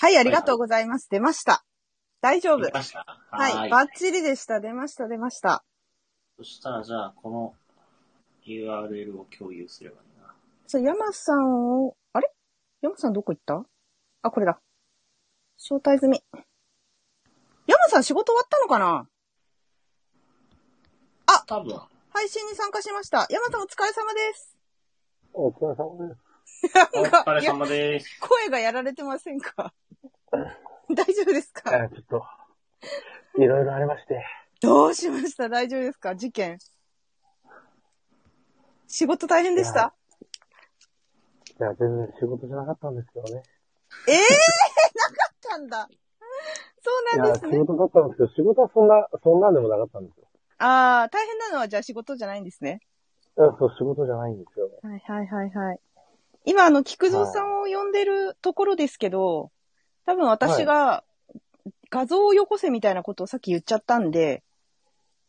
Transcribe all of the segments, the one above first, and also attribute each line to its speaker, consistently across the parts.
Speaker 1: はい、ありがとうございます。出ました。大丈夫。
Speaker 2: 出ました。
Speaker 1: は
Speaker 2: ー
Speaker 1: い、バッチリでした。出ました、出ました。
Speaker 2: そしたら、じゃあ、この URL を共有すればいいな。
Speaker 1: そう、山さんを、あれ山さんどこ行ったあ、これだ。招待済み。山さん仕事終わったのかな
Speaker 2: 多分、
Speaker 1: 配信に参加しました。山さんお疲れ様です。
Speaker 3: お疲れ様です。
Speaker 2: お
Speaker 1: なん
Speaker 2: 疲
Speaker 1: か、
Speaker 2: れ
Speaker 1: いや
Speaker 2: 様です。
Speaker 1: 声がやられてませんか 大丈夫ですか
Speaker 3: えーちょっと、いろいろありまして。
Speaker 1: どうしました大丈夫ですか事件。仕事大変でし
Speaker 3: い
Speaker 1: た
Speaker 3: やいや、全然仕事じゃなかったんですけどね。
Speaker 1: ええー、なかったんだ。そう
Speaker 3: い
Speaker 1: なん
Speaker 3: や、
Speaker 1: です
Speaker 3: 仕
Speaker 1: ね。
Speaker 3: 事だったんですけど、仕事はそんな、そんなんでもなかったんですよ。
Speaker 1: ああ、大変なのはじゃあ仕事じゃないんですね。
Speaker 3: うんそう、仕事じゃないんですよね。
Speaker 1: はいはいはいはい。今、あの、菊蔵さんを呼んでるところですけど、多分私が画像をよこせみたいなことをさっき言っちゃったんで、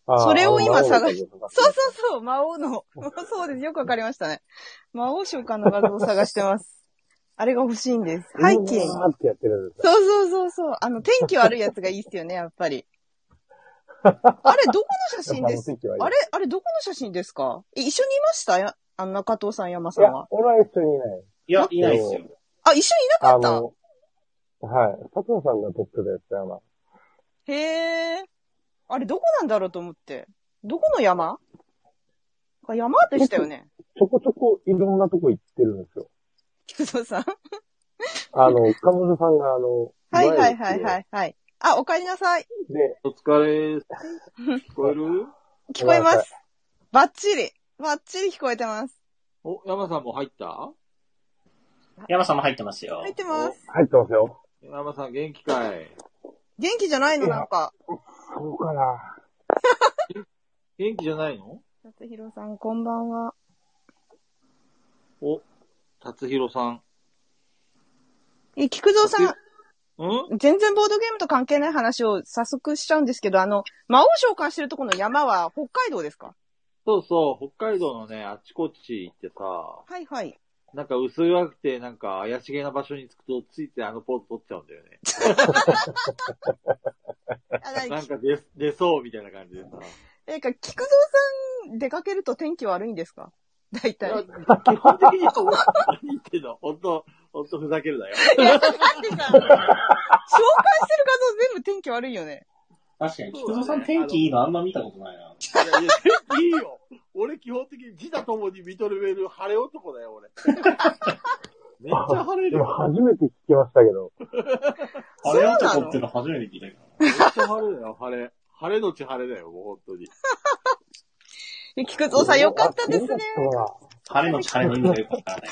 Speaker 3: あー
Speaker 1: それを今
Speaker 3: あの
Speaker 1: 探
Speaker 3: そうそう
Speaker 1: そうそうそう、魔王の、 そうです、よくわかりましたね。魔王召喚の画像を探してます。あれが欲しいんです。背景に。
Speaker 3: わーってやってるんですよ。
Speaker 1: そうそうそうそう。あの、天気悪いやつがいいっすよね、やっぱり。あれ、どこの写真ですあ
Speaker 3: あ
Speaker 1: れ、あれ、どこの写真ですかえ一緒にいましたやあの、中藤さん、山
Speaker 3: い
Speaker 1: さ
Speaker 3: や
Speaker 1: んは、。
Speaker 3: 俺は一緒にいない。
Speaker 2: いや、いないですよ。
Speaker 1: あ、一緒にいな
Speaker 3: あ
Speaker 1: かった
Speaker 3: の、はい。佐藤さんが撮ってたやつだよ
Speaker 1: へえ。あれ、どこなんだろうと思って。どこの山あ山でしたよね。
Speaker 3: ちょこちょこいろんなとこ行ってるんですよ。
Speaker 1: 菊蔵さん。
Speaker 3: あの、彼女さんが、あの、
Speaker 1: はいはいはい
Speaker 3: 前
Speaker 1: は
Speaker 3: に
Speaker 1: いはい。あ、お帰りなさい。
Speaker 3: 来て。で、
Speaker 2: お疲れです。聞こえる
Speaker 1: 聞こえます。バッチリ。バッチリ聞こえてます。
Speaker 4: お、山さんも入った
Speaker 2: 山さんも入ってますよ
Speaker 1: 入っ。てます。
Speaker 3: 入ってますよ。
Speaker 4: 山さん元気かい
Speaker 1: 元気じゃないの
Speaker 3: いや
Speaker 1: なんか。
Speaker 3: そうかな。
Speaker 4: 元気じゃないの
Speaker 1: 達弘さん、こんばんは。
Speaker 4: お、達弘さん。
Speaker 1: え、菊蔵さん、
Speaker 4: うん
Speaker 1: 全然ボードゲームと関係ない話を早速しちゃうんですけど、あの、魔王召喚してるところの山は北海道ですか
Speaker 4: そうそう、北海道のね、あっちこっち行ってさ、
Speaker 1: はいはい。
Speaker 4: なんか薄暗くて、なんか怪しげな場所に着くと、ついてあのポーズ取っちゃうんだよね。
Speaker 1: あ、なに
Speaker 4: なんか出、出そうみたいな感じでさ。
Speaker 1: え、か、菊蔵さん出かけると天気悪いんですか大
Speaker 4: い
Speaker 1: 体。
Speaker 4: や基本的には俺、何言ってんのほんと、ほんとふざけるなよ。
Speaker 1: いや、だってさ、紹介してる画像全部天気悪いよね。
Speaker 2: 確かに、
Speaker 4: そ
Speaker 2: 菊
Speaker 4: うだ
Speaker 2: 蔵
Speaker 4: ね
Speaker 2: さん天気いいのあんま見たことないな。
Speaker 4: いやいや、いいよ。俺基本的に自他ともに認める晴れ男だよ、俺。 めっちゃ晴れる
Speaker 3: でも
Speaker 4: よ。
Speaker 3: 初めて聞きましたけど。
Speaker 2: あ
Speaker 1: そう
Speaker 2: れ
Speaker 1: なの
Speaker 2: 男っていうの初めて聞いたけど。
Speaker 4: めっちゃ晴れだよ、晴れ。晴れのち晴れだよ、もう本当に。
Speaker 1: いや菊蔵さんよかったですね。
Speaker 3: そうだ
Speaker 2: 晴れのち晴れの意味がよくわからない。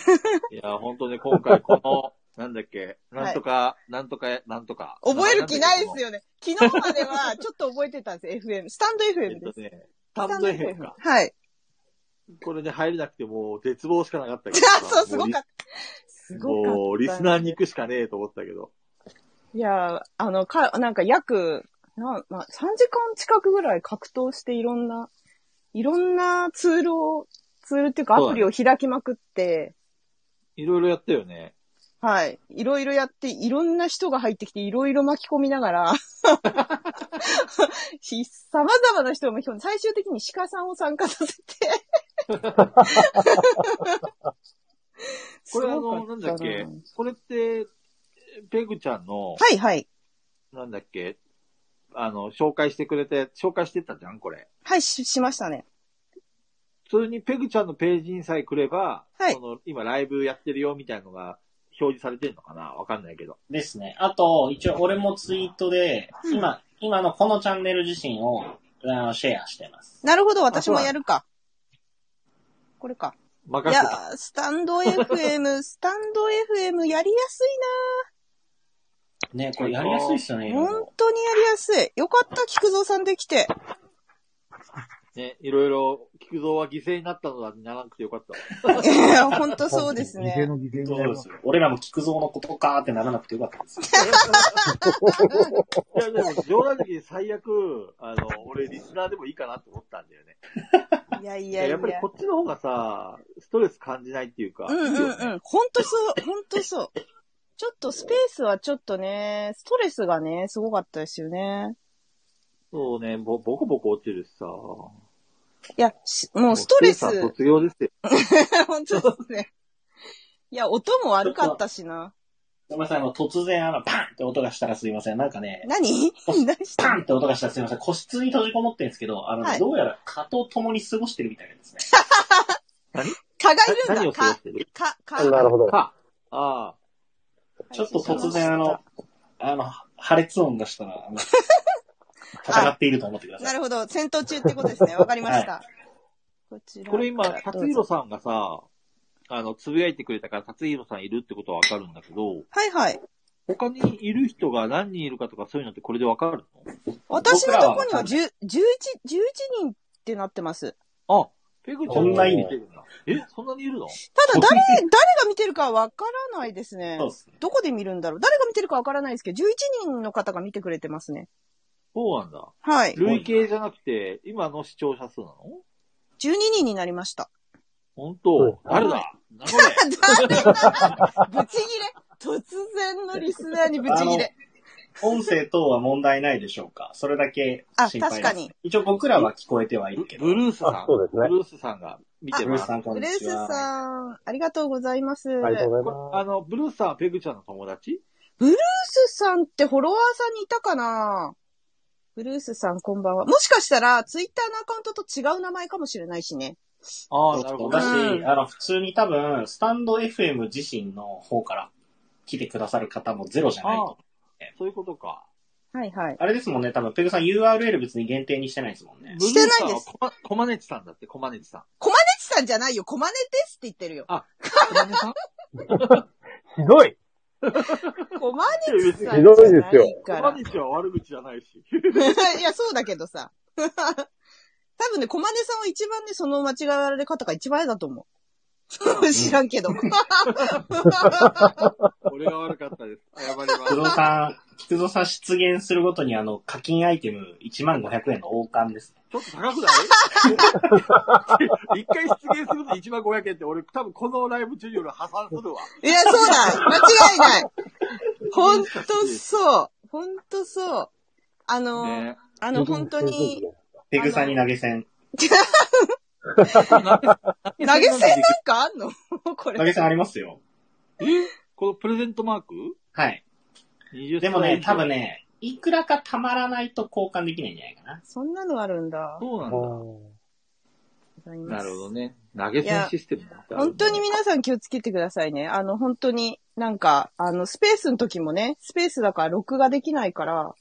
Speaker 4: いや、本当ね、今回この、なんだっけ、
Speaker 1: はい
Speaker 4: なんとか、なんとか、なんとか。
Speaker 1: 覚える気ないです
Speaker 4: よ。
Speaker 1: よね。昨日まではちょっと覚えてたんです、FM。スタンド
Speaker 4: えっ
Speaker 1: FM で
Speaker 4: と
Speaker 1: す。
Speaker 4: ね、スタンド FM か。
Speaker 1: はい。
Speaker 4: これね、入れなくてもう絶望しかなかったけど
Speaker 1: あ
Speaker 4: さ。
Speaker 1: そう、すごかった。すごかった。
Speaker 4: もう、リスナーに行くしかねえと思ったけど。
Speaker 1: いやー、あの、か、なんか約、なまあ、3時間近くぐらい格闘していろんな、いろんなツールを、ツールっていうか
Speaker 4: そうだね
Speaker 1: アプリを開きまくって、
Speaker 4: いろいろやったよね。
Speaker 1: はい。いろいろやって、いろんな人が入ってきて、いろいろ巻き込みながら、 ひ様々な人を巻き込んで、最終的に鹿さんを参加させ て。
Speaker 4: これあ
Speaker 1: すご
Speaker 4: の、
Speaker 1: か
Speaker 4: な
Speaker 1: っ
Speaker 4: ん
Speaker 1: た
Speaker 4: だっけこれって、ペグちゃんの、
Speaker 1: はいはい。
Speaker 4: なんだっけあの、紹介してくれて、紹介してたじゃんこれ。
Speaker 1: はい、し、しましたね。
Speaker 4: 普通にペグちゃんのページにさえ来れば、
Speaker 1: はい
Speaker 4: その今ライブやってるよみたいのが表示されてるのかなわかんないけど。
Speaker 2: ですね。あと、一応俺もツイートで、今、今のこのチャンネル自身をあのシェアしてます。
Speaker 1: なるほど、私も
Speaker 4: そうだ
Speaker 1: やるか。これか。い
Speaker 4: 任
Speaker 1: や
Speaker 4: せた。
Speaker 1: ー、スタンド FM、スタンド FM やりやす
Speaker 2: ね、これやりやすいっすよ
Speaker 1: い
Speaker 2: ね、
Speaker 1: な。本当にやりやすい。よかった、菊蔵さんでき て。
Speaker 4: ね、いろいろ、菊蔵は犠牲になったのだにならなくてよ かったわ。
Speaker 1: いや、本当そうですね。
Speaker 3: の犠牲
Speaker 2: そうですよ。俺らも菊蔵のことかーってならなくてよかったです。
Speaker 4: いや、でも冗談的に最悪、あの、俺リスナーでもいいかなと思ったんだよね。
Speaker 1: いやい
Speaker 4: い
Speaker 1: や
Speaker 4: や、
Speaker 1: いや。う
Speaker 4: やっ
Speaker 1: ん
Speaker 4: ぱりこっちの方がさ、ストレス感じないっていうか、
Speaker 1: うん
Speaker 4: いいよ
Speaker 1: う
Speaker 4: ね
Speaker 1: ん。本当そう、本当そう。ちょっとスペースはちょっとね、ストレスがね、すごかったですよね。
Speaker 4: そうね、ぼ、ボコボコ落ちるしさ。
Speaker 1: いや、しもうストレス
Speaker 4: もう、さ卒業ですよ。
Speaker 1: 本当ですね。いや、音も悪かったしな。
Speaker 2: すいません、あの、突然あの、パンって音がしたらすいません。なんかね、
Speaker 1: 何何した
Speaker 2: パンって音がしたらすいません。個室に閉じこもってんですけど、あの、
Speaker 1: はい
Speaker 2: どうやら蚊と共に過ごしてるみたいなんです ね。
Speaker 1: 蚊がるんだ。
Speaker 4: ない何を過ご
Speaker 1: 蚊
Speaker 4: し、てる
Speaker 1: 蚊、蚊。
Speaker 3: なるほど。
Speaker 4: か。あ
Speaker 2: ちょっと突然あの、あの、破裂音がしたら、あの、戦っていると思ってくださ。
Speaker 1: ないるほど。戦闘中ってことですね。わかりました。こち
Speaker 4: あ。
Speaker 1: ら。
Speaker 4: これ今、
Speaker 1: ど
Speaker 4: 達
Speaker 1: うぞ
Speaker 4: 弘さんがさ、あの、つぶやいてくれたから、達弘さんいるってことはわかるんだけど、
Speaker 1: はいはい。
Speaker 4: 他にいる人が何人いるかとかそういうのってこれでわかる
Speaker 1: 私のとこには
Speaker 2: 僕らは
Speaker 1: 10 11、11人ってなってます。
Speaker 4: のあ、ペグちゃん
Speaker 2: こんないいね
Speaker 4: 見てるんだ。え、そんなにいるの
Speaker 1: ただ誰、誰が見てるかわからないですね
Speaker 2: そう。ですね。
Speaker 1: どこで見るんだろう誰が見てるかわからないですけど、11人の方が見てくれてますね。
Speaker 4: そうなんだ。
Speaker 1: はい。12
Speaker 4: 累計じゃなくて、今の視聴者数なの
Speaker 1: 人になりました。
Speaker 4: 本
Speaker 3: うん
Speaker 4: 当誰だ名古屋
Speaker 1: 誰 だぶち切れ突然のリスナーにぶち切れ。
Speaker 2: 音声等は問題ないでしょうかそれだけ
Speaker 1: あ、
Speaker 2: 心配です
Speaker 1: 確かに。
Speaker 2: 一応僕らは聞こえてはいるけど。
Speaker 4: ブルースさ
Speaker 3: あ
Speaker 4: ん。
Speaker 3: そうですね
Speaker 4: ブルースさんが見て
Speaker 2: ブル
Speaker 4: ま
Speaker 2: ース
Speaker 4: す。
Speaker 2: さん、こ
Speaker 1: ブ
Speaker 2: ん
Speaker 1: レ
Speaker 2: に
Speaker 1: ー
Speaker 2: ち
Speaker 1: ス
Speaker 2: は。
Speaker 1: さん、ありがとうございます。ブ
Speaker 3: あり
Speaker 1: レー
Speaker 3: がとうござい
Speaker 4: これ
Speaker 3: ま
Speaker 4: あの、ブルースさんはペグちゃんの友達
Speaker 1: スさんってフォロワーさんにいたかなブルースさんこんばんは。もしかしたら、ツイッターのアカウントと違う名前かもしれないしね。
Speaker 4: ああ、なる
Speaker 2: そう
Speaker 4: ほ
Speaker 2: だ
Speaker 4: ど。
Speaker 2: し、
Speaker 1: うん
Speaker 2: あの、普通に多分、スタンド FM 自身の方から来てくださる方もゼロじゃない
Speaker 4: ああ
Speaker 2: と。、
Speaker 4: そういうことか。
Speaker 1: はいはい。
Speaker 2: あれですもんね、多分、ペグさん URL 別に限定にしてないですもん ね。
Speaker 1: してないです
Speaker 4: ブルースさんはコマ。コマネチさんだって、コマネチさん。
Speaker 1: コマネチさんじゃないよ。コマネですって言ってるよ。
Speaker 4: コマ ネさん
Speaker 3: す。ひどい
Speaker 1: コマネチさん
Speaker 3: ひ
Speaker 1: じ
Speaker 3: ど
Speaker 1: ゃ
Speaker 3: いですよ
Speaker 1: ないから
Speaker 4: コマ。ネチは悪口じゃないし。
Speaker 1: いや、そうだけどさ。多分ね、コマネさんは一番ね、その間違われ方が一番だと思う。知らんけど。
Speaker 4: 俺が悪かったです。謝ります
Speaker 2: 菊。 蔵さん、菊蔵さん出現するごとにあの、課金アイテム1万500円の王冠です。
Speaker 4: ちょっと高くない 一回出現すると1万500円って、俺多分このライブ中に俺破産するわ。
Speaker 1: いや、そうだ間違いないほんとそうほんとそうあの、
Speaker 4: ね
Speaker 1: あの、本当に、。
Speaker 2: ペグさんに投げ銭。
Speaker 1: 投げ銭なんかあんの こ
Speaker 2: 投
Speaker 1: れ。
Speaker 2: げ銭ありますよ。
Speaker 4: このプレゼントマーク
Speaker 2: はい。
Speaker 4: 20
Speaker 2: でもね、多分
Speaker 4: ね。
Speaker 2: ね、いくらかたまらないと交換できないんじゃないかな。
Speaker 1: そんなのあるんだ。
Speaker 4: そうな
Speaker 3: あ
Speaker 4: んだ。
Speaker 1: な
Speaker 4: なるほどね。投げ銭システムだってある
Speaker 1: 本
Speaker 4: んだ
Speaker 1: 当に皆さん気をつけてくださいね。あの、本当に、なんか、あの、スペースの時もね、スペースだから録画できないから、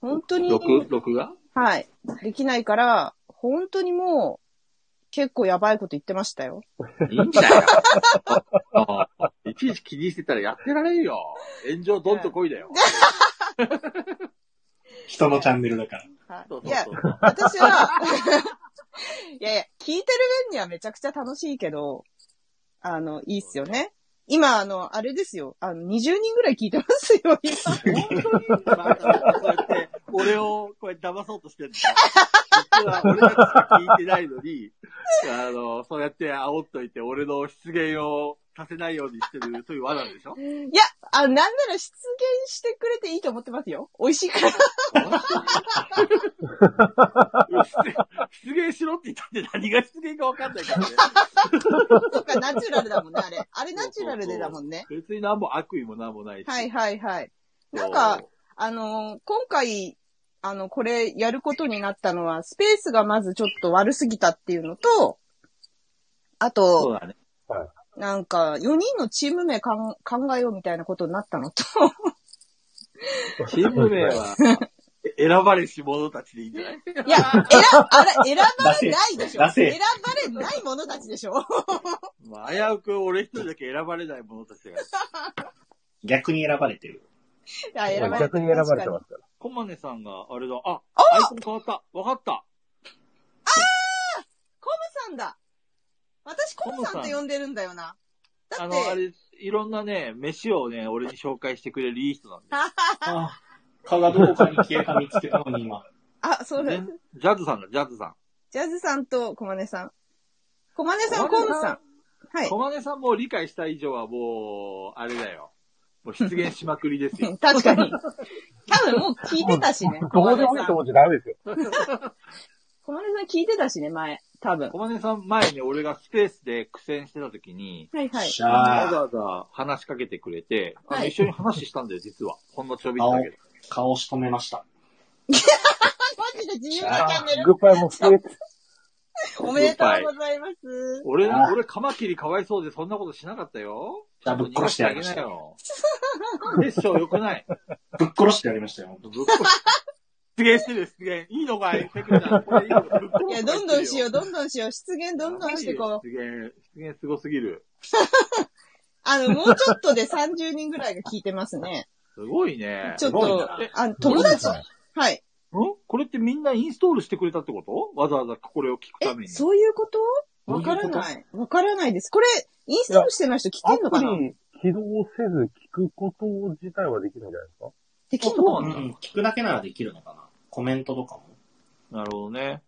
Speaker 1: 本当に、
Speaker 4: 録、録画
Speaker 1: はい、できないから、本当にもう、結構やばいこと言ってましたよ。
Speaker 4: いいんだよ。ああ いちいち気にしてたらやってられんよ。炎上どんとこいだよ。
Speaker 2: 人のチャンネルだから。
Speaker 1: は
Speaker 4: そう
Speaker 1: い。い
Speaker 4: そう
Speaker 1: や
Speaker 4: そ、う
Speaker 1: 私は、 いやいや、聞いてる分にはめちゃくちゃ楽しいけど、あの、いいっすよね。今、あの、あれですよ。あの、20人ぐらい聞いてますよ、今。
Speaker 4: 本当にバカそうやって、俺をこうやって騙そうとしてるんだ。実は俺たちしか聞いてないのに、あの、そうやって煽っといて、俺の出現をさせないようにしてる、そういう罠でしょ
Speaker 1: いや、あ、なんなら出現してくれていいと思ってますよ。美味しいから。
Speaker 4: 出現しろって言ったって何が出現かわかんないからね。
Speaker 1: とか、ナチュラルだもんね、あれ。あれナチュラルでだもんね。
Speaker 4: 別に何も悪意も何もないし。
Speaker 1: はい
Speaker 4: い。
Speaker 1: はいはい。なんか、あのー今回、あの、これやることになったのは、スペースがまずちょっと悪すぎたっていうのと、あ
Speaker 4: そ
Speaker 1: と、
Speaker 4: うだね。
Speaker 1: なんか、4人のチーム名かん考えようみたいなことになった のと、
Speaker 4: チーム名 は、え選ばれし者たちでいいんじゃない
Speaker 1: いや、選、あれ、選ばれないでしょ。
Speaker 2: 出せ
Speaker 1: 選
Speaker 2: 出せ
Speaker 1: ばれない者たちでしょ。
Speaker 4: まあ、危うく俺一人だけ選ばれない者たちが。
Speaker 2: 逆に選ばれてる。
Speaker 1: いや
Speaker 3: ー
Speaker 1: 選ばれ。
Speaker 3: 逆に選ばれてますすから。
Speaker 4: コマネさんが、あれだ、あ、アイコン変わった。わかった。
Speaker 1: コムさんだ。私、コムさん
Speaker 4: コム
Speaker 1: と
Speaker 4: さん
Speaker 1: 呼んでるんだよな。だ
Speaker 4: あ
Speaker 1: っ
Speaker 4: の、あ
Speaker 1: て、
Speaker 4: れ、いろんなね、飯をね、俺に紹介してくれるいい人なんで。
Speaker 2: ああ、顔がどこかに消えた見つけたのに今。
Speaker 1: あ、そうだ
Speaker 4: ね。ジャズさんだ、ジャズさ
Speaker 1: ジャズさんとコマネさん。コマネ
Speaker 4: ん。
Speaker 1: さん、コムさん。はい
Speaker 4: コ。マネさんも理解した以上はもう、あれだよ。もう出現しまくりですよ。
Speaker 1: 確かに。多分もう聞いてたしね。
Speaker 3: どうでもいいと思っちゃダメですよ。
Speaker 1: 小金さん聞いてたしね、前。多分。
Speaker 4: 小金さん前に俺がスペースで苦戦してた時に、
Speaker 1: はいはい。
Speaker 2: し
Speaker 4: わ
Speaker 2: ゃあ、
Speaker 4: ざわざ話しかけてくれて、あの
Speaker 1: はい
Speaker 4: 一緒に話したんだよ、実は。ほんのちょびっとだけど。
Speaker 2: 顔しとめました。
Speaker 1: マジで自由なチャンネル。
Speaker 3: グッバイも含めて、
Speaker 1: おめでとうございます。
Speaker 4: 俺
Speaker 2: あ、あ
Speaker 4: 俺、カマキリかわいそうでそんなことしなかったよ。
Speaker 2: じゃあぶっ殺してやりました
Speaker 4: よ。でっしょ、よくない。
Speaker 2: ぶっ殺してやりましたよ、
Speaker 4: ぶっ殺し。出現してる、出現。いいのかいペクちゃん、これいいのかぶっ殺
Speaker 1: いや、
Speaker 4: して
Speaker 1: どんどんしよう、どんどんしよう。出現どんどんしてこう。
Speaker 4: 出現、出現すごすぎる。
Speaker 1: あの、もうちょっとで30人ぐらいが聞いてますね。
Speaker 4: すごいね。
Speaker 1: ちょっ
Speaker 2: すごい
Speaker 1: と
Speaker 2: な、
Speaker 1: あの、友達、
Speaker 3: そうで
Speaker 1: はい。
Speaker 4: んこれってみんなインストールしてくれたってことわざわざこれを聞くた
Speaker 1: え、
Speaker 4: めに。
Speaker 1: そういうこと
Speaker 2: どう
Speaker 1: わ
Speaker 2: いうこと
Speaker 1: からない。わからないです。これ、インストールしてない人聞
Speaker 3: ア
Speaker 1: けんの
Speaker 3: プ
Speaker 1: かな
Speaker 3: リ起動せず聞くこと自体はできるんじゃないですか
Speaker 1: できん
Speaker 4: そ
Speaker 1: の
Speaker 4: う
Speaker 1: かな
Speaker 4: な
Speaker 2: うん
Speaker 4: だ
Speaker 2: ん、聞くだけならできるのかなコメントとかも。
Speaker 4: なるほどね。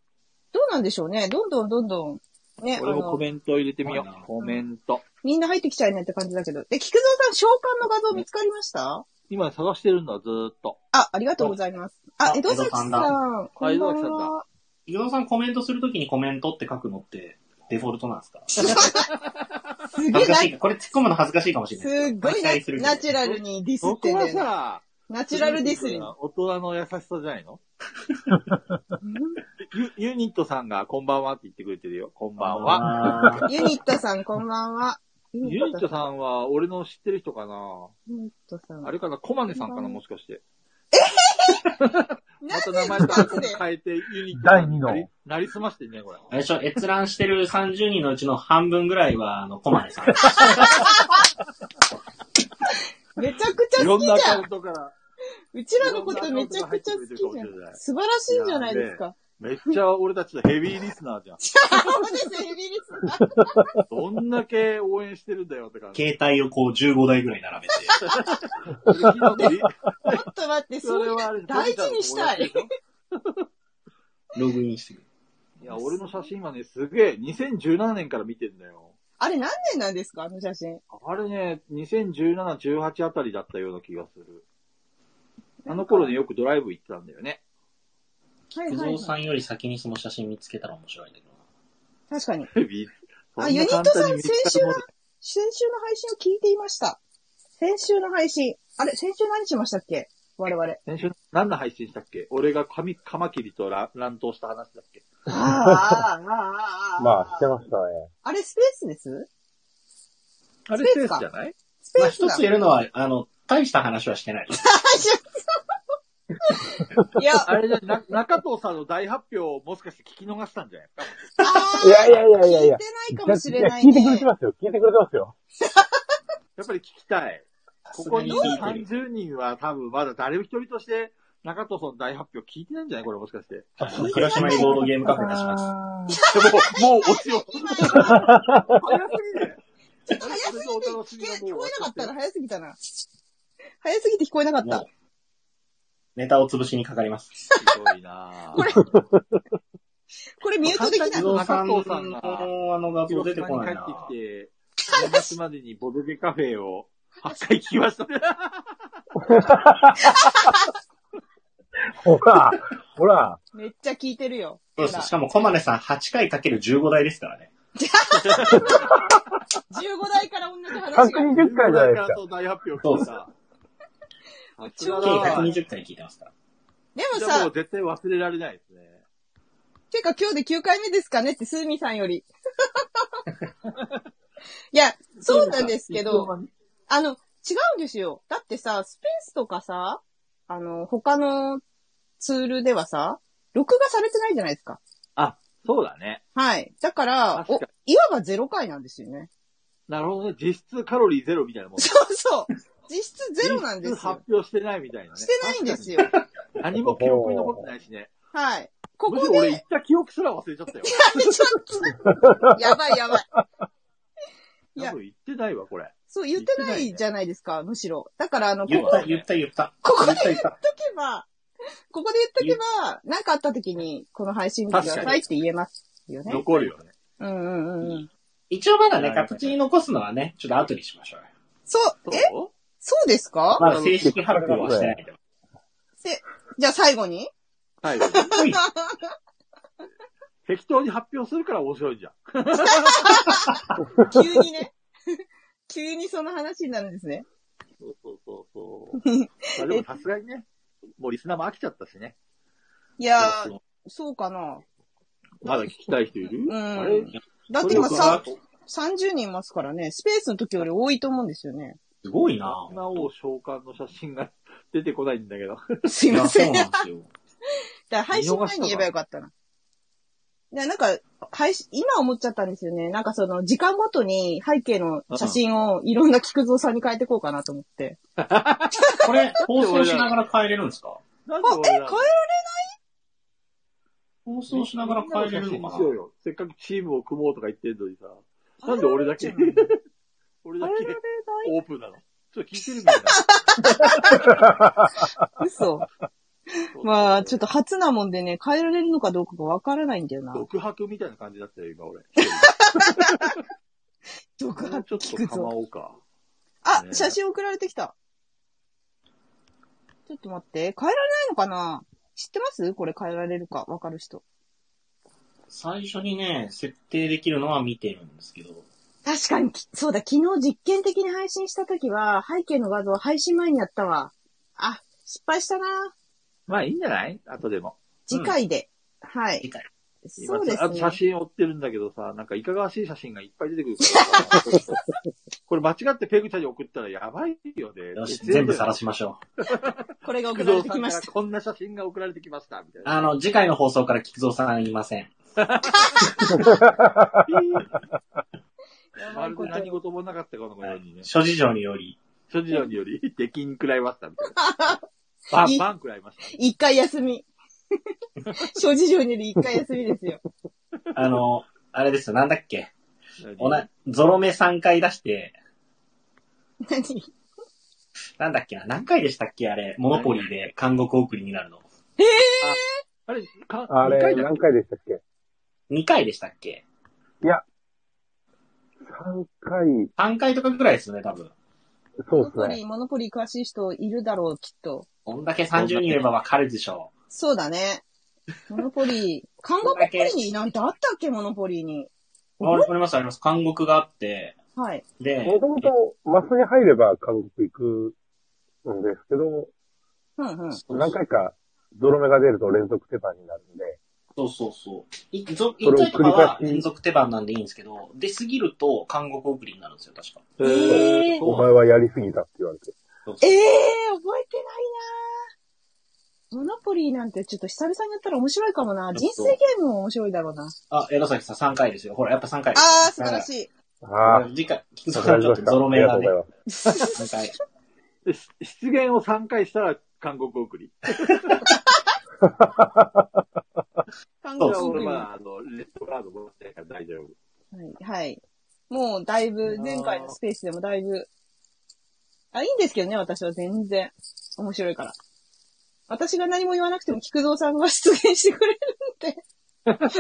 Speaker 1: どうなんでしょうね。どんどんどんどん。ね、あ
Speaker 4: 俺もコ
Speaker 1: の、
Speaker 4: メントを入れてみよ
Speaker 2: あの
Speaker 4: う。コメント。
Speaker 1: みんな入ってきちゃいないって感じだけど。え、菊蔵さん、召喚の画像見つかりました
Speaker 4: 今探してるんだ、ずーっと。
Speaker 1: あ、ありがとうございます。あ
Speaker 2: あ、
Speaker 1: 江戸崎さ
Speaker 2: 江戸さんだ
Speaker 1: ん。こんば
Speaker 4: 江戸崎
Speaker 1: ん
Speaker 4: さん
Speaker 1: は
Speaker 4: だ。
Speaker 2: 伊藤さんコメントするときにコメントって書くのってデフォルトなんですか
Speaker 1: すげ
Speaker 2: 恥
Speaker 1: え
Speaker 2: ずか
Speaker 1: な
Speaker 2: しいか。これ突っ込むの恥ずかしいかもしれ
Speaker 1: す
Speaker 2: ない。
Speaker 1: っごい
Speaker 2: 期待するけど
Speaker 1: なナチュラルにディスっ
Speaker 4: 僕
Speaker 1: てんだ
Speaker 4: は
Speaker 1: よね。
Speaker 4: さ、
Speaker 1: ナチュラルディスに。
Speaker 4: 大人の優しさじゃないの ユユニットさんがこんばんはって言ってくれてるよ。こんばんは。
Speaker 2: あー
Speaker 1: ユニットさん、こんばんは。ユ
Speaker 4: ユニットさんは俺の知ってる人かな
Speaker 1: ユニットさん。
Speaker 4: あれかなコマネさんか
Speaker 1: こんばん
Speaker 4: な
Speaker 1: は
Speaker 4: もしかして。
Speaker 1: な
Speaker 4: また
Speaker 1: ん
Speaker 4: 名
Speaker 1: で
Speaker 4: 前
Speaker 1: な
Speaker 4: と
Speaker 1: ん
Speaker 4: か
Speaker 1: で
Speaker 4: 変えてユニット
Speaker 3: 第二の
Speaker 4: になりすましてんね、これ。
Speaker 2: あれでしょ、閲覧してる30人のうちの半分ぐらいは、あの、コマ ネさん。
Speaker 1: めちゃくちゃ
Speaker 4: い
Speaker 1: 好
Speaker 4: ろん
Speaker 1: き
Speaker 4: なア
Speaker 1: じ
Speaker 4: カ
Speaker 1: ゃ
Speaker 4: ウ
Speaker 1: ん
Speaker 4: ン。トから。
Speaker 1: うちらのことめちゃくちゃ好きじ
Speaker 4: いろんなアカウント
Speaker 1: ゃ
Speaker 4: が入ってくれてるかもし
Speaker 1: ん
Speaker 4: れな。い
Speaker 1: 素晴らしいんじゃないですか。
Speaker 4: めっちゃ俺たちのヘビーリスナーじゃん。
Speaker 1: そうです、ヘビーリスナー。
Speaker 4: どんだけ応援してるんだよって感じ。
Speaker 2: 携帯をこう15台ぐらい並べて。
Speaker 4: それ聞いたこといい
Speaker 1: ちょっと待って、そ
Speaker 4: それ
Speaker 1: れ
Speaker 4: はあれ
Speaker 1: 大事にしたい。
Speaker 2: ログインしてくる。
Speaker 4: いや、俺の写真はね、すげえ、2017年から見てんだよ。
Speaker 1: あれ何年なんですかあの写真。
Speaker 4: あれね、2017、18あたりだったような気がする。あの頃ね、よくドライブ行ってたんだよね。
Speaker 1: はいはい
Speaker 2: 不動
Speaker 1: はい。
Speaker 2: さんより先にその写真見つけたら面白いんだけどな。
Speaker 1: 確かに。
Speaker 4: あ
Speaker 1: あ、ユニットさん、先週の、先週の配信を聞いていました。先週の配信。あれ、先週何しましたっけ我々。
Speaker 4: 先週、何の配信したっけ俺がカミカマキリとら乱闘した話だっけ
Speaker 1: あーあー、あーあー、あー
Speaker 3: まあ、してましたね。
Speaker 1: あれスペースです
Speaker 4: あ
Speaker 1: れ
Speaker 4: れ
Speaker 1: ス
Speaker 4: ス
Speaker 1: ペー
Speaker 4: ペー
Speaker 1: ス
Speaker 4: ス
Speaker 1: じ
Speaker 4: じ
Speaker 1: ゃ
Speaker 4: ゃない
Speaker 1: スペ
Speaker 2: まあ
Speaker 1: ース
Speaker 2: 一
Speaker 1: だ
Speaker 2: つ。言えるのは、あの、大した話はしてないです。
Speaker 1: いや、
Speaker 4: あれじゃ、な中藤さんの大発表をもしかして聞き逃したんじゃないか
Speaker 1: あー
Speaker 3: いやいやいやいやい
Speaker 1: 聞
Speaker 3: や
Speaker 1: いてないかもしれない
Speaker 3: や聞
Speaker 1: ね。
Speaker 3: いてくれてますよ。聞いてくれてますよ。
Speaker 4: やっぱり聞きたい。ここに30人は多分まだ誰一人として中藤さんの大発表聞いてないんじゃないこれもしかして。
Speaker 2: あの広島にボードゲームカフェ出します。
Speaker 4: でも、もうおしよう。
Speaker 1: 今の
Speaker 4: 早すぎね。
Speaker 1: 早すぎて聞け、聞こえなかったら早すぎたな。早すぎて聞こえなかっ
Speaker 2: も
Speaker 1: た
Speaker 2: う。、ネタを潰しにかかります。
Speaker 4: ひどいなぁ。
Speaker 1: これこれミュートできな
Speaker 4: や
Speaker 1: い
Speaker 2: 不
Speaker 4: 簡単に。
Speaker 2: 動さんの
Speaker 4: 中藤さんが
Speaker 2: あの画像
Speaker 4: 広
Speaker 2: 出て
Speaker 4: 島に
Speaker 2: こ
Speaker 4: 帰
Speaker 2: ないな。
Speaker 4: ってきて、年末までにボドゲカフェを8回聞きましたね。
Speaker 3: ほら、ほら、
Speaker 1: めっちゃ聞いてるよ。
Speaker 2: そうで
Speaker 1: ほら
Speaker 2: す。しかもコマネさん8回かける15台ですからね。
Speaker 1: 15代から同じ話が。
Speaker 3: 120回じゃないですか。
Speaker 4: と大発表聞いた。さす
Speaker 2: 計
Speaker 4: がだわ
Speaker 2: 120回聞いてますから。
Speaker 1: でも
Speaker 4: じゃあも
Speaker 1: さ
Speaker 4: う、絶対忘れられないですね。
Speaker 1: てか今日で9回目ですかねって、スーミさんより。いや、そうなんですけど、あの、違うんですよ。だってさ、スペースとかさ、あの、他のツールではさ、録画されてないじゃないですか。
Speaker 4: そうだね。
Speaker 1: はい。だから、
Speaker 4: 確
Speaker 1: お
Speaker 4: かに、
Speaker 1: いわばゼロ回なんですよね。
Speaker 4: なるほどね。実質カロリーゼロみたいなもん。
Speaker 1: そうそう。実質ゼロなんで
Speaker 4: 実質
Speaker 1: す
Speaker 4: 発
Speaker 1: よ。
Speaker 4: 表してないみたいなね。
Speaker 1: してないんです
Speaker 4: よ。
Speaker 1: よ。
Speaker 4: 何も記憶に残ってないしね。
Speaker 1: はい。こ
Speaker 4: むし
Speaker 1: こ
Speaker 4: ろ
Speaker 1: で、
Speaker 4: 俺
Speaker 1: や
Speaker 4: 行った記憶すら忘れちゃったよ。
Speaker 1: めちゃった。やばいやばい。いや
Speaker 4: 多分行ってないわ、これ。
Speaker 1: そう言ってないじゃないですか、むしろ。だから、あの、こ
Speaker 2: 言っ
Speaker 1: こ
Speaker 2: た、言った、言った。
Speaker 1: ここで
Speaker 2: 言った、言った。
Speaker 1: 言っとけば、ここで言っとけば、なんかあった時に、この配信見てくださいって言えますよね。
Speaker 4: 残るよね。
Speaker 1: うんうんうんうん。
Speaker 2: 一応まだね、形に残すのはね、ちょっと後にしましょうよ。
Speaker 1: そう
Speaker 4: そ、
Speaker 1: え
Speaker 4: う
Speaker 1: そうですか
Speaker 2: まだ正式発表はしてないけど。
Speaker 1: じゃあ最後に
Speaker 4: はい。
Speaker 2: ほい
Speaker 4: 適当に発表するから面白いじゃん。
Speaker 1: 急に ね。急にその話になるんですね。
Speaker 4: そうそうそうそう。まあでもさすがにね、もうリスナーも飽きちゃったしね。
Speaker 1: いやー、そうかな。
Speaker 4: まだ聞きたい人いる
Speaker 1: うん
Speaker 4: あれ
Speaker 1: だって今
Speaker 4: それ
Speaker 1: さ、30人いますからね、スペースの時より多いと思うんですよ ね。
Speaker 2: すごいな
Speaker 4: 女王召喚の写真が出てこないんだけ ど。
Speaker 1: すいません。
Speaker 2: いや
Speaker 1: だか
Speaker 2: そうなんですよ。
Speaker 1: ら配信前に言えばよかったな。でなんか、配信、今思っちゃったんですよね。なんかその、時間ごとに背景の写真をいろんな菊蔵さんに変えてこうかなと思って。
Speaker 2: これ、放送しながら変えれるんですか
Speaker 4: なん
Speaker 1: あ、え、変え
Speaker 4: 俺
Speaker 1: ら
Speaker 4: ら
Speaker 2: 放送しながら変えれる
Speaker 4: みん
Speaker 2: の
Speaker 4: な写真
Speaker 2: か
Speaker 4: しよ
Speaker 2: な
Speaker 4: うよせっかくチームを組もうとか言ってんのにさ。なんで俺だけ
Speaker 1: 変えられない、
Speaker 4: 俺だ
Speaker 1: 変えられ
Speaker 4: け
Speaker 1: ない
Speaker 4: オープンなの。ちょっと聞いてるみたい な。
Speaker 1: 嘘。まあ、ちょっと初なもんでね、変えられるのかどうかがわからないんだよな。
Speaker 4: 独白みたいな感じだったよ、今 俺。
Speaker 1: 独
Speaker 4: もうち
Speaker 1: 白
Speaker 4: ょっ
Speaker 1: 菊
Speaker 4: と構
Speaker 1: 蔵。
Speaker 4: おうか。
Speaker 1: あ
Speaker 4: ね、
Speaker 1: 写真送られてきた。ちょっと待って、変えられないのかな知ってますこれ変えられるか、わかる人。
Speaker 2: 最初にね、設定できるのは見てるんですけど、
Speaker 1: 確かに、きそうだ、昨日実験的に配信した時は、背景の画像配信前にやったわ。あ、失敗したな
Speaker 4: まあいいんじゃない後でも。
Speaker 1: 次回で。はい。
Speaker 2: 次回
Speaker 4: 今
Speaker 1: そうです
Speaker 4: あと
Speaker 1: ね。
Speaker 4: 写真追ってるんだけどさ、なんかいかがわしい写真がいっぱい出てくるからさこれ間違ってペグちゃんに送ったらやばいよね。
Speaker 2: よし、全部晒しましょう。
Speaker 1: これが送
Speaker 4: 菊
Speaker 1: られ
Speaker 4: 蔵
Speaker 1: てき
Speaker 4: さんか
Speaker 1: ま
Speaker 4: ら
Speaker 1: した。
Speaker 4: こんな写真が送られてきました、みたいな。
Speaker 2: あの、次回の放送から菊蔵さんいません。
Speaker 1: やば
Speaker 4: ま
Speaker 1: い
Speaker 4: る
Speaker 1: こ
Speaker 4: で
Speaker 1: と
Speaker 4: 何事もなかったかのようにね。
Speaker 2: 諸事情により、
Speaker 4: 諸事情により、出禁食らいました、みたいな。バン、バン食らいました。
Speaker 1: 一回休み。 諸事情により一回休みですよ。
Speaker 2: あの、あれですよ、なんだっけ。お
Speaker 4: 何
Speaker 2: な、ゾロ目3回出して、
Speaker 1: 何
Speaker 2: なんだっけな、何回でしたっけあれ、モノポリーで監獄送りになるの。
Speaker 4: あれ、か、
Speaker 3: あ
Speaker 4: 二
Speaker 3: れ、
Speaker 4: 回だっ
Speaker 3: 何回でしたっけ
Speaker 2: 2回でしたっけ
Speaker 3: ?3 回、
Speaker 2: ?3 回とかぐらいですよね、多分。
Speaker 3: そ
Speaker 1: モノ
Speaker 3: う
Speaker 1: ポ
Speaker 3: です
Speaker 1: リー、
Speaker 3: ね。
Speaker 1: モノポリー詳しい人いるだろう、きっと。
Speaker 2: こんだけ30人いればわかるでしょ
Speaker 1: そうだね。モノポリー。看護ポリーなんてあったっけ、モノポリーに。
Speaker 2: う。ああります、あります。監獄があって、
Speaker 1: はい。
Speaker 2: で、
Speaker 3: もともと、マスに入れば韓国行くんですけど、
Speaker 1: うんうん。
Speaker 3: 何回かゾロ目が出ると連続手番になるんで、
Speaker 2: そうそうそう。いぞ
Speaker 3: そ
Speaker 2: 一
Speaker 3: れを
Speaker 2: 回とかは
Speaker 3: 繰り返し
Speaker 2: 連続手番なんでいいんですけど、出過ぎると監獄送りになるんですよ、確か。
Speaker 4: け
Speaker 1: えー
Speaker 4: そう
Speaker 3: お前はやりすぎたって言われて。
Speaker 1: ええー、覚えてないなーモノポリーなんてちょっと久々にやったら面白いかもな。人生ゲームも面白いだろうな。
Speaker 2: あ、江戸崎さん3回ですよ。ほら、やっぱ3回ですよ。
Speaker 1: あー、素晴らしい。
Speaker 3: あ
Speaker 2: い。次回、菊
Speaker 3: あ、
Speaker 2: 蔵さんちょっとゾロ目
Speaker 3: あ
Speaker 2: なん
Speaker 3: り
Speaker 2: で
Speaker 3: が、とうござい
Speaker 2: 3回。
Speaker 4: でし出現を3回したら韓国送り。
Speaker 1: 看
Speaker 4: じ
Speaker 1: 護
Speaker 4: ゃあ
Speaker 1: 送
Speaker 4: 俺
Speaker 1: り。
Speaker 4: は、
Speaker 1: は
Speaker 4: あの、レッドカードもらってないから大丈夫。
Speaker 1: い。はい。もうだいぶ、前回のスペースでもだいぶ。あ、いいんですけどね、私は全然。面白いから。私が何も言わなくても、菊蔵さんが出現してくれるんで。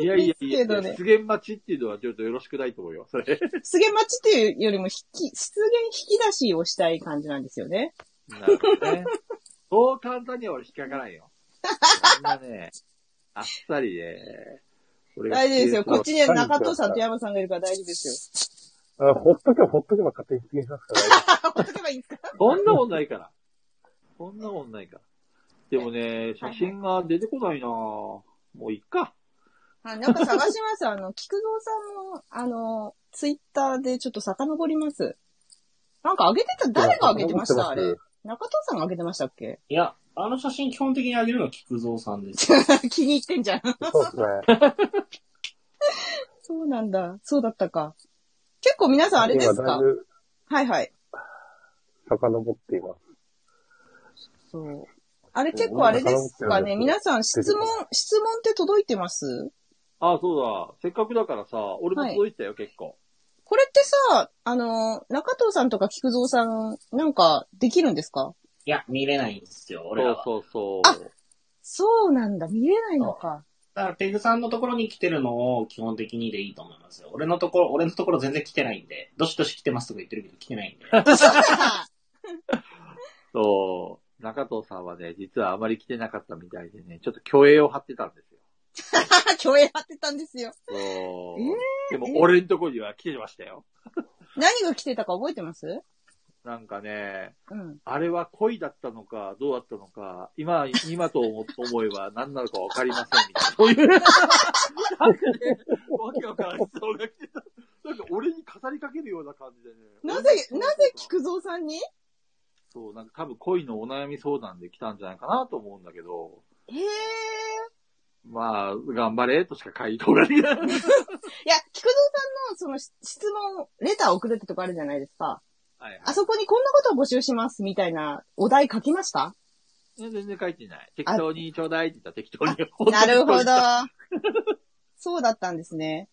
Speaker 4: いやいや
Speaker 1: で
Speaker 4: い
Speaker 1: すけ
Speaker 4: や、
Speaker 1: どね
Speaker 4: 出現待ちっていうのはちょっとよろしくないと思うよ。それ。
Speaker 1: 出現待ちっていうよりも、引き、出現引き出しをしたい感じなんですよね。
Speaker 4: なるほどね。そう簡単には俺引っかからんよ。そんなね、あっさりね。俺が
Speaker 1: 大丈夫ですよ。こっちには
Speaker 3: はい
Speaker 1: 中藤さんと山さんがいるから大丈夫ですよ。
Speaker 3: ます。あほっとけばほっとけば勝手に出現しますから、ね。
Speaker 1: ほっとけばいいんですか
Speaker 4: そんなもんないから。そんなもんないから。でもね、写真が出てこないなぁ。もういっか。
Speaker 1: あなんか探します。あの、菊蔵さんも、あの、ツイッターでちょっと遡ります。なんか上げてた、誰が上げてましたあれ。中藤さんが上げてましたっけ
Speaker 2: いや、あの写真基本的にあげるのは菊蔵さんです。
Speaker 1: 気に入ってんじゃん。
Speaker 3: そうですね。
Speaker 1: そうなんだ。そうだったか。結構皆さんあれです
Speaker 3: 今だい
Speaker 1: か
Speaker 3: ぶ
Speaker 1: はいはい。
Speaker 3: 遡っています。
Speaker 1: そう。あれ結構あれですかね。皆さん質問、質問って届いてます
Speaker 4: あ、そうだ。せっかくだからさ、俺も届いてたよ、結構。
Speaker 1: これってさ、あの、中藤さんとか菊蔵さん、なんかできるんですか
Speaker 2: いや、見れないんですよ、俺
Speaker 4: そ
Speaker 2: ら
Speaker 4: う
Speaker 2: は。
Speaker 4: そうそう。
Speaker 1: そうなんだ。見れないのか。
Speaker 2: だからペグさんのところに来てるのを基本的にでいいと思いますよ。俺のところ、俺のところ全然来てないんで、どしどし来てますとか言ってるけど来てないんで。
Speaker 4: そう、中藤さんはね、実はあまり来てなかったみたいでね、ちょっと虚栄を張ってたんですよ。
Speaker 1: 共演張ってたんですよ。
Speaker 4: そう。
Speaker 1: え
Speaker 4: でも、俺んとこには来てましたよ。
Speaker 1: 何が来てたか覚えてます
Speaker 4: なんかね、
Speaker 1: うん。
Speaker 4: あれは恋だったのか、どうだったのか、今、今と思思えば何なのかわかりませんみたいな。 そういう、なんかね、わけわからん質問が来てた。
Speaker 5: なんか俺に語りかけるような感じでね。
Speaker 1: なぜ、なぜ菊蔵さんに
Speaker 4: そう、なんか多分恋のお悩み相談で来たんじゃないかなと思うんだけど、
Speaker 1: へえ。
Speaker 4: まあ、頑張れとしか回答ができない。
Speaker 1: いや、菊蔵さんのそのし質問、レター送るってとこあるじゃないですか。
Speaker 4: はいは
Speaker 1: あ
Speaker 4: い。
Speaker 1: そこにこんなことを募集しますみたいなお題書きま した
Speaker 4: 全然書いてない。適当にちょうだいって言ったら適当に。
Speaker 1: なるほど
Speaker 4: ち。
Speaker 1: そうだったんですね。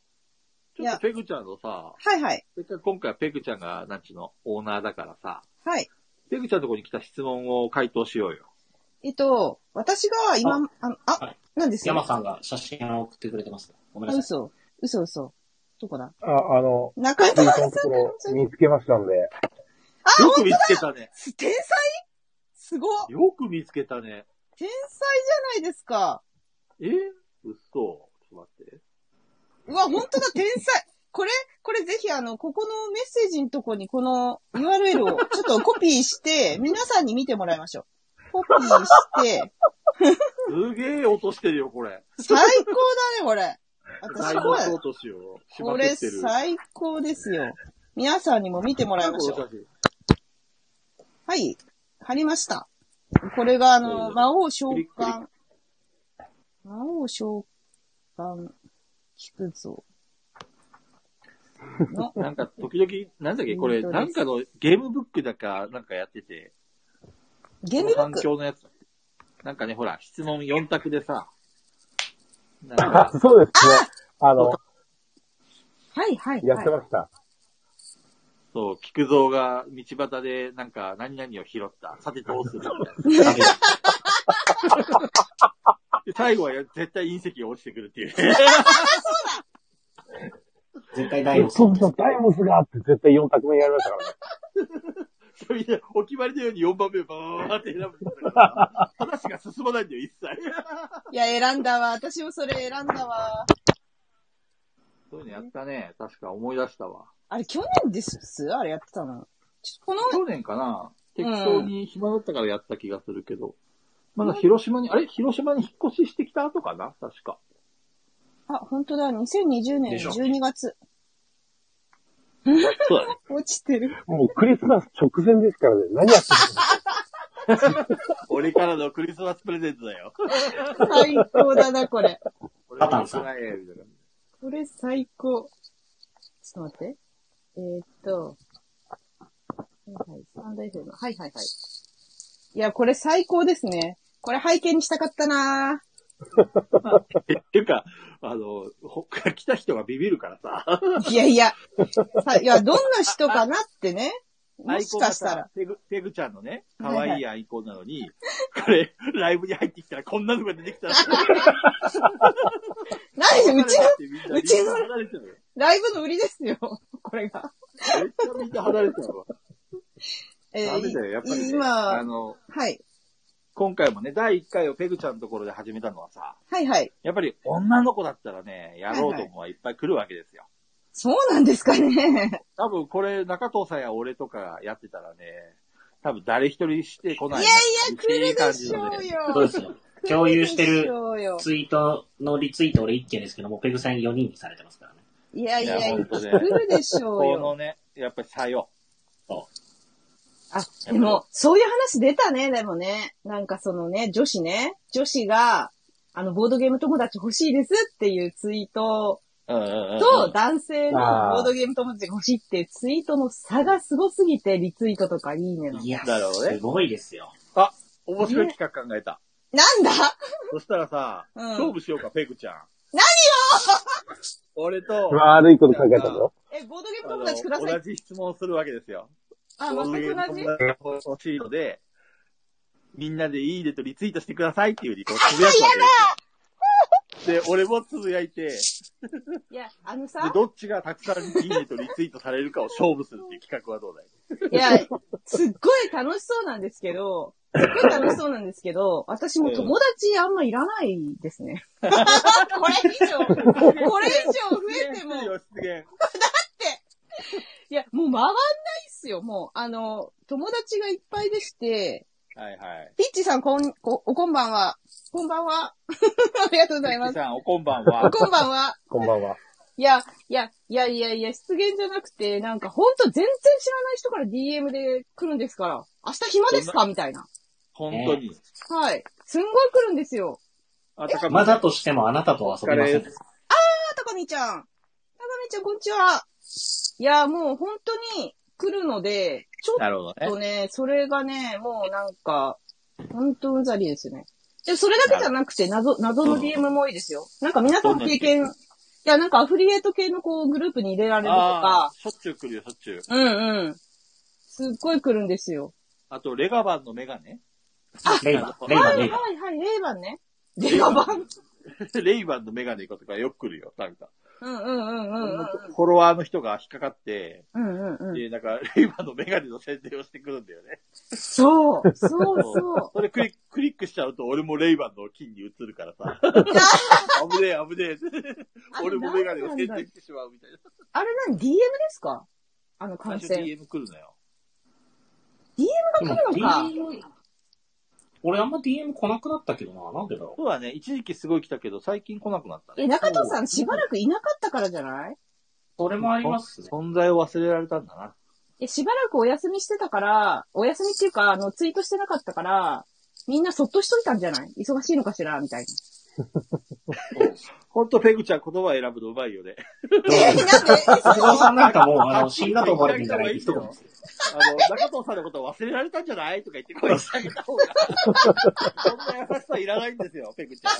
Speaker 1: い
Speaker 4: ょっ
Speaker 1: や
Speaker 4: とペグちゃんのさ、
Speaker 1: はいはい。
Speaker 4: せっかく今回はペグちゃんが、なんちゅうの、オーナーだからさ、
Speaker 1: はい。
Speaker 4: ペグちゃんのとこに来た質問を回答しようよ。
Speaker 1: えっと、私が今、あのあ、
Speaker 2: はい
Speaker 1: なんですよ。
Speaker 2: 山さんが写真を送ってくれてます。ごめんなさい。
Speaker 1: 嘘。嘘嘘。どこだ
Speaker 3: あ、あ の、
Speaker 1: 中
Speaker 3: ピン
Speaker 1: 田
Speaker 3: さん
Speaker 1: さ
Speaker 3: の
Speaker 1: ん
Speaker 3: ところ見つけましたんで。
Speaker 1: あ、
Speaker 4: よく見つけたね。
Speaker 1: す天才すごっ
Speaker 4: よく見つけたね。
Speaker 1: 天才じゃないですか。
Speaker 4: え嘘。ちょっと待って。
Speaker 1: うわ、本当だ、天才。これ、これぜひあの、ここのメッセージのとこにこの URL をちょっとコピーして、皆さんに見てもらいましょう。コピーして、
Speaker 4: すげえ落としてるよ、これ。
Speaker 1: 最高だね、これ。私
Speaker 4: 大物
Speaker 1: これ、
Speaker 4: 落としをしま
Speaker 1: こ
Speaker 4: く
Speaker 1: れ
Speaker 4: ってる。
Speaker 1: 最高ですよ。皆さんにも見てもらいましょう。はい。貼りました。これが、あ
Speaker 4: どう
Speaker 1: の、
Speaker 4: ぞ
Speaker 1: 魔王召
Speaker 4: クリッククリ
Speaker 1: 喚。魔王召喚、菊蔵。の、
Speaker 4: なんか、時々、なんだっけ、これ、
Speaker 1: 本当
Speaker 4: な
Speaker 1: で
Speaker 4: ん
Speaker 1: す
Speaker 4: かのゲームブックだか、なんかやってて、
Speaker 1: ゲームブッ
Speaker 4: 環
Speaker 1: ク。
Speaker 4: 境のやつ。なんかね、ほら、質問4択でさ、なん
Speaker 3: あ
Speaker 4: か、
Speaker 3: そうですね。あの、
Speaker 1: はいはい
Speaker 3: や
Speaker 1: は
Speaker 3: っ
Speaker 1: い
Speaker 3: て。ました。
Speaker 4: そう、菊蔵が道端で、なんか、何々を拾った。さて、どうするみたいなで最後は絶対隕石が落ちてくるっていう。
Speaker 2: 絶対
Speaker 3: そ
Speaker 2: 大悟さん
Speaker 3: う
Speaker 2: です
Speaker 3: そう、タイムスがって絶対4択目やりましたからね。
Speaker 4: それでお決まりのように4番目をバーって選ぶんだから、話が進まないんだよ、一切。
Speaker 1: いや、選んだわ。私もそれ選んだわ。
Speaker 4: そういうのやったね。確か思い出したわ。
Speaker 1: あれ、去年ですっすあれやってたの。ちょこの、
Speaker 4: 去年かな適当に暇だったからやった気がするけど。まだ広島に、あれ広島に引っ越ししてきた後かな確か。
Speaker 1: あ、本当だ。2020年
Speaker 2: でしょ
Speaker 1: 12月。
Speaker 4: そうだね。
Speaker 1: 落ちてる。
Speaker 3: もうクリスマス直前ですからね。何やってる
Speaker 4: 俺からのクリスマスプレゼントだよ。
Speaker 1: 最高だな、これ。
Speaker 2: パタンさん
Speaker 4: 俺のやつだよ
Speaker 1: これ最高。ちょっと待って。えー、っと。はいはい。サンダイフの。はいはいはい。いや、これ最高ですね。これ背景にしたかったなぁ
Speaker 4: えっていうか、あの、ほ 来た人がビビるからさ。
Speaker 1: いやいや。さいや、どんな人かなってね。もしかしたら。。
Speaker 4: ペグ、ペグちゃんのね、可愛いアイコンなのに、 これ、ライブに入ってきたらこんなのが出て きたら。
Speaker 1: 何うちの
Speaker 4: の
Speaker 1: うちの
Speaker 4: 離れてるよ。
Speaker 1: ライブの売りですよ。これが。
Speaker 4: めっちゃみんな離れてるわ。
Speaker 1: え
Speaker 4: ダメだよ、やっぱり、ね。あ
Speaker 1: 今、
Speaker 4: の、
Speaker 1: はい。
Speaker 4: 今回もね、第1回をペグちゃんのところで始めたのはさ、
Speaker 1: はいはい。
Speaker 4: やっぱり女の子だったらね、やろうと思うはいっぱい来るわけですよ。
Speaker 1: そうなんですかね。
Speaker 4: 多分これ、中藤さんや俺とかやってたらね、多分誰一人してこ
Speaker 1: いや
Speaker 4: ないい。
Speaker 1: や、来るでしょ
Speaker 4: いい感
Speaker 1: う
Speaker 4: じのね
Speaker 2: そう
Speaker 1: よ。
Speaker 2: ですよ。共有して
Speaker 1: 来で
Speaker 2: る
Speaker 1: ょうよ
Speaker 2: ツイートのリツイート俺1件ですけども、ペグさん4人にされてますからね。
Speaker 1: いやいや、
Speaker 4: いやほんとね
Speaker 1: 来るでしょう
Speaker 4: こ
Speaker 1: よ。
Speaker 4: のね、やっぱりさよ。
Speaker 1: あ、でも、そういう話出たね、でもね。なんかそのね、女子ね、女子が、あの、ボードゲーム友達欲しいですっていうツイート
Speaker 4: うんうんうんうん。
Speaker 1: と、男性の
Speaker 3: あー
Speaker 1: ボードゲーム友達が欲しいっていうツイートの差がすごすぎて、リツイートとかいいねの。
Speaker 2: いや、
Speaker 4: なるほどね
Speaker 2: すごいですよ。
Speaker 4: あ、面白い企画考えた。
Speaker 1: なんだ
Speaker 4: そしたらさ、
Speaker 1: うん
Speaker 4: 勝負しようか、ペグちゃん。
Speaker 1: 何よ
Speaker 4: 俺と、
Speaker 3: 悪いこと考えたの
Speaker 1: え、ボードゲー
Speaker 4: あ
Speaker 1: ム友
Speaker 4: の
Speaker 1: 達くださ
Speaker 4: 同
Speaker 1: い。
Speaker 4: じ質問をするわけですよ。
Speaker 1: あ、全く同じ
Speaker 4: 欲しいので、みんなでいいねとリツイートしてくださいっていうリポートを
Speaker 1: あ
Speaker 4: つぶやくわけですよで、俺もつぶやいて、
Speaker 1: いや、あのさ、
Speaker 4: どっちがたくさんいいねとリツイートされるかを勝負するっていう企画はどうだい
Speaker 1: いや、すっごい楽しそうなんですけど、すっごい楽しそうなんですけど、私も友達あんまいらないですね。 これ以上、これ以上増えても、
Speaker 4: 出現するよ
Speaker 1: いや、もう回んないっすよ、もう。あの、友達がいっぱいでして、
Speaker 4: 出現はいはい。
Speaker 1: ピッチさんこん、こ、おこんばんは。こんばんは。 ありがとうございます。
Speaker 4: さん、おこんばん
Speaker 1: お
Speaker 4: は。
Speaker 1: こんばんは。
Speaker 3: こんばんは。
Speaker 1: いや、いや、いやいやいや、失言じゃなくて、なんかほんと全然知らない人から DM で来るんですから、明日暇ですかみたいな。
Speaker 4: 本当に。
Speaker 1: はい。すんごい来るんですよ。
Speaker 4: あたか
Speaker 2: まだとしてもあなたとは遊びません。
Speaker 1: あ、たかみちゃん。たかみちゃん、こんにちは。いや、もう本当に来るので、ちょっ
Speaker 4: なるほど
Speaker 1: ちょっ
Speaker 4: ね。
Speaker 1: とね、それがね、もうなんか、ほんとうんざりですね。で、それだけじゃなくて、謎、謎の DM も多いですよ。なんか皆さん経験、いや、なんかアフリエイト系のこう、グループに入れられると
Speaker 4: あ
Speaker 1: か
Speaker 4: あ、、しょっちゅう来るよ、しょっちゅう。
Speaker 1: うんうん。すっごい来るんですよ。
Speaker 4: あと、レガバンのメガネ。
Speaker 2: レイバン、レイ
Speaker 1: は
Speaker 2: バン、
Speaker 1: いは
Speaker 2: レイバン。
Speaker 1: いはい、レイバンね。レイバン。
Speaker 4: レイバンのメガネとかよく来るよ、なんか。
Speaker 1: うんうんうんうんうん。
Speaker 4: フォロワーの人が引っかかって、
Speaker 1: うんうんうん。
Speaker 4: で、なんか、レイバンのメガネの宣伝をしてくるんだよね。
Speaker 1: そう、そうそ
Speaker 4: それクリック クリックしちゃうと、俺もレイバンの金に移るからさ。 危ねえ、危ねえ。
Speaker 1: う。
Speaker 4: 俺もメガネを
Speaker 1: あ
Speaker 4: 宣
Speaker 1: れな
Speaker 4: 伝
Speaker 1: んだ
Speaker 4: してしまうみたいな。
Speaker 1: あれ何 ?DM ですかあの
Speaker 4: 最
Speaker 1: 感
Speaker 4: 初
Speaker 1: 染。DM
Speaker 4: DM 来るのよ。
Speaker 1: が来るのか。
Speaker 2: 俺あんま DM 来なくなったけどな。なんでだろ。
Speaker 4: そうだね、一時期すごい来たけど、最近来なくなったね。
Speaker 1: え、中藤さんしばらくいなかったからじゃないう
Speaker 2: それもあり ますね。
Speaker 4: 存在を忘れられたんだな。
Speaker 1: え、しばらくお休みしてたから、お休みっていうか、あの、ツイートしてなかったから、みんなそっとしといたんじゃない忙しいのかしらみたい
Speaker 4: ほんと、ペグちゃん言葉選ぶのうまいよね。
Speaker 1: な。え、なんでえ
Speaker 2: 伊沢さんなんかもう、あの、死んだと思われてんじゃないって一言ですよ。
Speaker 4: あの、中藤さんのこと忘れられたんじゃないとか言って声してあげた方が。そんな優しさいらないんですよ、ペグちゃん。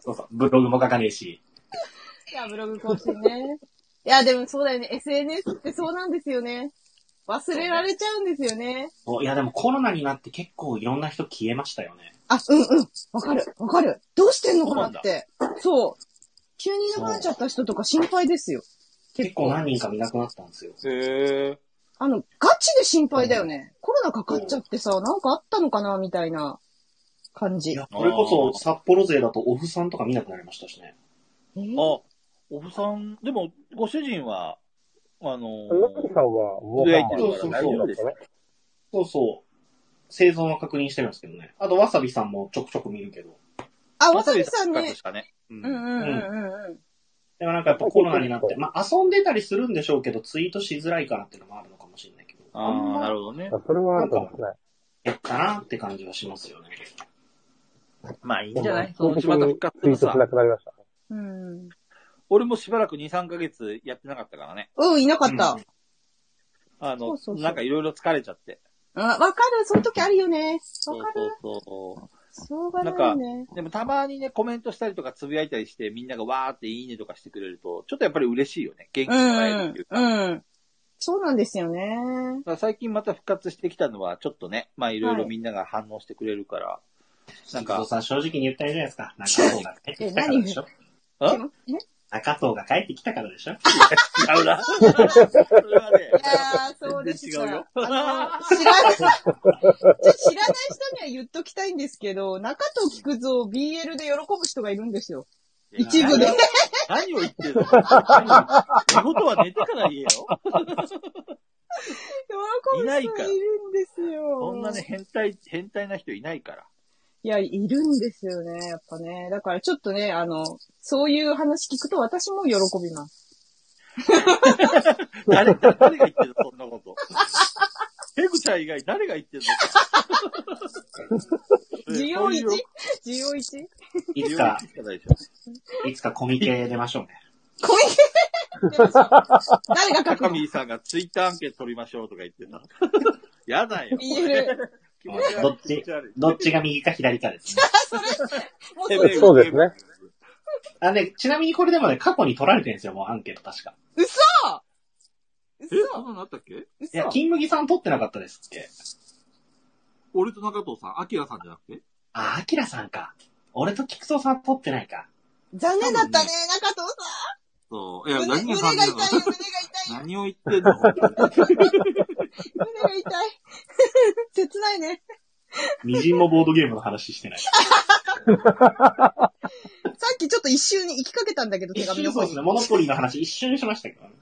Speaker 2: そうそう。ブログも書かねえし。
Speaker 1: いや、ブログ更新ね。いや、でもそうだよね。SNS ってそうなんですよね。忘れられちゃうんですよね。
Speaker 2: そういや、でもコロナになって結構いろんな人消えましたよね。
Speaker 1: あ、うんうん。わかる。わかる。どうしてんのかなって。そう。急にいなくなっちゃった人とか心配ですよ。
Speaker 2: 結構何人か見なくなったんですよ。
Speaker 4: へえ。
Speaker 1: あの、ガチで心配だよね。コロナかかっちゃってさ、なんかあったのかなみたいな感じ。
Speaker 2: いや、それこそ札幌勢だとオフさんとか見なくなりましたしね。
Speaker 1: えー
Speaker 4: あ、おふさん、でも、ご主人は、あの
Speaker 3: 中
Speaker 4: ー
Speaker 3: 野さんは、も
Speaker 4: つぶやい
Speaker 2: て
Speaker 4: て
Speaker 2: る
Speaker 4: る
Speaker 2: か
Speaker 4: からら
Speaker 2: 大丈
Speaker 4: 大丈
Speaker 2: 夫
Speaker 4: 夫
Speaker 2: で
Speaker 4: ですす
Speaker 3: ね
Speaker 2: そうそう。生存は確認してるんですけどね。あと、わさびさんもちょくちょく見るけど。
Speaker 1: あ、わさびさんね。
Speaker 4: 確かね。うん
Speaker 1: うんうんうんうん。
Speaker 2: でもなんかやっぱコロナになって、まあ遊んでたりするんでしょうけど、ツイートしづらいからっていうのもあるのかもしれないけど。
Speaker 4: あ
Speaker 2: ん
Speaker 4: あ、な
Speaker 2: ま
Speaker 4: るほどね。
Speaker 3: それはあるかもしれない。
Speaker 2: やったなって感じはしますよね。
Speaker 4: まあいいんじゃないそ
Speaker 3: 基本
Speaker 4: のうち
Speaker 3: 的
Speaker 4: また
Speaker 3: に
Speaker 4: 復活す
Speaker 3: ツイ
Speaker 4: る
Speaker 3: ート
Speaker 4: さ
Speaker 3: し。なくなりました。
Speaker 1: うん。
Speaker 4: 俺もしばらく2、3ヶ月やってなかったからね。
Speaker 1: うん、いなかった。
Speaker 2: うん
Speaker 4: あの、
Speaker 1: そうそうそう
Speaker 4: なんかいろいろ疲れちゃって。
Speaker 1: うん、わかる。そういう時あるよね。わ
Speaker 4: そう
Speaker 1: かる。
Speaker 4: そうそ
Speaker 1: しょうがないよね。
Speaker 4: う。でもたまにね、コメントしたりとかつぶやいたりして、みんながわーっていいねとかしてくれると、ちょっとやっぱり嬉しいよね。元気
Speaker 1: う
Speaker 4: もらえる
Speaker 1: ん
Speaker 4: っていう。か。
Speaker 1: うん。そうなんですよね。
Speaker 4: だから最近また復活してきたのは、ちょっとね、まあいろいろみんなが反応してくれるから、なん
Speaker 2: 伊
Speaker 4: か
Speaker 2: 藤、さん正直に言ったらいいじゃないですか。 中藤が帰ってきたからでしょ。
Speaker 4: あ
Speaker 1: でもえい
Speaker 2: 中藤が帰ってきたからでしょ。
Speaker 4: 違うな。それはね、
Speaker 1: やー、そうでした。
Speaker 4: 全然違うよ
Speaker 1: あの、知らない、ちょ知らない人には言っときたいんですけど、中藤菊蔵 BL で喜ぶ人がいるんですよ。一部で。
Speaker 4: 何を言ってるの仕事は寝てから言えよ。
Speaker 1: 喜ぶ人がいるんですよ。
Speaker 4: そんなね、変態、変態な人いないから。
Speaker 1: いや、いるんですよね、やっぱね。だからちょっとね、あの、そういう話聞くと私も喜びます。
Speaker 4: 誰、誰が言ってるのそんなこと。ペグちゃん以外誰が言ってるの
Speaker 1: 需要 1?
Speaker 4: そういう
Speaker 1: 需要 1?
Speaker 2: い
Speaker 4: 需
Speaker 2: つ
Speaker 4: 要
Speaker 2: か
Speaker 4: 一、しかないでし
Speaker 2: いつかコミケ出ましょうね。
Speaker 1: コミケ出ましょう誰が
Speaker 4: ょ。
Speaker 1: 書く
Speaker 4: 高
Speaker 1: の
Speaker 4: 見さんがツイッターアンケート取りましょうとか言ってた。 やだよ。
Speaker 1: ?BL。
Speaker 4: 気持ち悪い
Speaker 2: どっち
Speaker 4: 気持悪い
Speaker 2: どっちが右か左かですね。
Speaker 1: もう
Speaker 4: ペ
Speaker 1: そ
Speaker 4: グ
Speaker 1: う
Speaker 4: ペグ
Speaker 3: そうですね
Speaker 2: あ、で、ちなみにこれでもね、過去に取られてるんですよ、もうアンケート確か。
Speaker 1: 嘘
Speaker 4: え、そ
Speaker 1: 嘘
Speaker 4: んなのあったっけ
Speaker 2: いや、
Speaker 1: 嘘
Speaker 2: 金麦さん取ってなかったですって。
Speaker 4: 俺と中藤さん、アキラさんじゃなくて
Speaker 2: あ、アキラさんか。俺と菊蔵さん取ってないか。
Speaker 1: 残念だったね、中藤
Speaker 4: そう。いや、
Speaker 1: さん。
Speaker 4: 何
Speaker 1: 胸
Speaker 4: を
Speaker 1: 胸が痛いよ、
Speaker 4: 感
Speaker 1: 胸
Speaker 4: じる
Speaker 1: が痛いよ。
Speaker 4: 何を言ってんの本当 に
Speaker 1: 胸が痛い。 切ないね。
Speaker 2: みじんもボードゲームの話してない。
Speaker 1: さっきちょっと一瞬に行きかけたんだけど、手
Speaker 2: 一
Speaker 1: 紙
Speaker 2: 瞬
Speaker 1: の
Speaker 2: そう
Speaker 1: 方
Speaker 2: です
Speaker 1: に
Speaker 2: ね、。モノポリーの話一瞬しましたけどね。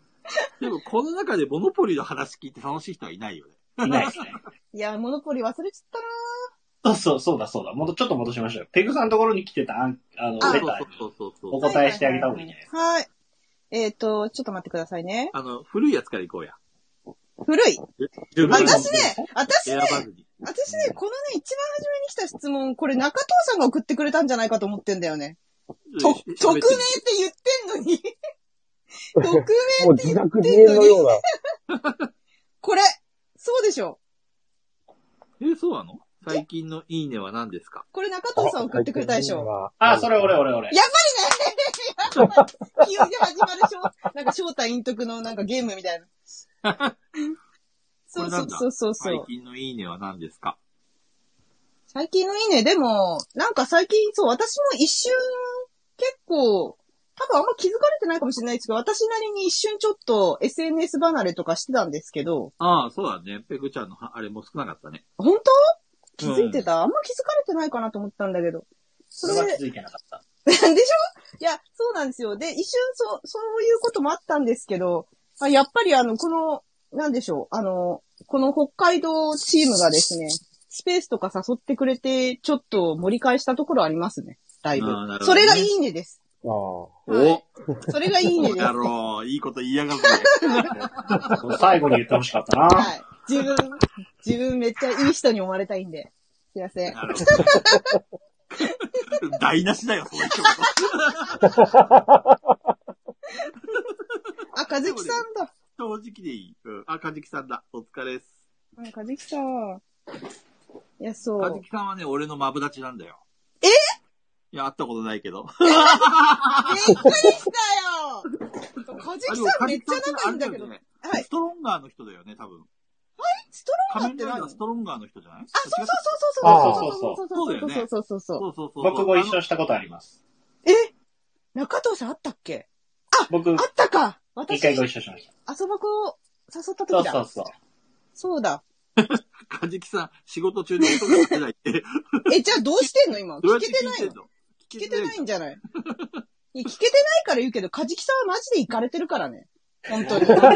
Speaker 4: でも、この中でモノポリの話聞いて楽しい人はいないよね。
Speaker 2: いないですね。
Speaker 1: いや、モノポリ忘れちゃっ
Speaker 2: そうそう、そうだそうだ。もっとちょっと戻しましょう。ペグさんのところに来てたあん、あの、
Speaker 4: そう
Speaker 2: レ
Speaker 4: そ
Speaker 2: ターに
Speaker 4: うそうそう
Speaker 2: お
Speaker 4: そう。
Speaker 2: 答えしてあげた方がいいんじゃないですか。
Speaker 1: たなはい。えっ、ー、と、ちょっと待ってくださいね。
Speaker 4: あの、古いやつから行こうや。
Speaker 1: 古い。
Speaker 4: 十分
Speaker 2: 古い
Speaker 1: 私ね、私
Speaker 4: 選
Speaker 1: ね、
Speaker 4: ばずに。
Speaker 1: 私ね、このね、一番初めに来た質問、これ中藤さんが送ってくれたんじゃないかと思ってんだよね。と、匿名って言ってんのに。 匿
Speaker 3: も
Speaker 1: 名
Speaker 3: う
Speaker 1: って言
Speaker 3: 自
Speaker 1: っ
Speaker 3: 作自
Speaker 1: てん
Speaker 3: 演の
Speaker 1: のに。
Speaker 3: ような。
Speaker 1: これ、そうでしょ。
Speaker 4: え、そうなの最近のいいねは何ですか
Speaker 1: これ中藤さん送ってくれたでしょ。
Speaker 3: ょ。
Speaker 2: あ、それ俺俺俺。
Speaker 1: やっぱりね急に始まるしょう、なんか正体陰徳のなんかゲームみたいな。そうそうそうそうそ
Speaker 4: 最
Speaker 1: う。
Speaker 4: 近のいいねは何ですか
Speaker 1: 最近のいいね、でも、なんか最近、そう、私も一瞬、結構、多分あんま気づかれてないかもしれないですけど、私なりに一瞬ちょっと SNS 離れとかしてたんですけど、
Speaker 4: ああ、そうだね。ペグちゃんのはあれも少なかったね。
Speaker 1: 本当気づいてた、あんま気づかれてないかなと思ったんだけど。
Speaker 2: それは気づいてなかった。
Speaker 1: でしょいや、そうなんですよ。で、一瞬そう、そういうこともあったんですけど、まあ、やっぱりあの、この、なんでしょう、あの、この北海道チームがですね、スペースとか誘ってくれて、ちょっと盛り返したところありますね。だいぶ。
Speaker 4: あーなるほどね
Speaker 1: それがいいねです。
Speaker 3: あ
Speaker 1: はい
Speaker 4: お
Speaker 1: それがいいね
Speaker 4: そう
Speaker 1: です。
Speaker 4: だ
Speaker 1: は
Speaker 4: ろう。いいこと言いやがるね。
Speaker 2: 最後に言ってほしかったな。
Speaker 1: い。自分、自分めっちゃいい人に思われたいんで。すいません。
Speaker 4: なるほど。台無しだよ、そういうこと。
Speaker 1: あ、かずきさんだ。
Speaker 4: 正直でいい。うん。あ、かじきさんだ。お疲れです。
Speaker 1: うんかずきさん。いや、そ
Speaker 4: かじ
Speaker 1: う。
Speaker 4: きさんはね、俺のマブダチなんだよ。
Speaker 1: え
Speaker 4: いや、会ったことないけど。
Speaker 1: びっくりしたよかじきさん
Speaker 4: あでもか
Speaker 1: め
Speaker 4: じ
Speaker 1: っ
Speaker 4: き
Speaker 1: ちゃ
Speaker 4: さ
Speaker 1: 仲いいんだ
Speaker 4: ん
Speaker 1: けど。
Speaker 4: あれよね
Speaker 1: はい
Speaker 4: ストロンガーの人だよね、多分。
Speaker 1: ストロ
Speaker 4: 仮
Speaker 1: ンガーって
Speaker 4: 面ライダ
Speaker 1: 何
Speaker 4: ーストロンガーの人じゃない
Speaker 1: あ、そうそうそうそうそうそうそうそうそうそうそうそうそう。
Speaker 4: そうそうそう。
Speaker 2: 僕ご一
Speaker 4: あ
Speaker 2: 緒したことあります。
Speaker 1: え中藤さんあったっけ
Speaker 2: 僕
Speaker 1: あ、ったか
Speaker 2: 一
Speaker 1: 私、
Speaker 2: 回ご
Speaker 1: 遊
Speaker 2: 一緒しました。
Speaker 1: ばくを誘った
Speaker 2: そ
Speaker 1: 時
Speaker 2: うそう
Speaker 1: だ。
Speaker 2: そう。
Speaker 1: そうだ。
Speaker 4: の。かじきさん、仕事中に音が出ないって。
Speaker 1: え、じゃあどうしてんの今。
Speaker 4: どう
Speaker 1: 聞
Speaker 4: やって
Speaker 1: けてない
Speaker 4: 聞いて
Speaker 1: の
Speaker 4: んの
Speaker 1: 聞けてないんじゃないいや聞けてないから言うけど、かじきさんはマジで行かれてるからね。本当に。マジで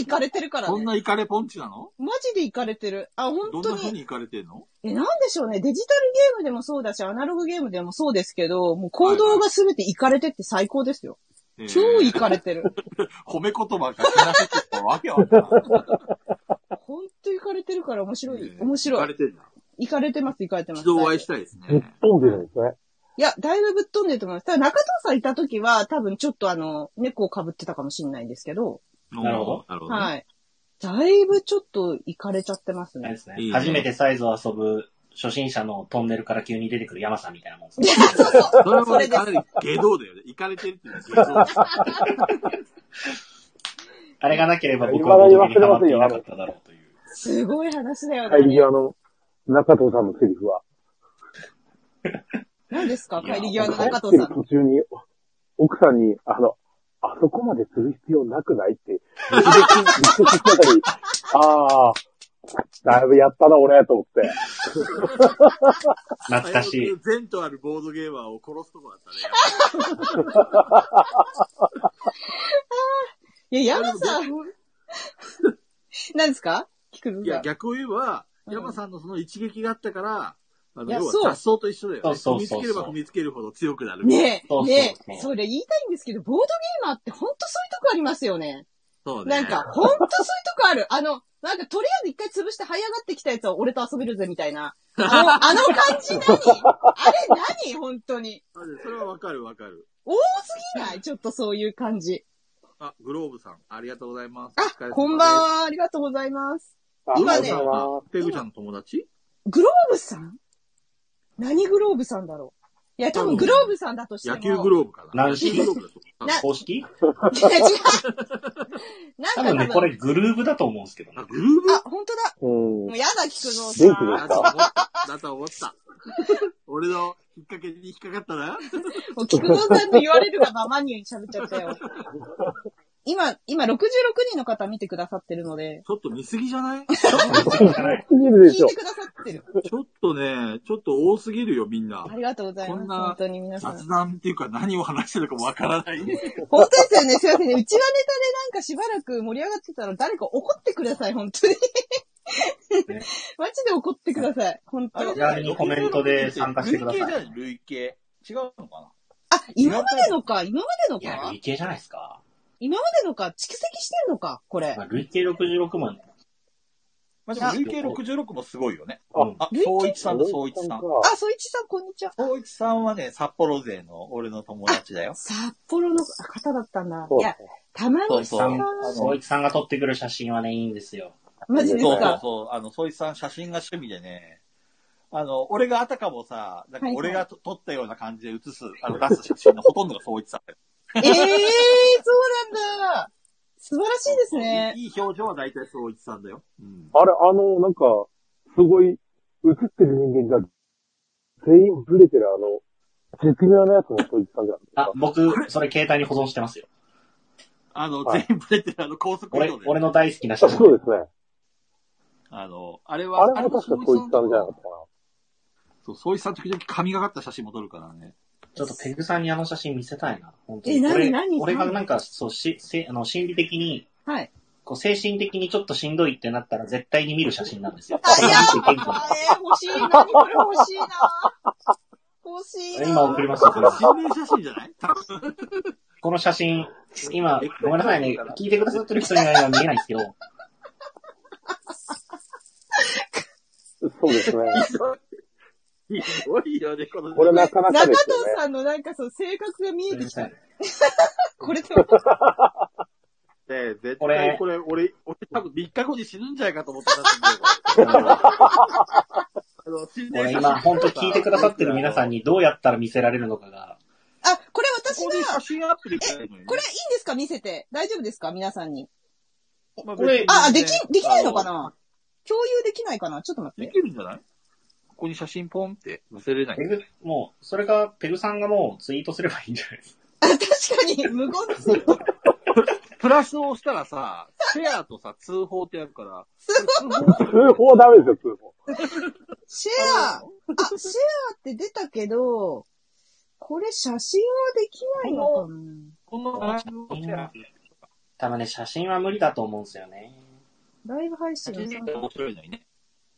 Speaker 1: 行かれてるから
Speaker 4: そん
Speaker 1: ね。
Speaker 4: なイカレポンチなの
Speaker 1: マジで行かれてる。あ、
Speaker 4: ど
Speaker 1: 本
Speaker 4: んな
Speaker 1: 当
Speaker 4: 風
Speaker 1: に。
Speaker 4: にイカれてんの
Speaker 1: え、なんでしょうね。デジタルゲームでもそうだし、アナログゲームでもそうですけど、もう行動が全て行かれてって最高ですよ。
Speaker 4: えー
Speaker 1: 超行かれて る。
Speaker 4: 褒め言葉がなせてたわけわかんない。
Speaker 1: ほんと行かれてるから面白い。
Speaker 4: えー
Speaker 1: 面
Speaker 4: イ
Speaker 1: 白
Speaker 4: カ
Speaker 1: い。
Speaker 4: れてんだ。
Speaker 1: 行かれてます、行かれてます。
Speaker 4: 一度お会いしたいです
Speaker 3: あ。ぶっ
Speaker 4: ね。
Speaker 3: 飛んでるんですね。
Speaker 1: いや、だいぶぶっ飛んでると思います。ただ中藤さんいた時は、多分ちょっとあの、猫を被ってたかもしれないんですけど、
Speaker 4: な
Speaker 2: なるほど。
Speaker 4: なるほどね。
Speaker 1: はい。だいぶちょっと行かれちゃってます
Speaker 2: あれ
Speaker 1: ね
Speaker 2: で。すね
Speaker 4: いい。ね
Speaker 2: 初めてサイズを遊ぶ初心者のトンネルから急に出てくる山さんみたいなもんです
Speaker 1: い
Speaker 2: ね。
Speaker 1: や、そうそう。
Speaker 4: それ
Speaker 1: そ
Speaker 4: も
Speaker 1: れ
Speaker 4: ね、
Speaker 1: です
Speaker 4: かなり下道だよね。イカれてるっていうのは下道。
Speaker 2: あれがなければ僕はボドゲにハマっていなかっただろうという。
Speaker 1: すごい話だよ
Speaker 3: 帰
Speaker 1: ね。
Speaker 3: り際の中藤さんのセリフは。
Speaker 1: 何ですか
Speaker 2: いや
Speaker 1: 帰り際の中
Speaker 3: 帰
Speaker 1: 藤
Speaker 3: っ
Speaker 1: さ
Speaker 3: て
Speaker 1: ん
Speaker 3: る
Speaker 1: の。
Speaker 3: 途中に、奥さんに、あの、あそこまでする必要なくないって、日常日常しながらに、ああ、だいぶやったな、俺、と思って。
Speaker 2: 懐かしい。。
Speaker 4: 前途あるボードゲーマーを殺すとこだったね。
Speaker 1: いや、山さん。何ですか聞くの
Speaker 4: いや、逆を言えば、山さんのその一撃があったから、あ
Speaker 1: い
Speaker 4: の、
Speaker 1: や
Speaker 4: 要は
Speaker 1: そう
Speaker 4: 雑草と一緒だよね。
Speaker 2: そうそう
Speaker 4: 踏みつ
Speaker 2: そうそう
Speaker 4: ければ踏みつけるほど強くなる。
Speaker 1: ね
Speaker 2: そうそ
Speaker 1: え、
Speaker 2: う
Speaker 1: ね
Speaker 2: そう
Speaker 1: え、それ言いたいんですけど、ボードゲーマーってほんとそういうとこありますよね。
Speaker 4: そうね。
Speaker 1: なんか、ほんとそういうとこある。あの、なんか、とりあえず一回潰して這い上がってきたやつは俺と遊べるぜ、みたいな。あの、あの感じ何あれ何本当に。
Speaker 4: あでそれはわかるわかる。
Speaker 1: 多すぎないちょっとそういう感じ。
Speaker 4: あ、グローブさん、ありがとうございます。お疲
Speaker 1: あ、
Speaker 4: れ様です
Speaker 1: こんばん。は、ありがとうございます。
Speaker 3: あ
Speaker 1: 今ね
Speaker 3: ありがとうございます
Speaker 4: ペグちゃんの友達
Speaker 1: グローブさん何グローブさんだろういや、多分グローブさんだとしても。
Speaker 4: 野球グローブかな。
Speaker 2: 軟式
Speaker 4: 野球グローブだと
Speaker 1: な
Speaker 2: 公式
Speaker 1: 違う。
Speaker 2: 多
Speaker 1: なんか
Speaker 2: 分ね、これグルーブだと思うんですけどね
Speaker 4: あ、。グルーブ
Speaker 1: あ、本当だ。
Speaker 3: うん
Speaker 1: もう。やだ、菊蔵
Speaker 3: 元気で
Speaker 1: さ
Speaker 3: す
Speaker 4: だと
Speaker 3: か
Speaker 4: 思った。だと思 った。俺の引っ掛けに引っかかったな。
Speaker 1: ん。もう菊蔵さんの言われるがままに喋っちゃったよ。今、今66人の方見てくださってるので、
Speaker 4: ちょっと見すぎじ ゃない
Speaker 3: すぎる
Speaker 1: 聞
Speaker 3: で
Speaker 1: い
Speaker 3: しょ
Speaker 1: て。くださってる。
Speaker 4: ちょっとね、ちょっと多すぎるよ、みんな
Speaker 1: あ。りがとうございま
Speaker 4: こ
Speaker 1: す。
Speaker 4: んな
Speaker 1: 本当に皆さん。
Speaker 4: 雑談っていうか何を話してるかもわからない。
Speaker 1: 本当ですよね。すいませんね。うちはネタでなんかしばらく盛り上がってたら誰か怒ってください、本当に。マジで怒ってください、本当に
Speaker 2: ち。なみにコメントで参加してください。
Speaker 5: い。類型じゃない類型違うのかな
Speaker 1: あ、今までのか、今までの
Speaker 2: いや、
Speaker 1: か
Speaker 2: 累、計じゃないですか。
Speaker 1: 今までのか、蓄積してるのか、これ
Speaker 2: ま。あ、累計66万。
Speaker 5: まあ、でも累計66もすごいよね。
Speaker 2: うん
Speaker 5: あ、
Speaker 1: 累計
Speaker 5: 総一さんだ、総一さん。
Speaker 1: あ、総一さん、こんにちは。
Speaker 5: 総一さんはね、札幌勢の俺の友達だよ。
Speaker 1: 札幌の方だったんだ。
Speaker 3: そう
Speaker 1: いや、たま
Speaker 5: そ
Speaker 1: に
Speaker 5: う
Speaker 1: さ
Speaker 5: そう。あ、
Speaker 2: 総
Speaker 5: の、
Speaker 2: 一さんが撮ってくる写真はね、いいんですよ。
Speaker 1: マ ジです
Speaker 5: そうそう
Speaker 1: か。
Speaker 5: そう。あの、総一さん写真が趣味でね、あの、俺があたかもさ、なんか
Speaker 1: はいはい
Speaker 5: 俺がと撮ったような感じで写す、あの、出す写真のほとんどが総一さんだよ。
Speaker 1: ええー、そうなんだ。素晴らしいです ね。
Speaker 4: いい表情は大体そうおじさんだよ。うん。
Speaker 3: あれ、あの、なんか、すごい、映ってる人間が、全員ブレてるあの、絶妙なやつの総一さんじゃな
Speaker 2: あ
Speaker 3: い、
Speaker 2: 僕、それ携帯に保存してますよ。
Speaker 4: あの、
Speaker 3: はい
Speaker 4: 全部出てるあの高速道
Speaker 2: 俺、
Speaker 4: 路で。
Speaker 2: 俺の大好きな
Speaker 3: です
Speaker 2: 写
Speaker 3: か。あそ
Speaker 2: 真。
Speaker 3: うですね。
Speaker 4: あの、あれは、
Speaker 3: あれも確か総一さんじゃなかっ
Speaker 4: そう、そういさん時々神がかった写真も撮るからね。
Speaker 2: ちょっとペグさんにあの写真見せたいな。本当に
Speaker 1: え何
Speaker 2: 俺
Speaker 1: 何
Speaker 2: 俺が
Speaker 1: 何
Speaker 2: なんか、そう、し、せあの心理的に、
Speaker 1: はい。
Speaker 2: こう精神的にちょっとしんどいってなったら絶対に見る写真なんですよ。
Speaker 1: あ、いや
Speaker 2: 元気に
Speaker 1: ー、えー、欲しい。何これ欲しいな。欲しいな。
Speaker 2: 今送りますよ、これ。
Speaker 4: 心霊写真じゃない多 分
Speaker 2: この写真、今、ごめんなさいね。聞いてくださってる人には今見えないんです けど、
Speaker 3: たな。そうですね。
Speaker 4: ひどいよね、こ の。
Speaker 3: これなかなか
Speaker 1: 中
Speaker 3: で
Speaker 1: 藤
Speaker 3: すよね。
Speaker 1: さんのなんかそう、性格が見え
Speaker 2: ごめ
Speaker 1: て
Speaker 2: んな
Speaker 1: き
Speaker 2: さ
Speaker 1: た
Speaker 2: い。。
Speaker 1: これでも、
Speaker 4: ね、絶
Speaker 2: これ
Speaker 4: 対これ、俺、俺多分3日後に死ぬんじゃないかと思った写真だよ、これあ
Speaker 2: こ
Speaker 4: の心霊写
Speaker 2: れ
Speaker 4: 真
Speaker 2: 今、本当聞いてくださってる皆さん
Speaker 4: に。
Speaker 2: にどうやったら見せられるのかが、
Speaker 1: あ、これ私
Speaker 4: ここで
Speaker 1: が
Speaker 4: 写、真アップできないのにね
Speaker 1: これいいんですか見せて。大丈夫ですか皆さんに。
Speaker 4: まあ
Speaker 2: これ
Speaker 4: 別に
Speaker 1: あ、でき、できないのか
Speaker 4: あ
Speaker 1: な共有できないかなちょっと待っ
Speaker 4: で
Speaker 1: て。
Speaker 4: きるんじゃないここに写真ポンって載せれない
Speaker 2: ペ。グ、もう、それが、ペグさんがもうツイートすればいいんじゃないですか。
Speaker 1: あ、確かに、無言ツイート。
Speaker 4: プラスを押したらさ、シェアとさ、通報ってやるから、
Speaker 1: すごい。
Speaker 3: 通報ダメですよ、通報。
Speaker 1: シェアあ、シェアって出たけど、これ写真はできないのかな
Speaker 4: このライブをシェアする。
Speaker 2: 多分ね、写真は無理だと思うんですよね。
Speaker 1: ライブ配
Speaker 4: 写
Speaker 1: 信
Speaker 4: 真だったら面白いのにね。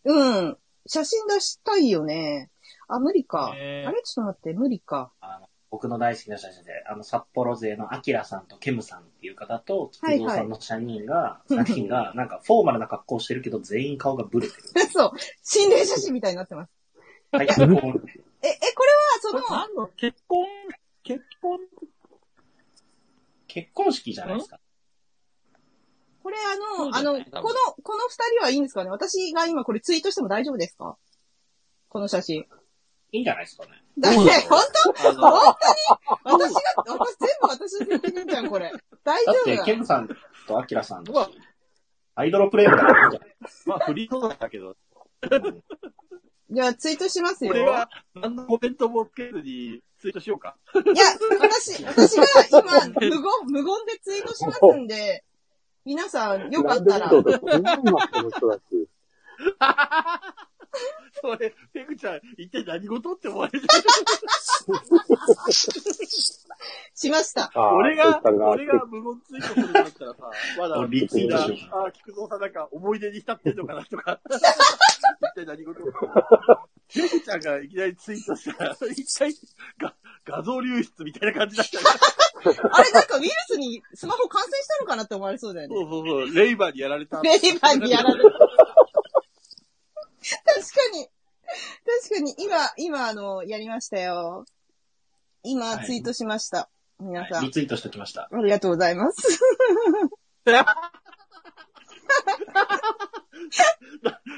Speaker 1: うん。写真出したいよね。あ、無理か。あ
Speaker 4: ね
Speaker 1: れちょっと待って、無理か。
Speaker 2: あの、僕の大好きな写真で、あの、札幌勢のアキラさんとケムさんっていう方と、キ
Speaker 1: はいはい
Speaker 2: クゾさんの3人が、3人が、なんかフォーマルな格好してるけど、全員顔がブレてる。
Speaker 1: そう。心霊写真みたいになってます。
Speaker 2: はい、こ
Speaker 1: え、え、こ
Speaker 2: う
Speaker 4: こ
Speaker 1: れ
Speaker 4: れ
Speaker 1: は、その、
Speaker 4: 何の結婚、結婚
Speaker 2: 結婚式じゃないですか。
Speaker 1: これ
Speaker 4: そう
Speaker 1: あ
Speaker 4: だ
Speaker 1: の、あの、
Speaker 4: よね多
Speaker 1: こ
Speaker 4: 分
Speaker 1: の、この二人はいいんですかね私が今これツイートしても大丈夫ですかこの写真。
Speaker 2: いいんじゃないですかね。
Speaker 1: だって、
Speaker 4: どうだろう
Speaker 1: 本
Speaker 4: あ
Speaker 1: 当本
Speaker 4: の、
Speaker 1: 当に私が、私全部私の責任じゃん、これ。大
Speaker 2: だ
Speaker 1: 丈
Speaker 2: っ
Speaker 1: 夫
Speaker 2: て、
Speaker 1: だ。
Speaker 2: ケムさんとアキラさん
Speaker 4: う
Speaker 2: と
Speaker 4: わ、
Speaker 2: アイドルプレイヤーだからいいんじゃない
Speaker 4: まあ、フリー素材だけど、
Speaker 1: じゃあツイートしますよ。い
Speaker 4: 俺
Speaker 1: や
Speaker 4: は、何のコメントもつけずに、ツイートしようか。、
Speaker 1: 私、私が今、無言、無言でツイートしますんで、皆さん、よかっ
Speaker 3: なんで
Speaker 1: た
Speaker 3: 見
Speaker 1: ら
Speaker 3: た。ことこんなに真っの人だし。
Speaker 4: それ、ペグちゃん、一体何事って思われてる。
Speaker 1: しました。
Speaker 3: あー
Speaker 4: 俺
Speaker 3: 総一
Speaker 4: が、
Speaker 3: さん
Speaker 4: 俺が無言ツイートするんだったらさ、まだ、
Speaker 2: 俺リツイートしよう
Speaker 4: ああ、菊蔵さんなんか思い出に浸ってんのかなと か。一体何事ペグちゃんがいきなりツイートしたら、一体が画像流出みたいな感じだったから。
Speaker 1: あれ、なんかウイルスにスマホ感染したのかなって思われそうだ よね。
Speaker 4: そうそうそう、レイバーにやられた。
Speaker 1: レイバーにやられた。確かに。確かに、今、今、あの、やりましたよ。今、
Speaker 2: はい
Speaker 1: ツイートしました。皆さん、
Speaker 2: リツイートしときました。
Speaker 1: ありがとうございます。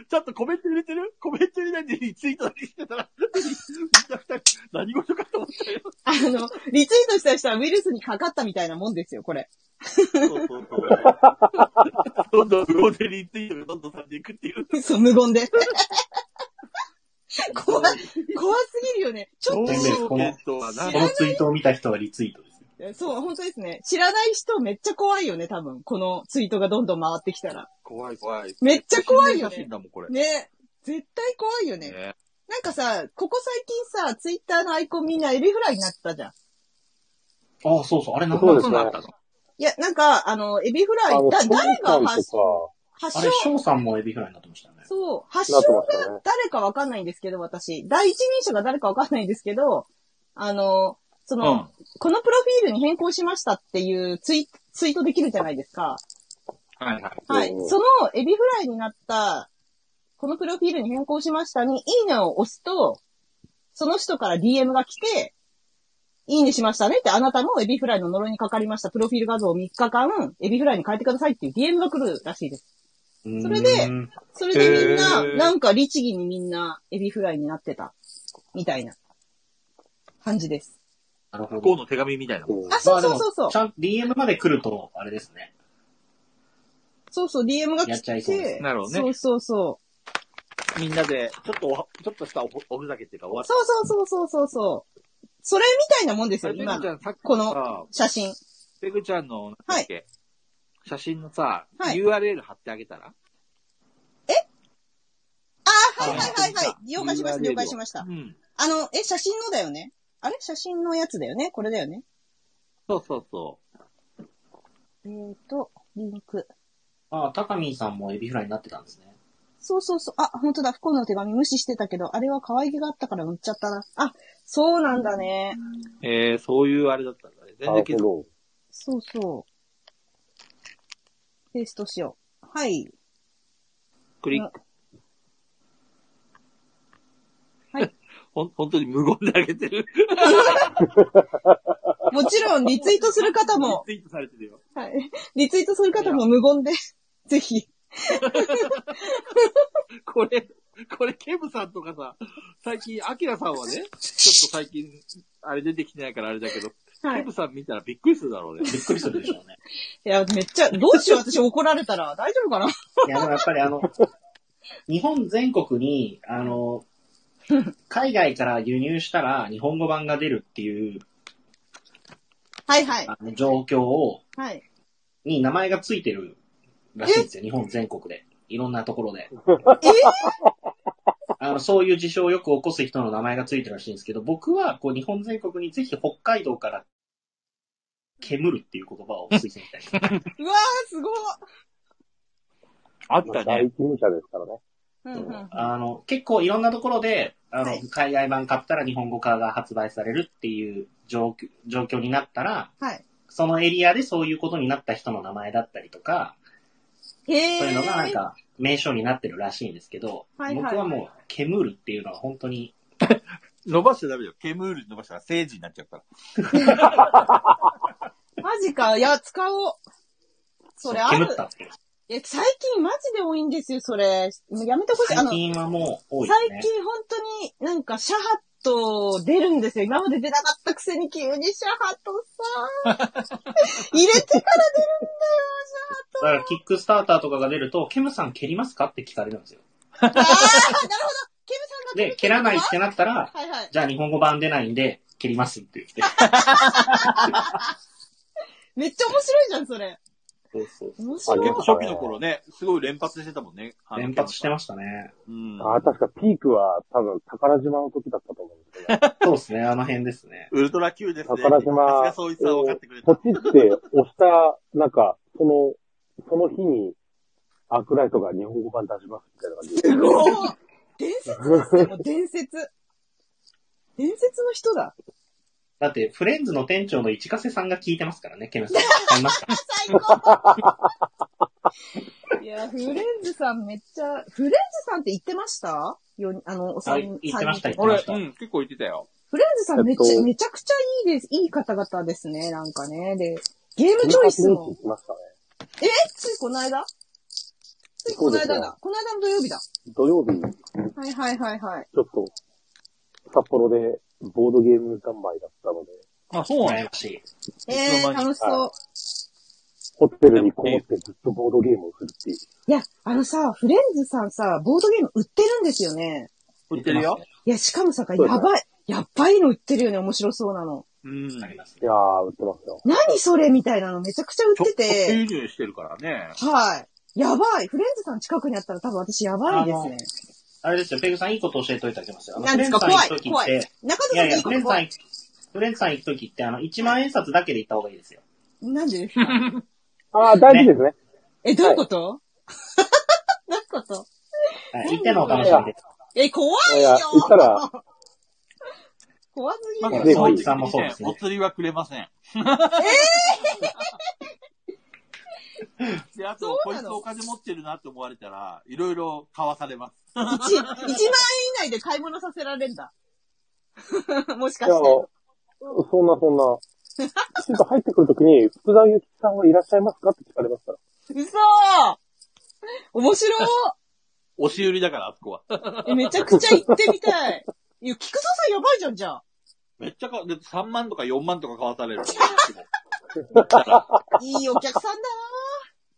Speaker 4: ちゃんとコメント入れてるコメント入れないでリツイートだけしてたら、みんな二人、何事かと思ったよ。
Speaker 1: あの、リツイートした人はウイルスにかかったみたいなもんですよ、これ。
Speaker 4: そうそうそう。どんどん無言でリツイートがどんどんされていくっていう。
Speaker 1: そう、無言で。 怖い、怖すぎるよね。ちょっと
Speaker 2: 全
Speaker 1: し
Speaker 2: 然この、
Speaker 4: トは
Speaker 1: 知
Speaker 2: こ
Speaker 1: らな
Speaker 2: の
Speaker 1: い
Speaker 2: ツイートを見た人はリツイートですよ。
Speaker 1: そう、本当ですね。知らない人めっちゃ怖いよね、多分。このツイートがどんどん回ってきたら。
Speaker 4: 怖い怖い。
Speaker 1: めっちゃ怖いよ
Speaker 4: 写真
Speaker 1: ね。
Speaker 4: だもん、これ。
Speaker 1: ね。絶対怖いよね。
Speaker 4: ね
Speaker 1: なんかさ、ここ最近さ、ツイッターのアイコンみんなエビフライになってたじゃん。
Speaker 2: ああ、そうそう。あれなん
Speaker 3: そう
Speaker 2: だ
Speaker 3: です
Speaker 4: そ
Speaker 3: ね
Speaker 4: んなんあったの
Speaker 1: いや、なんか、あの、エビフライ、
Speaker 3: あの、
Speaker 1: だ
Speaker 3: ショ
Speaker 1: 誰
Speaker 3: ーさ
Speaker 1: が
Speaker 3: んとか
Speaker 1: 発、発
Speaker 2: あ
Speaker 1: 祥
Speaker 2: れ、翔さんもエビフライになってましたよね。
Speaker 1: そう、発
Speaker 3: な
Speaker 1: 祥
Speaker 3: ってま
Speaker 1: が
Speaker 3: したね。
Speaker 1: 誰かわかんないんですけど、私。第一人者が誰かわかんないんですけど、あの、その、
Speaker 4: うん
Speaker 1: このプロフィールに変更しましたっていうツイツイートできるじゃないですか。
Speaker 4: はいはい。
Speaker 1: はい。
Speaker 3: うん
Speaker 1: その、エビフライになった、このプロフィールに変更しましたに、いいねを押すと、その人から DM が来て、いいねしましたねって、あなたもエビフライの呪いにかかりました。プロフィール画像を3日間、エビフライに変えてくださいっていう DM が来るらしいです。それで
Speaker 2: うーん
Speaker 1: それでみん
Speaker 4: へ
Speaker 1: な、
Speaker 4: ー
Speaker 1: なんか律儀にみんなエビフライになってた。みたいな感じです。
Speaker 2: なるほ
Speaker 4: 不
Speaker 2: ど
Speaker 4: 幸。の手紙みたいなもん。
Speaker 3: うん
Speaker 1: あ、そうそうそうそう
Speaker 2: ち。ゃん、DM まで来ると、あれですね。
Speaker 1: そうそう、DM が
Speaker 2: やっちゃ
Speaker 1: 来
Speaker 2: いそう
Speaker 1: て
Speaker 2: で、
Speaker 4: すなるほどね
Speaker 1: そうそうそ
Speaker 4: みんなで、ちょっとおは、ちょっとしたおおふざけっていうか、お
Speaker 1: う。
Speaker 4: わ
Speaker 1: そうそうそうそうそうそう。それみたいなもんですよ、
Speaker 4: ペグ
Speaker 1: 今
Speaker 4: ち
Speaker 1: の
Speaker 4: ゃん、さっき
Speaker 1: この
Speaker 4: さ、
Speaker 1: 写真。
Speaker 4: ペグちゃんの、なんだっけ、写真のさ、
Speaker 1: はい
Speaker 4: URL 貼ってあげたら
Speaker 1: あ、はいはいはいはい。了解しました、了解しました
Speaker 4: う。ん。
Speaker 1: あの、え、写真のだよねあれ写真のやつだよねこれだよね
Speaker 4: そうそうそ
Speaker 1: えーと、リンク。
Speaker 2: ああ、高見さんもエビフライになってたんですね。
Speaker 1: そうそうそう。あ、本当だ。不幸の手紙無視してたけど、あれは可愛げがあったから売っちゃったな。あ、そうなんだね。
Speaker 4: う。えー、そういうあれだったんだね。全然気づ
Speaker 3: なる
Speaker 4: く。
Speaker 3: ほ
Speaker 1: そうそう。ペーストしよう。はい。
Speaker 4: クリック。
Speaker 1: はい。
Speaker 4: ほん、本当に無言であげてる。
Speaker 1: もちろん、リツイートする方も、
Speaker 4: リツイートされてるよ。
Speaker 1: はい。リツイートする方も無言で、 ぜひ。
Speaker 4: これ、これ、ケムさんとかさ、最近、アキラさんはね、ちょっと最近、あれ出てきてないからあれだけど、
Speaker 1: は
Speaker 4: ケ
Speaker 1: い。
Speaker 4: ムさん見たらびっくりするだろうね。
Speaker 2: びっくりするでしょうね。
Speaker 1: いや、めっちゃ、どうしよう、私怒られたら。大丈夫かない
Speaker 2: や、でもやっぱりあの、日本全国に、あの、海外から輸入したら日本語版が出るっていう
Speaker 1: はいはい。
Speaker 2: あの状況を、
Speaker 1: はい。
Speaker 2: に名前がついてるらしいんですよ。日本全国で。いろんなところで。あの、そういう事象をよく起こす人の名前がついてるらしいんですけど、僕は、こう、日本全国にぜひ北海道から、煙るっていう言葉を推薦したい。
Speaker 1: うわー、すご
Speaker 4: あっ
Speaker 3: ど。ま
Speaker 4: た
Speaker 3: あ第
Speaker 4: ね。
Speaker 3: 一人者ですからね。
Speaker 1: い。うんうん。
Speaker 2: あの、結構いろんなところで、あの、
Speaker 1: はい
Speaker 2: 海外版買ったら日本語化が発売されるっていう状況状況になったら、
Speaker 1: はい。
Speaker 2: そのエリアでそういうことになった人の名前だったりとか、
Speaker 1: へー。
Speaker 2: そういうのがなんか名称になってるらしいんですけど、
Speaker 1: はいはい
Speaker 2: 僕はもう、ケムールっていうのは本当に、
Speaker 4: 伸ばしちゃダメよ。ケムールに伸ばしたら政治になっちゃうから。
Speaker 1: マジか。いや、使おう。それあ
Speaker 2: ケム
Speaker 1: る
Speaker 2: っ。たって。
Speaker 1: え、最近マジで多いんですよ、それ。もうやめてほしい。あ
Speaker 2: 最
Speaker 1: の、
Speaker 2: 近はもう多いです
Speaker 1: 最
Speaker 2: ね。
Speaker 1: 近本当になんかシャハット出るんですよ。今まで出なかったくせに急にシャハットさ、入 れてから出るんだよ、
Speaker 2: だから、キックスターターとかが出ると、ケムさん蹴りますかって聞かれるんですよ。
Speaker 1: シャハット。ああ、なるほど。ケムさんが
Speaker 2: で、蹴らないってなったら、
Speaker 1: はいはい。
Speaker 2: じゃあ日本語版出ないんで、蹴りますって言 って。
Speaker 1: めっちゃ面白いじゃん、それ。
Speaker 2: そうそうそう
Speaker 1: 面白
Speaker 3: あ
Speaker 1: い
Speaker 3: 結。
Speaker 4: 結構
Speaker 3: 構
Speaker 4: 初
Speaker 3: 初
Speaker 4: 期
Speaker 3: 期
Speaker 4: の
Speaker 3: の
Speaker 4: 頃
Speaker 3: 頃
Speaker 4: ね、すごい連発してたもんね。
Speaker 2: 連発して
Speaker 4: ま
Speaker 2: ましたね。
Speaker 4: す。うん。
Speaker 3: あ、確かピークは多分宝島の時だったと思うんですけど、
Speaker 2: そうですね、あの辺ですね。
Speaker 4: ウルトラ Q ですね。
Speaker 3: 宝島
Speaker 4: さす
Speaker 3: を
Speaker 4: がそういつは分かってくれ
Speaker 3: ポ
Speaker 4: た。
Speaker 3: チって押した、なんか、その、その日に、アークライトが日本語版出しますみたいな感じで。
Speaker 1: すごい。伝説ですね、もう伝説。伝説の人だ。
Speaker 2: だって、フレンズの店長の市ヶ瀬さんが聞いてますからね、ケムさん。買いますか
Speaker 1: 最高 いや、フレンズさんめっちゃ、フレンズさんって言ってましたよあの、お
Speaker 2: は
Speaker 1: 三
Speaker 2: い
Speaker 1: 人。
Speaker 2: 言ってました
Speaker 1: 三人
Speaker 2: 言ってま
Speaker 4: 俺
Speaker 2: し、た
Speaker 4: うん、結構言ってたよ。
Speaker 1: フレンズさんめっちゃ、
Speaker 3: えっと
Speaker 1: めちゃくちゃいいです。いい方々ですね、なんかね。で、ゲームチョイス
Speaker 3: 18日
Speaker 1: も
Speaker 3: 行。きましたね。
Speaker 1: えついこの間つい
Speaker 3: そ
Speaker 1: こ
Speaker 3: う
Speaker 1: の
Speaker 3: ですね
Speaker 1: 間だ。この間の土曜日だ。
Speaker 3: 土曜日、ち
Speaker 1: はいはいはいはい。
Speaker 3: ょっと、札幌でボードゲーム三昧だったので、
Speaker 4: あ、そうなん
Speaker 2: 羨
Speaker 4: や
Speaker 2: ま。しい。
Speaker 1: えー、楽しそう。
Speaker 3: ホテルにこもってずっとボードゲームをするっていう。
Speaker 1: いや、あのさ、フレンズさんさ、ボードゲーム売ってるんですよね。
Speaker 4: 売ってるよ。
Speaker 1: いや、しかもさ、や
Speaker 3: うですね
Speaker 1: ばい。やっばいの売ってるよね、面白そうなの。
Speaker 4: うん。
Speaker 2: あります
Speaker 3: いやー、売ってますよ。
Speaker 1: 何それみたいなのめちゃくちゃ売ってて。
Speaker 4: 輸入してるからね。
Speaker 1: はい。やばい。フレンズさん近くにあったら多分私やばいですね。
Speaker 2: あれですよ、ペグさんいいこと教えておいてあげますよ。あの
Speaker 1: なんですか
Speaker 2: フレンズさん
Speaker 1: 怖い
Speaker 2: 行く時っ
Speaker 1: 怖い
Speaker 2: て、。
Speaker 1: 中
Speaker 2: い
Speaker 1: 田さ
Speaker 2: や
Speaker 1: んでい
Speaker 2: いや、
Speaker 1: いこ
Speaker 2: フ
Speaker 1: と
Speaker 2: レンズさん
Speaker 1: 怖い
Speaker 2: 行く、フレンズさん行くときって、あの、1万円札だけで行った方がいいですよ。
Speaker 1: なん でですか
Speaker 3: あー、大事ですね。
Speaker 1: え、どういうこと どういうこと
Speaker 2: はい、行ってのお楽しみです。
Speaker 1: え、怖い
Speaker 3: いや
Speaker 1: よ
Speaker 3: 行ったら、
Speaker 1: 怖すぎ
Speaker 4: ま
Speaker 1: る
Speaker 4: ず
Speaker 1: よ
Speaker 3: ね。
Speaker 4: 基本的にねお釣りはくれません。 で、あと、
Speaker 1: そう
Speaker 4: こい
Speaker 1: な
Speaker 4: つ
Speaker 1: の
Speaker 4: お金持ってるなって思われたら、いろいろ買わされます。
Speaker 1: 一一万円以内で買い物させられんだ。 もしか
Speaker 3: いや
Speaker 1: し
Speaker 3: ー
Speaker 1: て。
Speaker 3: そんなそんな。ちょっと入ってくるときに、福沢諭吉さんはいらっしゃいますかって聞かれますから。
Speaker 1: 嘘面白い
Speaker 4: 押し売りだから、あそこは。
Speaker 1: え、めちゃくちゃ行ってみたい。いや、菊蔵さんやばいじゃん、じゃあ。
Speaker 4: めっちゃか、で3万とか4万とか買わさ れる。
Speaker 1: いいお客さんだ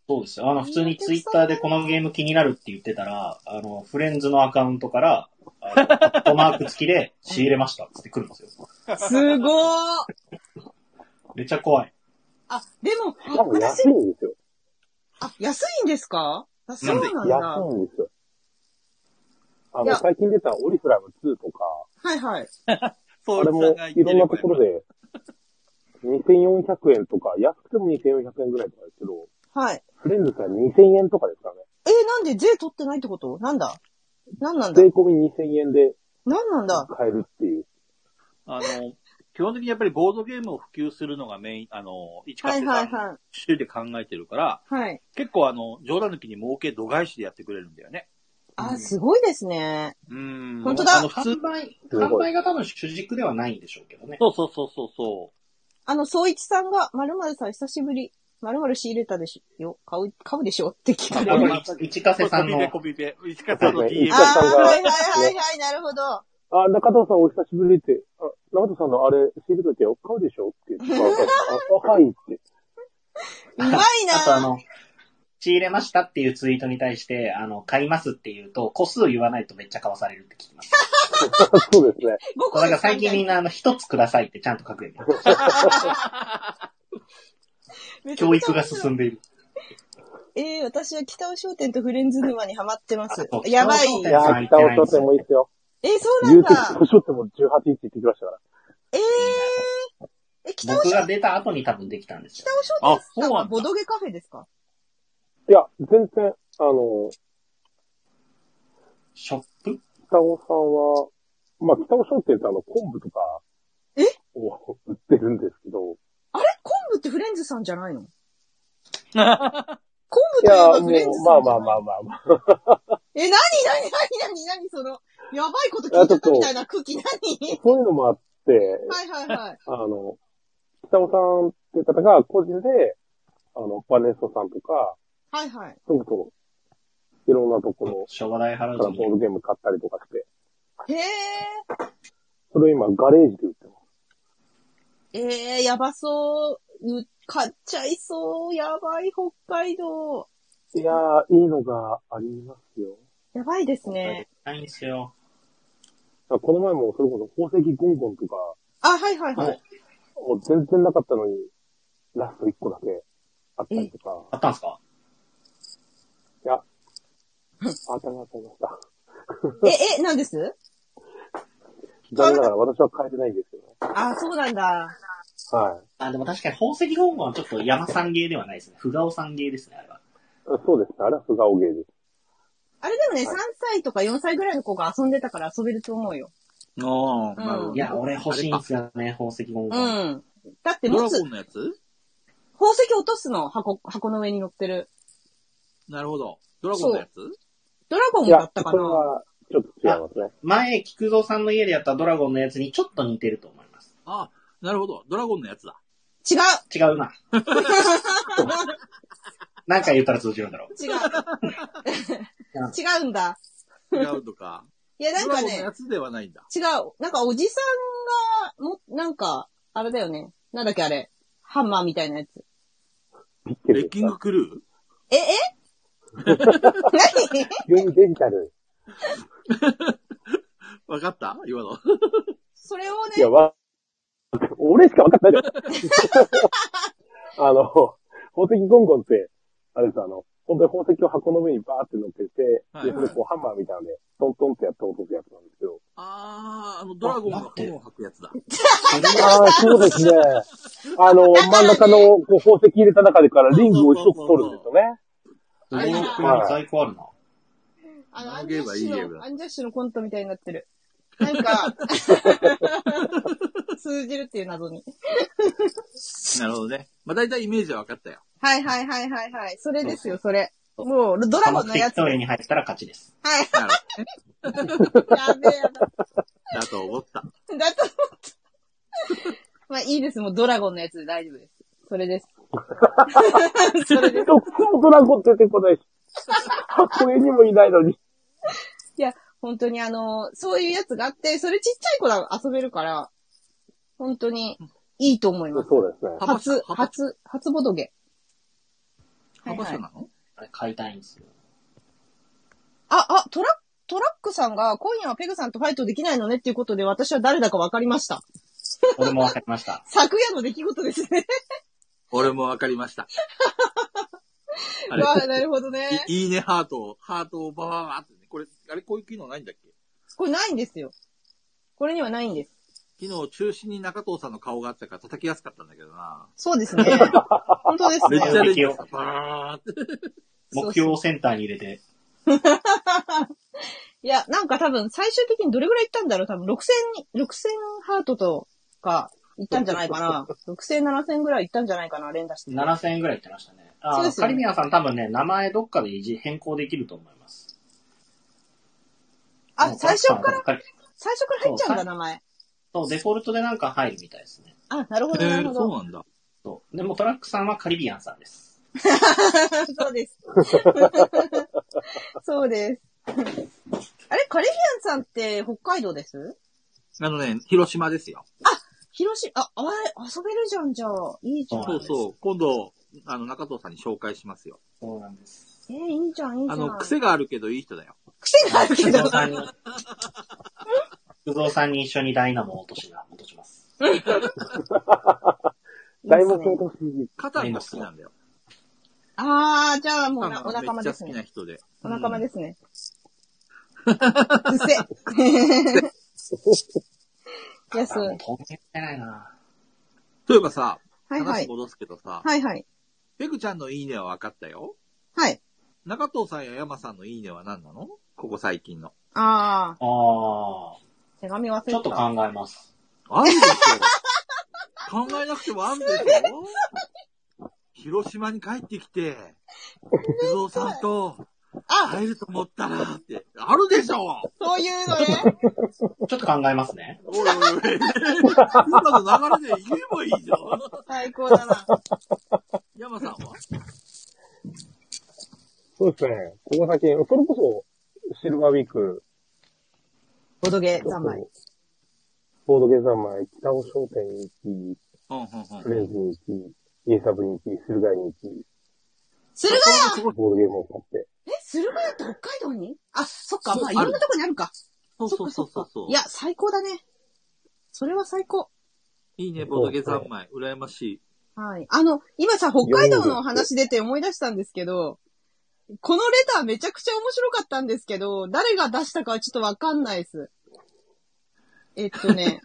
Speaker 2: そうですよ。あの、普通にツイッターでこのゲーム気になるって言ってたら、あの、フレンズのアカウントから、あの、アットマーク付きで仕入れましたっつって来るんですよ。
Speaker 1: なすごー。
Speaker 2: めっちゃ怖い。
Speaker 1: あ、でも、
Speaker 3: しかも安
Speaker 1: 私、
Speaker 3: いんですよ。
Speaker 1: あ、安いんですかあそうなんだ。
Speaker 3: 安いんですよ。あ
Speaker 1: いや
Speaker 3: の、最近出たオリスラム2とか、
Speaker 1: はいはい。
Speaker 4: そ
Speaker 3: あれもいろんなところで、2400円とか、安くても2400円ぐらいとかですけど、
Speaker 1: はい。
Speaker 3: フレンズさん2000円とかですからね。
Speaker 1: えーなんで税取ってないってことなんだなんなんだ
Speaker 3: 税込み2000円で
Speaker 1: なんなんだ
Speaker 3: 買えるっていう。
Speaker 4: あの、基本的にやっぱりボードゲームを普及するのがメイン、あの、一か
Speaker 1: は
Speaker 4: ら
Speaker 1: いはいは
Speaker 4: 主で考えてるから、
Speaker 1: い。はい。
Speaker 4: 結構あの、冗談抜きに儲け度外視でやってくれるんだよね。
Speaker 1: あ、すごいですね。
Speaker 4: うん。
Speaker 1: 本当だ
Speaker 4: あの、普通
Speaker 2: 販、売、販売が多分主軸ではないんでしょうけどね。
Speaker 4: そうそうそうそうそ
Speaker 1: あの、総一さんが、まるまるさん久しぶり、まるまる仕入れたでしょ買う、買うでしょって聞か
Speaker 2: あ
Speaker 1: れ
Speaker 4: ま
Speaker 1: る。
Speaker 4: あ
Speaker 2: の、い市川
Speaker 4: う。
Speaker 2: 瀬さん
Speaker 4: コピペ
Speaker 2: の、
Speaker 4: コピペ。石川さんの
Speaker 3: そうですね
Speaker 4: DM
Speaker 3: お。客
Speaker 1: あ
Speaker 3: さんが
Speaker 1: ーはいはいはいはい、なるほど。
Speaker 3: あ、中藤さんお久しぶりって、あ、中藤さんのあれ、シールドってよ、買うでし ょって言って、あ、あはいって。
Speaker 1: うまいな
Speaker 2: あとあの、仕入れましたっていうツイートに対して、あの、買いますっていうと、個数言わないとめっちゃ買わされるって聞きます。
Speaker 3: そうですね。
Speaker 1: 5個
Speaker 2: だか
Speaker 1: で
Speaker 2: ら最近みんなあの、一つくださいってちゃんと書くようになった教育が進んでいる。
Speaker 1: ええー、私は北尾商店とフレンズ沼にハマってます
Speaker 2: あ。そう
Speaker 1: やばい。
Speaker 2: 北尾商
Speaker 3: い
Speaker 2: 店
Speaker 3: やー、北尾商店もいいっすよ。
Speaker 1: えー、そうな
Speaker 3: 言
Speaker 1: ん
Speaker 3: うて、
Speaker 1: だ
Speaker 3: 北。尾商店も18インチ行ってきましたから。
Speaker 1: えー、え、北尾商
Speaker 2: 僕
Speaker 1: 店、
Speaker 2: が出た後に多分できたんですよ。
Speaker 1: 北尾商店
Speaker 4: あそう
Speaker 1: は
Speaker 4: なんだ
Speaker 1: ボドゲカフェですか
Speaker 3: いや、全然、あの、
Speaker 2: ショップ
Speaker 3: 北尾さんは、まあ、北尾商店ってあの、昆布とか、
Speaker 1: え
Speaker 3: を売ってるんです けど、
Speaker 1: あれ昆布ってフレンズさんじゃ ないの昆
Speaker 3: い
Speaker 1: 布といえ
Speaker 3: や
Speaker 1: ば
Speaker 3: ー、
Speaker 1: フレン
Speaker 3: も
Speaker 1: ズ
Speaker 3: う、ま
Speaker 1: さ
Speaker 3: あ
Speaker 1: んじ
Speaker 3: ま
Speaker 1: ゃ
Speaker 3: あ
Speaker 1: ない
Speaker 3: まあまあまあ。
Speaker 1: え、なになになになになにその、やばいこと聞いちゃったみたいな空気なに
Speaker 3: そういうのもあって、
Speaker 1: はいはいはい。
Speaker 3: あの、北尾さんっていう方が個人で、あの、バネストさんとか、
Speaker 1: はいはい。
Speaker 3: そうそう、いろんなところ
Speaker 2: 昭和大原
Speaker 3: から
Speaker 2: 宿
Speaker 3: ボー
Speaker 2: に。
Speaker 3: ドゲーム買ったりとかして、
Speaker 1: へえ。
Speaker 3: それを今ガレージで売ってます。
Speaker 1: ええー、やばそう。う買っちゃいそう。やばい、北海道。
Speaker 3: いやー、いいのがありますよ。
Speaker 1: やばいですね。
Speaker 2: ないんですよ。
Speaker 3: だからこの前もそれこそ宝石ゴンゴンとか、
Speaker 1: あ、はいはいはい。
Speaker 3: もう全然なかったのに、ラスト1個だけあったりとか、
Speaker 2: あったんですか
Speaker 3: いや、当たりませんでした。
Speaker 1: え、え、なんです
Speaker 3: 残念ながら私は買えてないんですけどね。
Speaker 1: あ、そうなんだ。
Speaker 3: はい。
Speaker 2: あ、でも確かに宝石本郷はちょっと山さん芸ではないですね。不顔さん芸ですね、あれは。
Speaker 3: そうですね。あれは素顔芸です。
Speaker 1: あれでもね、
Speaker 3: はい
Speaker 1: 3歳とか4歳ぐらいの子が遊んでたから遊べると思うよ。
Speaker 4: ああ、なるほ
Speaker 1: う
Speaker 4: ど。
Speaker 1: ん
Speaker 2: いや、俺欲しいんすよね、宝石本
Speaker 1: う
Speaker 2: 郷。
Speaker 1: ん。だって
Speaker 4: ド
Speaker 1: 持
Speaker 4: ラゴ
Speaker 1: つ、
Speaker 4: ンのやつ
Speaker 1: 宝石落とすの、箱、箱の上に乗ってる。
Speaker 4: なるほど。ドラゴンのやつ
Speaker 1: ドラゴン
Speaker 3: い
Speaker 1: もだ
Speaker 3: や
Speaker 1: っ、たか
Speaker 3: それ
Speaker 1: な
Speaker 3: はちょっと違いますね。
Speaker 2: 前、菊蔵さんの家でやったドラゴンのやつにちょっと似てると思います。
Speaker 4: ああ、なるほど。ドラゴンのやつだ。
Speaker 1: 違う
Speaker 2: 違うな。なんか言ったら通じるんだろう。
Speaker 1: 違 う。違うんだ。
Speaker 4: 違うと か。
Speaker 1: いや、なんか
Speaker 4: ドラゴンの
Speaker 1: ね、
Speaker 4: やつではないんだ。
Speaker 1: 違う。なんかおじさんが、も、なんか、あれだよね。なんだっけあれ。ハンマーみたいなやつ。
Speaker 3: ピッケ
Speaker 4: レ
Speaker 3: ル
Speaker 4: ッ
Speaker 3: で
Speaker 4: キ
Speaker 3: す
Speaker 4: ン
Speaker 3: か
Speaker 4: グクルー
Speaker 1: え、 え何
Speaker 3: 急にデジタル。
Speaker 4: わかった今の。
Speaker 1: それをね
Speaker 3: い、や、わ、俺しかわかん ないじゃん。あの、宝石ゴンゴンって、あれです、あの、本当に宝石を箱の上にバーって乗ってて、
Speaker 4: はい
Speaker 3: で、それこうハンマーみたいなので、トントンってやって落とすやつなんですけど。
Speaker 4: あー、あの、ドラゴンが本を吐くやつだ。
Speaker 3: ああ、そうですね。あの、真ん中のこう宝石入れた中でからリングを一つ取るんですよね。
Speaker 2: すごい、に在庫あるな。
Speaker 1: あの、ア
Speaker 4: 投
Speaker 1: ンジ
Speaker 4: げ
Speaker 1: ャ
Speaker 4: れ
Speaker 1: ッ
Speaker 4: ば
Speaker 1: シ
Speaker 4: いいゲー
Speaker 1: ュ
Speaker 4: ム
Speaker 1: の、
Speaker 4: だ
Speaker 1: アンジャッシュのコントみたいになってる。なん か、通じるっていう謎に。
Speaker 4: なるほどね。まあ、大体イメージはわかったよ。
Speaker 1: はいはいはいはいはい。それですよ、それ。もう、ドラゴンのや
Speaker 2: 適
Speaker 1: つ。
Speaker 2: 当
Speaker 1: はい。
Speaker 2: に入ったら勝ちです。
Speaker 4: なるほ
Speaker 1: やべえやべ
Speaker 4: どだと思 った。
Speaker 1: え。だと思った。まあいいです、もうドラゴンのやつで大丈夫です。それ です。それです。
Speaker 3: どこもドラゴン出てこないし。箱絵にもいないのに。
Speaker 1: いや、本当にあの、そういうやつがあって、それちっちゃい子が遊べるから、本当にいいと思います。
Speaker 3: そうですね。
Speaker 4: 幅
Speaker 1: 初、
Speaker 4: 幅
Speaker 1: 初、初ボドゲ。
Speaker 4: 幅
Speaker 1: はいはい
Speaker 4: 者なの
Speaker 2: あれ買いたいんですよ。
Speaker 1: あ、あ、トラック、トラックさんが今夜はペグさんとファイトできないのねっていうことで私は誰だかわかりました。
Speaker 2: 俺もわかりま した。
Speaker 1: 昨夜の出来事ですね。
Speaker 4: 俺もわかりました。あ れ
Speaker 1: わあ、なるほどね。
Speaker 4: いいいねハートを、ハートをバババってね。これ、あれ、こういう機能ないんだっけ
Speaker 1: これないんですよ。これにはないんです。
Speaker 4: 昨日中心に中藤さんの顔があったから叩きやすかったんだけどな。
Speaker 1: そう ですね。本当です
Speaker 4: めっ
Speaker 1: ね
Speaker 4: ち。ゃでき
Speaker 2: 目標
Speaker 4: よ。バーって。
Speaker 2: 目標をセンターに入れて、
Speaker 1: いや、なんか多分最終的にどれぐらい行ったんだろう多分6000、6000ハートとか行ったんじゃないかな。6000、7000ぐらい行ったんじゃないかな、連打して。
Speaker 2: 7000円ぐらいいってましたね。
Speaker 1: そう
Speaker 2: あ
Speaker 1: で
Speaker 2: の
Speaker 1: すよ
Speaker 2: カ
Speaker 1: ね
Speaker 2: リミアさん多分ね、名前どっかでいじ変更できると思います。
Speaker 1: あ、最初から、
Speaker 2: ら
Speaker 1: 最初から入っちゃうんだ、
Speaker 2: そう
Speaker 1: 名前。
Speaker 2: そう、デフォルトでなんか入るみたいですね。
Speaker 1: あ、なるほ
Speaker 4: え
Speaker 1: ど、なる
Speaker 4: ー、
Speaker 1: ほ
Speaker 4: そう
Speaker 1: ど。
Speaker 4: なんだ。
Speaker 2: そう。でもトラックさんはカリビアンさんです。
Speaker 1: そうです。そうです。あれ、カリビアンさんって北海道です
Speaker 4: あのね、広島ですよ。
Speaker 1: 広島、あ、あ遊べるじゃん、じゃあ。いいじゃん。
Speaker 2: そ
Speaker 4: そううそう。今度、あの、中藤さんに紹介しますよ。
Speaker 2: そうなんです。
Speaker 1: えーいいじゃん、いいじゃ
Speaker 4: あ
Speaker 1: ん。
Speaker 4: の、癖があるけどいい人だよ。
Speaker 1: 癖があるけ
Speaker 2: 福
Speaker 1: ど
Speaker 2: 蔵。 さんに、福蔵さんに一緒にダイナモを落としな、落とします。
Speaker 3: 大門教徒主義。
Speaker 4: カタンが好きなんだよ。
Speaker 1: あー、じゃあもう
Speaker 4: カ
Speaker 1: な
Speaker 4: タン
Speaker 1: お仲
Speaker 4: がめ
Speaker 1: 間
Speaker 4: っち
Speaker 1: で
Speaker 4: ゃ
Speaker 1: す
Speaker 4: 好き
Speaker 1: ね。
Speaker 4: な人で。
Speaker 1: お仲間
Speaker 4: で。
Speaker 1: ですね。癖。 いや、そ
Speaker 2: あもう
Speaker 1: う。
Speaker 2: 透明じゃないな。
Speaker 4: といえばさ、
Speaker 1: はいは
Speaker 4: 話
Speaker 1: い。
Speaker 4: 戻すけどさ、
Speaker 1: はいはい。
Speaker 4: ペグちゃんのいいねは分かったよ。
Speaker 1: はい。
Speaker 4: 中藤さんや山さんのいいねは何なのここ最近の。
Speaker 1: あ
Speaker 2: ああ
Speaker 1: ー、手紙忘れ
Speaker 2: ー、
Speaker 1: て
Speaker 2: ち
Speaker 1: た。
Speaker 2: ょっと考えます。
Speaker 4: あるでしょ考えなくてもあるでしょ広島に帰ってきて、不動さんと
Speaker 1: あ、
Speaker 4: 会えると思ったらって、あるでしょ
Speaker 1: そういうのね。
Speaker 2: ちょっと考えますね。
Speaker 4: おいおいおい。今の流れで言えばいいじゃん。
Speaker 1: 最高だな。
Speaker 4: 山さんは
Speaker 3: そうですね。ここ最近、それこそ、シルバーウィーク、
Speaker 1: ボドゲ三昧。
Speaker 3: ボードゲー三昧、北尾商店に行
Speaker 4: うんうん
Speaker 3: き、
Speaker 4: う
Speaker 3: フ
Speaker 4: ん。
Speaker 3: レンズに行き、イエサブに行き、駿河屋に行
Speaker 1: 駿河屋
Speaker 4: すごい
Speaker 3: き、ボードゲームを買って。
Speaker 1: え、駿河屋って北海道にあ、そっか、
Speaker 4: そう
Speaker 1: まあいろんなとこにあるか。
Speaker 4: そう
Speaker 1: そ
Speaker 4: そ
Speaker 1: っ
Speaker 4: う
Speaker 1: かそ
Speaker 4: そ
Speaker 1: っ
Speaker 4: う
Speaker 1: か
Speaker 4: そう。
Speaker 1: いや、最高だね。それは最高。
Speaker 4: いいね、ボドゲ三昧。羨ましい。
Speaker 1: はい。あの、今さ、北海道のお話出て思い出したんですけど、このレターめちゃくちゃ面白かったんですけど、誰が出したかはちょっとわかんないです。えっと ね。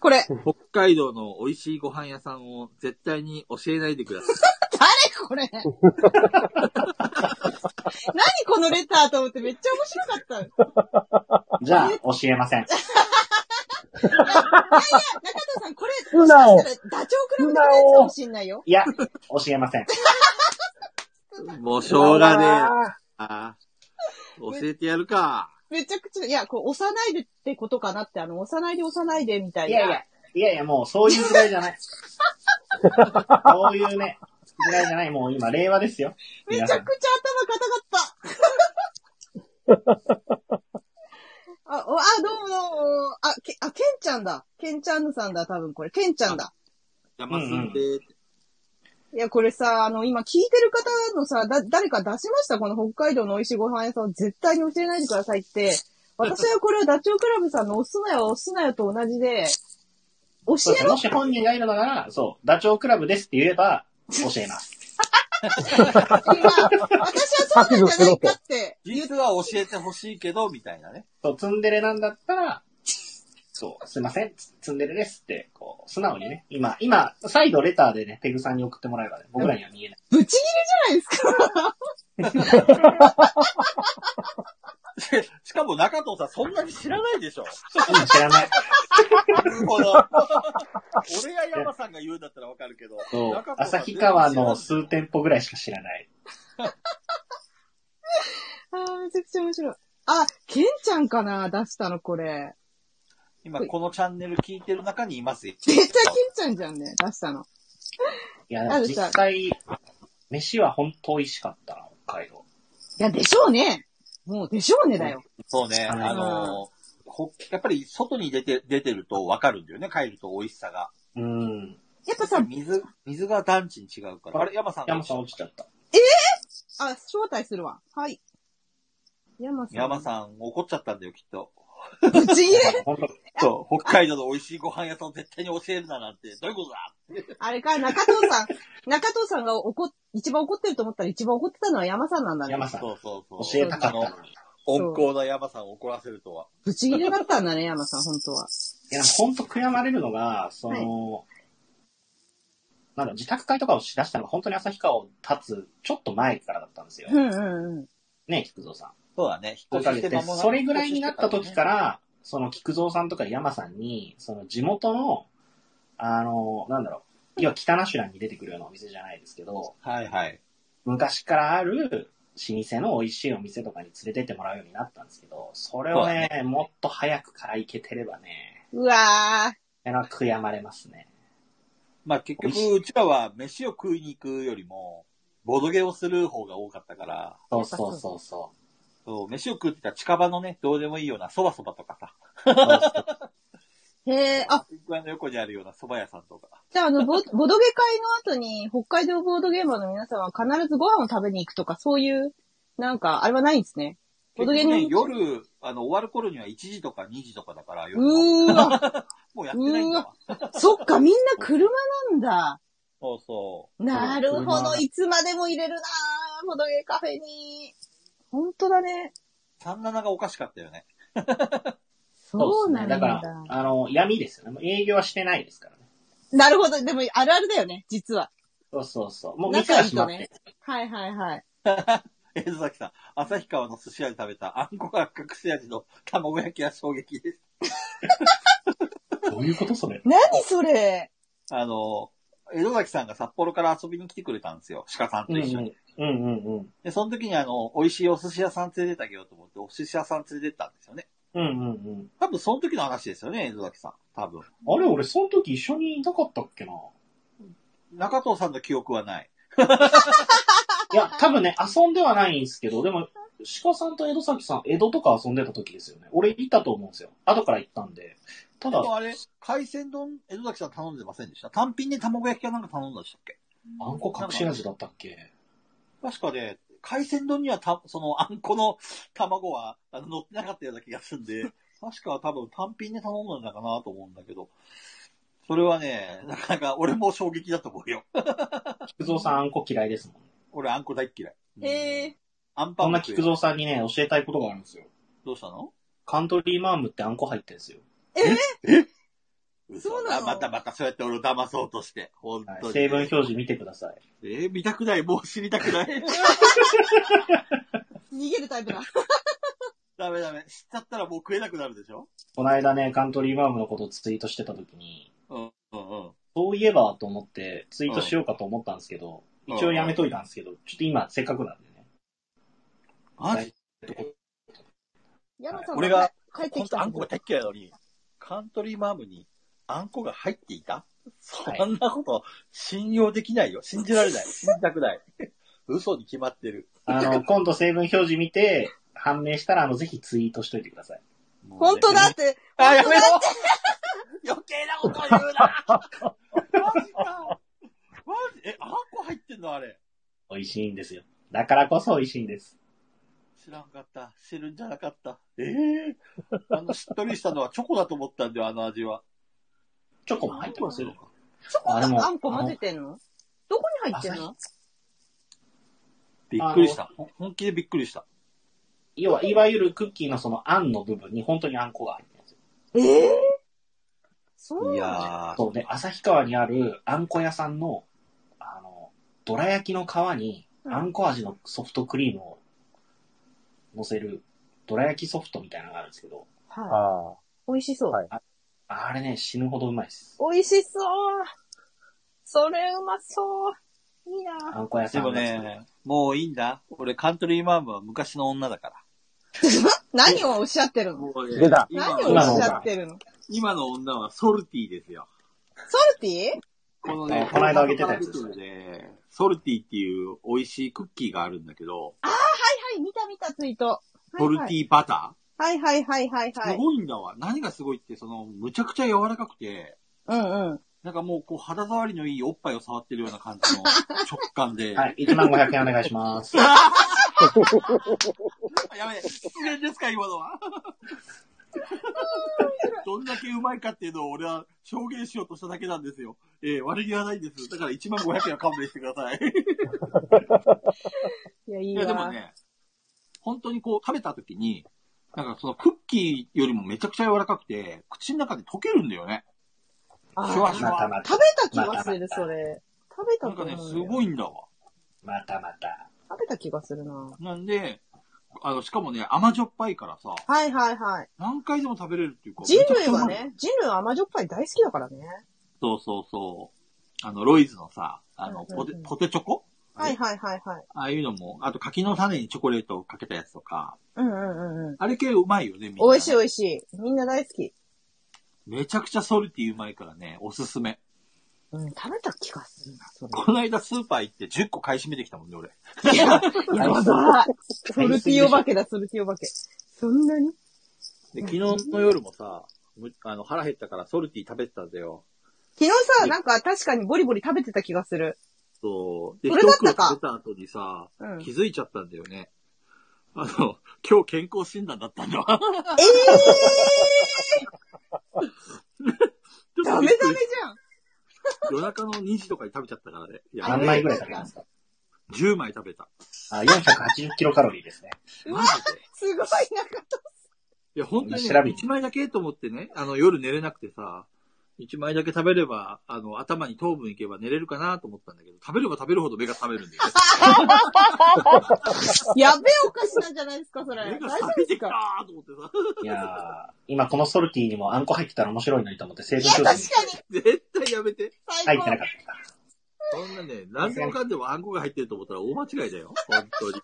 Speaker 1: これ、誰
Speaker 4: 北海道の美味しいご飯屋さんを絶対に教えないでください。
Speaker 1: これ何このレターと思ってめっちゃ面白かった。
Speaker 2: じゃあ、教えません。
Speaker 1: 中田さん、これ、も
Speaker 3: 素
Speaker 1: しか
Speaker 3: 直
Speaker 1: したらダチョウクラブ的なやつかもしんないよ。
Speaker 2: いや、教えま せん。
Speaker 4: もうしょうがねえなあー。教えてやるか。
Speaker 1: めちゃくちゃ、いや、こう、押さないでってことかなって、あの、押さないで押さないでみたい
Speaker 2: い
Speaker 1: な。
Speaker 2: やいや、いやいや、もうそういう時代じゃない。そういうね、時代じゃない、もう今、令和ですよ。
Speaker 1: めちゃ
Speaker 2: 皆
Speaker 1: くちゃ
Speaker 2: さ
Speaker 1: 頭
Speaker 2: ん。
Speaker 1: 固かった。 あ、おあ、どうもどうも。あ、け、あ、ケンちゃんだ。ケンちゃんさんだ、多分これ。ケンちゃんだ。
Speaker 4: 邪魔すんで、
Speaker 1: いや、これさ、あの、今聞いてる方のさ、だ、誰か出しましたこの北海道の美味しいご飯屋さんを絶対に教えないでくださいって。私はこれはダチョウ倶楽部さんの押すなよ、押すなよと同じで、教
Speaker 2: そうで
Speaker 1: え
Speaker 2: す
Speaker 1: ろ
Speaker 2: もし本人がいるのなら、そう、ダチョウ倶楽部ですって言えば、教えます。
Speaker 1: っていうか、私はそうなんじゃないかって。
Speaker 4: 実は教えてほしいけど、みたい なね。
Speaker 2: そう、ツンデレなんだったら、そう、すいません、ツンデレですって、こう、素直にね、今、今、再度レターでね、ペグさんに送ってもらえばね、僕らには見えない。
Speaker 1: ぶち切れじゃないですか。
Speaker 4: しかも中藤さん、そんなに知らないでしょ。
Speaker 2: うん知らない。
Speaker 4: この 俺や山さんが言うんだったらわかるけど。
Speaker 2: そう
Speaker 4: 中、藤さん
Speaker 2: 旭川の数店舗ぐらいしか知らない。
Speaker 1: あーめちゃくちゃ面白い。あ、ケンちゃんかな出したのこれ。
Speaker 4: 今このチャンネル聞いてる中にいますよ。
Speaker 1: 絶対ケンちゃんじゃんね。出したの。
Speaker 2: いや、
Speaker 1: ある
Speaker 2: 実際、飯は本当美味しかったな、北海道。
Speaker 1: いや、でしょうね。もう、でしょうねだよ。
Speaker 4: そうね、あの、ほやっぱり外に出て、出てるとわかるんだよね、帰ると美味しさが。
Speaker 2: うん。
Speaker 1: やっぱさ、
Speaker 4: 水、水が団地に違うから。あれ、山さん。
Speaker 2: 山さん落ちちゃった。
Speaker 1: あ、招待するわ。はい。山さん。
Speaker 4: 山さん怒っちゃったんだよ、きっと。
Speaker 1: ん。ぶち切れ
Speaker 2: 本当
Speaker 4: そう、北海道の美味しいご飯屋さんを絶対に教えるななんて、どういうことだ
Speaker 1: あれか、中藤さん。中藤さんが怒っ、一番怒ってると思ったら一番怒ってたのは山さんなんだね。
Speaker 2: 山さん、
Speaker 4: そうそうそう。
Speaker 2: 教えたか
Speaker 4: あ
Speaker 2: った
Speaker 4: の
Speaker 2: のに。
Speaker 4: 温厚な山さんを怒らせるとは。
Speaker 1: ぶち切れだったんだね、山さん、本当は。
Speaker 2: いや、本当悔やまれるのが、その、なんだろう、自宅会とかをしだしたのが本当に旭川を立つちょっと前からだったんですよ
Speaker 1: う。んうんうん。
Speaker 2: ね、菊蔵さん。
Speaker 4: そうだね。。
Speaker 2: おかげで、それぐらいになった時からら、その菊蔵さんとか山さんに、その地元の、あの、なんだろう、要は北ナシュランに出てくるようなお店じゃないですけど、
Speaker 4: はいはい。
Speaker 2: 昔からある老舗の美味しいお店とかに連れてってもらうようになったんですけど、それをね、もっと早くから行けてればね、
Speaker 1: うわー。
Speaker 2: あの悔やまれますね。
Speaker 4: まあ結局、うちらは飯を食いに行くよりも、ボドゲをする方が多かったから、
Speaker 2: そうそうそうそう。
Speaker 4: そう、飯を食うって言ったら近場のね、どうでもいいような蕎麦蕎麦とかさ、
Speaker 1: へー、あ、
Speaker 4: 福屋の横にあるような蕎麦屋さんとか。
Speaker 1: じゃあ、あ の、ボボドゲ会の後に、北海道ボードゲーマーの皆さんは必ずご飯を食べに行くとか、そういう、なんか、あれはないんですね。ボドゲ
Speaker 4: 結
Speaker 1: の、
Speaker 4: 局ね、夜、あの、終わる頃には1時とか2時とかだから、夜の
Speaker 1: うーわ、
Speaker 4: もうやってないんだわ。
Speaker 1: そっか、みんな車なんだ。
Speaker 4: そうそう。
Speaker 1: なるほど、
Speaker 2: 車
Speaker 1: いつまでも入れるなぁ、ボドゲカフェに。ほんとだね。
Speaker 4: 37がおかしかったよね。
Speaker 1: そうなんだ。
Speaker 2: だから、あの、闇ですよね。もう営業はしてないですからね。
Speaker 1: なるほど、でも、あるあるだよね、実は。
Speaker 2: そうそうそう。もう店
Speaker 1: 仲
Speaker 2: はい
Speaker 1: い
Speaker 2: 閉ま
Speaker 1: と
Speaker 2: ってる、
Speaker 1: ね。はいはいはい。
Speaker 4: 江戸崎さん、旭川の寿司屋で食べたあんこが隠し味の卵焼きは衝撃です。
Speaker 2: どういうことそれ
Speaker 1: 何それ
Speaker 4: あの、江戸崎さんが札幌から遊びに来てくれたんですよ。鹿さん
Speaker 2: う
Speaker 4: と
Speaker 2: んう
Speaker 4: 一緒に。
Speaker 2: ん。うんうんうん。
Speaker 4: で、その時にあの、美味しいお寿司屋さん連れてってあげようと思って、お寿司屋さん連れてったんですよね。
Speaker 2: うんうんうん。
Speaker 4: 多分その時の話ですよね、江戸崎さん。多分。
Speaker 2: あれ、俺、その時一緒にいなかったっけな。
Speaker 4: 中藤さんの記憶はない。
Speaker 2: いや、多分ね、遊んではないんですけど、でも、鹿さんと江戸崎さん、江戸とか遊んでた時ですよね。俺、行ったと思うんですよ。後から行ったんで。た
Speaker 4: で
Speaker 2: だ、
Speaker 4: もあれ、海鮮丼、江戸崎さん頼んでませんでした単品で卵焼きかなんか頼んだでしたっけ
Speaker 2: あんこ隠し味だったっけ
Speaker 4: 確かね、海鮮丼にはた、その、あんこの 卵は、あの、乗ってなかったような気がするんで、確か多分単品で頼んだんだかなと思うんだけど、それはね、なかなか俺も衝撃だと思うよ。
Speaker 2: 菊蔵さん、あんこ嫌いですもん。
Speaker 4: 俺あんこ大っ嫌い。
Speaker 1: へえ。
Speaker 4: あんパ
Speaker 2: そ
Speaker 4: ン
Speaker 2: ん
Speaker 4: も
Speaker 2: な
Speaker 4: 食え
Speaker 2: 菊蔵さんにね、教えたいことがあるんですよ。
Speaker 4: どうしたの
Speaker 2: カントリーマームってあんこ入ってるんですよ。
Speaker 4: 嘘
Speaker 1: そうな
Speaker 4: だ。
Speaker 1: の
Speaker 4: またまたそうやって俺を騙そうとして。本
Speaker 2: はい
Speaker 4: 当に。
Speaker 2: 成分表示見てください。
Speaker 4: えー見たくない。もう知りたくない。
Speaker 1: 逃げるタイプだ。
Speaker 4: ダメダメ。知っちゃったらもう食えなくなるでしょ
Speaker 2: この間ね、カントリーマームのことをツイートしてた時に、
Speaker 4: うんうんうん。
Speaker 2: そういえばと思ってツイートしようかと思ったんですけど、
Speaker 4: うん
Speaker 2: 一応やめといたんですけど、ちょっと今せっかくなんでね。
Speaker 4: マジ
Speaker 1: 山さん
Speaker 4: 俺が
Speaker 1: 帰って
Speaker 4: 本
Speaker 1: きた
Speaker 4: 当あん
Speaker 1: ん
Speaker 4: こ
Speaker 1: だ
Speaker 4: が大っ嫌いなのに、カントリーマームにあんこが入っていたそんなこと、信用できないよ。信じられ ない。信じたくない。嘘に決まってる。
Speaker 2: あの、今度成分表示見て、判明したら、あの、ぜひツイートしといてください。
Speaker 1: 本当だって、
Speaker 4: あ、やめろ 余計なこと言うなマジかマジえ、あんこ入ってんのあれ。
Speaker 2: 美味しいんですよ。だからこそ美味しいんです。
Speaker 4: 知らんかった。知るんじゃなかった。ええあの、しっとりしたのはチョコだと思ったんだよ、あの味は。
Speaker 2: チョコも入ってますよ。
Speaker 1: チョコ
Speaker 2: あでも
Speaker 1: とあんこ混ぜてんのどこに入ってんの
Speaker 4: びっくりした。ほん本気でびっくりした。
Speaker 2: 要は、いわゆるクッキーのその、あんの部分に本当にあんこが入ってますよ。
Speaker 1: ええそう
Speaker 4: い
Speaker 1: なの
Speaker 4: やー、
Speaker 2: そうで、旭川にあるあんこ屋さんの、あの、どら焼きの皮に、あんこ味のソフトクリームを乗せる、どら焼きソフトみたいなのがあるんですけど、
Speaker 1: は
Speaker 3: あ
Speaker 1: い。美味しそう。
Speaker 3: はい
Speaker 2: あれね、死ぬほどうまいです。
Speaker 1: 美味しそう。それうまそう。いいな。
Speaker 2: あんこ屋さ
Speaker 4: で
Speaker 2: ん
Speaker 4: も
Speaker 2: のやつ
Speaker 4: ね、もういいんだ。俺、カントリーマームは昔の女だから。
Speaker 1: 何をおっしゃってるの
Speaker 4: もうね
Speaker 3: 出た
Speaker 4: 今
Speaker 1: 何
Speaker 4: の
Speaker 1: をおっしゃってるの
Speaker 4: 今の女はソルティですよ。
Speaker 1: ソルティ
Speaker 4: この
Speaker 2: あこの間あげてたやつ
Speaker 4: ですソルティっていう美味しいクッキーがあるんだけど、
Speaker 1: はい、見た見たツイート。
Speaker 4: ソルティバタ
Speaker 1: はいはいはいはい
Speaker 4: ー、
Speaker 1: は
Speaker 4: す
Speaker 1: い。
Speaker 4: ごいんだわ。何がすごいって、その、むちゃくちゃ柔らかくて、
Speaker 1: うんうん。
Speaker 4: なんかもうこう肌触りのいいおっぱいを触ってるような感じの食感で。
Speaker 2: はい、1万500円お願いします。
Speaker 4: やべえ、失恋ですか、今のは。どんだけうまいかっていうのを俺は証言しようとしただけなんですよ。ええ悪気はないんです。だから1万500円は勘弁してください。
Speaker 1: いや、いい
Speaker 4: いや、でも
Speaker 1: わ。
Speaker 4: ね、本当にこう食べた時に、なんかそのクッキーよりもめちゃくちゃ柔らかくて、口の中で溶けるんだよね。
Speaker 1: あ
Speaker 4: シュワシ
Speaker 1: ー
Speaker 4: ュワ
Speaker 2: またまた
Speaker 1: 食べた気がする、それ。食べた
Speaker 4: なん
Speaker 1: 気
Speaker 4: かね、
Speaker 1: が
Speaker 4: す
Speaker 1: する。
Speaker 4: ごいんだわ。
Speaker 2: またまた。
Speaker 1: 食べた気がするな。
Speaker 4: なんで、あの、しかもね、甘じょっぱいからさ、
Speaker 1: はいはいはい。
Speaker 4: 何回でも食べれるっていうか。
Speaker 1: 人
Speaker 4: めちゃくち
Speaker 1: 類
Speaker 4: ゃうまい
Speaker 1: は。ね、人類は甘じょっぱい大好きだからね。
Speaker 4: そうそうそう。あの、ロイズのさ、あの、
Speaker 1: うんうんう
Speaker 4: ポ
Speaker 1: ん
Speaker 4: テ、ポテチョコ
Speaker 1: はいはいはいはい。
Speaker 4: ああいうのも、あと柿の種にチョコレートをかけたやつとか、
Speaker 1: うんうんうんうん。
Speaker 4: あれ系うまいよね、みんな。
Speaker 1: 美味しい美味しい。みんな大好き。
Speaker 4: めちゃくちゃソルティうまいからね、おすすめ。
Speaker 1: うん、食べた気がするな、それ。
Speaker 4: この間スーパー行って10個買い占めてきたもんね、俺。
Speaker 1: いや、やばい。ソルティお化けだ、ソルティお化け。そんなに
Speaker 4: で、昨日の夜もさ、むあの、腹減ったからソルティ食べてたんだよ。
Speaker 1: 昨日さ、なんか確かにボリボリ食べてた気がする。
Speaker 4: そう。で、
Speaker 1: それだっ
Speaker 4: 一
Speaker 1: た
Speaker 4: 袋
Speaker 1: か
Speaker 4: 食べた後にさ、
Speaker 1: うん。え
Speaker 4: 気づいちゃったんだよね。あの、今日健康診断だったんだわ。
Speaker 1: え
Speaker 4: ちょっ
Speaker 1: ー、ダ
Speaker 4: と
Speaker 1: メ
Speaker 4: びっく
Speaker 1: ダメ
Speaker 4: りし
Speaker 1: じゃん。
Speaker 4: 夜中の2時とかに食べちゃったからね。いや、
Speaker 1: あ
Speaker 2: 何枚ぐらい食べますか
Speaker 4: 10枚食べた。
Speaker 2: あ、480キロカロリーですね。
Speaker 1: うわ
Speaker 4: マジです
Speaker 1: ごい、なんか、
Speaker 4: いや、本当に、
Speaker 2: 調べ
Speaker 4: ね、
Speaker 2: て
Speaker 4: 1枚だけと思ってね、あの、夜寝れなくてさ、1枚だけ食べれば、あの、頭に糖分いけば寝れるかなと思ったんだけど、食べれば食べるほど目が覚めるん だよね。
Speaker 1: やべえお菓子なんじゃないですか、それ。大
Speaker 4: 目が
Speaker 1: 丈
Speaker 4: 覚
Speaker 1: 夫
Speaker 4: め
Speaker 1: です
Speaker 4: てきた
Speaker 1: か
Speaker 4: ーと思ってさ。
Speaker 2: いやー、今このソルティにもあんこ入ってたら面白いのにと思って成
Speaker 1: い
Speaker 2: 分
Speaker 1: や、確
Speaker 2: 表
Speaker 1: かに
Speaker 2: 示、
Speaker 4: 絶対やめて。
Speaker 1: 最高
Speaker 2: 入ってな。かった。
Speaker 4: そんなね、何でもかんでもあんこが入ってると思ったら大間違いだよ。本当に。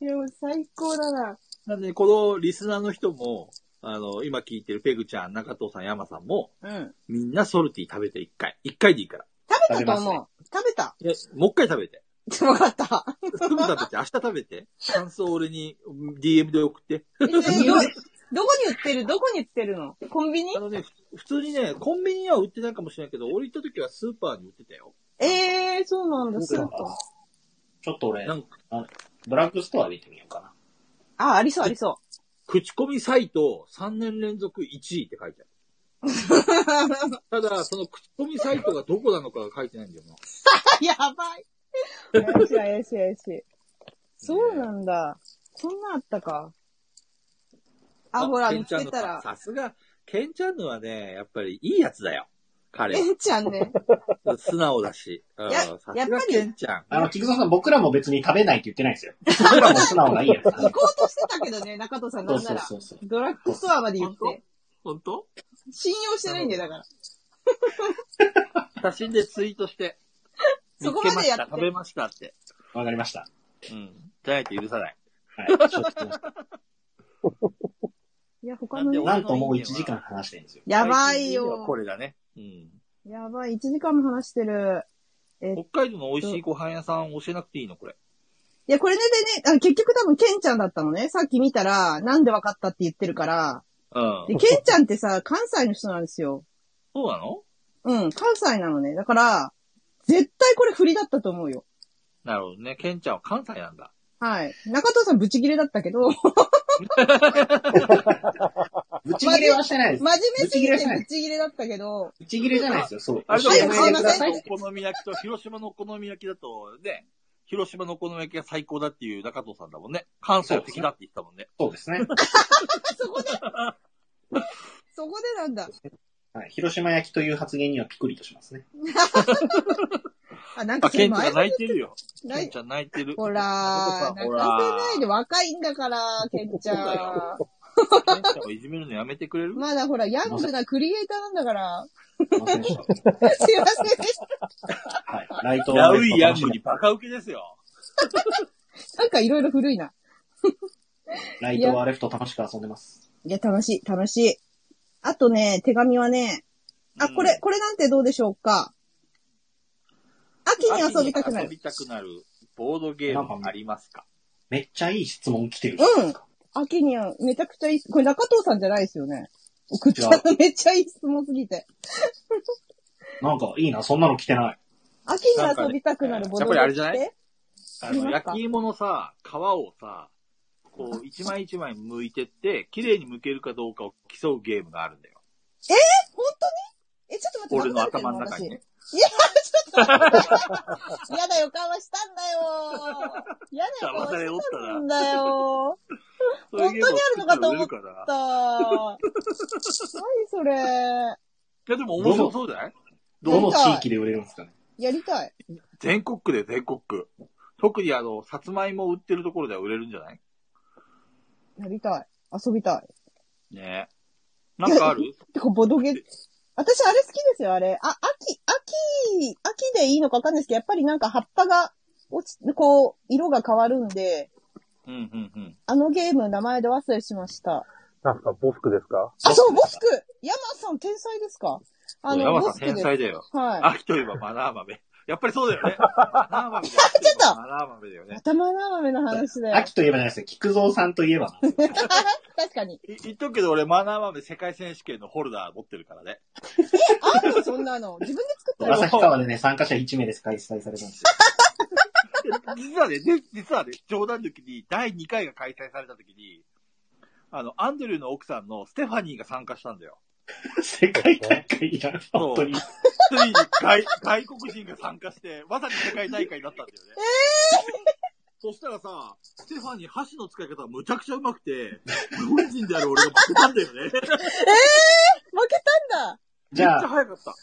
Speaker 1: いや、もう最高だな。
Speaker 4: なんで、ね、このリスナーの人も、あの、今聞いてるペグちゃん、中藤さん、山さんも、
Speaker 1: うん。
Speaker 4: みんなソルティ食べて一回。一回でいいから。
Speaker 1: 食べたと思う。食べた。
Speaker 4: いやもう一回食べて。
Speaker 1: わかった。
Speaker 4: すぐ食べて、明日食べて。感想を俺にうん DM で送って。
Speaker 1: えーどどこに売ってるどこに売ってるのコンビニ
Speaker 4: あのね、ふ普通にね、コンビニには売ってないかもしれないけど、俺行った時はスーパーに売ってたよ。
Speaker 1: ええー、そうなんだ、
Speaker 2: そ
Speaker 1: そううなん
Speaker 2: な
Speaker 1: ん
Speaker 2: だ
Speaker 1: だ。
Speaker 2: ちょっと俺
Speaker 4: な、んか、
Speaker 2: ドラッグストアで行ってみようかな。
Speaker 1: あ、ありそう、ありそう。
Speaker 4: 口コミサイト3年連続1位って書いて ある。ただ、その口コミサイトがどこなのかが書いてないんだよな。
Speaker 1: やばい。怪しい怪しい怪しい。そうなんだ。そんなあったか。あ、ほら、
Speaker 4: ケン
Speaker 1: 見
Speaker 4: ちゃ
Speaker 1: つけ
Speaker 4: んの
Speaker 1: たら。
Speaker 4: さすが、ケンちゃんのはね、やっぱりいいやつだよ。彼
Speaker 1: えんちゃんね。
Speaker 4: は。 素直だし。うん
Speaker 1: や
Speaker 4: さす
Speaker 1: やっぱ
Speaker 4: が
Speaker 1: り
Speaker 4: ケンちゃん。
Speaker 2: あの、菊蔵さん、僕らも別に食べないって言ってないですよ。僕らも素直がいいやつなん
Speaker 1: 行
Speaker 2: で。
Speaker 1: こうとしてたけどね、中藤さん
Speaker 2: そ
Speaker 1: な
Speaker 2: う
Speaker 1: な
Speaker 2: んそう
Speaker 1: ら。
Speaker 2: そうそう。
Speaker 1: ドラッグストアまで言っ
Speaker 4: 本
Speaker 1: て。
Speaker 4: 本当
Speaker 1: 信用してないんだよ、だから。
Speaker 4: 写真でツイートして。
Speaker 1: そこまでやって
Speaker 4: 見つけました食べましたって。
Speaker 2: わかりました。
Speaker 4: うん。じゃないと許さない。
Speaker 2: はい。承知しました
Speaker 1: いや、他の
Speaker 4: なんで
Speaker 1: ね。
Speaker 4: 俺
Speaker 2: なんともう1時間話してるんですよ。
Speaker 1: やばい
Speaker 4: 最近では
Speaker 1: よ
Speaker 4: こ。れだね。うん。
Speaker 1: やばい、1時間も話してる。
Speaker 4: 北海道の美味しいご飯屋さん教えなくていいのこれ。
Speaker 1: いや、これねでね、あの結局多分ケンちゃんだったのね。さっき見たら、なんで分かったって言ってるから。
Speaker 4: うん
Speaker 1: で、。ケンちゃんってさ、関西の人なんですよ。
Speaker 4: そうなの
Speaker 1: うん、関西なのね。だから、絶対これ振りだったと思うよ。
Speaker 4: なるほどね。ケンちゃんは関西なんだ。
Speaker 1: はい。中藤さんブチギレだったけど、 真
Speaker 2: ぶち切れはしてないです。
Speaker 1: 面目すぎて
Speaker 2: ブチギレじゃない
Speaker 1: ブチギレだったけど、
Speaker 2: ぶち切れじゃないですよ。そう。
Speaker 4: あれ
Speaker 2: 教
Speaker 4: だ
Speaker 2: えて
Speaker 4: よ
Speaker 1: は
Speaker 4: ね、
Speaker 1: すいま
Speaker 4: 北
Speaker 1: せん
Speaker 4: 海道のお好み焼きと広島のお好み焼きだと、ね、広島のお好み焼きが最高だっていう中藤さんだもんね。関西的だって言ってたもんね。
Speaker 2: そうですね。
Speaker 1: そこで、そこでなんだ。
Speaker 2: はい。広島焼きという発言にはピクリとしますね。
Speaker 1: あ、なんか
Speaker 4: あ、
Speaker 1: それ
Speaker 4: ケンちゃんが
Speaker 1: 前
Speaker 4: 泣いてるよ。
Speaker 1: な
Speaker 4: ケ
Speaker 1: い
Speaker 4: ンちゃん泣いてる。
Speaker 1: ほらー、泣か
Speaker 4: ほ
Speaker 1: らせないで若いんだから、ケンちゃ
Speaker 4: ケンちゃんをいじめるのやめてくれる
Speaker 1: ん。まだほら、ヤングなクリエイターなんだ から。
Speaker 2: すいませんでした
Speaker 1: すいませんでした。
Speaker 2: はい。ライト
Speaker 4: ラウイヤングにバカ受けですよ。
Speaker 1: なんかいろいろ古いな。
Speaker 2: ライトはレフト楽しく遊んでます。
Speaker 1: いや、楽しい、楽しい。あとね、手紙はね、あ、これ、これなんてどうでしょうか。秋に遊びたくなる。
Speaker 4: 秋に遊びたくなるボードゲームありますか
Speaker 2: めっちゃいい質問来てる。
Speaker 1: うん。秋にはめちゃくちゃいい、これ中藤さんじゃないですよね。送ったのめっちゃいい質問すぎて。
Speaker 2: なんかいいな、そんなの来てない。
Speaker 1: 秋に遊びたくなるボードゲーム
Speaker 4: なんかね
Speaker 1: って。
Speaker 4: あ
Speaker 1: ありま
Speaker 4: の、
Speaker 1: すか
Speaker 4: 焼き芋のさ、皮をさ、こう、一枚一枚剥いてって、綺麗に剥けるかどうかを競うゲームがあるんだよ。
Speaker 1: 本当にえ、ちょっと待って、
Speaker 4: 俺
Speaker 1: 殴
Speaker 4: の
Speaker 1: られてる
Speaker 4: 頭の中に
Speaker 1: 私
Speaker 4: ね。
Speaker 1: 嫌な予感はしたんだよー。嫌な予感はしたんだよ
Speaker 4: そういうゲームを作った売れるか
Speaker 1: ー。
Speaker 4: ら
Speaker 1: たー。何それ。
Speaker 4: いや、でも面白そうじゃない
Speaker 2: どの地域で売れるんですかね。
Speaker 1: やりたい。
Speaker 4: 全国区で全国区。特にあの、さつまいもを売ってるところでは売れるんじゃない
Speaker 1: やりたい。遊びたい。
Speaker 4: ねえ。なんか ある
Speaker 1: てか、ボドゲ、私あれ好きですよ、あれ。あ、秋、秋、秋でいいのかわかんないですけど、やっぱりなんか葉っぱが落ち、こう、色が変わるんで、
Speaker 4: うんうんうん。
Speaker 1: あのゲーム名前で忘れしました。
Speaker 3: なんすか、ボスクですか
Speaker 1: あ、そう、ボスク山さん天才ですかあの、
Speaker 4: 山
Speaker 1: ボ
Speaker 4: さ
Speaker 1: ス
Speaker 4: ん
Speaker 1: ク
Speaker 4: 天
Speaker 1: です。
Speaker 4: 才だよ。
Speaker 1: はい。
Speaker 4: 秋といえばマナー豆。やっぱりそうだ よね。マナー豆だよ。
Speaker 1: 出た
Speaker 4: マナー豆だよね。
Speaker 1: 頭斜めの話だよ。
Speaker 2: 秋といえばじゃないですよ。菊蔵さんといえばなんですよ。
Speaker 1: 確かに。
Speaker 4: い言っとくけど俺マナー豆世界選手権のホルダー持ってるからね。
Speaker 1: あんの、 そんなの。自分で作ったの
Speaker 2: 旭川でね、参加者1名です開催されたんですよ。
Speaker 4: 実はね、で実はね、冗談抜きに第2回が開催された時に、あの、アンドリューの奥さんのステファニーが参加したん だよ。
Speaker 2: 世界大会いらん、本当に。
Speaker 4: ついに外外国人が参加して、まさに世界大会になったんだ よね。そしたらさ、ステファニー箸の使い方がむちゃくちゃうまくて、日本人である俺が負けたんだよね。めっち
Speaker 1: 負けたんだ
Speaker 2: じゃ
Speaker 4: ゃ
Speaker 2: あ、
Speaker 4: 早かった。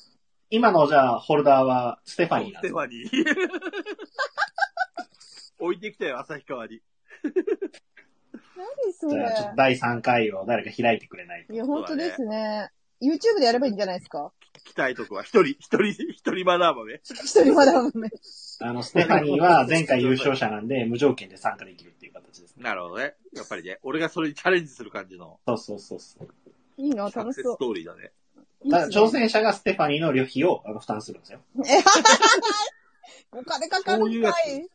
Speaker 2: 今のじゃあ、ホルダーはステファニーな
Speaker 4: ス
Speaker 2: んで
Speaker 4: テ
Speaker 2: す
Speaker 4: ファニー。 置いてきたよ、旭川に。
Speaker 1: 何そ
Speaker 2: じゃあ、ちょっ
Speaker 1: れ
Speaker 2: と。第3回を誰か開いてくれないと
Speaker 1: い。や、本当ですね。YouTube でやればいいんじゃないですか
Speaker 4: 来たいとこは、一人、一人、一人マナー豆。
Speaker 1: 一人まだもんね。
Speaker 2: あの、ステファニーは前回優勝者なんで、無条件で参加できるっていう形ですね。
Speaker 4: なるほどね。やっぱりね、俺がそれにチャレンジする感じの
Speaker 2: そうそうそうそう。
Speaker 1: いいな、
Speaker 4: サ
Speaker 1: 楽
Speaker 4: ク
Speaker 1: し
Speaker 4: セス
Speaker 1: そ
Speaker 4: ストーリーだね。
Speaker 1: う。
Speaker 2: ただ、挑
Speaker 1: い
Speaker 2: 戦者がステファニーの旅費をあの負担するんですよ。
Speaker 1: いっすね。えはは ははお金かかる
Speaker 4: そうい
Speaker 1: ん
Speaker 4: うや
Speaker 1: かい。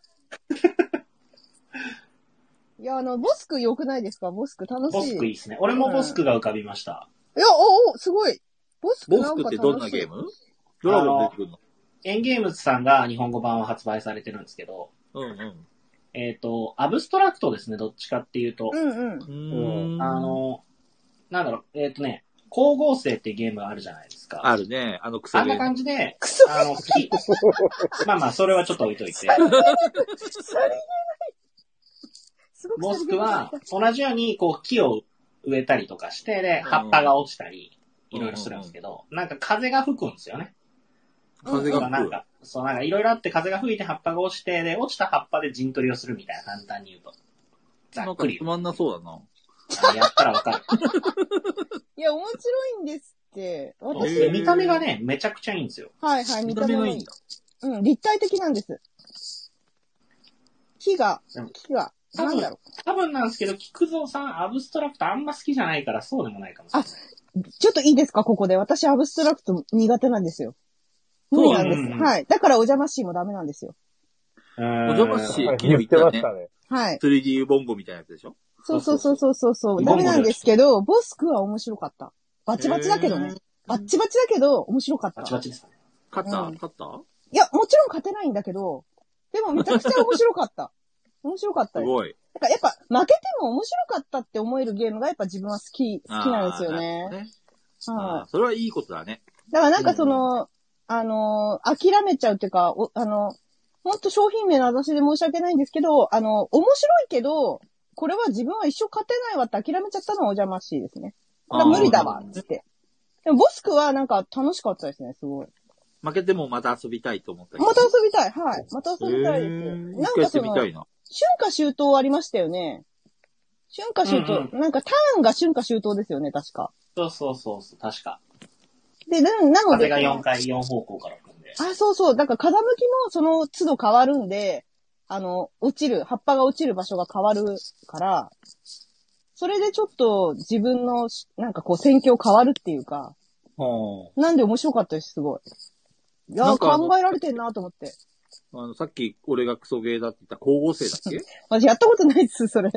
Speaker 1: いや、あの、ボスク良くないですかボスク楽
Speaker 2: ボ
Speaker 1: しい。
Speaker 2: スクいいですね。俺もボスクが浮かびました。
Speaker 1: いや、おお、すごい。ボスク
Speaker 4: ボ
Speaker 1: な
Speaker 4: ス
Speaker 1: ん
Speaker 4: ク
Speaker 1: か
Speaker 4: っ
Speaker 1: 楽しい。
Speaker 4: てどんなゲームドラゴン出てくるの
Speaker 2: エンゲームズさんが日本語版を発売されてるんですけど、
Speaker 4: うんうん。
Speaker 2: えっ、と、アブストラクトですね、どっちかっていうと。
Speaker 1: うんうん。
Speaker 4: うーん
Speaker 2: あの、なんだろう、えっ、とね、光合成っていうゲームがあるじゃないですか。
Speaker 4: あるね。あのクソ
Speaker 2: あんな
Speaker 4: ゲーム。
Speaker 2: 感じで、
Speaker 1: クソ、
Speaker 2: あの、木まあまあ、それはちょっと置いといて。
Speaker 1: すごく
Speaker 2: モ
Speaker 1: さり
Speaker 2: ス
Speaker 1: げ
Speaker 2: ク
Speaker 1: な、
Speaker 2: はい同じように、こう、木を植えたりとかして、で、
Speaker 4: うん
Speaker 2: 葉っぱが落ちたり、いろいろするんですけど、なんか風が吹くんですよね。
Speaker 4: 風
Speaker 2: だから
Speaker 4: が
Speaker 2: な
Speaker 4: 吹
Speaker 2: ん
Speaker 4: く。
Speaker 2: か、そう、なんかいろいろあって風が吹いて葉っぱが落ちて、で、落ちた葉っぱで陣取りをするみたいな、簡単に言うと。ざ
Speaker 4: なん
Speaker 2: っ
Speaker 4: か
Speaker 2: くり
Speaker 4: つ。まんなそうだな。
Speaker 2: あのやったらわかる。
Speaker 1: いや、面白いんですって。私、
Speaker 4: へー
Speaker 2: 見た目がね、めちゃくちゃいいんですよ。
Speaker 1: はいはい、見
Speaker 4: 見
Speaker 1: た
Speaker 4: た
Speaker 1: 目
Speaker 4: 目
Speaker 1: も
Speaker 4: が
Speaker 1: い
Speaker 4: い
Speaker 1: い
Speaker 4: いんだ。
Speaker 1: うん、立体的なんです。木が
Speaker 2: でも、
Speaker 1: 木が、
Speaker 2: 多
Speaker 1: な
Speaker 2: 分
Speaker 1: んだろう。
Speaker 2: 多分なんですけど、菊蔵さん、アブストラクトあんま好きじゃないからそうでもないかもしれない。
Speaker 1: ちょっといいですかここで。私、アブストラクト苦手なんですよ。無理なんです。
Speaker 2: そうなんだ
Speaker 1: はい。だから、お邪魔しもダメなんですよ。
Speaker 2: お
Speaker 4: お邪魔し
Speaker 3: はい
Speaker 4: 昨日
Speaker 3: 言
Speaker 4: 言っ
Speaker 3: ったて
Speaker 4: よね
Speaker 3: ましたね。
Speaker 1: はい。
Speaker 4: 3D ボンゴみたいなやつでしょ
Speaker 1: そうそうそうそうそうそ
Speaker 2: そう
Speaker 1: う。ダメなんですけど、ボスクは面白かった。バチバチだけど
Speaker 4: へ
Speaker 1: ね
Speaker 4: ー。
Speaker 1: バッチバチだけど、面白かった。
Speaker 2: バチバチですね。
Speaker 4: 勝った、
Speaker 1: うん
Speaker 4: 勝った
Speaker 1: いや、もちろん勝てないんだけど、でもめちゃくちゃ面白かった。面白かった
Speaker 4: す
Speaker 1: よ。
Speaker 4: ごい。
Speaker 1: だからやっぱ負けても面白かったって思えるゲームがやっぱ自分は好き、好きなんですよ
Speaker 4: あーなるほど
Speaker 1: ね。
Speaker 4: ねあ
Speaker 1: は
Speaker 4: ーそれはいいことだね。
Speaker 1: い。だからなんかその、あのー、諦めちゃうっていうか、おあの、ほんと商品名の私で申し訳ないんですけど、あの、面白いけど、これは自分は一生勝てないわって諦めちゃったのはお邪魔しいですね。これは無理だわ、つって。でもボスクはなんか楽しかったですね、すごい。
Speaker 4: 負けてもまた遊びたいと思った
Speaker 1: また遊びたい、はい。また遊びたいです。
Speaker 4: えー
Speaker 1: なん
Speaker 4: 一回
Speaker 1: か
Speaker 4: して
Speaker 1: そ
Speaker 4: み
Speaker 1: の、
Speaker 4: たいな。
Speaker 1: 春夏秋冬ありましたよね。春夏秋冬、
Speaker 2: うん
Speaker 1: なんかターンが春夏秋冬ですよね、確か。
Speaker 2: そうそうそうそう、確か。
Speaker 1: で、ななの
Speaker 2: 風
Speaker 1: で。
Speaker 2: が4回、4方向から来るんで。
Speaker 1: あ、そうそう。なんか風向きもその都度変わるんで、あの、落ちる、葉っぱが落ちる場所が変わるから、それでちょっと自分のし、なんかこう戦況変わるっていうか、
Speaker 4: は
Speaker 1: なんで面白かったです、すごい。いや
Speaker 4: な
Speaker 1: ー、
Speaker 4: んかあの
Speaker 1: 考えられてんなと思って。
Speaker 4: ああの、さっき俺がクソゲーだって言った光合成だっけ
Speaker 1: 私やったことないです、それ。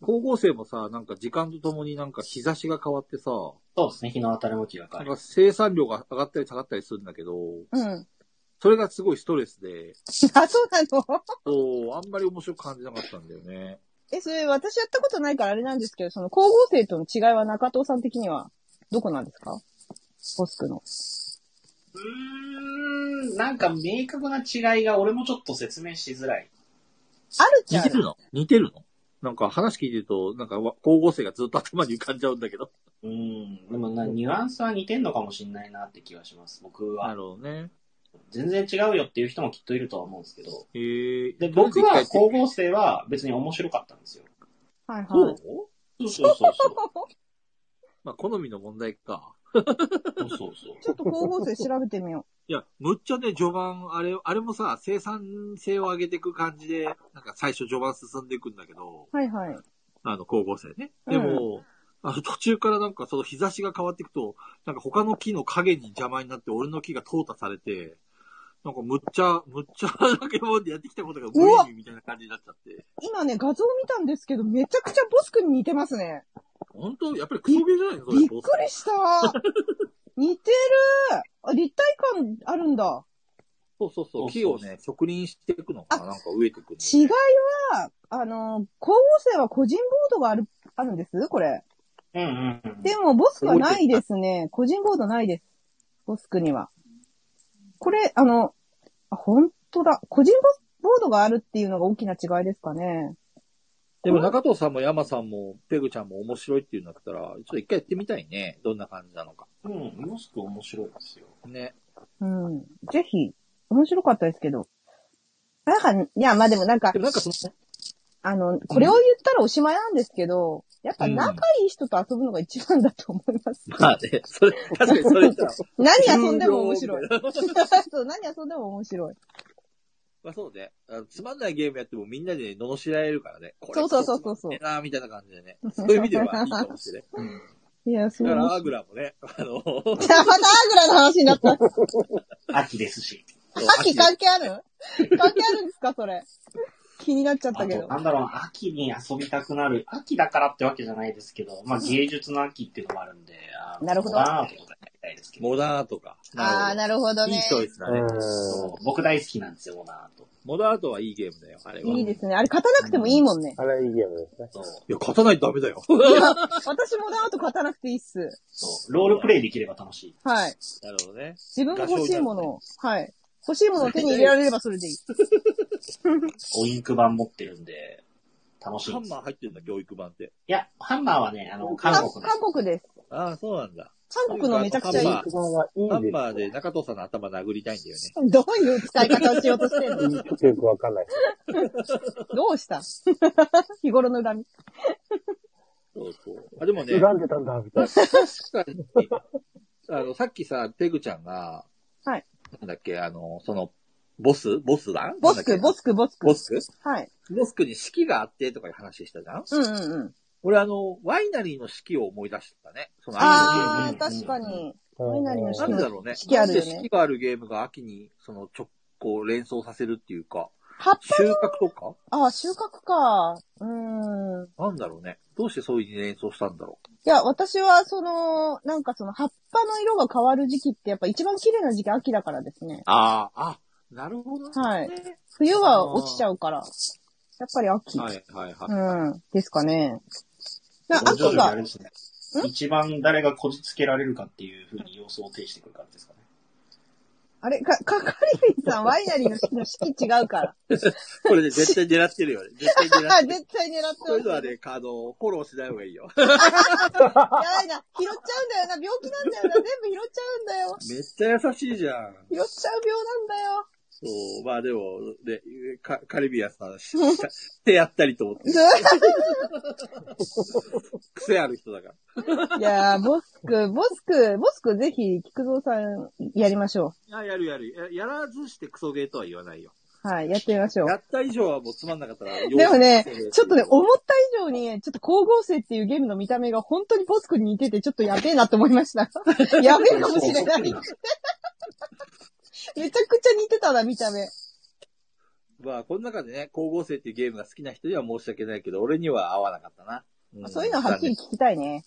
Speaker 4: 光合成もさ、なんか時間とともになんか日差しが変わってさ、
Speaker 2: そうですね、日の当たる向きが変
Speaker 4: な
Speaker 2: わ
Speaker 4: ん
Speaker 2: る。
Speaker 4: か生産量が上がったり下がったりするんだけど、
Speaker 1: うん。
Speaker 4: それがすごいストレス で、
Speaker 1: あ、そうなの
Speaker 4: そう、あんまり面白く感じなかったんだよね。
Speaker 1: え、それ私やったことないからあれなんですけど、その光合成との違いは中藤さん的にはどこなんですかボスクの。
Speaker 2: うーん、なんか明確な違いが俺もちょっと説明しづらい。
Speaker 1: あるっち
Speaker 4: 似
Speaker 1: ゃあ
Speaker 4: てる
Speaker 1: る。
Speaker 4: の似てるのなんか話聞いてると、なんかわ光合成がずっと頭に浮かんじゃうんだけど。
Speaker 2: うーん、でもな、ニュアンスは似てんのかもしんないなって気はします、僕
Speaker 4: な
Speaker 2: は。
Speaker 4: るほどね。
Speaker 2: 全然違うよっていう人もきっといるとは思うんですけど。
Speaker 4: えー、
Speaker 2: で、僕は
Speaker 4: とり
Speaker 2: 光合成は別に面白かったんですよ。
Speaker 1: はい
Speaker 4: あえず一
Speaker 1: はい。
Speaker 2: そうそ
Speaker 4: 回そう
Speaker 2: うそうそう。
Speaker 4: まあ、好みの問題か。
Speaker 2: そうそうそう。
Speaker 1: ちょっと光合成調べてみよ
Speaker 4: いや、むっちゃね、序盤、あれ、あれもさ、生産性を上げていく感じで、なんか最初序盤進んでいくんだけど、
Speaker 1: う。はいはい。
Speaker 4: あの、光合成ね。でも、あの、途中からなんかその日差しが変わっていくと、なんか他の木の影に邪魔になって、俺の木が淘汰されて、なんかむっちゃ、むっちゃ、だけもんでやってきたことが無意味みたいな感じになっちゃって。
Speaker 1: 今ね、画像見たんですけど、めちゃくちゃボスクに似てますね。
Speaker 4: 本当やっぱりクソゲーじゃないのそれ
Speaker 1: びっくり した似てるあ、立体感あるんだ。
Speaker 4: そうそうそう。木をね、植林していくのかななんか植えていくの。
Speaker 1: 違いは、あの、光合成は個人ボードがある、あるんですこれ。
Speaker 2: うんうんうん。
Speaker 1: でも、ボスクはないですね。個人ボードないです。ボスクには。これ、あの、あ、本当だ。個人ボボードがあるっていうのが大きな違いですかね。
Speaker 4: でも中藤さんも山さんもペグちゃんも面白いっていうんだったら、ちょっと一回やってみたいね。どんな感じなのか。
Speaker 2: うん、もしく面白いですよ。
Speaker 4: ね。
Speaker 1: うん。ぜひ、面白かったですけど。なんか、いや、まあでもなんか
Speaker 4: で、もなんかその、
Speaker 1: あの、これを言ったらおしまいなんですけど、やっぱ仲いい人と遊ぶのが一番だと思います。
Speaker 4: まあね、それ、確かに それ言ったら、
Speaker 1: 何遊んでも面白い
Speaker 4: 有料。
Speaker 1: そう、何遊んでも面白い。
Speaker 4: まあそうねあの。つまんないゲームやってもみんなで罵られるからね。これ
Speaker 1: そうそうそうそうそう
Speaker 4: つまんねえなみたいな感じでね。そういう意味ではいいかも しれない。
Speaker 1: いや、すご
Speaker 4: だ
Speaker 1: い
Speaker 4: か
Speaker 1: 面
Speaker 4: ら
Speaker 1: 白
Speaker 4: アー
Speaker 1: い。
Speaker 4: グラもね、あ
Speaker 1: じ
Speaker 4: の、
Speaker 1: ゃあまたアーグラの話になった。
Speaker 2: 秋ですし。
Speaker 1: 秋関係ある関係あるんですかそれ。気になっちゃった
Speaker 2: あ
Speaker 1: け
Speaker 2: と、
Speaker 1: ど。
Speaker 2: なんだろうな、秋に遊びたくなる。秋だからってわけじゃないですけど、まあ芸術の秋っていうのもあるんで、あの
Speaker 1: なるほど
Speaker 2: モダンアートとかやりたいですけど。
Speaker 4: モダンアートか。
Speaker 1: ああー、
Speaker 4: なる
Speaker 1: なるほど
Speaker 4: ほど。いい
Speaker 1: ね
Speaker 4: チ。ョイスだね。
Speaker 3: うん。
Speaker 2: そう僕大好きなんですよ、モダンアート。
Speaker 4: モダンアートはいいゲームだよ、あれは。
Speaker 1: いいですね。あれ、勝たなくてもいいもんね。
Speaker 3: あれいいゲームですね。
Speaker 2: そう。
Speaker 4: いや、勝たないとダメだよ。
Speaker 1: いや私もなあと勝たなくていいっす。
Speaker 2: そう。ロールプレイできれば楽しい。
Speaker 1: はい。
Speaker 4: なるほどね。
Speaker 1: 自分が欲しいも
Speaker 4: 画
Speaker 1: のを、はい。欲しいものを手に入れられればそれでいい。
Speaker 2: オインク版持ってるんで、楽しい
Speaker 4: ハ
Speaker 2: で
Speaker 4: ン
Speaker 2: す。い
Speaker 4: マー入ってるんだ、教育版って。
Speaker 2: や、ハンマーはね、あの、韓
Speaker 1: 韓
Speaker 2: 国の。
Speaker 1: 韓国です。
Speaker 4: ああ、そうなんだ。
Speaker 1: 韓国のめちゃくちゃい
Speaker 4: ハンマ
Speaker 1: い。
Speaker 3: 一番はいい
Speaker 4: ハン
Speaker 3: です。
Speaker 4: マーで中藤さんの頭殴りたいんだよ ね。
Speaker 1: どういう使い方をしようとしてるの
Speaker 3: いいちょっとよくわかんない。
Speaker 1: どうした 日頃の恨み。
Speaker 4: そうそう。あ、でもね、
Speaker 3: 恨んでたんだ、みたいな。
Speaker 4: 確かにあの、さっきさ、ペグちゃんが、
Speaker 1: はい。
Speaker 4: なんだっけ、あの、その、ボスボスだ
Speaker 1: ボスク、ボ
Speaker 4: ス
Speaker 1: スク、ボスク
Speaker 4: ボ。スク
Speaker 1: はい。
Speaker 4: ボスクに式があってとかいう話したじゃん
Speaker 1: うんうんうん。
Speaker 4: 俺あの、ワイナリーの四季を思い出したね。その秋の
Speaker 1: あー、
Speaker 2: うん
Speaker 1: 確かに。
Speaker 3: うん
Speaker 1: ワイナリーの
Speaker 4: ゲーム。なんだろうね。
Speaker 1: 四季あるよね
Speaker 4: なんで四季があるゲームが秋に、その、ちょ、こう連想させるっていうか、
Speaker 1: 葉っ
Speaker 4: 収穫とか
Speaker 1: ぱ、あー、収穫か。うーん。
Speaker 4: なんだろうね。どうしてそういう連想したんだろ
Speaker 1: いや、私は、その、なんかその葉っぱの色が変わる時期って、やっぱ一番綺麗な時期秋だからですね。
Speaker 4: う。ああ、あ、なるほど、ね。
Speaker 1: はい。冬は落ちちゃうから。やっぱり秋。
Speaker 4: はい、はい、はい。
Speaker 1: うん。ですかね。な
Speaker 2: 徐
Speaker 1: 秋
Speaker 2: 々にあ
Speaker 1: が
Speaker 2: れ、ですね。一番誰がこじつけられるかっていうふうに様相を呈してくる感じですかね。
Speaker 1: あれ、か、 かかりみさん、ワイナリーの四季の四季違うから。
Speaker 4: これで絶対狙ってる よね。絶対狙っ
Speaker 1: あ、
Speaker 4: てる。
Speaker 1: 絶対狙って
Speaker 4: こういうの
Speaker 1: ま
Speaker 4: は
Speaker 1: す。や
Speaker 4: ね、あの、フォローしない方がいいよ。
Speaker 1: ばいな。拾っちゃうんだよな。病気なんだ よな。全部拾っちゃうんだよ。
Speaker 4: めっちゃ優しいじゃん。
Speaker 1: 拾っちゃう病なんだよ。
Speaker 4: そう、まあでも、ね、カカリビアンさん、しししてやったりと思って、癖ある人だから。
Speaker 1: いやー、ボスク、ボスク、ボスク、ぜひ、菊蔵さん、やりましょ
Speaker 4: いや、やるやる。ややらずしてクソゲーとは言わないよ。
Speaker 1: う。はい、やってみましょう
Speaker 4: や。った以上はもうつまんなかったら、
Speaker 1: でもね
Speaker 4: 要は、
Speaker 1: ちょっとね、思った以上に、ちょっと光合成っていうゲームの見た目が本当にボスクに似てて、ちょっとやべえなと思いま した。やべえかもしれない。めちゃくちゃ似てたな、見た目。
Speaker 4: まあ、この中でね、光合成っていうゲームが好きな人には申し訳ないけど、俺には合わなかったな。ん
Speaker 1: そういうのはっきり聞きたいね。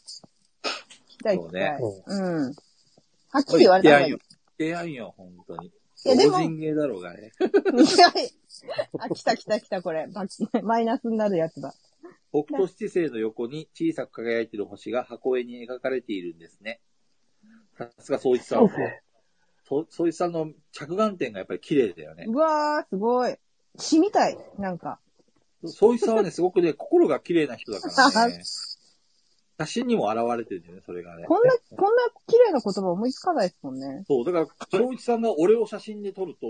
Speaker 1: 聞きたい、
Speaker 4: そ
Speaker 1: 聞
Speaker 4: う
Speaker 1: きた
Speaker 4: ね
Speaker 1: い。
Speaker 3: う
Speaker 1: うん。はっき
Speaker 4: 残
Speaker 1: り言
Speaker 4: 念
Speaker 1: われた方がいい。
Speaker 4: 言ってやんよ、本当に。
Speaker 1: いやでも
Speaker 4: 個人芸だろうがね。
Speaker 1: はい あ、来た来た来た、これ。バマイナスになるやつだ。
Speaker 4: 北斗七星の横に小さく輝いている星が箱絵に描かれているんですね。さすが総一さん。そ総一さんの着眼点がやっぱり綺麗だよね
Speaker 1: う。わー、すごい。血みたい、なんか。
Speaker 4: 総一さんはね、すごくね、心が綺麗な人だからね
Speaker 1: あ。
Speaker 4: 写真にも現れてるんだよね、それがね。
Speaker 1: こんな、こんな綺麗な言葉思いつかないですもんね。
Speaker 4: そう、だから、総一さんが俺を写真で撮ると、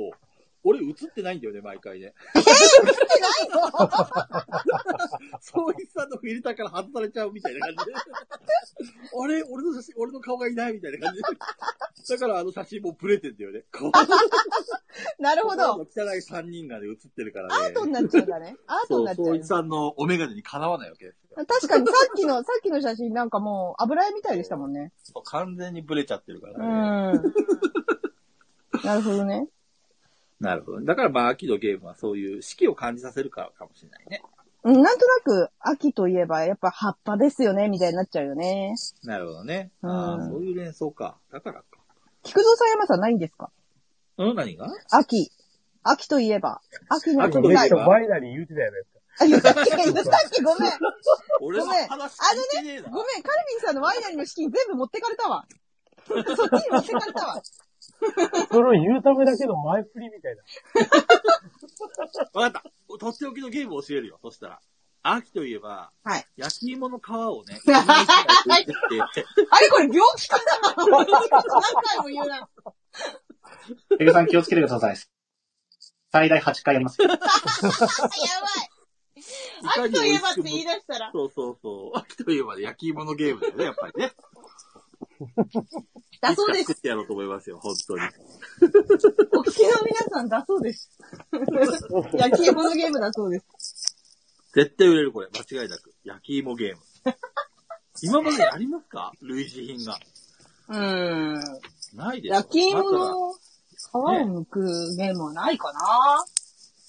Speaker 4: 俺写ってないんだよね、毎回 ね。総一さんのフィルターから外されちゃうみたいな感じで。あれ俺の写真、俺の顔がいないみたいな感じで。だからあの写真もブレてんだよね。顔
Speaker 1: なるほど。
Speaker 4: 汚い三人がね、映ってるからね。
Speaker 1: アートになっちゃうんだね。アート
Speaker 4: そ
Speaker 1: に
Speaker 4: う、
Speaker 1: なっちゃ
Speaker 4: 総
Speaker 1: う
Speaker 4: 一。さんのお眼鏡にかなわないわけですよ。
Speaker 1: 確かにさっきの、さっきの写真なんかもう油絵みたいでしたもんね。
Speaker 4: そう完全にブレちゃってるか
Speaker 1: うん。
Speaker 4: らね。
Speaker 1: なるほどね。
Speaker 4: なるほど。だからまあ、秋のゲームはそういう四季を感じさせるからかもしれないね。
Speaker 1: うんなんとなく秋といえばやっぱ葉っぱですよね、みたいになっちゃうよね。
Speaker 4: なるほどね。あ
Speaker 1: う
Speaker 4: あ、
Speaker 1: ん
Speaker 4: そういう連想か。だからか。
Speaker 1: 菊蔵さん山さんないんですか
Speaker 4: うん、何が
Speaker 1: 秋。秋といえば。秋の
Speaker 4: 秋
Speaker 1: 食
Speaker 4: と
Speaker 3: め
Speaker 4: いえ
Speaker 1: べた
Speaker 3: っ
Speaker 4: ば
Speaker 1: い
Speaker 3: ちゃ。ワイナリー言うてたやないですか。
Speaker 1: あ言ったっけ言ったっけごめん。
Speaker 4: 俺の
Speaker 1: ごめん
Speaker 4: 話聞いてねえな。
Speaker 1: ごめん。カルビンさんのワイナリーの資金全部持ってかれたわ。そっちに持ってかれたわ。
Speaker 3: それを言うためだけの前振りみたいな。
Speaker 4: わかった。とっておきのゲームを教えるよ。そしたら。秋といえば、
Speaker 1: はい。
Speaker 4: 焼き芋の皮を ね、
Speaker 1: はい
Speaker 4: って、
Speaker 1: あれこれ病気かな何回も言うな。
Speaker 2: ペグさん気をつけてください。最大8回やります。
Speaker 1: あやばい。秋といえばって言い出したら。
Speaker 4: そうそうそう。秋といえばね焼き芋のゲームだよね、やっぱりね。
Speaker 1: だそうで
Speaker 4: 作
Speaker 1: す
Speaker 4: っ。てやろうと思いますよ、本当に。
Speaker 1: お聞きの皆さんだそうです。焼き芋のゲームだそうです。
Speaker 4: 絶対売れる、これ。間違いなく。焼き芋ゲーム。 今までありますか類似品が。
Speaker 1: うーん。
Speaker 4: ないでしょ。
Speaker 1: 焼き芋
Speaker 4: だから
Speaker 1: の皮を剥くゲームはないかな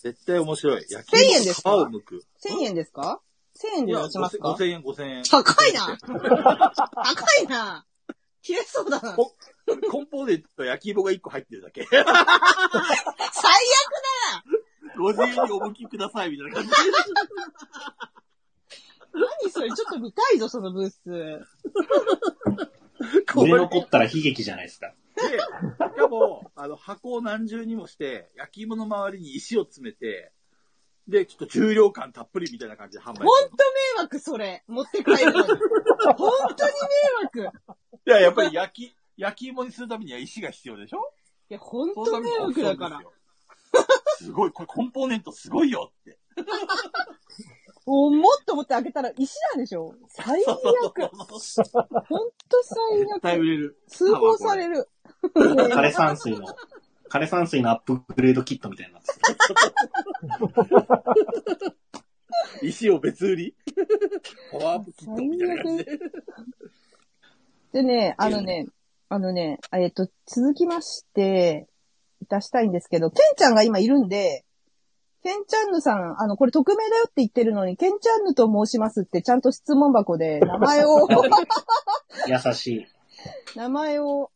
Speaker 4: 絶対面白い。焼
Speaker 1: 1000
Speaker 4: き
Speaker 1: 円ですか
Speaker 4: 芋の皮を剥く。
Speaker 1: ?1000 円ですか ?1000 円
Speaker 4: い
Speaker 1: で
Speaker 4: や、
Speaker 1: 出しますか
Speaker 4: 5000円、5000円。
Speaker 1: 高いな高いな切れそうだな。
Speaker 4: おコンポーネントと焼き芋が1個入ってる だけ。
Speaker 1: 最
Speaker 4: ご自由にお向きください、みたいな感じ。
Speaker 1: 悪何それちょっと見たいぞ、そのブー ス。
Speaker 2: 売れ残ったら悲劇じゃないですか。
Speaker 4: で、しかも、あの、箱を何重にもして、焼き芋の周りに石を詰めて、で、ちょっと重量感たっぷりみたいな感じで販売
Speaker 1: ほんと迷惑、それ。持って帰る のに。ほんとに迷惑。
Speaker 4: いや、やっぱり焼き、焼き芋にするためには石が必要でしょ
Speaker 1: いや、ほんと迷惑だから。。
Speaker 4: すごい、これコンポーネントすごいよって。
Speaker 1: おもっと思って開けたら石なんでしょ最悪。ほんと
Speaker 4: だ
Speaker 1: 最
Speaker 4: いぶ
Speaker 1: 悪。
Speaker 4: 売れる。
Speaker 1: 通報される。
Speaker 2: 枯山水の、枯山水のアップグレードキットみたいになってる
Speaker 4: 石を別売 りパワーアップキットみたいな感じで。
Speaker 1: でね、あのね、あのね、えっと、続きまして、出したいんですけど、ケンちゃんが今いるんで、ケンちゃんぬさん、あの、これ匿名だよって言ってるのに、ケンちゃんぬと申しますって、ちゃんと質問箱で名前を、
Speaker 2: 優しい。
Speaker 1: 名前を、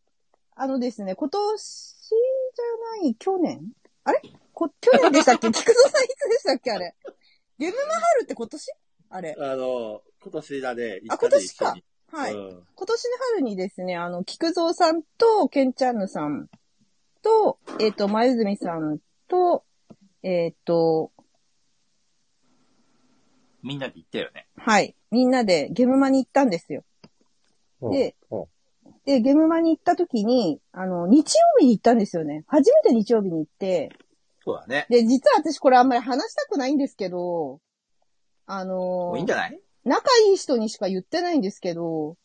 Speaker 1: あのですね、今年じゃない、去年あれこ去年でしたっけ菊蔵さんいつでしたっけあれ。ゲムマハルって今年あれ。
Speaker 4: あの、今年だね。
Speaker 1: あ今年かはい。
Speaker 4: うん
Speaker 1: 今年の春にですね、あの、菊蔵さんと、ケンチャンヌさんと、えっ、と、まゆずみさんと、えっ、と、
Speaker 4: みんなで行ったよね。
Speaker 1: はい。みんなでゲムマに行ったんですよ。
Speaker 3: うん
Speaker 1: で
Speaker 3: うん
Speaker 1: で、ゲムマに行った時に、あの、日曜日に行ったんですよね。初めて日曜日に行って、
Speaker 4: そうだね。
Speaker 1: で、実は私これあんまり話したくないんですけど、あの
Speaker 4: もういいんじゃない
Speaker 1: 仲いい人にしか言ってないんですけど、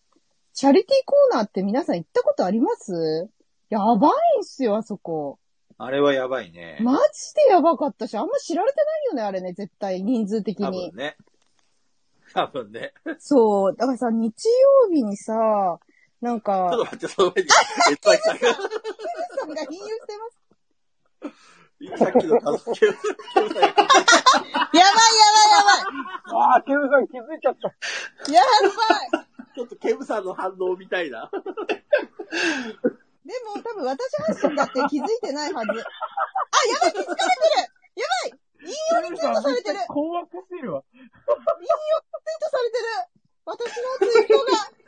Speaker 1: チャリティーコーナーって皆さん行ったことありますやばいんすよ、あそこ。
Speaker 4: あれはやばい ね。
Speaker 1: マジでやばかったし、あんま知られてないよね、あれね、絶対、人数的
Speaker 4: 多
Speaker 1: に
Speaker 4: 分。ね。多分ね。
Speaker 1: そう。だからさ、日曜日にさ、なん
Speaker 4: ちょっ
Speaker 1: か、
Speaker 4: と待って、その前に、えっと、さっき
Speaker 1: 皆さんが引用してます。
Speaker 4: さっきの片付けを、
Speaker 1: やばいや
Speaker 3: ああ、ケムさん気づいちゃった。
Speaker 1: ばいやばいやばい
Speaker 4: ちょっとケムさんの反応みたいな。
Speaker 1: でも、多分私発信だって気づいてない はず。あ、やばい、気づかれてるやばい引用リツイートされてる
Speaker 6: 困惑してるわ。
Speaker 1: 引用ツイートされてる私のツイートが、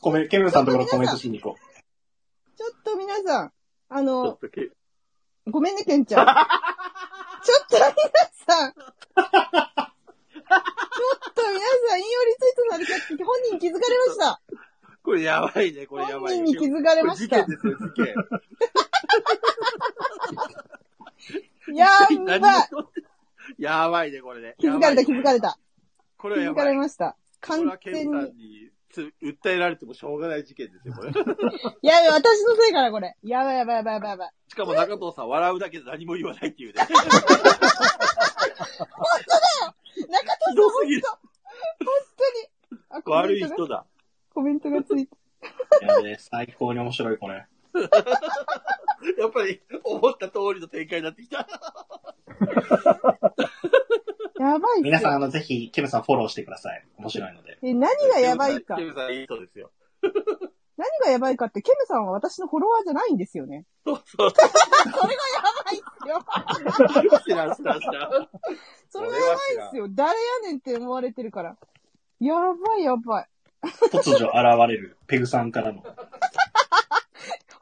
Speaker 2: コメ、ケムさんのところコメントしに行こ
Speaker 1: ちょっと皆さん、あ
Speaker 4: ちょっ
Speaker 1: の、
Speaker 4: とケ
Speaker 1: ごめんね、ケン ちゃん。ちょっと皆さん、ちょっと皆さん、引用リツイートされちゃって、本人に気づかれました。
Speaker 4: これやばいね、これや
Speaker 1: 本
Speaker 4: ばい。
Speaker 1: 人に気づかれまし
Speaker 4: 事
Speaker 1: た。
Speaker 4: 件ですよ、事件。
Speaker 1: やんばい
Speaker 4: 何が起こってやばいね、これね。
Speaker 1: 気づかれた、気
Speaker 4: やばいね
Speaker 1: づかれた。気
Speaker 4: これはや
Speaker 1: づか
Speaker 4: ば
Speaker 1: れ
Speaker 4: い。
Speaker 1: ました。
Speaker 4: これ
Speaker 1: 完
Speaker 4: はケ
Speaker 1: 全
Speaker 4: ムさん
Speaker 1: に。
Speaker 4: につ訴えられてもしょうがない事件ですよ、 これ。
Speaker 1: いやいや、私のせいから、これ。やばいやばいやばいやばいやばい。
Speaker 4: しかも中藤さん笑うだけで何も言わないって いうね。
Speaker 1: 中藤さん、
Speaker 4: ひどすぎる
Speaker 1: 本当に。あコメ
Speaker 4: 悪
Speaker 1: ン
Speaker 4: い
Speaker 1: トが
Speaker 4: 人だ。
Speaker 1: コメントがついて。
Speaker 2: う。やべえ、最高に面白い、これ。
Speaker 4: やっぱり思った通りの展開になってきた。
Speaker 1: やばいっすよ
Speaker 2: 皆さん、あの、ぜひ、ケムさんフォローしてください。面白いので。
Speaker 1: え、何がやばいか
Speaker 4: ケ。ムさんいい人ですよ。
Speaker 1: 何がやばいかって、ケムさんは私のフォロワーじゃないんですよね。
Speaker 4: そうそう。
Speaker 1: はいっすよ。
Speaker 4: 知らん、知らん、知らん。
Speaker 1: それがやばいっすよ。誰やねんって思われてるから。やばいやばい。
Speaker 2: 突如現れる、ペグさんからの。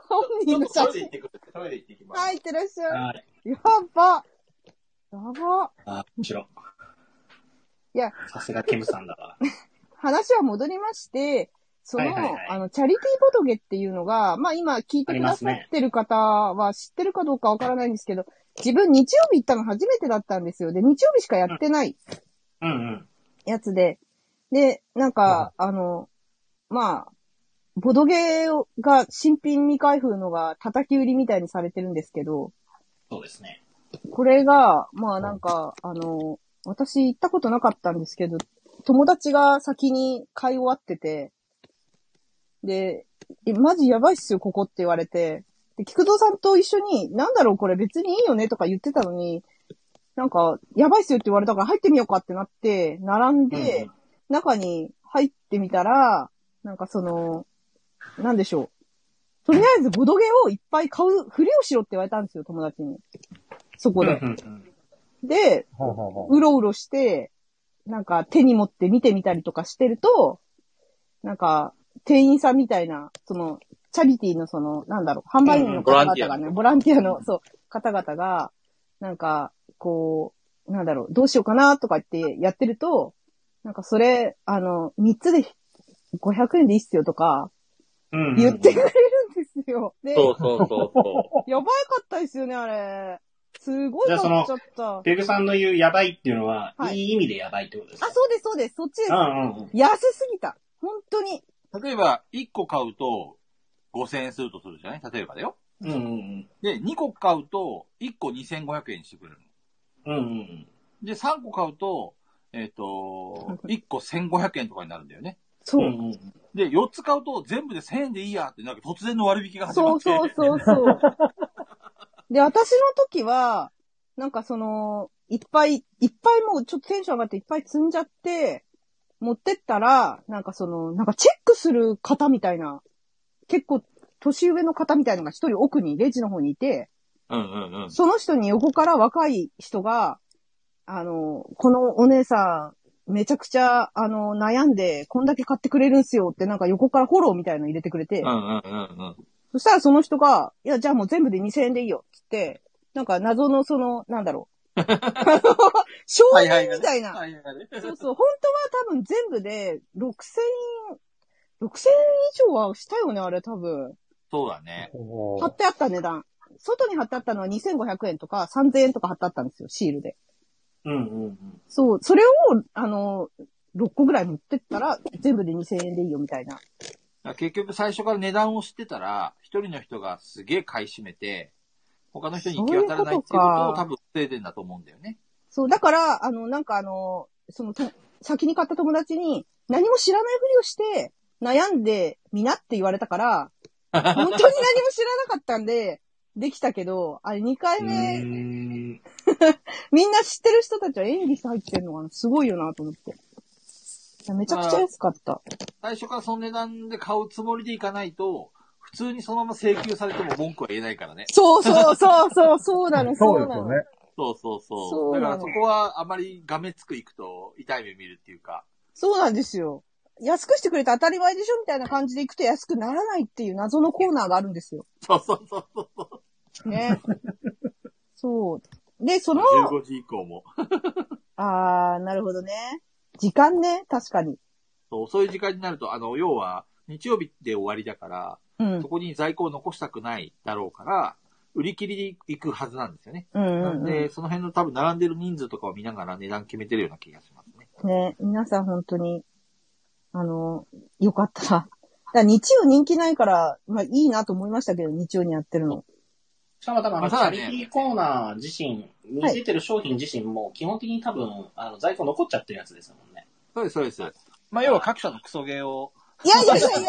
Speaker 1: 本人の写
Speaker 4: トイレ行
Speaker 1: 真
Speaker 4: っ。てくる。トイレ行ってきます。
Speaker 1: はい、いってらっしゃい。
Speaker 2: はい。
Speaker 1: やば。やば。
Speaker 2: あ、面白い。
Speaker 1: いや、
Speaker 2: さすがケムさんだわ。
Speaker 1: 話は戻りまして、その、
Speaker 2: はいはいはい
Speaker 1: あの、チャリティーボトゲっていうのが、まあ今聞いてくださってる方は知ってるかどうかわからないんですけど、自分日曜日行ったの初めてだったんですよ。で、日曜日しかやってない
Speaker 2: うんうん。
Speaker 1: やつで、で、なんか、あの、まあ、ボドゲーが新品未開封のが叩き売りみたいにされてるんですけど、
Speaker 2: そうですね。
Speaker 1: これが、まあなんか、あの、私行ったことなかったんですけど、友達が先に買い終わってて、で、え、マジやばいっすよ、ここって言われて、で、菊蔵さんと一緒に、なんだろう、これ別にいいよねとか言ってたのに、なんか、やばいっすよって言われたから入ってみようかってなって、並んで、
Speaker 2: うん
Speaker 1: 中に入ってみたら、なんかその、なんでしょう。とりあえずボドゲをいっぱい買うふりをしろって言われたんですよ、友達に。そこ
Speaker 2: うんう
Speaker 1: で。
Speaker 2: んうん。
Speaker 1: で、
Speaker 3: ほうほうほう
Speaker 1: うろうろして、なんか手に持って見てみたりとかしてると、なんか、店員さんみたいな、その、チャリティーのその、なんだろう、販売員の方々がね、ボランティアの、そう、方々が、なんか、こう、なんだろう、どうしようかなとかってやってると、なんかそれ、あの、3つで500円でいいっすよとか、
Speaker 2: うんうん
Speaker 1: 言ってくれるんですよ。で、
Speaker 4: そうそうそうそ
Speaker 1: やばかったですよね、あれ。すごい
Speaker 2: じ
Speaker 1: 買
Speaker 2: ゃ
Speaker 1: っ
Speaker 2: あその
Speaker 1: ちゃった。
Speaker 2: ペグさんの言うやばいっていうのは、、
Speaker 1: はいい
Speaker 2: い意味でやばいってことです
Speaker 1: あ、そうです、そうです。そっちです。
Speaker 2: うんうんうん。
Speaker 1: 安すぎた。本当に。
Speaker 4: う。例えば、1個買うと、5000円するとするじゃない例えばだよ。
Speaker 2: うんうんうん。
Speaker 4: で、2個買うと、1個2500円してくれるの。
Speaker 2: うんうんうん。
Speaker 4: で、3個買うと、えっ、と、1個1500円とかになるんだよね。
Speaker 1: そうう。
Speaker 2: んうん。
Speaker 4: で、4つ買うと全部で1000円でいいやって、なんか突然の割引が始ま
Speaker 1: そ
Speaker 4: っ
Speaker 1: う
Speaker 4: て。
Speaker 1: そうそう そう。で、私の時は、なんかその、いっぱい、いっぱいもうちょっとテンション上がっていっぱい積んじゃって、持ってったら、なんかその、なんかチェックする方みたいな、結構年上の方みたいのが一人奥に、レジの方にいて、
Speaker 4: うんうんうん。
Speaker 1: その人に横から若い人が、あの、このお姉さん、めちゃくちゃ、あの、悩んで、こんだけ買ってくれるんすよって、なんか横からフォローみたいの入れてくれて、
Speaker 4: うんうんうんうん。
Speaker 1: そしたらその人が、いや、じゃあもう全部で2000円でいいよ、つって、なんか謎のその、なんだろう。あの少年みたいな。
Speaker 4: はいはいはい
Speaker 1: そうそう、本当は多分全部で6000円、6000円以上はしたよね、あれ多分。
Speaker 4: そうだね。
Speaker 1: 貼ってあった値段。外に貼ってあったのは2500円とか3000円とか貼ってあったんですよ、シールで。
Speaker 2: うんうんうん。
Speaker 1: そう、それを、あの、6個ぐらい持ってったら、全部で2000円でいいよ、みたいな。
Speaker 4: だから結局最初から値段を知ってたら、一人の人がすげえ買い占めて、他の人に行き渡らないっていうことを多分防いでんだと思うんだよね。
Speaker 1: そう、だから、あの、なんかあの、その、と先に買った友達に、何も知らないふりをして、悩んでみなって言われたから、本当に何も知らなかったんで、できたけど、あれ2回
Speaker 2: うー
Speaker 1: 目、
Speaker 2: ん
Speaker 1: みんな知ってる人たちは演技入ってんのかなすごいよなと思って。いやめちゃくちゃ安かった。
Speaker 4: 最初からその値段で買うつもりでいかないと、普通にそのまま請求されても文句は言えないからね。
Speaker 1: そうそうそうそう、そう なの、
Speaker 6: そう
Speaker 1: そう
Speaker 6: です
Speaker 1: な
Speaker 6: よ
Speaker 1: の
Speaker 6: ね。。
Speaker 4: そうそうそう。
Speaker 1: そう
Speaker 4: だ
Speaker 1: な
Speaker 4: か
Speaker 1: の
Speaker 4: らそこはあまりがめつく行くと痛い目見るっていうか。
Speaker 1: そうなんですよ。安くしてくれて当たり前でしょみたいな感じで行くと安くならないっていう謎のコーナーがあるんですよ。
Speaker 4: そうそうそうそう。
Speaker 1: ね。そう。で、その、
Speaker 4: 15時以降も。
Speaker 1: あー、なるほどね。時間ね、確かに。
Speaker 4: そう遅い時間になると、あの、要は、日曜日で終わりだから、
Speaker 1: うん
Speaker 4: そ。こに在庫を残したくないだろうから、売り切りで行くはずなんですよね。
Speaker 1: うんう
Speaker 4: なん
Speaker 1: ん、う
Speaker 4: で、その辺の多分並んでる人数とかを見ながら値段決めてるような気がしますね。
Speaker 1: ん。ね、皆さん本当に、あの、よかった。だから日曜人気ないから、まあいいなと思いましたけど、日曜にやってるの。
Speaker 2: しかも多分あ
Speaker 4: ま
Speaker 2: の、
Speaker 4: あ
Speaker 2: チ
Speaker 4: ただ
Speaker 2: ャ
Speaker 4: ね
Speaker 2: リティーコーナー自身に出てる商品自身も基本的に多分、あの、在庫残っちゃってるやつですもんね。
Speaker 4: そうです、そうです。まあ、要は各社のクソゲーを、
Speaker 1: いやいやい やいやい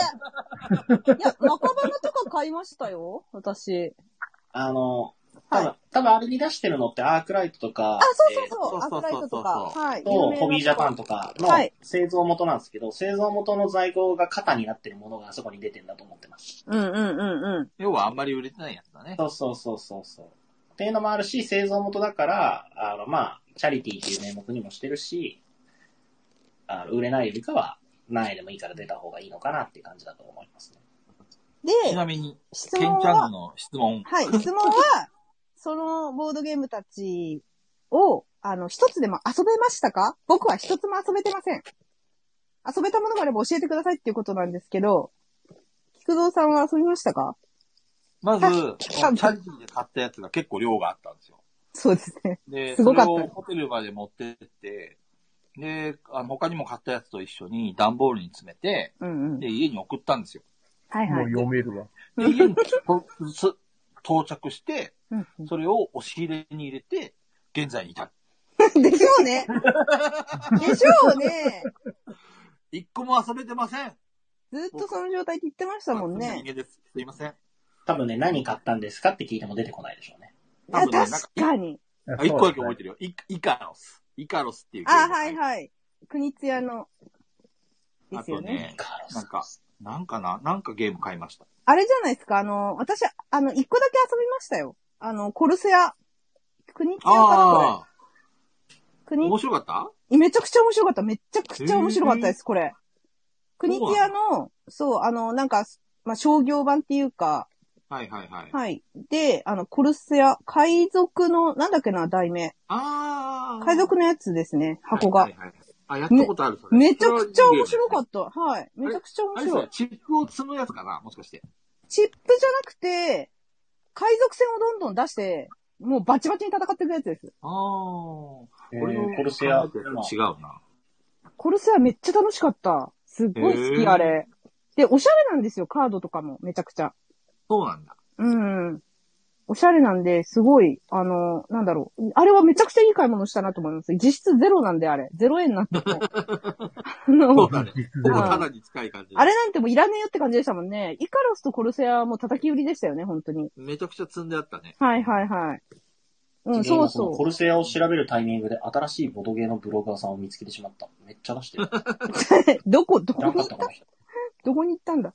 Speaker 1: や、マコバナとか買いましたよ、私。
Speaker 2: あの、
Speaker 1: は
Speaker 2: 多
Speaker 1: い
Speaker 2: 分、多分あれに出してるのってアークライトとか、
Speaker 1: あ、そうそう
Speaker 2: えー
Speaker 1: そう、
Speaker 4: えー
Speaker 1: ア
Speaker 4: そうそうそうそ
Speaker 1: ク
Speaker 4: う
Speaker 1: ライトとか。はい。
Speaker 2: と、ホビージャパン
Speaker 1: と
Speaker 2: とかの
Speaker 1: はい
Speaker 2: 製造元なんですけど、製造元の在庫が型になってるものがあそこに出てんだと思ってます。
Speaker 1: うんうんうんうん。
Speaker 4: 要はあんまり売れてないやつだね。
Speaker 2: そうそうそうそうそう。っていうのもあるし、製造元だから、あの、まあ、チャリティーっていう名目にもしてるし、あの売れないよりかは、何円でもいいから出た方がいいのかなっていう感じだと思いますね。
Speaker 1: で、
Speaker 4: ちなみに、
Speaker 1: 質
Speaker 4: ケン
Speaker 1: 問
Speaker 4: ちゃ
Speaker 1: は
Speaker 4: ん、の質問。
Speaker 1: はい、質問は、そのボードゲームたちを、あの、一つでも遊べましたか僕は一つも遊べてません。遊べたものがあれば教えてくださいっていうことなんですけど、菊蔵さんは遊びましたか
Speaker 4: まず、チ
Speaker 1: あ
Speaker 4: ャリティーで買ったやつが結構量があったんですよ。
Speaker 1: そうですね。
Speaker 4: で、
Speaker 1: すご
Speaker 4: それ
Speaker 1: かった
Speaker 4: をホテルまで持ってって、で、あの他にも買ったやつと一緒に段ボールに詰めて、
Speaker 1: うんうん。
Speaker 4: で、家に送ったんですよ。
Speaker 1: はい
Speaker 6: もう
Speaker 1: はい。
Speaker 6: 読めるわ。
Speaker 4: で、家にとす到着して、
Speaker 1: うんう
Speaker 4: それを押し入れに入れて、現在に至る。
Speaker 1: んでしょうね。でしょうね。
Speaker 4: 一個も遊べてません。
Speaker 1: ずっとその状態って言ってましたもん
Speaker 4: まあそ
Speaker 1: ね
Speaker 4: な。人間です。すいません。
Speaker 2: 多分ね、何買ったんですかって聞いても出てこないでしょうね。
Speaker 1: い
Speaker 4: 多
Speaker 1: や、
Speaker 4: 分ね、なんか
Speaker 1: 確、かに。
Speaker 4: あ一個だけ覚え
Speaker 6: て
Speaker 4: てるよ。イイカロス。イカロスっていうゲー
Speaker 1: あ、
Speaker 4: ム
Speaker 1: はいはい。国津屋の。で
Speaker 4: あ
Speaker 1: すよ
Speaker 4: と
Speaker 1: ね。
Speaker 4: ね、なんか、なんかな、なんかゲーム買いました。
Speaker 1: あれじゃないですか、あの、私、あの、一個だけ遊びましたよ。あの、コルセア。国強かな、こ
Speaker 4: ああー、
Speaker 1: れ。
Speaker 4: 面白かった
Speaker 1: 国、めちゃくちゃ面白かった。めちゃくちゃ面白かったです、これ。国津屋の、そう、あの、なんか、まあ、商業版っていうか、
Speaker 4: はいはいはい。
Speaker 1: はい。で、あの、コルセア、海賊の、なんだっけな、題名。
Speaker 4: ああ。
Speaker 1: 海賊のやつですね、箱
Speaker 4: は
Speaker 1: が
Speaker 4: い。はいはいあ、やったことある、それ
Speaker 1: めちゃくちゃ面白か
Speaker 4: った。
Speaker 1: った。はい。めちゃくちゃ面
Speaker 4: あれです
Speaker 1: 白い
Speaker 4: よ。チップを積むやつかなもしかして。
Speaker 1: チップじゃなくて、海賊船をどんどん出して、もうバチバチに戦っていくやつです。
Speaker 4: ああ。こ
Speaker 2: え
Speaker 4: れ
Speaker 2: ー、コルセア、
Speaker 4: 違
Speaker 2: 今
Speaker 4: うな。
Speaker 1: コルセアめっちゃ楽しかった。すっごい好
Speaker 4: へ
Speaker 1: き、
Speaker 4: ー
Speaker 1: あれ。で、おしゃれなんですよ、カードとかも、めちゃくちゃ。
Speaker 4: そうなんだ。
Speaker 1: うん。おしゃれなんで、すごい、あの、なんだろう。あれはめちゃくちゃいい買い物したなと思います。実質ゼロなんで、あれ。ゼロ円なんで。あ
Speaker 4: そう
Speaker 1: の、
Speaker 4: だね。
Speaker 1: う
Speaker 4: ほ
Speaker 1: ん
Speaker 4: ぼただに近い感じ。
Speaker 1: あれなんてもういらねえよって感じでしたもんね。イカロスとコルセアはもう叩き売りでしたよね、本当に。
Speaker 4: めちゃくちゃ積んであったね。
Speaker 1: はいはいはい。うん、
Speaker 2: で今
Speaker 1: そう
Speaker 2: のコ
Speaker 1: そ
Speaker 2: ルセアを調べるタイミングで新しいボドゲーのブロガーさんを見つけてしまった。めっちゃ出 してる。
Speaker 1: う。どこ、 ど
Speaker 2: 知
Speaker 1: こ
Speaker 2: らん
Speaker 1: に行っ
Speaker 2: かっ
Speaker 1: たた
Speaker 2: この人。
Speaker 1: どこに行ったんだ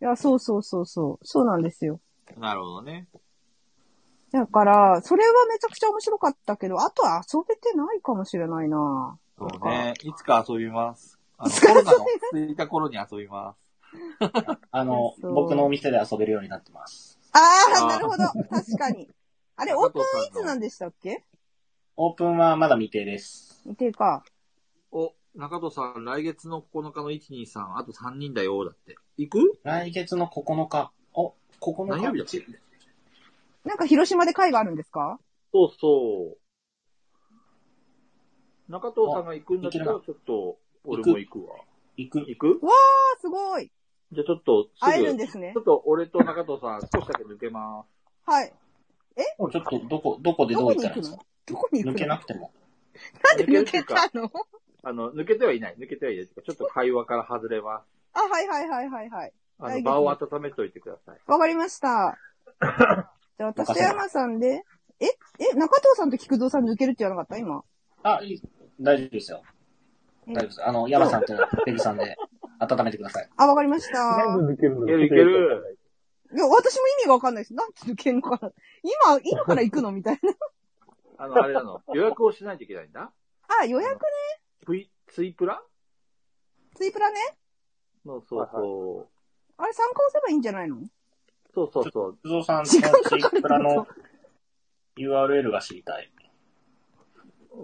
Speaker 1: いや、そうそうそうそう。そうなんですよ。
Speaker 4: なるほどね。
Speaker 1: だから、それはめちゃくちゃ面白かったけど、あとは遊べてないかもしれないな
Speaker 4: そうね。いつか遊びます。あの、コロナの落ち着いた頃に遊びます。
Speaker 2: あの、
Speaker 1: そう
Speaker 2: 僕のお店で遊べるようになってます。
Speaker 1: あ
Speaker 4: あ
Speaker 1: あ、
Speaker 4: ー
Speaker 1: なるほど。確か に。あれ、オープンいつなんでしたっけ
Speaker 2: オープンはまだ未定です。
Speaker 1: てか。
Speaker 4: お、中戸さん、来月の9日の1、2、3、あと3人だよ、だって。行く
Speaker 2: 来月の9日。お、9日。
Speaker 4: 何曜日だっけ
Speaker 1: なんか広島で会があるんですか
Speaker 4: そうそう。中藤さんが行くんだったら、ち
Speaker 2: あ
Speaker 4: ょっと、俺も行くわ。
Speaker 2: 行く。
Speaker 4: 行く
Speaker 1: ああ、すごい。
Speaker 4: じゃあちょっと、
Speaker 1: 会
Speaker 4: す
Speaker 1: え
Speaker 4: ぐ、
Speaker 1: るんで
Speaker 4: ち
Speaker 1: すね
Speaker 4: ょ。っと俺と中藤さん、少しだけ抜けます。
Speaker 1: はい。
Speaker 2: もうちょっと、どこ、どこで
Speaker 1: ど
Speaker 2: どう
Speaker 1: こ
Speaker 2: 行っ
Speaker 1: に行
Speaker 2: たらい
Speaker 1: く
Speaker 2: いです
Speaker 1: の
Speaker 2: か
Speaker 1: どこに行
Speaker 2: 抜
Speaker 1: く
Speaker 2: け
Speaker 1: のな
Speaker 2: なくても。
Speaker 1: んで抜けたの
Speaker 4: あの、抜けてはいない、抜けてはいない。ちょっと会話から外れます。
Speaker 1: あ、はいはいはいはいはい。
Speaker 4: あ
Speaker 1: 来
Speaker 4: の、
Speaker 1: 月
Speaker 4: 場を温めておいてください。
Speaker 1: わかりま した。じゃあ、私と山さんで、え、え、中藤さんと菊蔵さん抜けるって言わなかった今。
Speaker 2: あ、いい。大丈夫ですよ。
Speaker 1: え
Speaker 2: 大丈夫です。あの、山さんとペグさんで温めてください。
Speaker 1: あ、わかりました。
Speaker 3: 全部抜けるの
Speaker 4: いけるいける。
Speaker 1: いや、私も意味がわかんないです。なんて抜けんのかな。今、今から行くのみ たいな。
Speaker 4: あの、あれなの、予約をしないといけないんだ。
Speaker 1: あ、予約ね。
Speaker 4: ツイ、ツイプラ
Speaker 1: ツイプラね。
Speaker 4: の、そうそう。
Speaker 1: あれ参加押せばいいんじゃないの
Speaker 4: そうそうそう。
Speaker 2: 鈴尾さんとツ
Speaker 1: 時間
Speaker 2: イ
Speaker 1: かかる
Speaker 2: ップラの URL が知りたい。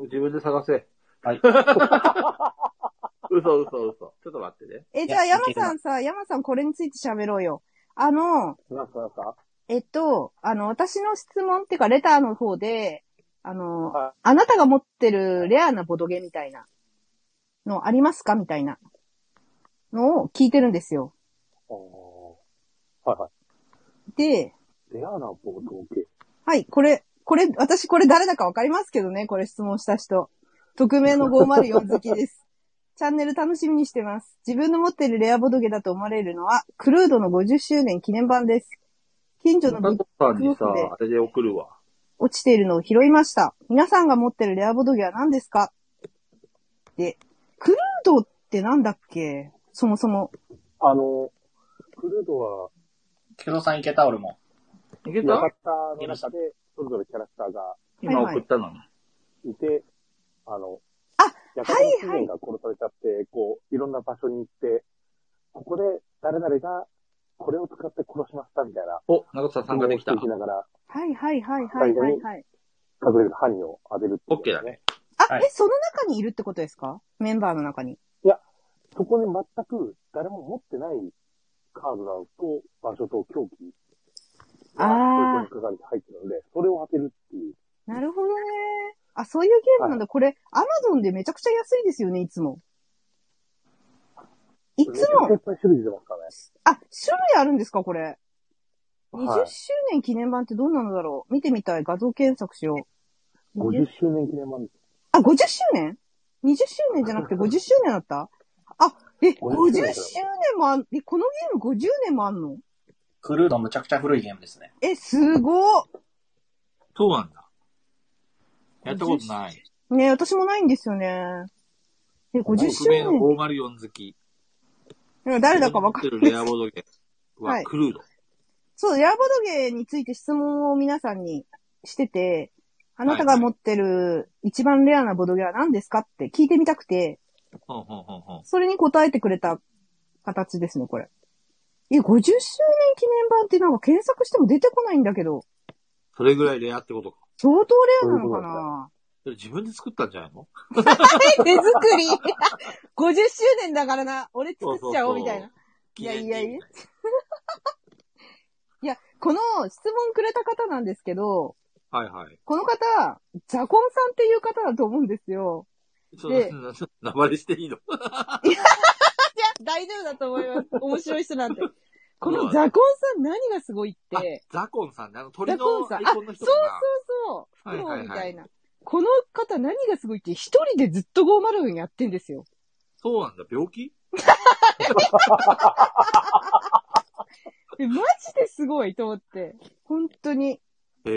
Speaker 4: 自分で探せ。
Speaker 2: はい。
Speaker 4: 嘘嘘嘘。ちょっと待ってね。
Speaker 1: え、
Speaker 2: い
Speaker 1: じ
Speaker 2: や
Speaker 1: ゃあ山さんさ、山さんこれについて喋ろうよ。あの、
Speaker 3: なんかなんか
Speaker 1: えっと、あの、私の質問っていうか、レターの方で、あの、
Speaker 3: は
Speaker 1: あなたが持ってるレアなボドゲみたいなのありますかみたいなのを聞いてるんですよ。
Speaker 3: あーはいは
Speaker 1: で、
Speaker 3: い。レアなボード系。
Speaker 1: はい、これ、これ、私これ誰だかわかりますけどね、これ質問した人。匿名の504好き です。チャンネル楽しみにしてます。自分の持ってるレアボドゲだと思われるのは、クルードの50周年記念版です。近所のブ
Speaker 4: 中
Speaker 1: ッ
Speaker 4: 藤さんに
Speaker 1: クオフで
Speaker 4: さ、あれで送るわ。
Speaker 1: 落ちているのを拾いました。皆さんが持ってるレアボドゲは何ですかで、クルードってなんだっけそもそも。
Speaker 3: あの、クルードは、
Speaker 2: 鈴尾さん行けた俺も。
Speaker 4: いけ
Speaker 3: キャ
Speaker 4: た
Speaker 3: ラクターの中で、それぞれキャラクターが
Speaker 4: 今
Speaker 1: はいはい
Speaker 4: 送ったのに。
Speaker 3: いて、あの、
Speaker 1: あ
Speaker 3: やかたの主人が殺されちゃって、こう、いろんな場所に行って、ここで誰々がこれを使って殺しましたみたいな、
Speaker 4: お、中藤さん参加できた
Speaker 3: 質問をしてい。きながら、
Speaker 1: はいはいはいはいはい、はい。
Speaker 3: 隠れる犯人を当てるっていう、
Speaker 4: OK だね。
Speaker 1: あ、
Speaker 2: はい
Speaker 1: え、その中にいるってことですかメンバーの中に。
Speaker 3: そこに全く誰も持ってないカードなのと、場所と狂気が、
Speaker 1: あー
Speaker 3: こういうに入ってるので、それを当てるっていう。
Speaker 1: なるほどね。あ、そういうゲームなんだ。これ、アマゾンでめちゃくちゃ安いですよね、いつも。いつ
Speaker 3: めちゃ
Speaker 1: も。
Speaker 3: くちゃいっぱい種類出てますからね。
Speaker 1: あ、種類あるんですか、これ。20
Speaker 3: はい
Speaker 1: 周年記念版ってどんなのだろう見てみたい。画像検索しよう。
Speaker 3: 50周年記念版です。
Speaker 1: あ、50周年 ?20 周年じゃなくて50周年だったあ、え、50
Speaker 3: 50周
Speaker 1: 周
Speaker 3: 年
Speaker 1: 年もあん、え、このゲーム50年もあんの
Speaker 2: クルードむちゃくちゃ古いゲームですね。
Speaker 1: え、すごっ
Speaker 4: そうなんだ。やったことない。
Speaker 1: ね私もないんですよね。え、50周
Speaker 4: 匿名の
Speaker 1: 年。
Speaker 4: 504好き。
Speaker 1: うん誰だかわかん
Speaker 4: 持
Speaker 1: ない
Speaker 4: ってるレアボードゲー
Speaker 1: は
Speaker 4: はいクルード。
Speaker 1: そう、エアボドゲーについて質問を皆さんにしてて、あなたが持ってる一番レアなボドゲは何ですかって聞いてみたくて、
Speaker 4: ほんほんほんほん。
Speaker 1: それに答えてくれた形ですね、これ。え、50周年記念版ってなんか検索しても出てこないんだけど、
Speaker 4: それぐらいレアってことか。
Speaker 1: 相当レアなのかな
Speaker 4: それ自分で作ったんじゃないの
Speaker 1: え、手作り !50 周年だからな、俺作っちゃおうみたいな。いやいやいや。いや、この質問くれた方なんですけど、
Speaker 4: はいはい。
Speaker 1: この方、ジャコンさんっていう方だと思うんですよ。
Speaker 4: そ
Speaker 1: で
Speaker 4: の、名前していいの
Speaker 1: 大丈夫だと思います。面白い人なんて。このザコンさん何がすごいって、
Speaker 4: ザコンさんね、あの鳥
Speaker 1: ザコン
Speaker 4: の
Speaker 1: さん
Speaker 4: アイコンの人か
Speaker 1: そ
Speaker 4: な。
Speaker 1: うそう、プ
Speaker 4: はいはい
Speaker 1: ロ
Speaker 4: はい
Speaker 1: みたいな。この方何がすごいって、一人でずっと504やってんですよ。
Speaker 4: そうなんだ、病気
Speaker 1: えマジですごいと思って。本当に。
Speaker 4: へえ、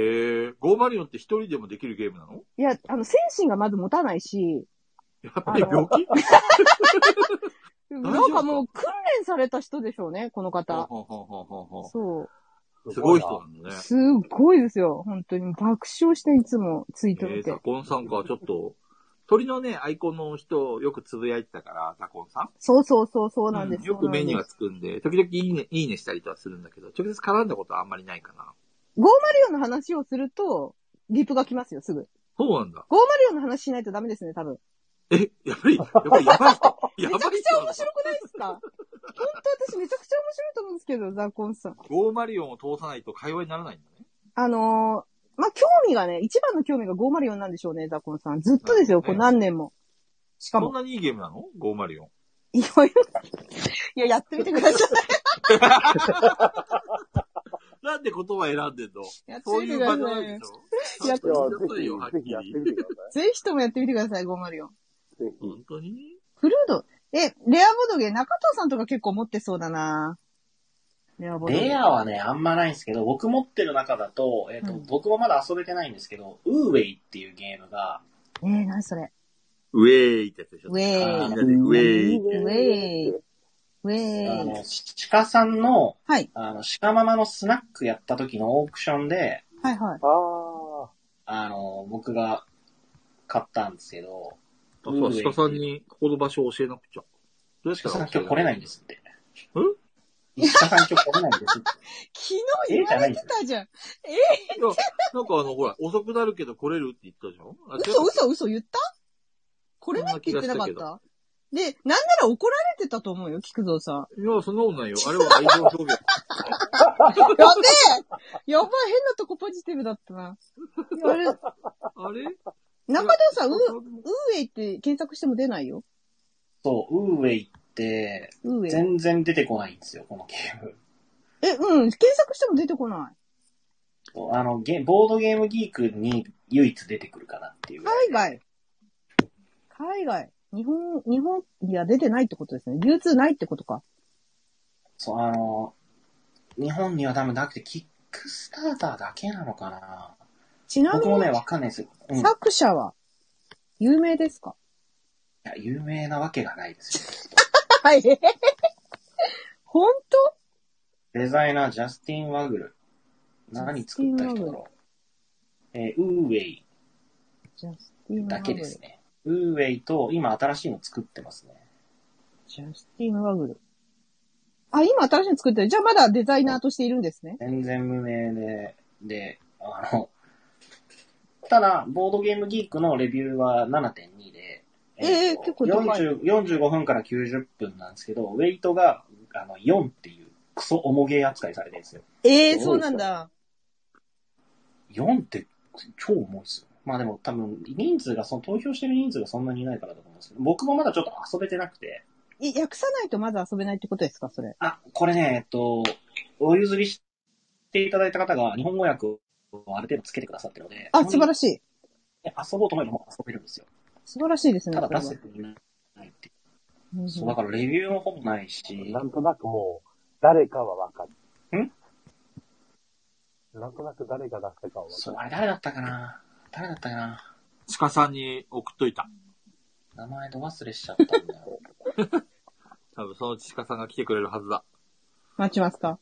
Speaker 4: 504って一人でもできるゲームなの
Speaker 1: いや、あの、精神がまず持たないし、
Speaker 4: やっぱり病気
Speaker 1: なんかもう訓練された人でしょうね、この方。
Speaker 4: ほうほうほうほうほう
Speaker 1: そ
Speaker 4: すごい人なん
Speaker 1: う。
Speaker 4: だね。
Speaker 1: すっごいですよ、本当に。爆笑していつもツイート
Speaker 4: え
Speaker 1: 見
Speaker 4: ー、ザ
Speaker 1: て。
Speaker 4: コンさんか、ちょっと、鳥のね、アイコンの人、よくつぶやいてたから、ザコンさん。
Speaker 1: そうそうそう、そうなんです。
Speaker 4: うんよく目にはつくんで、時々いいね、いいねしたりとはするんだけど、直接絡んだことはあんまりないかな。
Speaker 1: 504の話をすると、リプが来ますよ、すぐ。
Speaker 4: そうなんだ。
Speaker 1: 504の話しないとダメですね、多分。
Speaker 4: え、やっぱり、やっぱりやばい 人。
Speaker 1: めちゃ
Speaker 4: やばい
Speaker 1: くち
Speaker 4: 人
Speaker 1: ゃ
Speaker 4: なの
Speaker 1: 面白くないですか本当私めちゃくちゃ面白いと思うんですけど、ザコンさん。
Speaker 4: 504を通さないと会話にならないんだね。
Speaker 1: あのーまあ、興味がね、一番の興味が504なんでしょうね、ザコンさん。ずっとですよ、
Speaker 4: なる
Speaker 1: こ
Speaker 4: ほどね
Speaker 1: う何年も。しか
Speaker 4: そん
Speaker 1: も、
Speaker 4: なにいいゲームなの ?504。
Speaker 1: いろいろ。いや、やってみてください。
Speaker 4: なんで言葉選んでんの
Speaker 1: やって
Speaker 4: そう
Speaker 1: み
Speaker 4: い
Speaker 1: て
Speaker 4: う
Speaker 1: くだ
Speaker 4: 場所な
Speaker 1: さ
Speaker 4: ん
Speaker 1: い
Speaker 4: で
Speaker 1: よ
Speaker 4: し。ょ
Speaker 1: いや
Speaker 3: いや、
Speaker 4: そういうこと
Speaker 3: ぜ
Speaker 4: よはっ
Speaker 3: ひ、ぜ
Speaker 4: き
Speaker 3: ひやっ
Speaker 4: り
Speaker 3: てみてくだ
Speaker 1: ぜひともやってみてください、504。
Speaker 3: さい。ぜひ。
Speaker 4: 本当に
Speaker 1: フルード。え、レアボドゲ、中藤さんとか結構持ってそうだなレアボドゲ。
Speaker 2: レアはね、あんまないんですけど、僕持ってる中だと、えっ、と、
Speaker 1: うん
Speaker 2: 僕もまだ遊べてないんですけど、ウーウェイっていうゲームが、
Speaker 1: えー、何それ。
Speaker 4: ウェーイってやつでしょ
Speaker 1: ウェー
Speaker 4: みん
Speaker 1: イ
Speaker 4: な。でウェーイ。
Speaker 1: ウェイ。ウェー
Speaker 2: あ
Speaker 1: イ。
Speaker 2: の、鹿さんの、
Speaker 1: はい。
Speaker 2: あの、鹿ママのスナックやった時のオークションで、
Speaker 1: はいはい。
Speaker 3: ああ。
Speaker 2: あの、僕が買ったんですけど、
Speaker 4: あ、そう、鹿さんにここの場所を教えなくちゃ。どうやった
Speaker 2: 鹿さん
Speaker 4: ら。
Speaker 2: 今日来れないんですすって。鹿さん今日来れないんですって。
Speaker 1: 昨日言われてたじゃん。
Speaker 4: いや、なんかあの、ほら、遅くなるけど来れるって言ったじゃんあ
Speaker 1: 嘘嘘嘘言ったこれねって言ってなかっ
Speaker 4: そんな気
Speaker 1: たで、なんなら怒られてたと思うよ、菊蔵さん。
Speaker 4: 違ういや、そんなことないよ。あれは愛情表現。
Speaker 1: やべえやばい、変なとこポジティブだったな。あれ、
Speaker 4: あれ
Speaker 1: 中藤さん、ウー、ウーウェイって検索しても出ないよ。
Speaker 2: そう、ウーウェイって、
Speaker 1: ウーウェイ。
Speaker 2: 全然出てこないんですよ、このゲーム。
Speaker 1: え、うん、検索しても出てこない。
Speaker 2: そうあの、ゲボードゲームギークに唯一出てくるかなっていうぐらい
Speaker 1: 海外。海外。日本、日本、いや、出てないってことですね。流通ないってことか。
Speaker 2: そう、あの、日本には多分なくて、キックスターターだけなのかな。
Speaker 1: ちなみ
Speaker 2: 僕
Speaker 1: に
Speaker 2: も、ね、わかんないですよ。うん。い
Speaker 1: 作者は、有名ですか
Speaker 2: や、有名なわけがないです
Speaker 1: はい。本当
Speaker 2: よ。デザイナー、ジャスティン・ワグル。何作った人だろう。えーウーウェイ
Speaker 1: ジャスティン・ワ
Speaker 2: だ
Speaker 1: グ
Speaker 2: け
Speaker 1: ル。
Speaker 2: ですね。ウーウェイと、今新しいの作ってますね。
Speaker 1: ジャスティン・ワグル。あ、今新しいの作ってる。じゃあまだデザイナーとしているんですね。
Speaker 2: 全然無名で、で、あの、ただ、ボードゲームギークのレビューは7.2で、
Speaker 1: ええ
Speaker 2: と
Speaker 1: 結構高い
Speaker 2: 40 45分から90分なんですけど、ウェイトがあの4っていうクソ重げ扱いされてるんですよ。
Speaker 1: ええ
Speaker 3: そう
Speaker 1: そうなんだ。
Speaker 2: 4って超重いですよ。まあでも多分、人数が、その投票してる人数がそんなにいないからだと思うんですけど、僕もまだちょっと遊べてなくて、
Speaker 1: い訳さないとまず遊べないってことですか、それ。
Speaker 2: あ、これね、えっと、お譲りしていただいた方が日本語訳をある程度つけてくださってるので、
Speaker 1: あ、素晴ら
Speaker 2: しい。
Speaker 1: しい。
Speaker 2: 遊ぼうと思えばもう遊べるんですよ。
Speaker 1: 素晴らしいですね、
Speaker 2: ただ
Speaker 1: それは。
Speaker 2: 出せていないっていう。
Speaker 1: うん
Speaker 2: そう、だからレビューもほぼないし、
Speaker 3: なんとなくもう、誰かはわかる。
Speaker 2: ん
Speaker 3: なんとなく誰が出したかはわ か
Speaker 2: そう
Speaker 3: る、。
Speaker 2: あれ誰だったかな誰だったかな
Speaker 4: 鹿さんに送っといた。
Speaker 2: 名前ど忘れしちゃったんだよ。
Speaker 4: 多分そのうち鹿さんが来てくれるはずだ。
Speaker 1: 待ちますか。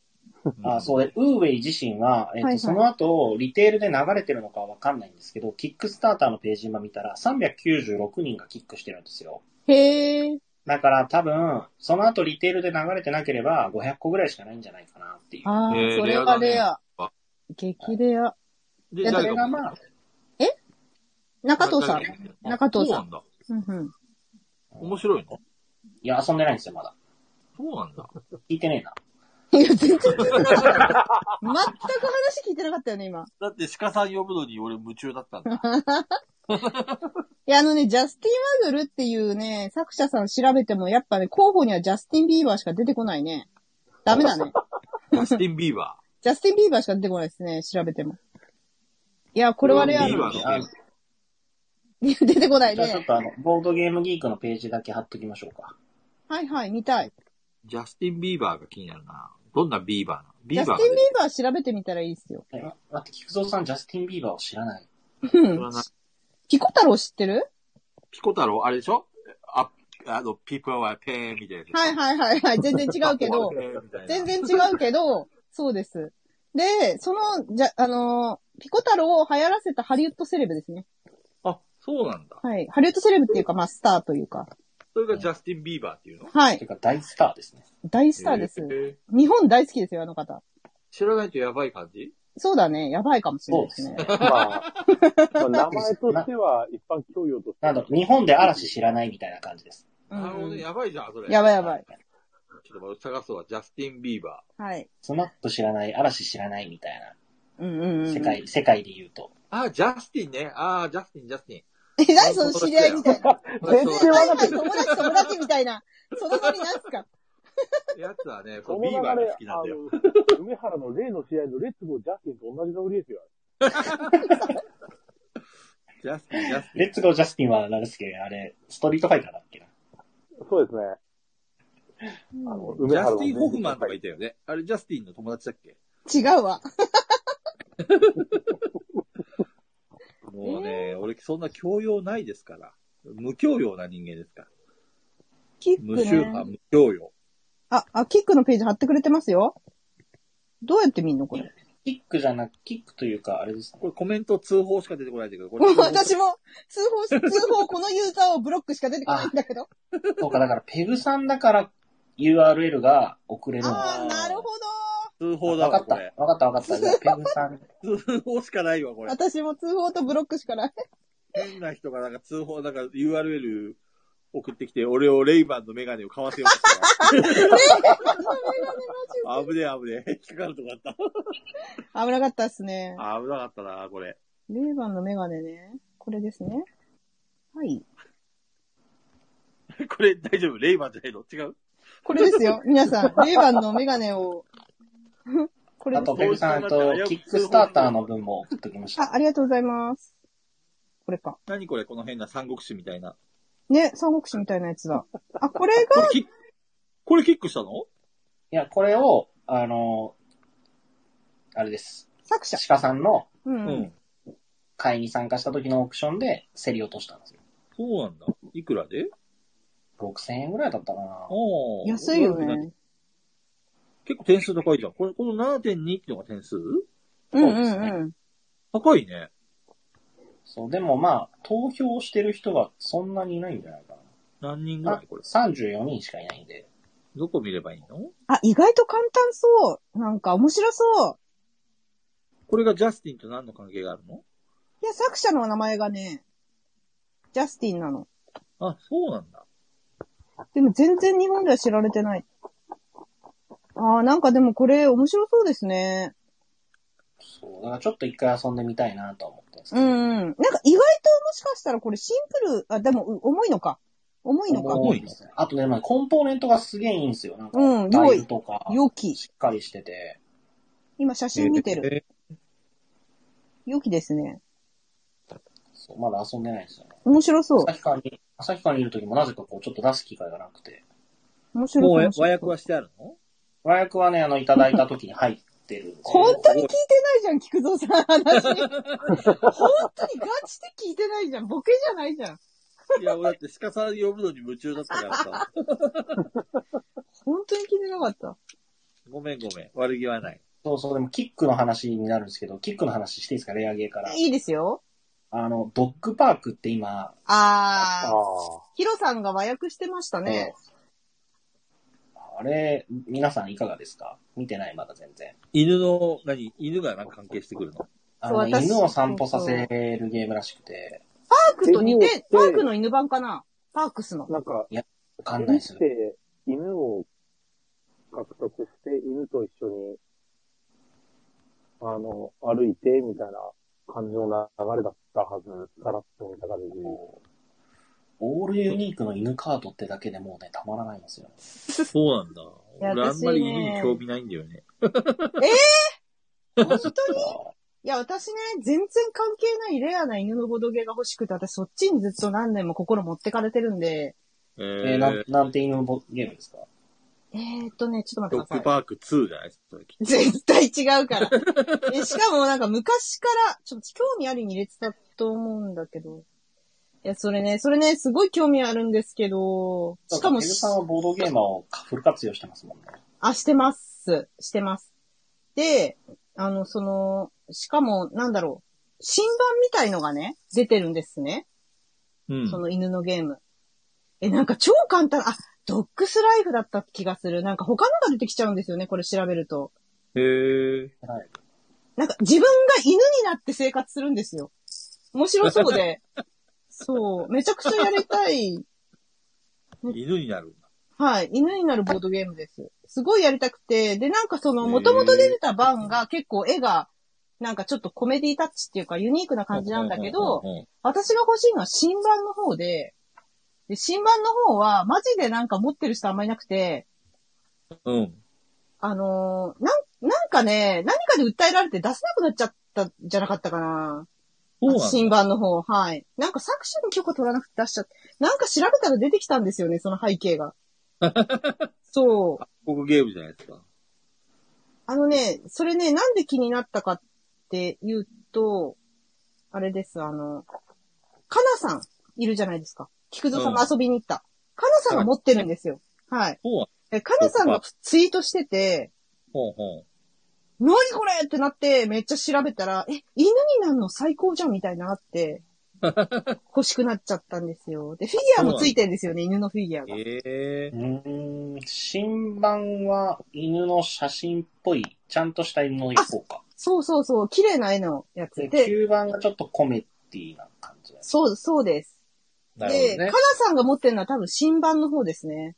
Speaker 2: あ、
Speaker 4: う
Speaker 2: そ
Speaker 4: ん。
Speaker 2: うで、ウーウェイ自身は、
Speaker 1: は
Speaker 2: えっと
Speaker 1: いはい
Speaker 2: その後、リテールで流れてるのかわかんないんですけど、キックスターターのページ今見たら、396人がキックしてるんですよ。
Speaker 1: へえ。
Speaker 2: だから多分、その後リテールで流れてなければ、500個ぐらいしかないんじゃないかなっていう。
Speaker 1: ああ、
Speaker 4: へー
Speaker 1: それはレ
Speaker 4: レ
Speaker 1: ア
Speaker 4: ア。だね
Speaker 1: 激レア。
Speaker 4: で、
Speaker 1: いや
Speaker 2: そ
Speaker 4: 誰
Speaker 2: れ
Speaker 4: が
Speaker 2: がまあ、
Speaker 1: 中藤さん。中藤
Speaker 4: そう
Speaker 1: さ。
Speaker 4: なんんだ。
Speaker 1: うんうん。
Speaker 4: 面白いの
Speaker 2: いや、遊んでないんですよ、まだ。
Speaker 4: そうなんだ。
Speaker 2: 聞いてねえな。
Speaker 1: いや、全然聞いてなかった。全く話聞いてなかったよね、今。
Speaker 4: だって鹿さん呼ぶのに俺夢中だったんだ。
Speaker 1: いや、あのね、ジャスティン・ワグルっていうね、作者さん調べても、やっぱね、候補にはジャスティン・ビーバーしか出てこないね。ダメだね。
Speaker 4: ジャスティン・ビーバ
Speaker 1: ジャスティン・ビーバーしか出てこないですね、調べても。いや、これはレア
Speaker 4: ビー
Speaker 1: な。
Speaker 4: バーの件
Speaker 1: 出てこない
Speaker 2: じゃあちょっ
Speaker 1: ね。
Speaker 2: とあの、ボードゲームギークのページだけ貼っときましょうか。
Speaker 1: はいはい、見たい。
Speaker 4: ー。ジャスティン・ビーバーが気になるな。どんなビーバーなのビ
Speaker 1: ジャス
Speaker 4: ー
Speaker 1: テ
Speaker 4: バー
Speaker 1: ィン・
Speaker 4: が出て
Speaker 1: ビーバー調べてみたらいいですよ。
Speaker 2: え、待って、菊蔵さん、ジャスティン・ビーバーを知らない。
Speaker 1: う
Speaker 4: くる
Speaker 1: ん。
Speaker 4: な。
Speaker 1: ピコ太郎知ってる
Speaker 4: ピコ太郎、あれでしょあ、あの、ピープはペーンみたいなやつ。
Speaker 1: はいはいはいはい。全然違うけど
Speaker 4: ピ、ープはペーンみたいな。
Speaker 1: 全然違うけど、 そうです。で、その、じゃ、あのーピコ太郎を流行らせたハリウッドセレブですね。
Speaker 4: あ、そうなんだ。
Speaker 1: はい。ハリウッドセレブっていうか、まあ、スターというか。
Speaker 4: それがジャスティン・ビーバーっていうの
Speaker 1: は
Speaker 2: てい
Speaker 1: い。
Speaker 2: うか、大スターですね。
Speaker 1: 大スターです
Speaker 4: へ。ー
Speaker 1: 日本大好きですよ、あの方。
Speaker 4: 知らないとやばい感じ
Speaker 1: そうだね。やばいかもしれないですね。
Speaker 3: まあ、まあ名前としては一般教養として。
Speaker 2: なんだろう、日本で嵐知らないみたいな感じです。
Speaker 1: うん
Speaker 4: なるほどね、やばいじゃん、それ。
Speaker 1: やばいやばい。
Speaker 4: ちょっと待って探すわ、ジャスティン・ビーバ
Speaker 1: はい。
Speaker 2: スマップ知らない、嵐知らないみたい
Speaker 1: うんうんう
Speaker 2: な、
Speaker 1: ん。
Speaker 2: 世界、世界で言うと。
Speaker 4: ー。あー、ジャスティンね。あー、ジャスティン、ジャスティン。
Speaker 1: え、 何その知り合いみたい な。
Speaker 3: 全然わかん
Speaker 1: は
Speaker 3: ない
Speaker 1: い。友達友達みたいな。そのノリなんすか
Speaker 4: やつはね、
Speaker 3: その
Speaker 4: こう
Speaker 3: 流
Speaker 4: ビーバー
Speaker 3: れ
Speaker 4: が好きなんだ
Speaker 3: あ
Speaker 4: よ。、
Speaker 3: の梅原の例の試合のレッツゴージャスティンと同じノリですよ。
Speaker 4: ジャスティン、ジャスティン。
Speaker 2: レッツゴージャスティンは、なんですけど、あれ、ストリートファイターだっけな。
Speaker 3: そうですね。あの
Speaker 4: ジ
Speaker 3: 梅
Speaker 4: ャ
Speaker 3: 原
Speaker 4: ス
Speaker 3: の
Speaker 4: ティン・ホフマンとかいたよね。あれ、ジャスティンの友達だっけ
Speaker 1: 違うわ。
Speaker 4: もうね、俺、そんな教養ないですから。無教養な人間ですから。
Speaker 1: キッ
Speaker 4: 無
Speaker 1: ク
Speaker 4: 宗派、
Speaker 1: ね。
Speaker 4: 無教養。
Speaker 1: あ、あ、キックのページ貼ってくれてますよ。どうやって見んのこれ。
Speaker 2: キックじゃなく、キックというか、あれ ですね。
Speaker 4: これコメント通報しか出てこないんだけど、これ通報。
Speaker 1: 私も、通報し、通報、このユーザーをブロックしか出てこないんだけど。
Speaker 2: そうか、だから、ペグさんだから URL が送れるの。
Speaker 1: ああー、なるほど。
Speaker 4: 通報
Speaker 2: わ
Speaker 4: だ
Speaker 2: か
Speaker 4: わ、
Speaker 2: っ
Speaker 4: こ
Speaker 2: た
Speaker 4: れ。。
Speaker 2: わかった、わかった。じゃあ、ペグさん。
Speaker 4: 通報しかないわ、これ。
Speaker 1: 私も通報とブロックしかない。
Speaker 4: 変な人がなんか通報、なんか URL 送ってきて、俺をレイバンのメガネを買わせようとしたから。危ねえ、危ねえ。引っかかるとこあった。
Speaker 1: 危なかったっすね。
Speaker 4: あ危なかったな、これ。
Speaker 1: レイバンのメガネね。これですね。はい。
Speaker 4: これ大丈夫レイバンじゃないの違う
Speaker 1: これですよ。皆さん、レイバンのメガネ を。これ
Speaker 2: あ
Speaker 1: です
Speaker 2: と、ペグさんと、キックスターターの分も送っときまし
Speaker 1: あ、
Speaker 2: た。
Speaker 1: ありがとうございます。これか。
Speaker 4: 何これこの変な三国志みたいな。
Speaker 1: ね、三国志みたいなやつだ。あ、これ
Speaker 4: こ
Speaker 1: が、
Speaker 4: れキック、これキックしたの
Speaker 2: いや、これを、あの、あれです。
Speaker 1: 作者。
Speaker 2: 鹿さんの
Speaker 1: うん。
Speaker 4: うん。
Speaker 2: 会に参加した時のオークションで競り落としたんですよ。
Speaker 4: そうなんだ。いくらで
Speaker 2: 6000円ぐらいだったかな。
Speaker 4: おー
Speaker 1: 安いよね。
Speaker 4: 結構点数高いじゃん。これ、この7.2っていうのが点
Speaker 1: う
Speaker 4: 数
Speaker 1: ん
Speaker 2: そう
Speaker 1: う
Speaker 2: ですね
Speaker 1: んうん。
Speaker 4: 高いね。
Speaker 2: そう、でもまあ、投票してる人がそんなにいないんじゃないか
Speaker 4: 何人ぐ
Speaker 2: な。
Speaker 4: ら
Speaker 2: あ
Speaker 4: いこれ。
Speaker 2: 34人しかいないんで。
Speaker 4: どこ見ればいいの
Speaker 1: あ、意外と簡単そう。なんか面白そう。
Speaker 4: これがジャスティンと何の関係があるの
Speaker 1: いや、作者の名前がね、ジャスティンなの。
Speaker 4: あ、そうなんだ。
Speaker 1: でも全然日本では知られてない。ああ、なんかでもこれ面白そうですね。
Speaker 2: そう、だからちょっと一回遊んでみたいなとは思ってます
Speaker 1: う
Speaker 2: けど。
Speaker 1: んうん。なんか意外ともしかしたらこれシンプル、あ、でもう重いのか。重いのか。
Speaker 2: 重いですね。あとね、まあ、コンポーネントがすげえいいんですよ。なんか、
Speaker 1: うん
Speaker 2: タイ
Speaker 1: 良
Speaker 2: ル
Speaker 1: い
Speaker 2: とか、
Speaker 1: 良き。
Speaker 2: しっかりしてて。
Speaker 1: 今写真見てる。
Speaker 4: る。
Speaker 1: 良きですね。
Speaker 2: そう、まだ遊んでないんですよね。
Speaker 1: 面白そう。
Speaker 2: 旭川に、旭川にいる時もなぜかこう、ちょっと出す機会がなくて。
Speaker 1: 面白そう。
Speaker 4: もう
Speaker 1: 面白
Speaker 4: え
Speaker 1: そう
Speaker 4: 和訳はしてある の
Speaker 2: 和訳はね、あの、いただいた時に入ってるんですよ
Speaker 1: 本当に聞いてないじゃん、菊蔵さん話。 本当にガチで聞いてないじゃん。ボケじゃないじゃん。
Speaker 4: いや、俺だって鹿さん呼ぶのに夢中だったからさ。
Speaker 1: 本当に聞いてなかった。
Speaker 4: ごめんごめん。悪気はない。
Speaker 2: そうそう、でもキックの話になるんですけど、キックの話していいですか、レアゲーから。
Speaker 1: いいですよ。
Speaker 2: あの、ドッグパークって今、
Speaker 3: あ
Speaker 1: あー。
Speaker 3: あ。
Speaker 1: ヒロさんが和訳してましたね。
Speaker 2: あれ、皆さんいかがですか見てない、まだ全然。
Speaker 4: 犬の、何犬がなんか関係し てくるの
Speaker 2: あのね
Speaker 1: そう私
Speaker 2: 犬を散歩させるゲームらしくて、
Speaker 1: パークと似て、
Speaker 3: う
Speaker 1: パ
Speaker 3: ん
Speaker 1: ークの犬版かなパークスの。
Speaker 3: なんか、
Speaker 2: わかんないです
Speaker 3: っ。て犬を獲得して、犬と一緒に、あの、歩いて、みたいな感じの流れだったはず、さらっと見た感じ。
Speaker 2: オールユニークの犬カードってだけでもうね、たまらないんですよ。
Speaker 4: そうなんだ。
Speaker 1: いや
Speaker 6: 俺あんまり
Speaker 1: 私ね
Speaker 6: 犬に興味ないんだよね。
Speaker 1: 本当にいや、私ね、全然関係ないレアな犬のボドゲが欲しくて、私そっちにずっと何年も心持ってかれてるんで、
Speaker 6: え
Speaker 2: えー、
Speaker 6: ー
Speaker 2: なん、なんて犬のボゲームですか
Speaker 1: えー、っとね、ちょっと待って
Speaker 6: ドッグ
Speaker 1: ください。
Speaker 6: パーク2じゃないですか、それきっと
Speaker 1: 絶対違うから。えしかもなんか昔から、ちょっと興味ありに入れてたと思うんだけど。いや、それね、それね、すごい興味あるんですけど、しかも
Speaker 2: ペ、グさんはボードゲーマーをフル活用してますもんね。
Speaker 1: あ、してます。してます。で、あの、その、しかも、なんだろう、新版みたいのがね、出てるんですね。
Speaker 6: うん。
Speaker 1: その犬のゲーム。え、なんか超簡単、あ、ドッグスライフだった気がする。なんか他のが出てきちゃうんですよね、これ調べると。
Speaker 6: へえ。
Speaker 2: はい。
Speaker 1: なんか自分が犬になって生活するんですよ。面白そう で。そう。めちゃくちゃやりたい。
Speaker 6: 犬になるんだ。
Speaker 1: はい。犬になるボードゲームです。すごいやりたくて。で、なんかその、元々出てた版が結構絵が、なんかちょっとコメディタッチっていうかユニークな感じなんだけど、
Speaker 6: うんうんうん
Speaker 1: 私が欲しいのは新版の方で、で新版の方は、マジでなんか持ってる人あんまいなくて、
Speaker 6: うん。うん。
Speaker 1: あのーなん、なんかね、何かで訴えられて出せなくなっちゃったんじゃなかったかな。
Speaker 6: そうなんだ
Speaker 1: 新版の方、はい。なんか作者の許可取らなくて出しちゃった。なんか調べたら出てきたんですよね、その背景 が。そう。
Speaker 6: 僕ゲームじゃないですか。
Speaker 1: あのね、それね、なんで気になったかって言うと、あれです、あの、かなさんいるじゃないですか。菊蔵さんも遊びに行った。かなさんが持ってるんですよ。はい。
Speaker 6: そうなんだ
Speaker 1: えかなさんがツイートしてて、
Speaker 6: ほうほう。
Speaker 1: 何これってなって、めっちゃ調べたら、え、犬になるの最高じゃんみたいなあ って、欲しくなっちゃったんですよ。で、フィギュアもついてるんですよね、犬のフィギュアが。
Speaker 6: ええ
Speaker 2: う。ーん、新版は犬の写真っぽい、ちゃんとした犬の一方か。
Speaker 1: そうそうそう、綺麗な絵のやつ
Speaker 2: で、
Speaker 1: で、
Speaker 2: 9番がちょっとコメディな感じだよ
Speaker 1: そう、そうです。
Speaker 6: なるほ
Speaker 1: で、
Speaker 6: ど
Speaker 1: か
Speaker 6: ね
Speaker 1: な。さんが持ってるのは多分新版の方ですね。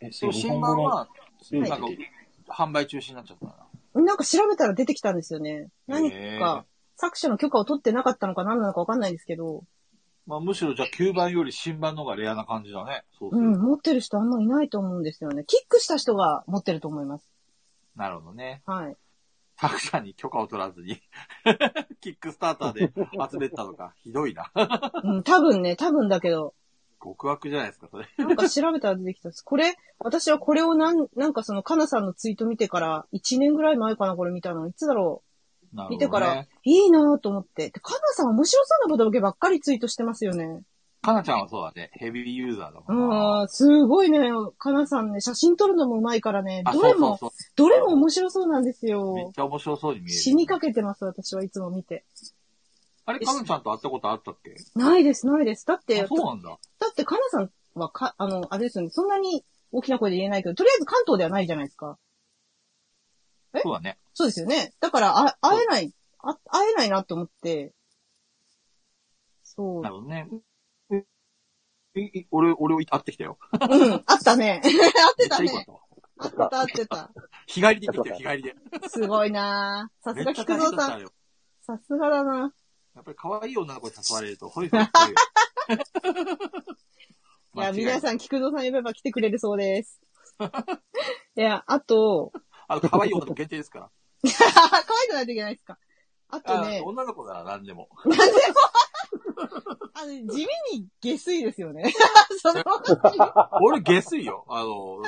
Speaker 2: え、そ
Speaker 4: そうう、
Speaker 2: 日
Speaker 4: 新
Speaker 2: 本
Speaker 4: 版
Speaker 2: 語の
Speaker 4: は、
Speaker 2: うん
Speaker 4: なんか、販売中止になっちゃったな。
Speaker 1: なんか調べたら出てきたんですよね。何
Speaker 4: へー
Speaker 1: か、作者の許可を取ってなかったのか何なのかわかんないですけど、
Speaker 4: まあ、むしろじゃあ9番より新版の方がレアな感じだね。そうす
Speaker 1: う
Speaker 4: ると
Speaker 1: ん、持ってる人あんまいないと思うんですよね。キックした人が持ってると思います。
Speaker 4: なるほどね。
Speaker 1: はい。
Speaker 4: 作者に許可を取らずに、 キックスターターで集めてたのか、ひどいな。
Speaker 1: うん、多分ね、多分だけど、
Speaker 4: 極悪じゃないですか、それ。
Speaker 1: なんか調べたら出てきたんです。これ、私はこれをなん、なんかその、かなさんのツイート見てから、1年ぐらい前かな、これ見たの。いつだろ
Speaker 4: なるほど、ね。
Speaker 1: う。見てから、いいなぁと思って。でかなさん面白そうなことだけばっかりツイートしてますよね。
Speaker 4: かなちゃんはそうだね。ヘビーユーザーだもんな。
Speaker 1: うん、すごいね、かなさんね、写真撮るのもうまいからね、
Speaker 4: あ、
Speaker 1: ど
Speaker 4: そ
Speaker 1: れ
Speaker 4: うそ
Speaker 1: も
Speaker 4: う、そう。
Speaker 1: どれも面白そうなんです
Speaker 4: めっ
Speaker 1: よ。
Speaker 4: ちゃ面白そうに見える。
Speaker 1: 死にかけてます、私はいつも見て。
Speaker 4: あれ、かなちゃんと会ったことあったっけ
Speaker 1: ないです、ないです。だって、
Speaker 4: あそうなんだ。
Speaker 1: だって、カナさんはか、あの、あれですよね、そんなに大きな声で言えないけど、とりあえず関東ではないじゃないですか。え
Speaker 4: そうだね。
Speaker 1: そうですよね。だから、あ会えない、あ会えないなと思って。そう
Speaker 4: な。るほどね。えいい俺、俺を会ってきたよ。
Speaker 1: うん、あった ね。会ってた
Speaker 4: めっちゃいい
Speaker 1: ね。
Speaker 4: こ
Speaker 1: あってた、あってた。
Speaker 4: と日帰りで行ってきたよ、日帰りで。
Speaker 1: すごいなぁさす
Speaker 4: めっ
Speaker 1: が
Speaker 4: ちゃ
Speaker 1: 菊
Speaker 4: 大変
Speaker 1: 蔵
Speaker 4: だっ
Speaker 1: さ
Speaker 4: た
Speaker 1: ん。
Speaker 4: よ。
Speaker 1: さすがだな
Speaker 4: やっぱり可愛い女の子に誘われると、ほいほいほい。
Speaker 1: いや、
Speaker 4: 間違
Speaker 1: 皆
Speaker 4: な
Speaker 1: さん、菊蔵さん呼べば来てくれるそう です。いや、あと、
Speaker 4: あの、可愛い女の子限定ですから。
Speaker 1: 可愛くないといけないですか。あと
Speaker 4: あ
Speaker 1: ね、
Speaker 4: 女の子なら何でも。
Speaker 1: あの地味に下水ですよね。 その、
Speaker 4: 俺、下水よ。あの、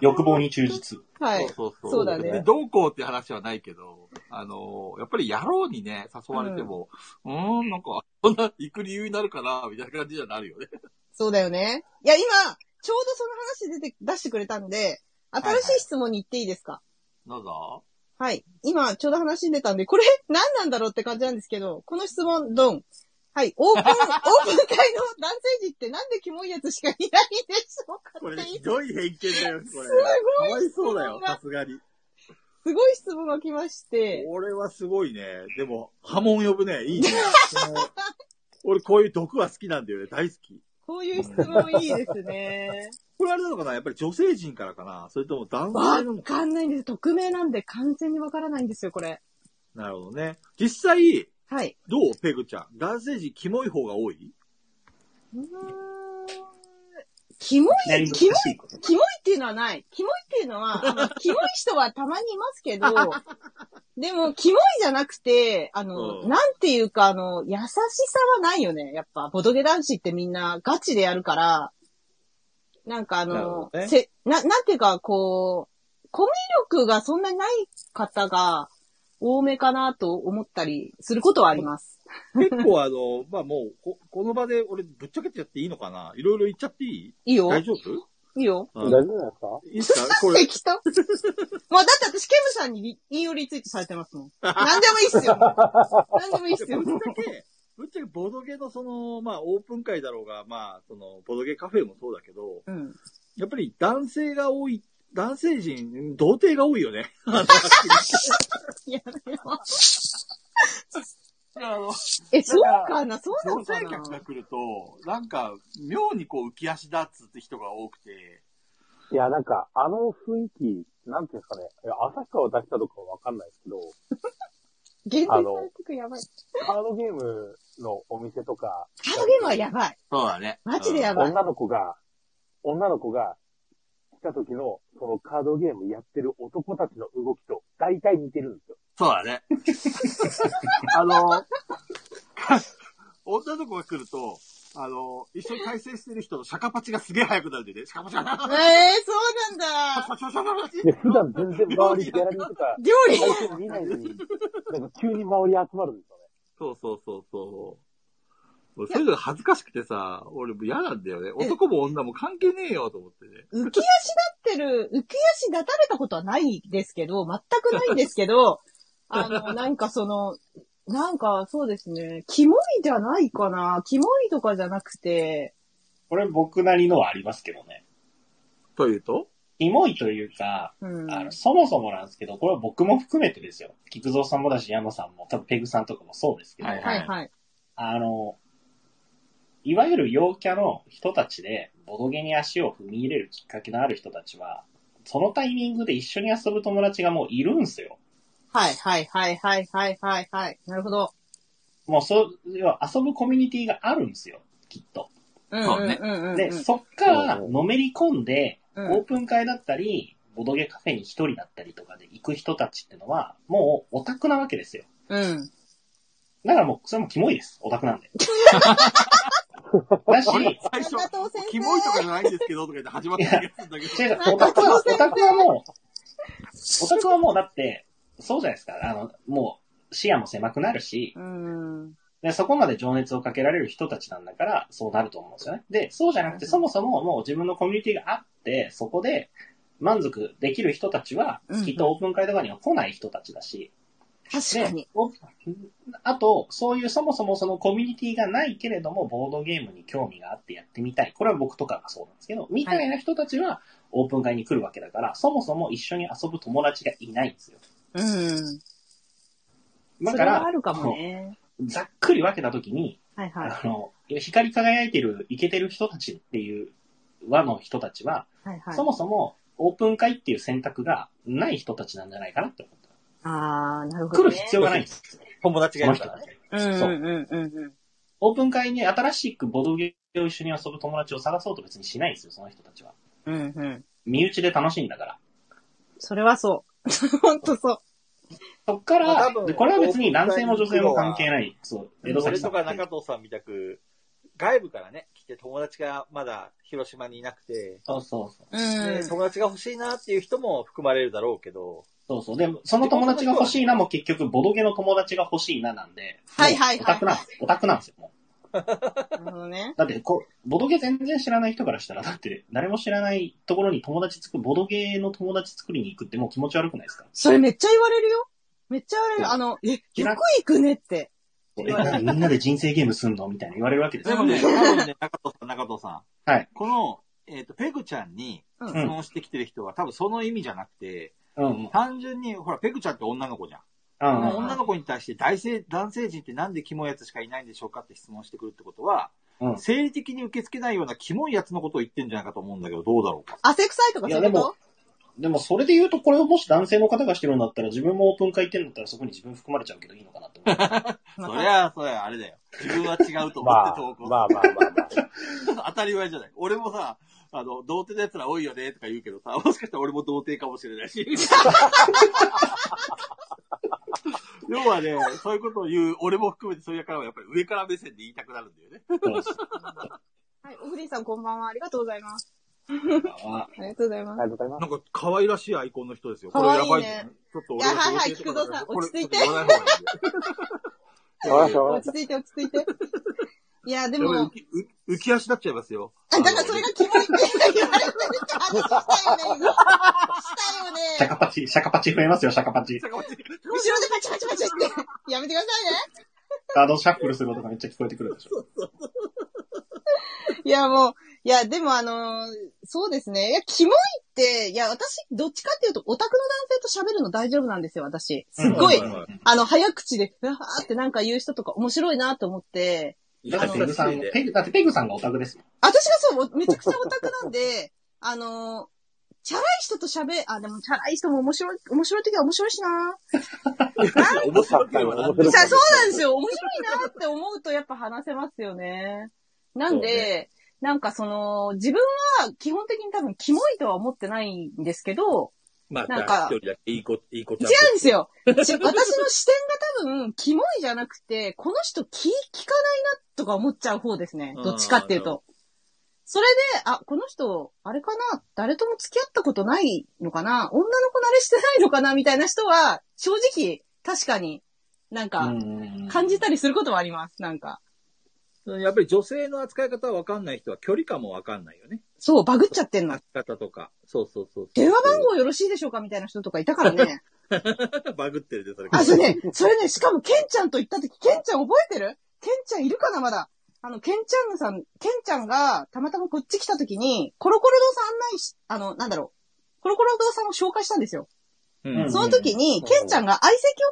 Speaker 2: 欲望に忠実。
Speaker 1: はい。
Speaker 4: そうそうそう。
Speaker 1: そうだね
Speaker 4: でどうこうって話はないけど、あの、やっぱり野郎にね、誘われても、うーん、なんか、そんな、行く理由になるかな、みたいな感じにはなるよね。
Speaker 1: そうだよね。いや、今、ちょうどその話出て、出してくれたんで、新しい質問に行っていいですか
Speaker 4: なぞ
Speaker 1: はい、今、ちょうど話出たんで、これ、何なんだろうって感じなんですけど、この質問、ドン。はい。オ ープン、オープン会の男性陣ってなんでキモいやつしかいないんでしょうか
Speaker 4: これ、
Speaker 1: っていう
Speaker 4: ひどい偏見だよ、これ。す
Speaker 1: ごい
Speaker 4: かわいそうだよ
Speaker 1: 質問、が
Speaker 4: さすがに。
Speaker 1: すごい質問が来まして、
Speaker 4: 俺はすごいね。でも、波紋呼ぶね。 いいね。その俺、こういう毒は好きなんだよね。大好き。
Speaker 1: こういう質問いいです ね。
Speaker 4: これあれなのかなやっぱり女性陣からかなそれとも男性
Speaker 1: わ
Speaker 4: なのか
Speaker 1: かんないんです。匿名なんで完全にわからないんですよ、これ。
Speaker 4: なるほどね。実際、
Speaker 1: はい。
Speaker 4: どうペグちゃん。男性陣、キモい方が多い
Speaker 1: ー
Speaker 4: う
Speaker 1: んキモ
Speaker 2: いきなり
Speaker 1: い、
Speaker 2: 難
Speaker 1: キ
Speaker 2: し
Speaker 1: モい、
Speaker 2: いこと。
Speaker 1: キモいっていうのはない。キモいっていうのは、あのキモい人はたまにいますけど、でも、キモいじゃなくて、あの、
Speaker 4: うん
Speaker 1: なんていうか、あの、優しさはないよね。やっぱ、ボドゲ男子ってみんなガチでやるから、なんかあ
Speaker 6: なるほ
Speaker 1: の、
Speaker 6: どね
Speaker 1: せな、なんていうか、こう、コミュ力がそんなにない方が多めかなと思ったりすることはあります。
Speaker 4: 結構あの、まあもう、ここの場で俺ぶっちゃけちゃっていいのかないろいろ言っちゃっていい
Speaker 1: いいよ。
Speaker 4: 大
Speaker 1: い
Speaker 4: 丈夫
Speaker 1: いよ。
Speaker 3: 大
Speaker 4: うん
Speaker 3: 丈夫なんですか
Speaker 4: いいっすかこれ、
Speaker 1: 適当。まあ、だって私、ケムさんに引用リツイートされてますもん。なんでもいいっすよ。なんでもいいっす よ。
Speaker 4: ぶっちゃけ、ぶっちゃけボドゲのその、まあオープン会だろうが、まあその、ボドゲカフェもそうだけど、
Speaker 1: うん。
Speaker 4: やっぱり男性が多い、男性人、童貞が多いよね。
Speaker 1: いや、
Speaker 5: あの、
Speaker 1: え、そうかなそうな
Speaker 5: 女
Speaker 1: のか
Speaker 5: 性客
Speaker 1: な
Speaker 5: が来ると、なんか、妙にこう浮き足立つって人が多くて、
Speaker 3: いや、なんか、あの雰囲気、なんていうんですかね。いや旭川出したとかわかんないですけど、
Speaker 1: 限定されてくやばい。
Speaker 3: カードゲームのお店とか、
Speaker 1: カードゲームはやばい。
Speaker 5: そうだね。
Speaker 1: マジでやばい。
Speaker 3: 女の子が、女の子が来た時の、そのカードゲームやってる男たちの動きと、大体似てるんですよ。
Speaker 5: そうだね。あの、女の子が来ると、あの、一緒に対戦してる人のシャカパチがすげえ速くなるんでね、シャカパチが、
Speaker 1: えー、そうなん
Speaker 5: パ
Speaker 1: だ。
Speaker 5: チパチパチパチ
Speaker 3: で、普段全然周りギャラリーとか、
Speaker 1: 料理
Speaker 3: 最近見ないのに、なんか急に周り集まるんですよね。
Speaker 4: そうそうそうそう。もうそういうのが恥ずかしくてさ、俺もう嫌なんだよね。男も女も関係ねえよと思ってね。
Speaker 1: 浮き足立ってる、浮き足立たれたことはないですけど、全くないんですけ ど、あの、なんかその、なんかそうですね、キモいじゃないかな。キモいとかじゃなくて、
Speaker 2: これ僕なりのはありますけどね。
Speaker 4: というと
Speaker 2: キモいというか、
Speaker 1: うん。
Speaker 2: あの、そもそもなんですけど、これは僕も含めてですよ。菊蔵さんもだし、山さんも、多分ペグさんとかもそうですけど、
Speaker 5: はい
Speaker 1: はいはい。
Speaker 2: あの、いわゆる陽キャの人たちで、ボドゲに足を踏み入れるきっかけのある人たちは、そのタイミングで一緒に遊ぶ友達がもういるんすよ。
Speaker 1: はいはいはいはいはいはいはい。なるほど。
Speaker 2: もうそう、要は遊ぶコミュニティがあるんですよ、きっと。
Speaker 1: うん
Speaker 5: そうね
Speaker 1: うんうんうんうん。
Speaker 2: で、そっから
Speaker 3: うんうん
Speaker 2: のめり込んで、
Speaker 1: うん
Speaker 2: オープン会だったり、ボドゲカフェに一人だったりとかで行く人たちってのは、もうオタクなわけですよ。
Speaker 1: うん。
Speaker 2: だからもう、それもキモいです。オタクなん で。だし、
Speaker 5: 俺最初
Speaker 1: 中藤先生、
Speaker 5: キモいとかじゃないんですけど、とか言って始まった気がするんだけど。
Speaker 2: 違う、オタクは、オタクはもう、オタクはもうだって、そうじゃないですか。あの、もう、視野も狭くなるし
Speaker 1: う、ん。
Speaker 2: でそこまで情熱をかけられる人たちなんだから、そうなると思うんですよね。で、そうじゃなくて、そもそももう自分のコミュニティがあって、そこで満足できる人たちは
Speaker 1: う、ん
Speaker 2: きっとオープン会とかには来ない人たちだし、
Speaker 1: 確か
Speaker 2: で
Speaker 1: に。、
Speaker 2: おあと、そういうそもそもそのコミュニティがないけれども、ボードゲームに興味があってやってみたい。これは僕とかがそうなんですけど、みたいな人たちはオープン会に来るわけだから、そもそも一緒に遊ぶ友達がいないんですよ。
Speaker 1: うん。
Speaker 2: だ
Speaker 1: そ
Speaker 2: か
Speaker 1: れ
Speaker 2: ら
Speaker 1: はあ、るかもね。
Speaker 2: ざっくり分けたときに、
Speaker 1: はいはい。
Speaker 2: あの、光り輝いてる、イケてる人たちっていう輪の人たちは、
Speaker 1: はいはい
Speaker 2: そ。もそもオープン会っていう選択がない人たちなんじゃないかなって思った。
Speaker 1: あー、なるほ
Speaker 2: 来
Speaker 1: ど、
Speaker 2: る
Speaker 1: ね。
Speaker 2: 必要がないんです。
Speaker 4: 友達
Speaker 2: その
Speaker 4: がいる
Speaker 2: 人
Speaker 4: から
Speaker 2: た
Speaker 4: ね。
Speaker 2: ち。
Speaker 1: うん
Speaker 2: そう
Speaker 1: うんうんうん。
Speaker 2: オープン会に新しくボドゲを一緒に遊ぶ友達を探そうと別にしないですよ、その人たちは。
Speaker 1: うんうん。
Speaker 2: 身内で楽しいんだから。
Speaker 1: それはそう。 ほんとそう。
Speaker 2: そっから、
Speaker 4: まあ多分
Speaker 2: でこれは別に男性も女性も関係ない。そう、江戸
Speaker 4: 俺
Speaker 2: 崎さ
Speaker 4: と
Speaker 2: ん。
Speaker 4: か中藤さんみたく、外部からね、来て友達がまだ広島にいなくて、
Speaker 2: そうそうそう。
Speaker 1: う
Speaker 4: で
Speaker 1: ん。
Speaker 4: 友達が欲しいなっていう人も含まれるだろうけど、
Speaker 2: そうそう。で、その友達が欲しいなも結局、ボドゲの友達が欲しいななんで、
Speaker 1: はいはいはい
Speaker 2: もうオタクなんですよ。オタクなんですよ、もう。
Speaker 1: なるほどね。
Speaker 2: だってこう、ボドゲ全然知らない人からしたら、だって、誰も知らないところに友達作る、ボドゲの友達作りに行くってもう気持ち悪くないですか
Speaker 1: それめっちゃ言われるよ。めっちゃ言われる。あの、え、
Speaker 2: 知らん
Speaker 1: よく行くねって。
Speaker 2: えなんでみんなで人生ゲームすんのみたいな言われるわけです
Speaker 4: で
Speaker 2: よ。
Speaker 4: もね、多分ね、中藤さん、中藤さん。
Speaker 2: はい。
Speaker 4: この、えっ、と、ペグちゃんに
Speaker 1: うん
Speaker 4: 質問してきてる人は、多分その意味じゃなくて、
Speaker 2: うんうん。
Speaker 4: 単純に、ほら、ペグちゃんって女の子じゃん。
Speaker 2: うんうん
Speaker 4: 女の子に対して大性、男性人ってなんでキモいやつしかいないんでしょうかって質問してくるってことは、
Speaker 2: うん
Speaker 4: 生理的に受け付けないようなキモいやつのことを言ってんじゃないかと思うんだけど、どうだろうか。
Speaker 1: 汗臭いとか
Speaker 2: い
Speaker 1: そ
Speaker 2: や
Speaker 1: ういう
Speaker 2: でも
Speaker 1: こ、
Speaker 2: でもそれで言うと、これをもし男性の方がしてるんだったら、自分もオープン会行ってんだったら、そこに自分含まれちゃうけどいいのかなって思う。
Speaker 1: と
Speaker 4: そりゃ、そりゃ、あれだよ。自分は違うと思
Speaker 3: まあ
Speaker 4: って投、稿。
Speaker 3: まあまあまあまあ。
Speaker 4: 当たり前じゃない。俺もさ、あの、童貞のやつら多いよねとか言うけどさ、 もしかしたら俺も童貞かもしれないし。 要はね、そういうことを言う、俺も含めてそういうからはやっぱり上から目線で言いたくなるんだよね。
Speaker 1: はい、おふりさんこんばんは。ありがとうございます。あ
Speaker 2: あ
Speaker 1: りがとうございます。
Speaker 3: りがとうございま
Speaker 5: なんか、可愛らしいアイコンの人ですよ。これ
Speaker 1: 可愛
Speaker 5: や
Speaker 1: いね
Speaker 5: ばいね。ちょっと俺
Speaker 1: いやはいはい
Speaker 5: 教えてもらえない
Speaker 1: 菊蔵さん落ち着いて
Speaker 5: これょっと言わない方がいい
Speaker 3: す。わかりました、わ
Speaker 1: 落
Speaker 3: かりま
Speaker 1: ち着いて、落ち着い て。いや、で
Speaker 4: やっぱ
Speaker 1: も、
Speaker 4: り浮き浮浮き足立っちゃいますよ。
Speaker 1: あだからそれがキモいって言われてるって話したよね、今。したよね。
Speaker 2: シャカパチ、シャカパチ増えますよ、シャカパチ。
Speaker 1: 後ろでパチパチパチって。やめてくださ
Speaker 2: ガードシャッフルする音がめっちゃ聞こえてくるでしょ。
Speaker 1: いね。いや、もう、いや、でもあのーそうですね。いや、キモいって、いや、私、どっちかっていうと、オタクの男性と喋るの大丈夫なんですよ、私。すっごい
Speaker 6: は、はは
Speaker 1: あの、早口で、うわーってなんか言う人とか面白いなと思って、
Speaker 2: だってペグさん、ペグ、だってペグさんがオタクですもん。
Speaker 1: 私がそう、めちゃくちゃオタクなん で、あの、チャラい人と喋、あ、でもチャラい人も面白い、面白い時は面白いしな
Speaker 4: 面白ければなんでも
Speaker 1: さあ、そうなんですよ。面白いなって思うとやっぱ話せますよね。なんで、
Speaker 6: そう
Speaker 1: なんかその、自分は基本的に多分キモいとは思ってないんですけど、
Speaker 5: ま
Speaker 1: なんか
Speaker 5: た一人だけいい子、いい子ち
Speaker 1: 違
Speaker 5: ゃんと。
Speaker 1: うんです よ。ち私の視点が多分、キモいじゃなくて、この人気、聞かないなとか思っちゃう方ですね。どっちかっていう
Speaker 5: あーなる
Speaker 1: と。それで、あ、この人、あれかな誰とも付き合ったことないのかな女の子慣れしてないのかなみたいな人は、正直、確かに、なんか、
Speaker 2: うん
Speaker 1: 感じたりすることはあります。なんか。
Speaker 6: やっぱり女性の扱い方わかんない人は距離感もわかんないよね。
Speaker 1: そう、バグっちゃってんの。
Speaker 6: 扱い方とか。そうそうそうそう。
Speaker 1: 電話番号よろしいでしょうかみたいな人とかいたからね。
Speaker 6: バグってるで、それ
Speaker 1: あ、それね、それね、しかも、ケンちゃんと行った時、ケンちゃん覚えてるケンちゃんいるかな、まだ。あの、ケンちゃんさん、ケンちゃんが、たまたまこっち来た時に、コロコロ堂さん案内し、あの、なんだろう、コロコロ堂さんを紹介したんですよ。
Speaker 6: うん
Speaker 2: うん
Speaker 1: その時に、ケンちゃんが相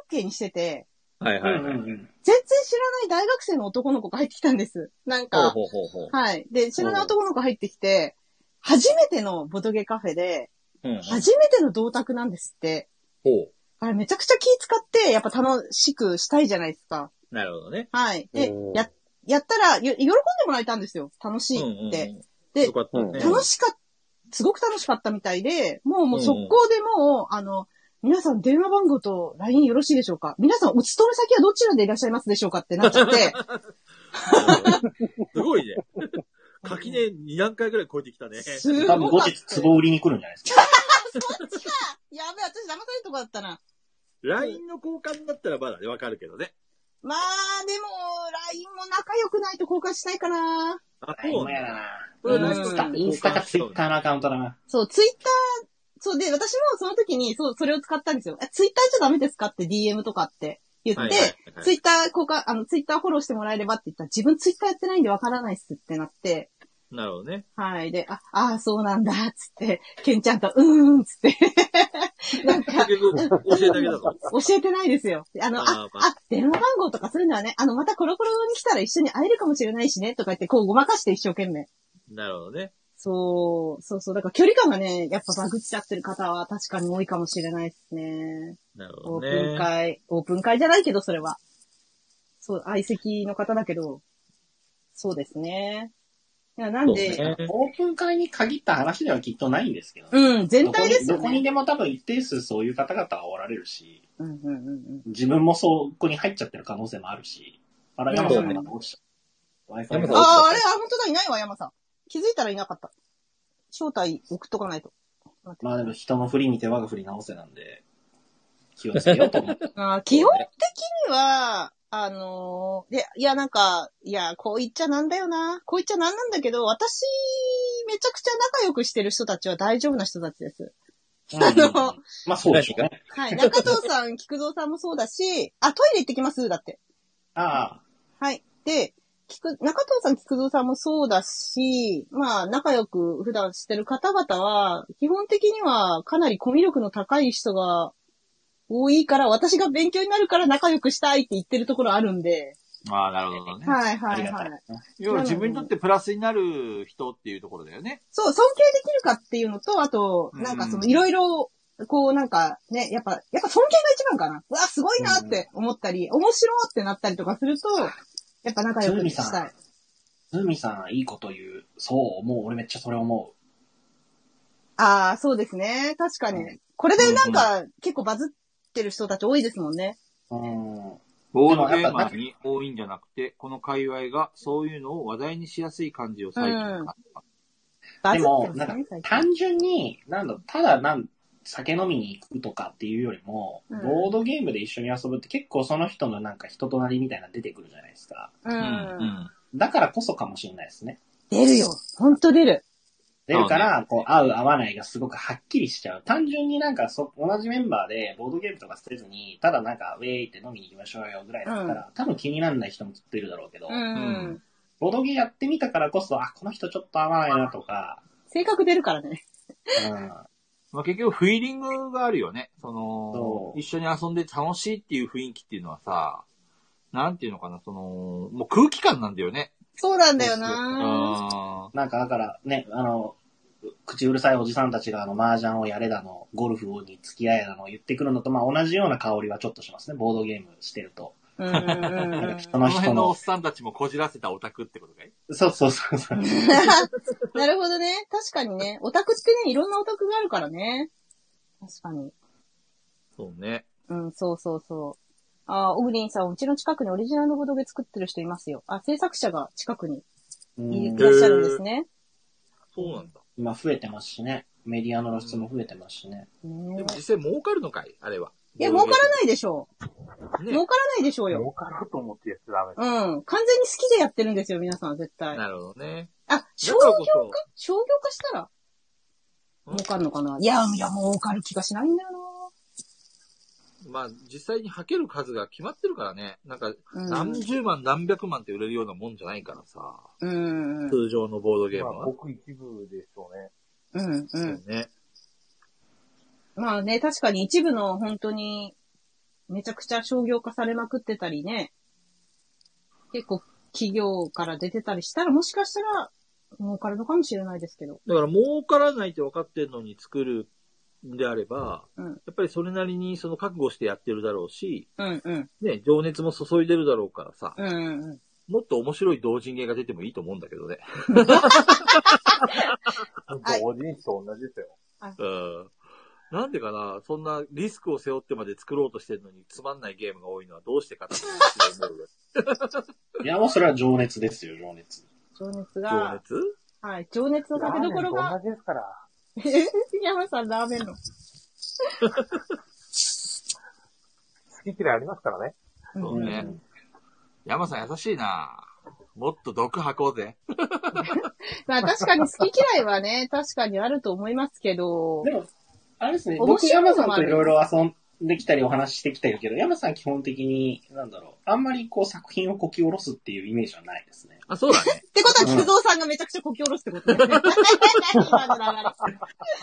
Speaker 1: 席 OK にしてて、
Speaker 6: はい
Speaker 2: うん
Speaker 6: はいはい。
Speaker 2: うんうん
Speaker 1: 全然知らない大学生の男の子が入ってきたんです。なん
Speaker 6: ほう
Speaker 1: か、
Speaker 6: ほうほうほう。
Speaker 1: はい。で、知らない男の子入ってきて、初めてのボドゲカフェで、
Speaker 6: うん
Speaker 1: 初めての銅卓なんですって。
Speaker 6: ほ
Speaker 1: あれめちゃくちゃ気使って、やっぱ楽しくしたいじゃないですか。
Speaker 6: う。なるほどね。
Speaker 1: はい。で
Speaker 3: う、ん
Speaker 1: や、やったら、よ喜んでもらえたんですよ。楽しい
Speaker 6: うんうんう
Speaker 1: っ
Speaker 6: ん
Speaker 1: て。で
Speaker 6: よかったね。
Speaker 1: 楽しかった、すごく楽しかったみたいで、もうもう
Speaker 6: うん
Speaker 1: 速攻でもう、あの、皆さん電話番号と LINE よろしいでしょうか皆さんお勤め先はどちらでいらっしゃいますでしょうかってなっちゃって、
Speaker 5: すごいね。 垣根2段階ぐらい超えてきたね。
Speaker 1: すご
Speaker 2: 多分後
Speaker 1: かった。
Speaker 2: 日、壺売りに来るんじゃないですか。
Speaker 1: やべえ、私騙されるとこだったな。
Speaker 5: LINE の交換だったらまだね、わかるけどね。
Speaker 1: まあ、でも、LINE も仲良くないと交換しないかな。
Speaker 5: あ、
Speaker 2: 今
Speaker 5: そう
Speaker 2: や
Speaker 5: ね。
Speaker 1: う
Speaker 2: な。
Speaker 1: ん
Speaker 2: インスタ、インスタかツイッターのアカウントだな。
Speaker 1: そう、ツイッター、そうで、私もその時に、そう、それを使ったんですよ。えツイッターじゃダメですかって DM とかって言って、
Speaker 5: はいはいはい
Speaker 1: ツイッター交換、あの、ツイッターフォローしてもらえればって言ったら、自分ツイッターやってないんでわからないっすってなって、
Speaker 5: なるほどね。
Speaker 1: はい。で、あ、ああ、そうなんだ、つって、ケンちゃんと、うーん、つって。なんか、
Speaker 5: 結局、教えてあげたぞ。
Speaker 1: 教えてないですよ。あの、あ、
Speaker 5: あー
Speaker 1: あ
Speaker 5: ま
Speaker 1: 電話番号とかそういうのはね、あの、またコロコロに来たら一緒に会えるかもしれないしね、とか言って、こう、ごまかして一生懸命。
Speaker 5: なるほどね。
Speaker 1: そう、そうそう。だから距離感がね、やっぱバグっちゃってる方は確かに多いかもしれないですね。
Speaker 5: なる
Speaker 1: オ
Speaker 5: ほど
Speaker 1: ープン
Speaker 5: ね。
Speaker 1: 会、オープン会じゃないけど、それは。そう、相席の方だけど、そうですね。いや、なんで、
Speaker 6: そうね
Speaker 2: オープン会に限った話ではきっとないんですけどね。
Speaker 1: うん、全
Speaker 2: どこ
Speaker 1: 体
Speaker 2: に
Speaker 1: です
Speaker 2: ど
Speaker 1: よ
Speaker 2: こに
Speaker 1: ね。
Speaker 2: でも多分一定数そういう方々はおられるし、
Speaker 1: うん、うん、うんうん。
Speaker 2: 自分もそこに入っちゃってる可能性もあるし、あら、山さんがまた落ちた。Wi-Fi
Speaker 6: 山さん
Speaker 2: が
Speaker 1: ああ、あれ、あ、本当だ、いないわ、山さん。気づいたらいなかった。招待送っとかないと。
Speaker 2: まあでも人の振り見て我が振り直せなんで、気をつけようと思って。
Speaker 1: あー基本的には、あのーで、いや、なんか、いや、こう言っちゃなんだよな。こう言っちゃなんなんだけど、私、めちゃくちゃ仲良くしてる人たちは大丈夫な人たちです。
Speaker 2: うんうんうんまあそうでしょうね。
Speaker 1: はい。中藤さん、菊蔵さんもそうだし、あ、トイレ行ってきます、だって。
Speaker 2: ああ、
Speaker 1: はい。で、菊中藤さん、菊蔵さんもそうだし、まあ、仲良く普段してる方々は、基本的にはかなりコミュ力の高い人が多いから、私が勉強になるから仲良くしたいって言ってるところあるんで。
Speaker 4: まあ、なるほどね。
Speaker 1: はいは
Speaker 2: あり
Speaker 1: い
Speaker 2: が
Speaker 1: は
Speaker 2: た
Speaker 1: い
Speaker 2: い。。
Speaker 4: 要は自分にとってプラスになる人っていうところだよね。
Speaker 1: そう、尊敬できるかっていうのと、あと、
Speaker 4: うん
Speaker 1: なんかその、いろいろ、こうなんかね、やっぱ、やっぱ尊敬が一番かな。うわ、すごいなって思ったり、面白いってなったりとかすると、やっぱ仲良くしたい。
Speaker 2: ズーミさん、いいこと言う。そう、もう俺めっちゃそれ思う。
Speaker 1: ああ、そうですね。確かに。これでなんか、結構バズってる人たち多いですもんね。
Speaker 2: うん。
Speaker 4: ボードゲーマーに多いんじゃなくて、この界隈がそういうのを話題にしやすい感じを最近感じた。
Speaker 1: バ
Speaker 2: で
Speaker 1: ズって
Speaker 2: も、
Speaker 1: ま
Speaker 2: な
Speaker 1: すね
Speaker 2: ん、か
Speaker 1: 最近。
Speaker 2: 単純に、なんだ、ただなん、酒飲みに行くとかっていうよりも、
Speaker 1: うん
Speaker 2: ボードゲームで一緒に遊ぶって結構その人のなんか人となりみたいなの出てくるじゃないですか。
Speaker 1: う。
Speaker 6: うんん。
Speaker 2: だからこそかもしれないですね。
Speaker 1: 出るよ。ほんと出る。
Speaker 2: 出るか
Speaker 6: そう
Speaker 2: ら、こう、合う合わないがすごくはっきりしちゃう。単純になんかそ、同じメンバーでボードゲームとかせずに、ただなんか、ウェーイって飲みに行きましょうよぐらいだったら、多分気にならない人もきっといるだろうけど、
Speaker 1: うん。
Speaker 2: ボードゲームやってみたからこそ、あ、この人ちょっと合わないなとか、
Speaker 1: 性格出るからね。
Speaker 2: うん、
Speaker 4: まあ、結局、フィーリングがあるよね。その
Speaker 2: そ、う
Speaker 4: 一緒に遊んで楽しいっていう雰囲気っていうのはさ、なんていうのかな、その、もう空気感なんだよね。
Speaker 1: そうなんだよ
Speaker 4: う
Speaker 1: な
Speaker 4: ーん。
Speaker 2: なんかだからね、あの、口うるさいおじさんたちがあの、麻雀をやれだの、ゴルフに付き合えだの言ってくるのと、まあ同じような香りはちょっとしますね、ボードゲームしてると。
Speaker 1: うんうんう ん
Speaker 2: そ
Speaker 4: こ
Speaker 2: の
Speaker 4: の辺
Speaker 2: 人
Speaker 4: のおっ
Speaker 2: の、
Speaker 4: さんたちもこじらせたオタクってことかい
Speaker 2: そうそうそうそう。
Speaker 1: なるほどね。確かにね。オタクってね、いろんなオタクがあるからね。確かに。
Speaker 4: そうね。
Speaker 1: うん、そうそうそう。ああ、オグリンさん、うちの近くにオリジナルのボドゲ作ってる人いますよ。あ、制作者が近くにい
Speaker 2: うん
Speaker 1: いらっしゃるんですね。
Speaker 6: そうなんだ。
Speaker 2: 今増えてますしね。メディアの露出も増えてますしね。
Speaker 1: ね
Speaker 6: でも実際儲かるのかいあれは。
Speaker 1: え、いや儲からないでしょう。
Speaker 6: ね
Speaker 1: 儲からないでしょうよ。
Speaker 5: 儲かろうと思ってやっちゃダメだ。
Speaker 1: うん。完全に好きでやってるんですよ、皆さん、絶対。
Speaker 6: なるほどね。
Speaker 1: あ、商
Speaker 6: だ
Speaker 1: 業
Speaker 6: からこそ
Speaker 1: 化商業化したら
Speaker 6: うん
Speaker 1: 儲かるのかないや、いや、儲かる気がしないんだよ
Speaker 6: まあ、実際に履ける数が決まってるからね。なんか、
Speaker 1: な
Speaker 6: 何十万何百万って売れるようなもんじゃないからさ。
Speaker 1: うん。うん。
Speaker 6: 通常のボードゲー
Speaker 5: ま
Speaker 6: ム
Speaker 5: あ、
Speaker 6: は。
Speaker 5: 僕一部でしょうね。
Speaker 1: うん。う
Speaker 6: そ
Speaker 1: ん
Speaker 6: う。ね。
Speaker 1: まあね、確かに一部の本当に、めちゃくちゃ商業化されまくってたりね、結構企業から出てたりしたら、もしかしたら儲かるのかもしれないですけど。
Speaker 6: だから儲からないって分かってるのに作るんであれば、
Speaker 1: うん
Speaker 6: やっぱりそれなりにその覚悟してやってるだろうし、
Speaker 1: うんうん。
Speaker 6: ね、情熱も注いでるだろうからさ、
Speaker 1: うんうんうん。
Speaker 6: もっと面白い同人芸が出てもいいと思うんだ けどね。
Speaker 5: 同人誌と同じですよ。
Speaker 6: うん。なんでかな、そんなリスクを背負ってまで作ろうとしてるのにつまんないゲームが多いのはどうしてかって思う よ
Speaker 2: いや、もうそれは情熱ですよ、情熱。
Speaker 1: 情熱
Speaker 6: 情
Speaker 1: が、
Speaker 6: 熱
Speaker 1: はい、情熱のかけどころ
Speaker 5: ラ
Speaker 1: が、
Speaker 5: ーメンと同じですから。
Speaker 1: 山さんラーメンの。
Speaker 5: 好き嫌いありますからね。
Speaker 6: そうね。山さん優しいなもっと毒吐こうぜ。
Speaker 1: まあ確かに好き嫌いは ね、確かにあると思いますけど
Speaker 2: で、も、あれですね、
Speaker 1: 面
Speaker 2: 僕
Speaker 1: 白い
Speaker 2: 山
Speaker 1: の
Speaker 2: さん
Speaker 1: もあ
Speaker 2: と
Speaker 1: る
Speaker 2: いろいろ遊んできたりお話ししてきたけど、山さん基本的に、なんだろう、あんまりこう作品をこき下ろすっていうイメージはないですね。
Speaker 6: あ、そうだね
Speaker 1: っ。てことは、菊蔵さんがめちゃくちゃこき下ろすってことだよね。 今の流れ。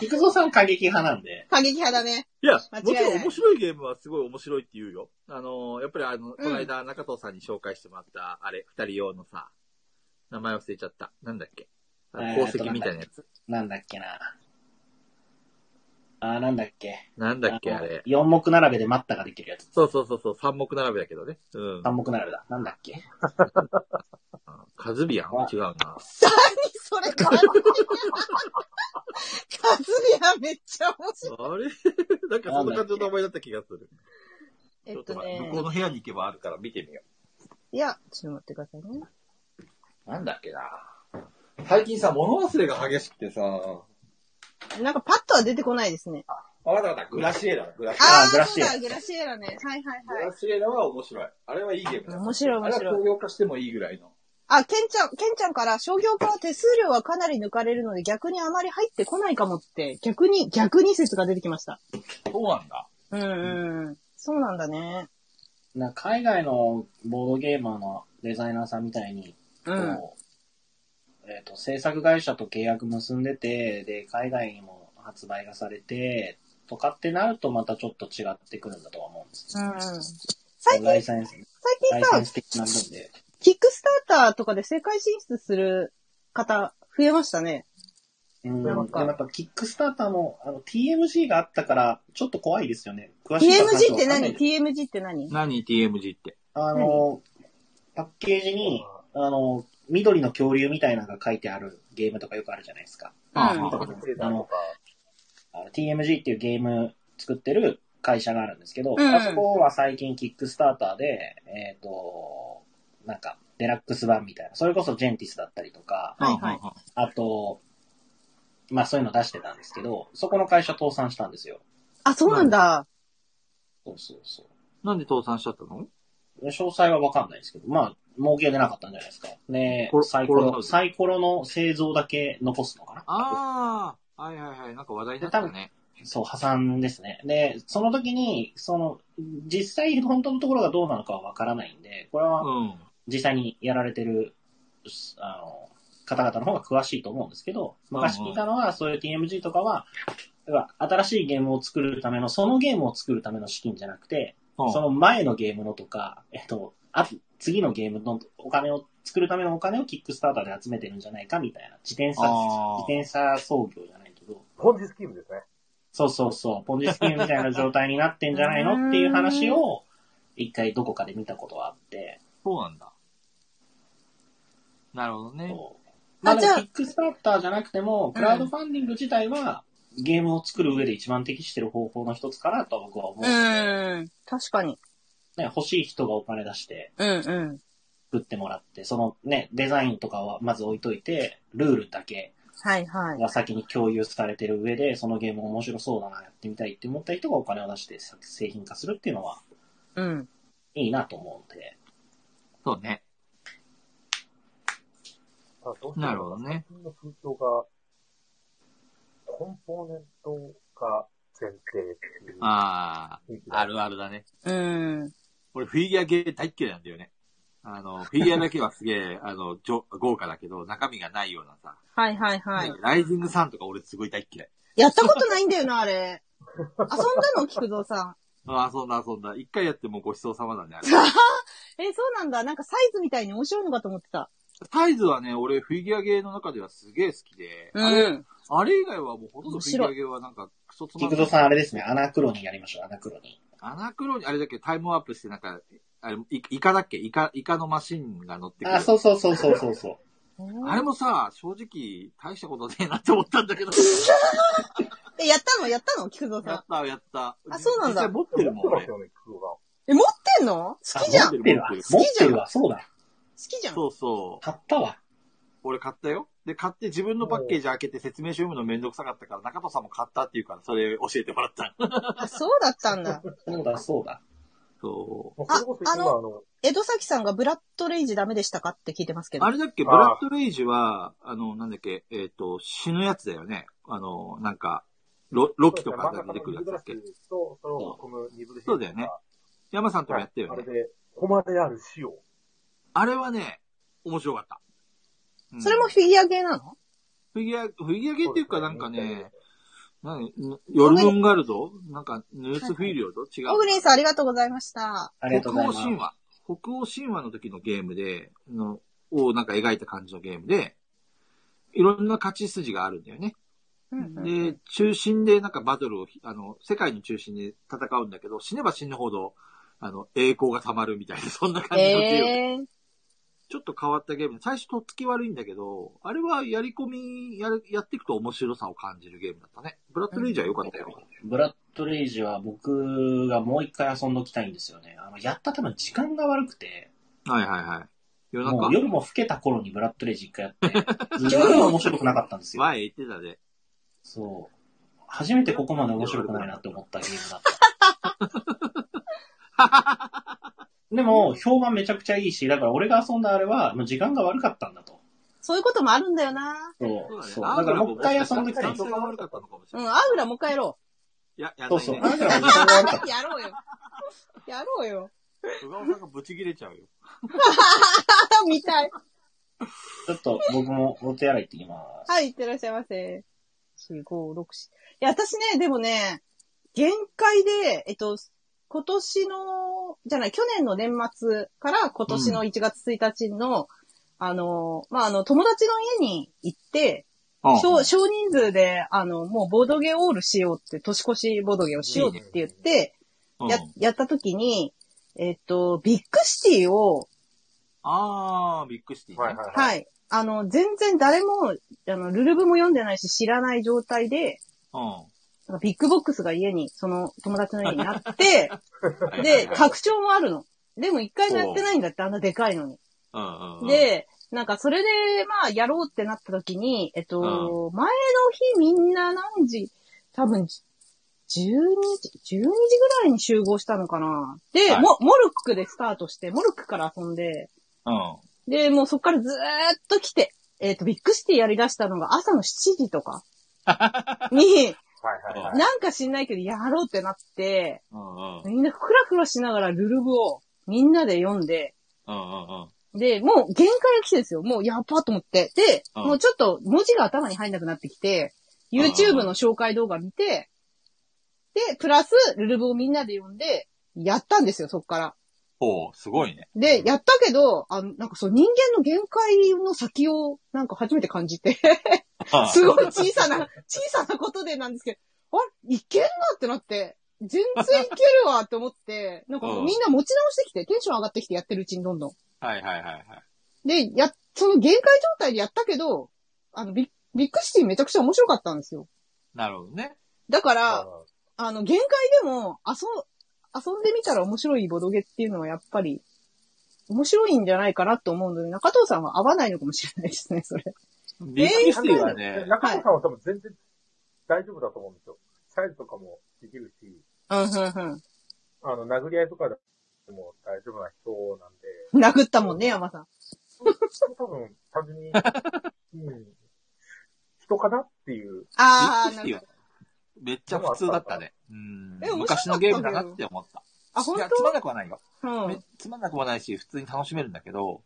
Speaker 2: 菊蔵さん過激派なんで、
Speaker 1: 過激派だね。
Speaker 6: いや、
Speaker 1: 間違い
Speaker 6: もち
Speaker 1: ない
Speaker 6: ろん面白いゲームはすごい面白いって言うよ。あのーやっぱりあの、この間中藤さんに紹介してもらった、あれ、二人用のさ、名前忘れちゃった。なんだっけあの
Speaker 2: えー
Speaker 6: 宝石みたいなやつ。
Speaker 2: なんだっけな。あー、なんだっけ。
Speaker 6: なんだっけ
Speaker 2: あ
Speaker 6: あ
Speaker 2: の
Speaker 6: れ。
Speaker 2: 四目並べで待ったができるやつ。
Speaker 6: そうそうそうそう、三目並べだけどね。うん。
Speaker 2: 三目並べだ。なんだっけ。
Speaker 6: カズビアン違うな。
Speaker 1: そ れカズヤ。カズヤめっちゃ面白い。
Speaker 6: あれ なんかそんな感じの名前だった気がする。
Speaker 1: え
Speaker 6: ちょ
Speaker 1: っ
Speaker 6: っと
Speaker 1: と
Speaker 6: 待って、
Speaker 1: ね
Speaker 6: 向こ。うの部屋に行けばあるから見てみよ
Speaker 1: いや、ちょっと待ってくださいね。
Speaker 6: う。なんだっけな最近さ、物忘れが激しくてさ、
Speaker 1: なんかパッとは出てこないですね。
Speaker 6: わかったわかった、グラシエラだ、グラシエラ。
Speaker 1: あ
Speaker 2: あ
Speaker 1: あ、
Speaker 2: グラ
Speaker 1: そう
Speaker 2: シエラ
Speaker 1: だ、グラシエラね。はいはい
Speaker 6: グ
Speaker 1: はい。
Speaker 6: ラシエラは面白い。あれはいいゲームだ。
Speaker 1: 面白い面
Speaker 6: あれは
Speaker 1: 白い。
Speaker 6: 商業化してもいいぐらいの。
Speaker 1: あ、ケンちゃん、ケンちゃんから商業化は手数料はかなり抜かれるので逆にあまり入ってこないかもって、逆に、逆に説が出てきました。
Speaker 6: そうなんだ。
Speaker 1: うんうんうん。そうなんだね。
Speaker 2: な海外のボードゲーマーのデザイナーさんみたいに、
Speaker 1: うん。
Speaker 2: こうえっ、と、制作会社と契約結んでて、で、海外にも発売がされて、とかってなるとまたちょっと違ってくるんだとは思うんです
Speaker 1: う
Speaker 2: よ。
Speaker 1: んうん。最
Speaker 2: ライ
Speaker 1: 近、
Speaker 2: センス、
Speaker 1: 最
Speaker 2: ラ
Speaker 1: 近
Speaker 2: イセ
Speaker 1: さ
Speaker 2: ン、ス的な部分で。
Speaker 1: キックスターターとかで世界進出する方増えましたね。
Speaker 2: うん。で
Speaker 1: なん
Speaker 2: も
Speaker 1: か
Speaker 2: やっぱキックスターターも、あの、TMG があったから、ちょっと怖いですよね。詳しい
Speaker 1: TMG
Speaker 2: 話
Speaker 1: っ
Speaker 2: は
Speaker 1: て
Speaker 2: 分かんな
Speaker 1: 何
Speaker 2: いです
Speaker 1: ?TMG って何
Speaker 6: 何 ?TMG って。
Speaker 2: あの、パッケージに、あの、緑の恐竜みたいなのが書いてあるゲームとかよくあるじゃないですか。
Speaker 1: うん
Speaker 2: あの、あの TMG っていうゲーム作ってる会社があるんですけど、
Speaker 1: うん
Speaker 2: あそこは最近キックスターターで、えっ、と、なんか、デラックス版みたいな、それこそジェンティスだったりとか、
Speaker 1: はいはい
Speaker 2: あと、まあそういうの出してたんですけど、そこの会社倒産したんですよ。
Speaker 1: あ、そうなんだ。
Speaker 2: そうそうそう。
Speaker 7: なんで倒産しちゃったの
Speaker 2: 詳細はわかんないですけど、まあ、儲けは出なかったんじゃないですか。ね
Speaker 7: コロ
Speaker 2: サイ
Speaker 7: コ
Speaker 2: コ
Speaker 7: ロナウ
Speaker 2: ロ、
Speaker 7: イルス
Speaker 2: サイコロの製造だけ残すのかな
Speaker 7: ああ、はいはいはい。なんか話題になったね。
Speaker 2: そう、破産ですね。で、その時に、その、実際本当のところがどうなのかはわからないんで、これ
Speaker 7: う
Speaker 2: は
Speaker 7: ん。
Speaker 2: 実際にやられてる、あの、方々の方が詳しいと思うんですけど、昔聞いたのは、そういう TMG とかは、要は新しいゲームを作るための、そのゲームを作るための資金じゃなくて、
Speaker 7: うん
Speaker 2: その前のゲームのとか、えっと、あ次のゲームのお金を作るためのお金をキックスターターで集めてるんじゃないかみたいな。自転車、
Speaker 7: あー
Speaker 2: 自転車操業じゃないけど、
Speaker 3: ポンジスキームですね。
Speaker 2: そうそうそう、ポンジスキームみたいな状態になってんじゃないのっていう話を、一回どこかで見たことはあって、
Speaker 7: そうなんだ。なるほどね。
Speaker 2: そうまあで
Speaker 1: じゃ
Speaker 2: も
Speaker 1: あ
Speaker 2: キックスターターじゃなくても、クラウドファンディング自体は、ゲームを作る上で一番適してる方法の一つかなと僕は思う。
Speaker 1: うーん。確かに。
Speaker 2: ね、欲しい人がお金出して、
Speaker 1: うんうん。
Speaker 2: 作ってもらって、そのね、デザインとかはまず置いといて、ルールだけ
Speaker 1: はいはい。
Speaker 2: が先に共有されてる上で、そのゲーム面白そうだな、やってみたいって思った人がお金を出して製品化するっていうのは
Speaker 1: うん。
Speaker 2: いいなと思うんで。
Speaker 7: そうね。
Speaker 3: ただどうしても
Speaker 7: なるほどね。
Speaker 3: 最近の風潮が、コンポーネントが前提っていう
Speaker 7: あ
Speaker 3: 雰囲気
Speaker 7: あ、
Speaker 3: が
Speaker 7: あるあるだね。
Speaker 1: うん。
Speaker 6: 俺、フィギュアゲー大っ嫌いなんだよね。あの、フィギュアだけはすげえ、 あの、じょ豪華だけど、中身がないようなさ。
Speaker 1: はいはいはい。
Speaker 6: ライジングサンとか俺すごい大っ嫌い。
Speaker 1: やったことないんだよな、あれ。遊んだの菊蔵さ
Speaker 6: あ遊んだ遊んだ。一回やってもうごちそうさまだね、あれ。
Speaker 1: ん。 え、そうなんだ。なんかサイズみたいに面白いのかと思ってた。
Speaker 6: サイズはね、俺フィギュアゲーの中ではすげえ好きで、
Speaker 1: う
Speaker 6: あれ、
Speaker 1: ん。
Speaker 6: あれ以外はもうほとんどフィギュアゲーはなんかクソつま
Speaker 2: 菊
Speaker 6: ん
Speaker 2: 蔵
Speaker 6: ない。
Speaker 2: さんあれですね、アナクロにやりましょう、アナクロに。
Speaker 6: アナクロに、あれだっけタイムワープしてなんか、あれ、イイカだっけイカ、イカのマシンが乗ってくる。
Speaker 2: あ、そうそうそうそうそうそう。
Speaker 6: あれもさ、正直、大したことねえなって思ったん だけど。
Speaker 1: え、やったのやったの菊蔵
Speaker 6: や
Speaker 1: さん
Speaker 6: っ。た、やった。
Speaker 1: あそうなんだ
Speaker 6: 実際持ってるもん、
Speaker 3: 持ってま
Speaker 6: 俺
Speaker 3: す。よね、工夫が。
Speaker 1: え、持ってんの好きじゃん。
Speaker 2: あ
Speaker 1: 好
Speaker 2: 持ってるわ。持ってるわ、そうだ。
Speaker 1: きじゃん。
Speaker 6: そうそう。
Speaker 2: 買ったわ。
Speaker 6: 俺買ったよ。で、買って自分のパッケージ開けて説明書読むのめんどくさかったから、中戸さんも買ったっていうから、それ教えてもらった。
Speaker 1: あ、そうだったんだ。
Speaker 2: そうだ、そうだ。
Speaker 6: そ
Speaker 3: もうそれこそ今
Speaker 1: ああの
Speaker 3: あの、
Speaker 1: 江戸崎さんがブラッドレイジダメでしたかって聞いてますけ
Speaker 6: う。
Speaker 1: ど。
Speaker 6: あれだっけ、ブラッドレイジは、あの、なんだっけ、えっ、と、死ぬやつだよね。あの、なんか、ロロキとかが出てくるやつだっけ
Speaker 3: 真ん中のニブラ。スと、それを含むニブルシリーズ
Speaker 6: そうだよね。山さんともやったよ
Speaker 3: あ
Speaker 6: ね
Speaker 3: れ。で、誉れある死を。
Speaker 6: あれはね、面白かった。うん
Speaker 1: それもフィギュアゲーなの
Speaker 6: フィギュア、フィギュアゲーっていうかなんか
Speaker 3: そうです
Speaker 6: ね、何、ヨルムンガルドなんか、ヌースフィールド違う。
Speaker 1: オグリンさんありがとうございました。
Speaker 2: ありがと
Speaker 6: 北
Speaker 2: うござい
Speaker 6: 欧
Speaker 2: ます。
Speaker 6: 神話。北欧神話の時のゲームで、のをなんか描いた感じのゲームで、いろんな勝ち筋があるんだよね。
Speaker 1: うんうん
Speaker 6: で、中心でなんかバトルをひ、あの、世界の中心で戦うんだけど、死ねば死ぬほど、あの、栄光が溜まるみたいな、 そんな感じのゲームで。
Speaker 1: えー、
Speaker 6: ちょっと変わったゲーム。最初とっつき悪いんだけど、あれはやり込み、やる、やっていくと面白さを感じるゲームだったね。ブラッドレイジは良かったよ。
Speaker 2: ブラッドレイジは僕がもう一回遊んどきたいんですよね。あの、やった多分時間が悪くて、
Speaker 6: はいはいはい。夜
Speaker 2: も
Speaker 6: 中
Speaker 2: う。夜も更けた頃にブラッドレイジ一回やって、一番面白くなかったんですよ。
Speaker 6: 前言ってたで。
Speaker 2: そう。初めてここまで面白くないなって思ったゲームだった。でも、評判めちゃくちゃいいし、だから俺が遊んだあれは、もう時間が悪かったんだと。
Speaker 1: そういうこともあるんだよな。
Speaker 2: そう。そうだ
Speaker 6: アー
Speaker 2: か
Speaker 6: グ
Speaker 2: ら
Speaker 6: ラ
Speaker 2: もう一回遊んでき
Speaker 6: き
Speaker 2: たい
Speaker 6: 感。想が悪かったのかもし
Speaker 1: う
Speaker 6: れ
Speaker 1: ん、
Speaker 6: ない。
Speaker 1: アグラもう一回やろ
Speaker 6: いや、やん
Speaker 2: そ
Speaker 6: な
Speaker 2: う
Speaker 6: い
Speaker 2: そう。
Speaker 6: ね。
Speaker 2: あんたらも時間が悪かっ
Speaker 1: う。やろうよ。やろうよ。
Speaker 6: 小川さんがブチ切れちゃうよ。
Speaker 1: あ、見たい。
Speaker 2: た。ちょっと僕もお手洗い行ってきます。
Speaker 1: はい、いってらっしゃいませ。4、5、6、7。いや、私ね、でもね、限界で、えっと、今年の、じゃない、去年の年末から今年の1月1日の、あの、まあ、あの、友達の家に行って、少少人数で、あの、もうボードゲーオールしようって、年越しボードゲーをしようって言って、
Speaker 6: うん
Speaker 1: や、やった時に、えっと、ビッグシティを、
Speaker 6: あー、ビッグシティね。
Speaker 3: はいはい
Speaker 1: はい。あの、全然誰も、あの、ルルブも読んでないし、知らない状態で、
Speaker 6: うん。
Speaker 1: なんかビッグボックスが家に、その友達の家にあって、 で、拡張もあるの。でも一回もやってないんだって、あんなでかいのに。
Speaker 4: うんうん、
Speaker 1: で、なんかそれで、まあ、やろうってなった時に、えっと、前の日みんな何時、多分、12時、12時ぐらいに集合したのかな。で、
Speaker 4: はい
Speaker 1: モモルックでスタートして、モルックから遊んで、
Speaker 4: うん。
Speaker 1: で、もうそっからずーっと来て、えっ、と、ビッグシティやり出したのが朝の7時と かに、
Speaker 8: はいはいはい。
Speaker 1: なんか知んないけどやろうってなって、
Speaker 4: うんうん。
Speaker 1: みんなふらふらしながらルルブをみんなで読んで、
Speaker 4: うんうんうん。
Speaker 1: で、もう限界が来てるんですよ。もうやっばと思って。で、
Speaker 4: うん
Speaker 1: もうちょっと文字が頭に入んなくなってきて、YouTube の紹介動画見て、で、プラス、ルルブをみんなで読んで、やったんですよ、そっから。
Speaker 4: ほう、すごいね。
Speaker 1: で、やったけど、あの、なんかそう、人間の限界の先を、なんか初めて感じて、すごい小さな、小さなことでなんですけど、あれ、いけんなってなって、全然いけるわって思って、なんか
Speaker 4: うん
Speaker 1: みんな持ち直してきて、テンション上がってきてやってるうちにどんどん。
Speaker 4: はいはいはいはい。
Speaker 1: で、や、その限界状態でやったけど、あの、ビッビッグシティめちゃくちゃ面白かったんですよ。
Speaker 4: なるほどね。
Speaker 1: だか
Speaker 8: あ
Speaker 1: ら、あの、限界でも、遊、遊んでみたら面白いボドゲっていうのはやっぱり、面白いんじゃないかなと思うので、中藤さんは合わないのかもしれないですね、それ。
Speaker 4: ビッグシティはね
Speaker 8: で、中野さんは多分全然大丈夫だと思うんですよ。サイズとかもできるし、
Speaker 1: うん、うん、う
Speaker 8: あの、殴り合いとかでも大丈夫な人なんで、
Speaker 1: ん。殴ったもんね、山さん。
Speaker 8: 多分、単純に、うん、人かなっていう。
Speaker 1: あ
Speaker 4: ビッグ
Speaker 1: ー、な
Speaker 4: シティ
Speaker 1: ん
Speaker 4: は
Speaker 1: か、
Speaker 4: めっちゃ普通だったね。うん
Speaker 1: え面白かったんだよ
Speaker 4: 昔のゲームだなって思った。
Speaker 1: あ、本
Speaker 4: いや、つまんなくはないよ。
Speaker 1: 当う
Speaker 4: め
Speaker 1: ん。
Speaker 4: つまんなくもないし、普通に楽しめるんだけど、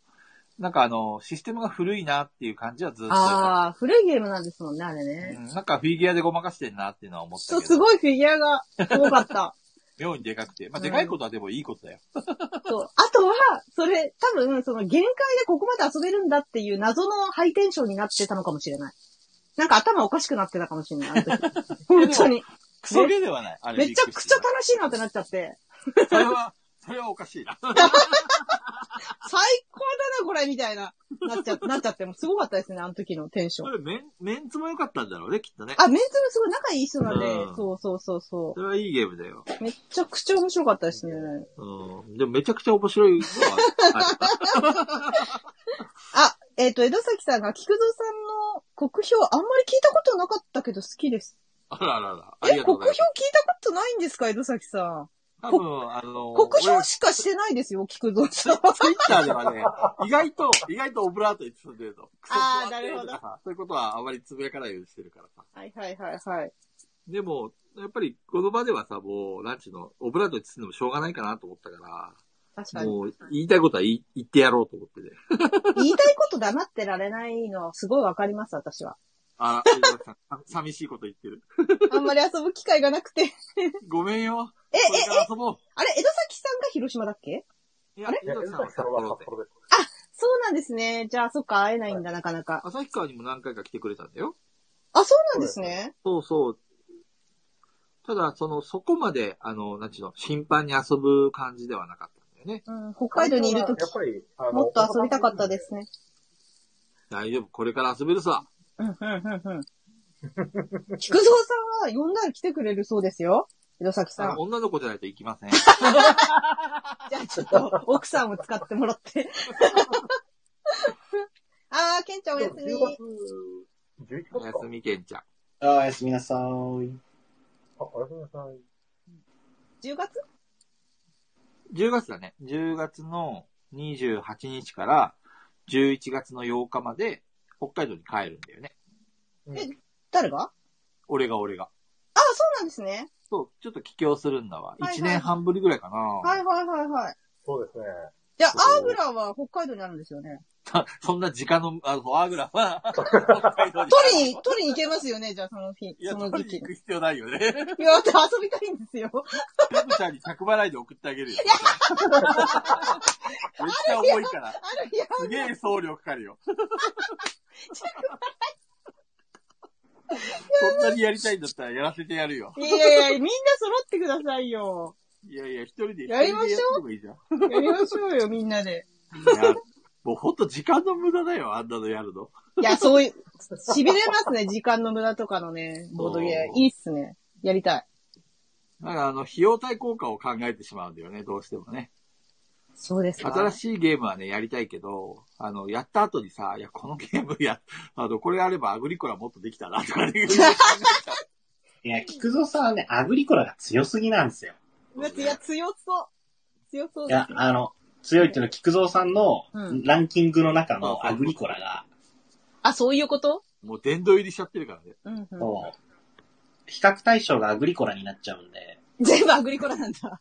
Speaker 4: なんかあの、システムが古いなっていう感じはずっとあっ
Speaker 1: あー、古いゲームなんですもんね、あれ
Speaker 4: た、う
Speaker 1: ね。
Speaker 4: んなんかフィギュアでごまかしてんなっていうのは思った
Speaker 1: そ
Speaker 4: けど。
Speaker 1: う、すごいフィギュアが、すごかった。
Speaker 4: 妙にでかくて。まあ、
Speaker 1: うん
Speaker 4: でかいことはでもいいことだよ。
Speaker 1: そう。あとは、それ、多分、その限界でここまで遊べるんだっていう謎のハイテンションになってたのかもしれない。なんか頭おかしくなってたかもしれないあ の時。本当に。
Speaker 4: クソゲーではない。あれ
Speaker 1: めちゃくちゃ楽しいなってなっちゃって。
Speaker 4: ゃ。それは、それはおかしいな。
Speaker 1: 最高だな、これみたいな。なっちゃ、 なっちゃって。もうすごかったですね、あの時のテンショ
Speaker 6: そ
Speaker 1: ン。
Speaker 6: れメン、メンツも良かったんだろうね、きっとね。
Speaker 1: あ、メンツもすごい仲いい人なんで、
Speaker 6: うん
Speaker 1: そうそうそうそ
Speaker 6: それはいいゲームだよ。
Speaker 1: う。めちゃくちゃ面白かったですね。
Speaker 6: うん。でもめちゃくちゃ面白いのはある
Speaker 1: あ、えっ、と、江戸崎さんが、菊蔵さんの国評あんまり聞いたことなかったけど好きです。
Speaker 6: あらあらあら。あ
Speaker 1: え、
Speaker 6: り
Speaker 1: 国
Speaker 6: が
Speaker 1: 評聞い
Speaker 6: とうございます。
Speaker 1: たことないんですか、江戸崎さん。
Speaker 4: 多分、あの、
Speaker 1: 国評
Speaker 4: 俺
Speaker 1: しかしてないですよ、菊蔵さん。
Speaker 6: ツイッターではね、意外と、 意外とオブラートに包んでるの。クソ
Speaker 1: あー
Speaker 6: つまんねえとか
Speaker 1: なる
Speaker 6: さそういうことはあまりつぶやかないようにしてるから さ。
Speaker 1: はいはいはいはい。
Speaker 6: でも、やっぱりこの場ではさ、もう、ランチのオブラートに包んでもしょうがないかなと思ったか、
Speaker 1: 確からに。
Speaker 6: もう、言いたいことは言い言ってやろうと思ってね。
Speaker 1: 言いたいこと黙ってられないのはすごいわかります、私は。
Speaker 6: あら、江戸崎さんさ 寂しいこと言ってる。
Speaker 1: あんまり遊ぶ機会がなくて。え、
Speaker 6: ごめんよ。
Speaker 1: え、
Speaker 6: これから遊ぼう。
Speaker 1: あれ、江戸崎さんが広島だっけ
Speaker 6: いや、江
Speaker 8: 江
Speaker 6: 戸崎さんは
Speaker 8: 崎さ
Speaker 6: 札
Speaker 8: んは
Speaker 6: 幌
Speaker 8: 札
Speaker 6: で。
Speaker 8: 幌です。
Speaker 1: そうなんですね。じゃあ、そっか、会えないんだ、なかなか。
Speaker 6: 旭川にも何回か来てくれたんだよ。
Speaker 1: あ、そうなんですね。
Speaker 6: そうそう。ただ、その、そこまで、あの、なんちゅうの、頻繁に遊ぶ感じではなかったんだよね。
Speaker 1: うん、北海道にいるとき
Speaker 8: やっ、ぱり、あの、
Speaker 1: もっと遊びたかったですね。
Speaker 6: 大丈夫、これから遊べるさ。
Speaker 1: うん、うん、うん、うん。菊蔵さんは呼んだら来てくれるそうですよ。江戸崎さん。
Speaker 6: 女の子じゃないと行きま せん。
Speaker 1: じゃあちょっと、奥さんを使ってもら って。あー、ケンちゃんおやすみ。
Speaker 8: 10月、11
Speaker 6: お
Speaker 8: 月
Speaker 6: や
Speaker 8: か
Speaker 6: す。みけんちゃん。
Speaker 2: ああ、おやすみなさーい。
Speaker 8: あ、おやすみなさい。
Speaker 1: 10月
Speaker 6: 10月だね。10月の28日から11月の8日まで、北海道に帰るんだよね。
Speaker 1: 誰があ、
Speaker 6: 俺が俺が。
Speaker 1: そうなんですね。
Speaker 6: そう、ちょっと帰郷するんだわ。
Speaker 1: いはい
Speaker 6: 1年半ぶりぐらいかな。
Speaker 1: はいはいはいはい。
Speaker 8: そうですね。
Speaker 1: じゃあ、アーグラは北海道にあるんですよね。
Speaker 6: そんな時間の、あの、アーグラは、 北海道に。
Speaker 1: 取りに、取りに行けますよね、じゃあその日
Speaker 6: い、や、
Speaker 1: その
Speaker 6: 取
Speaker 1: 時期
Speaker 6: りに行。く必要ないよね。
Speaker 1: いや、だって遊びたいんですよ。
Speaker 6: ペグちゃんに着払いで送ってあげ るよ。めっちゃ重いから。
Speaker 1: ある日、
Speaker 6: すげえ送料かかるよ。そんなにやりたいんだったらやらせてやるよ。
Speaker 1: いやいやいや、みんな揃ってくださいよ。
Speaker 6: いやいや、一人で。
Speaker 1: やりましょ
Speaker 6: う。いいじゃん。い
Speaker 1: やりましょうよ、みんなで。
Speaker 6: や、もうほんと時間の無駄だよ、あんなのやるの。
Speaker 1: いや、そういう、痺れますね、時間の無駄とかのね、ボードゲーム。いいっすね。やりたい。
Speaker 4: なんかあの、費用対効果を考えてしまうんだよね、どうしてもね。
Speaker 1: そうですか。
Speaker 4: 新しいゲームはね、やりたいけど、あの、やった後にさ、いや、このゲームや、あの、これあればアグリコラもっとできたな、と かね。
Speaker 2: いや、菊蔵さんはね、アグリコラが強すぎなんですよ。
Speaker 1: うわいや、強そう。強そう
Speaker 2: い
Speaker 1: です
Speaker 2: や、あの、強いっていうのは菊蔵さんの
Speaker 1: うん
Speaker 2: ランキングの中
Speaker 4: そうそう
Speaker 2: の
Speaker 4: そう
Speaker 2: アグリコラが、
Speaker 1: あ、そういうこと
Speaker 4: もう殿堂入りしちゃってるからね。
Speaker 1: うん、うん。
Speaker 2: もう、比較対象がアグリコラになっちゃうんで、
Speaker 1: 全部アグリコラなん だ。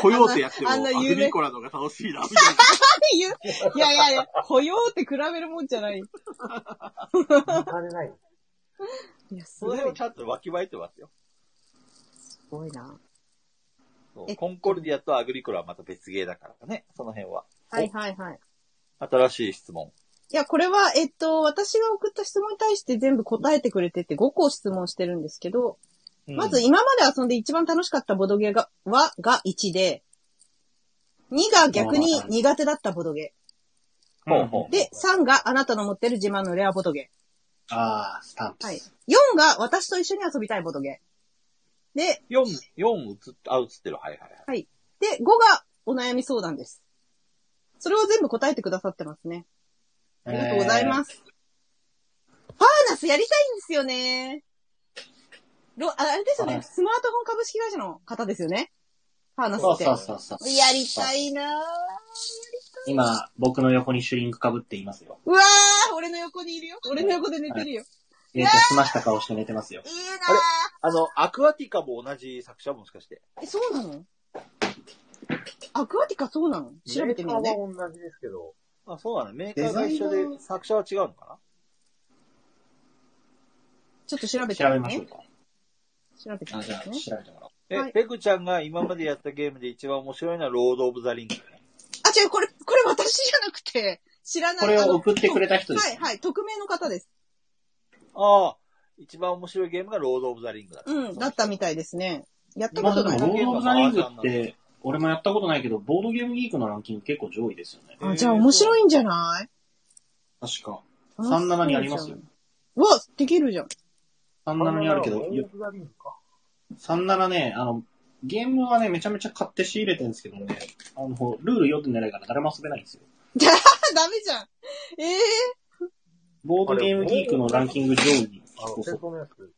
Speaker 4: 来ようとやっても、
Speaker 1: あんな
Speaker 4: ア
Speaker 1: あんな
Speaker 4: グ
Speaker 1: 有名
Speaker 4: リコラの方が楽しいな、みたいな。
Speaker 1: いやいやいやいや、雇用って比べるもんじゃない。
Speaker 8: お金ない。
Speaker 1: いや、す
Speaker 6: その
Speaker 1: ごい
Speaker 6: 辺をちゃんとわきまえてますよ。
Speaker 1: すごいな。
Speaker 6: そうコンコルディアとアグリコラはまた別ゲーだからね、その辺は。
Speaker 1: はいはいはい。
Speaker 6: 新しい質問。
Speaker 1: いや、これは、えっと、私が送った質問に対して全部答えてくれてて5個質問してるんですけど、まず今まで遊んで一番楽しかったボドゲが、は、が1で、2が逆に苦手だったボドゲ。
Speaker 6: ほうほう。
Speaker 1: で、3があなたの持ってる自慢のレアボドゲ。
Speaker 2: あー、スタンプ。。
Speaker 1: はい。4が私と一緒に遊びたいボドゲ。で、
Speaker 6: 4、4映っ、あ、映ってる。はいはいはい。
Speaker 1: で、5がお悩み相談です。それを全部答えてくださってますね。ありがとうございますす。ファーナスやりたいんですよね。ろああれですよ
Speaker 2: は
Speaker 1: ね。
Speaker 2: い
Speaker 1: スマートフォン株式会社の方ですよね。ファーナス
Speaker 2: そう
Speaker 1: って。
Speaker 2: そうそうそう。
Speaker 1: やりたいなぁ。
Speaker 2: 今、僕の横にシュリンク被っていますよ。
Speaker 1: うわぁ、俺の横にいるよ。俺の横で寝てるよ。
Speaker 2: えっと、澄ました顔して寝てますよ。
Speaker 1: いい
Speaker 6: あの、アクアティカも同じ作者もしかして。
Speaker 1: なぁ。え、そうなのアクアティカそうなの調べてみるね。
Speaker 8: メーカーは同じですけど、
Speaker 6: あ、そうなの。メーカーが一緒で作者は違うのか
Speaker 1: ちょっと調べて
Speaker 2: 調
Speaker 1: み
Speaker 2: べ
Speaker 1: る
Speaker 2: ましょう
Speaker 1: ね。
Speaker 2: か。
Speaker 1: 調べて
Speaker 2: あ
Speaker 1: み
Speaker 2: じゃあ、
Speaker 1: るね。
Speaker 2: 調べてもらおう。
Speaker 6: なえ、
Speaker 1: はい
Speaker 6: ペグちゃんが今までやったゲームで一番面白いのはロード・オブ・ザ・リング。
Speaker 1: あ、違う、これ、これ私じゃなくて、知らない。
Speaker 2: これ
Speaker 1: あ
Speaker 2: を
Speaker 1: の
Speaker 2: 送ってくれた人で
Speaker 1: はい
Speaker 2: す。
Speaker 1: はい、匿名の方です。
Speaker 6: ああ、一番面白いゲームがロード・オブ・ザ・リングだった。
Speaker 1: うん、だったみたいですね。やった
Speaker 2: ま
Speaker 1: こ
Speaker 2: あ
Speaker 1: と
Speaker 2: で
Speaker 1: な
Speaker 2: も、
Speaker 1: い。
Speaker 2: ロード・オブ・ザ・リングって、俺もやったことないけど、ボードゲームギークのランキング結構上位ですよね。
Speaker 1: あ、じゃあ面白いんじゃない
Speaker 2: 確か。
Speaker 1: 面白いじゃん
Speaker 2: 37にありますよ。
Speaker 1: うわ、できるじゃん。
Speaker 2: 37にあるけど、
Speaker 8: オ
Speaker 2: いや
Speaker 8: ーブザリングか。
Speaker 2: 37ね、あの、ゲームはね、めちゃめちゃ買って仕入れてるんですけどね、あの、ルール読んでないから誰も遊べないんですよ。
Speaker 1: あ、ダメじゃん。ええ
Speaker 2: ボードゲームギークのランキング上位に。
Speaker 8: あ
Speaker 2: そ
Speaker 8: の、
Speaker 2: うそ
Speaker 8: 戦
Speaker 2: う
Speaker 8: 争のやつ。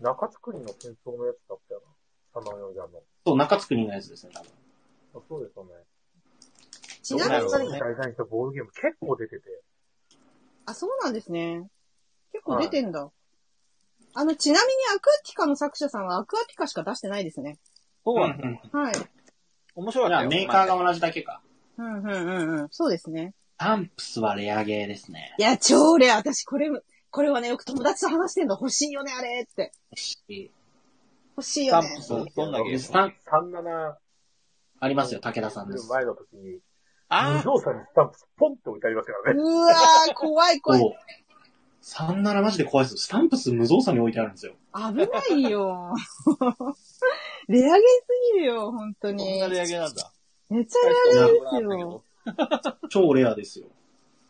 Speaker 8: 中津国の戦争のやつだったよな。サマヨジャンの。
Speaker 2: そう、中津国のやつですね、多分。
Speaker 8: あそうですよね。
Speaker 1: ちなみに
Speaker 6: ど
Speaker 8: オー
Speaker 6: う
Speaker 8: ブザ
Speaker 6: なる
Speaker 8: リング題材にしたボードゲーム結構出てて。
Speaker 1: あ、そうなんですね。結構出てんだ。あの、ちなみにアクアティカの作者さんはアクアティカしか出してないですね。
Speaker 6: そうなの。
Speaker 2: うんうん
Speaker 1: はい。
Speaker 6: 面白
Speaker 2: じ
Speaker 6: か
Speaker 2: ゃ
Speaker 6: った
Speaker 2: あ、
Speaker 6: よ。
Speaker 2: メーカーが同じだけか。
Speaker 1: うん、うん、うん、うん。そうですね。
Speaker 2: タンプスはレアゲーですね。
Speaker 1: いや、超レア。私、これ、これはね、よく友達と話してんの。欲しいよね、あれって。欲しい
Speaker 6: タ
Speaker 1: よ
Speaker 6: ン
Speaker 1: ね
Speaker 6: プ。ス、どんなゲーム
Speaker 2: タン
Speaker 8: 37
Speaker 2: ありますよ、武田さんです。
Speaker 8: 前の時に、
Speaker 6: あ
Speaker 8: 無造作にスタンプポンって置いてありますからね。
Speaker 1: うわー、怖い怖い。
Speaker 2: お37マジで怖いですよ。スタンプス無造作に置いてあるんですよ。
Speaker 1: 危ないよ。 レアゲーすぎるよ、本当
Speaker 6: あ、
Speaker 1: に。
Speaker 6: こんなレアゲーなんだ。
Speaker 1: めっちゃレアゲーです
Speaker 6: 大したもの
Speaker 1: よ
Speaker 6: は。
Speaker 2: 超レアですよ。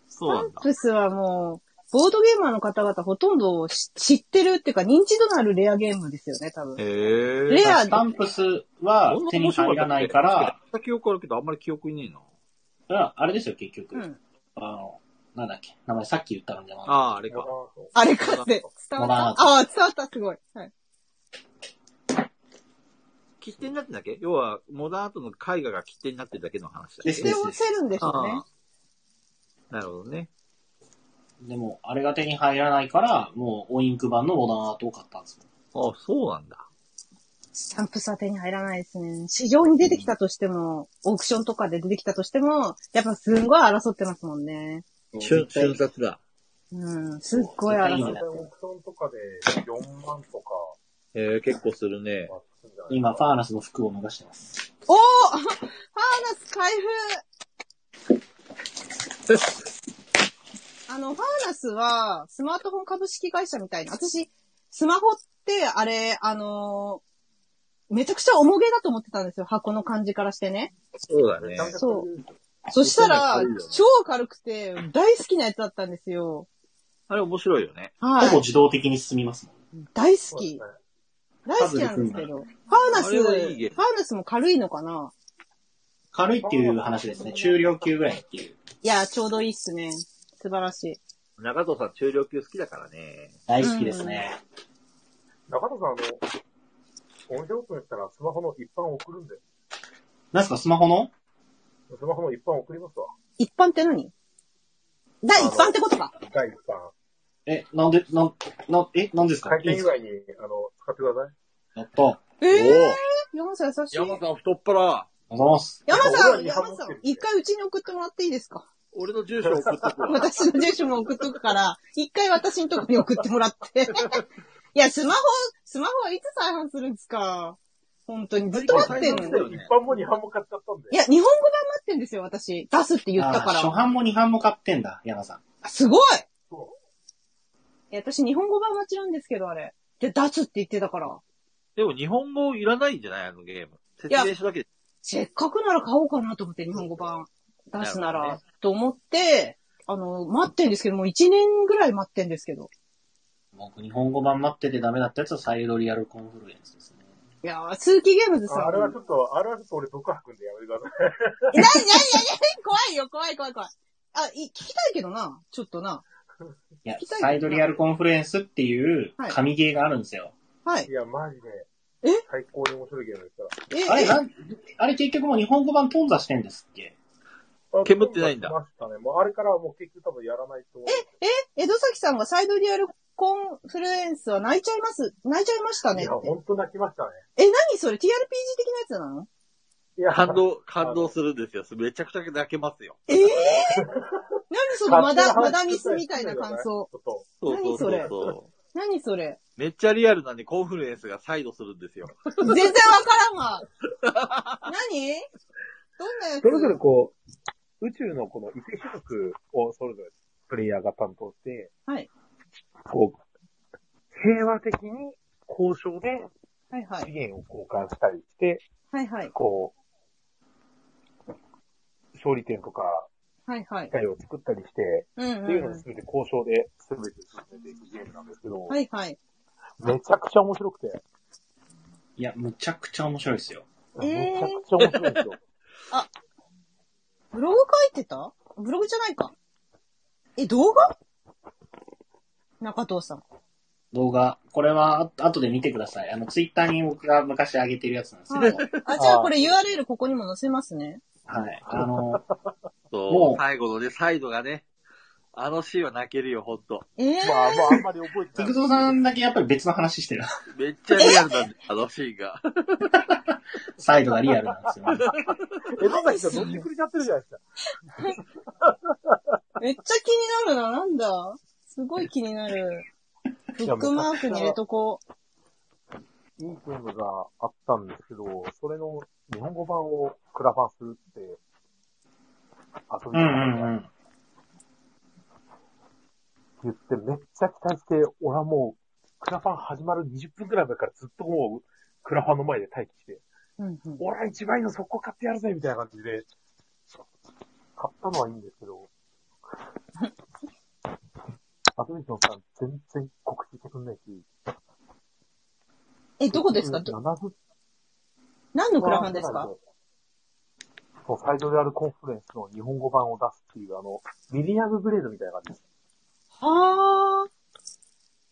Speaker 6: そうなん
Speaker 1: ア
Speaker 6: だ
Speaker 1: ッ。プスはもう、ボードゲーマーの方々ほとんどし知ってるっていうか、認知度のあるレアゲームですよね、多分。
Speaker 6: へ
Speaker 1: レア
Speaker 2: スタンプスは手に入らないから、。
Speaker 6: やった記憶あるけど、あんまり記憶にねえな。
Speaker 2: だからあれですよ、結局。
Speaker 1: うん。
Speaker 2: あの、なんだっけ、名前さっき言ったのでも、
Speaker 6: ああ、あれか。
Speaker 1: あれかって、伝わっ
Speaker 2: モダン
Speaker 1: た
Speaker 2: アー
Speaker 1: あ
Speaker 2: ト
Speaker 1: あ、伝わった、すごい。はい。
Speaker 6: 切手になってんだっけ要は、モダンアートの絵画が切手になってるだけの話だっけ
Speaker 2: です
Speaker 1: で、押せるんですよね
Speaker 6: あ。あなるほどね。
Speaker 2: でも、あれが手に入らないから、もう、オインク版のモダンアートを買ったんですよ。
Speaker 6: あそうなんだ。
Speaker 1: スタンプスは手に入らないですね。市場に出てきたとしても、オークションとかで出てきたとしても、やっぱすんごい争ってますもんね。
Speaker 6: 瞬殺だ。
Speaker 1: うん、すっごい
Speaker 8: オー
Speaker 1: 争って。
Speaker 8: クションとかで4万とか
Speaker 6: えー、結構するね。
Speaker 8: はつくんじゃない
Speaker 2: 今、ファーナスの服を逃してます。
Speaker 1: おーファーナス開封あの、ファーナスは、スマートフォン株式会社みたいな。私、スマホって、あれ、あのーめちゃくちゃ重げだと思ってたんですよ。箱の感じからしてね。
Speaker 6: そうだ
Speaker 8: め
Speaker 6: ね
Speaker 8: ちゃ。めちゃ
Speaker 1: そ
Speaker 8: そうう。
Speaker 1: そしたら
Speaker 6: 軽いよね、
Speaker 1: 超軽くて、大好きなやつだったんですよ。
Speaker 6: あれ面白いよね。
Speaker 1: は
Speaker 2: ほぼ
Speaker 1: い。
Speaker 2: 自動的に進みますもん。
Speaker 1: 大好
Speaker 3: そうです
Speaker 1: き
Speaker 3: ね。。
Speaker 1: 大好きなんですけど。ファウナス、
Speaker 9: あ
Speaker 1: フ
Speaker 9: れ
Speaker 1: ァ
Speaker 9: はいいゲー
Speaker 1: ウ
Speaker 9: ム
Speaker 1: ナスも軽いのかな
Speaker 2: 軽いっていう話ですね。中量級ぐらいってい
Speaker 1: い
Speaker 2: う。
Speaker 1: や、ちょうどいいっすね。素晴らしい。
Speaker 4: 中藤さん中量級好きだからね。
Speaker 2: 大好きですね。
Speaker 3: 中田さん、あの、音量分やったらスマホの一般送るんで、
Speaker 2: なんすか、スマホの
Speaker 3: スマホの一般送りますわ。
Speaker 1: 一般って何第一般ってことか。
Speaker 3: 第一版。
Speaker 2: え、なんで、なん、なん、え、なんですか
Speaker 3: 会
Speaker 2: いい
Speaker 3: 見
Speaker 2: です
Speaker 3: 以
Speaker 2: か
Speaker 3: 外に、あの、使ってください。
Speaker 2: やった。ありがと
Speaker 1: え
Speaker 9: お
Speaker 1: え
Speaker 9: お
Speaker 1: ー、山さん優しい。
Speaker 9: 山さん太っ腹。
Speaker 2: うございます。
Speaker 1: 山さん、
Speaker 3: 俺は
Speaker 1: 山
Speaker 3: 二
Speaker 1: さ
Speaker 3: 班持って
Speaker 1: ん
Speaker 3: る、
Speaker 1: 一回うちに送ってもらっていいですか
Speaker 9: 俺の住所送っとくわ。
Speaker 1: 私の住所も送っとくから、一回私のとこに送ってもらって。 いや、スマホ、スマホはいつ再販するんですか本当に。ずっと待ってんの。
Speaker 9: 再販
Speaker 1: い
Speaker 9: するよね
Speaker 3: 一般も二版も買っちゃったんで。
Speaker 1: や、日本語版待ってんですよ、私。出すって言ったか
Speaker 2: あー初
Speaker 1: ら。
Speaker 2: 版も二版も買ってんだ、山さん。
Speaker 1: あすごい
Speaker 3: そ
Speaker 1: いや、私日本語版待ちなんですけど、あれ。で、出すって言ってたから。
Speaker 4: でも日本語いらないんじゃないあのゲーム。説
Speaker 1: や
Speaker 4: 明しただけで。
Speaker 1: せっかくなら買おうかなと思って、日本語版。出すな
Speaker 4: なるほ
Speaker 1: ら
Speaker 4: ど、
Speaker 1: と思って、あの、待ってんですけど、もう一年ぐらい待ってんですけど。
Speaker 2: 僕、日本語版待っててダメだったやつはサイドリアルコンフルエンスですね。
Speaker 1: いやー、数奇ゲームズ
Speaker 3: う
Speaker 1: さ。
Speaker 3: ああれはちょっと、あれはちょっと俺毒吐くんでやめてください。
Speaker 1: なになになに怖いよ、怖い怖い怖い。あ、い聞きたいけどな、ちょっとな。
Speaker 2: いや
Speaker 1: 聞き、たいな
Speaker 2: サイドリアルコンフルエンスっていう
Speaker 1: はい
Speaker 2: 神ゲーがあるんですよ。
Speaker 1: はい
Speaker 3: い。や、マジで。
Speaker 1: え
Speaker 3: 最高に面白いゲームですから。
Speaker 1: え、
Speaker 2: あれ、
Speaker 1: え、
Speaker 2: なん、あれ結局もう日本語版頓挫してんですっけ
Speaker 3: あ
Speaker 4: 煙ってないんだ
Speaker 3: ましたね。もうあれからはもう結局多分やらないと思う。
Speaker 1: 江戸崎さんがサイドリアルコンフルエンスは泣いちゃいます、泣いちゃいました
Speaker 3: い
Speaker 1: ねっ
Speaker 3: や、
Speaker 1: て。
Speaker 3: ほんと泣きましたね。
Speaker 1: え、何それ ?TRPG 的なやつなの
Speaker 3: いや、
Speaker 4: 感動、感動するんですよ。めちゃくちゃ泣けますよ。
Speaker 1: ええー、何そのマダ、
Speaker 3: 勝手な話
Speaker 1: マダミスみたいな感想。
Speaker 3: ちょっと
Speaker 4: そうそうそ
Speaker 1: 何
Speaker 4: う
Speaker 1: そ
Speaker 4: そう。
Speaker 1: 何それ
Speaker 4: めっちゃリアルなんでコンフルエンスが再度するんですよ。
Speaker 1: 全然わからんわ。 何どんなやつ
Speaker 3: それぞれこう、宇宙のこの一種族をそれぞれプレイヤーが担当して、
Speaker 1: はい。
Speaker 3: こう、平和的に交渉で
Speaker 1: はいは
Speaker 3: 資
Speaker 1: い。
Speaker 3: 源を交換したりして、
Speaker 1: はいはい。
Speaker 3: こう、勝利点とか、
Speaker 1: はいはい
Speaker 3: 機。械を作ったりして、
Speaker 1: うん
Speaker 3: っ
Speaker 1: う
Speaker 3: ていうの
Speaker 1: ん
Speaker 3: を
Speaker 1: うん。
Speaker 3: 全て交渉で全て進めていくゲームなんですけど、
Speaker 1: はいはい。
Speaker 3: めちゃくちゃ面白くて、
Speaker 2: いや、むちゃくちゃ面白いですよ。
Speaker 1: えー
Speaker 3: めちゃくちゃ面白いんですよ。
Speaker 1: ブログ書いてたブログじゃないか。え、動画中藤さん。
Speaker 2: 動画。これは、あ後で見てください。あの、ツイッターに僕が昔上げてるやつなんですけ
Speaker 1: はい
Speaker 2: ど。。
Speaker 1: あ、じゃあこれ URL ここにも載せますね。
Speaker 2: はい。あの、も
Speaker 4: そうう。最後のね、サイドがね、あのシーンは泣けるよ、ほんと。
Speaker 1: ええー。
Speaker 3: まあ、まあ、あんまり覚えて ない
Speaker 2: 菊。蔵さんだけやっぱり別の話してる。
Speaker 4: めっちゃリアルなんで、あのシーンが。
Speaker 2: サイドがリアルなんですよ、ね。
Speaker 3: え、なんか言ったら乗ってくれちゃってるじゃないですか。
Speaker 1: めっちゃ気になるな、なんだ。すごい気になる。ブックマークに入れとこう。
Speaker 3: いいゲームがあったんですけど、それの日本語版をクラファスって遊びたい
Speaker 2: うんうんうん。
Speaker 3: 言ってめっちゃ期待して、俺はもう、クラファン始まる20分くらい前からずっともう、クラファンの前で待機して、
Speaker 1: うんうん、
Speaker 3: 俺は一番いいの速攻買ってやるぜみたいな感じで、買ったのはいいんですけ ど、アトミソンさん全然告知してくんないし。
Speaker 1: え、どこですかど
Speaker 3: ?70
Speaker 1: 何のクラファンですか
Speaker 3: そう、サイドリアルコンフルエンスの日本語版を出すっていう、あの、ミリアムブレードみたいな感じです。
Speaker 1: は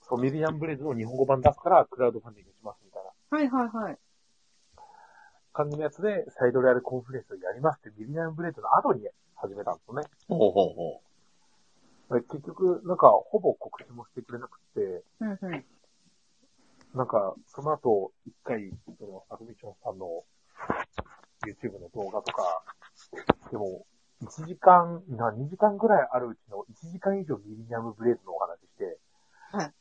Speaker 3: そう、ミリアムブレードの日本語版出すから、クラウドファンディングしますみたいな
Speaker 1: ー。はいはいはい。
Speaker 3: 感じのやつで、サイドリアルコンフルエンスをやりますって、ミリアムブレードの後に始めたんですよね。
Speaker 4: ほうほうほ
Speaker 3: で結局、なんか、ほぼ告知もしてくれなくて、
Speaker 1: うんうん。
Speaker 3: なんか、その後、一回、その、アグミチョンさんの YouTube の動画とか、でも、1時間、な、2時間ぐらいあるうちの1時間以上ミリアムブレードのお話して、
Speaker 1: はい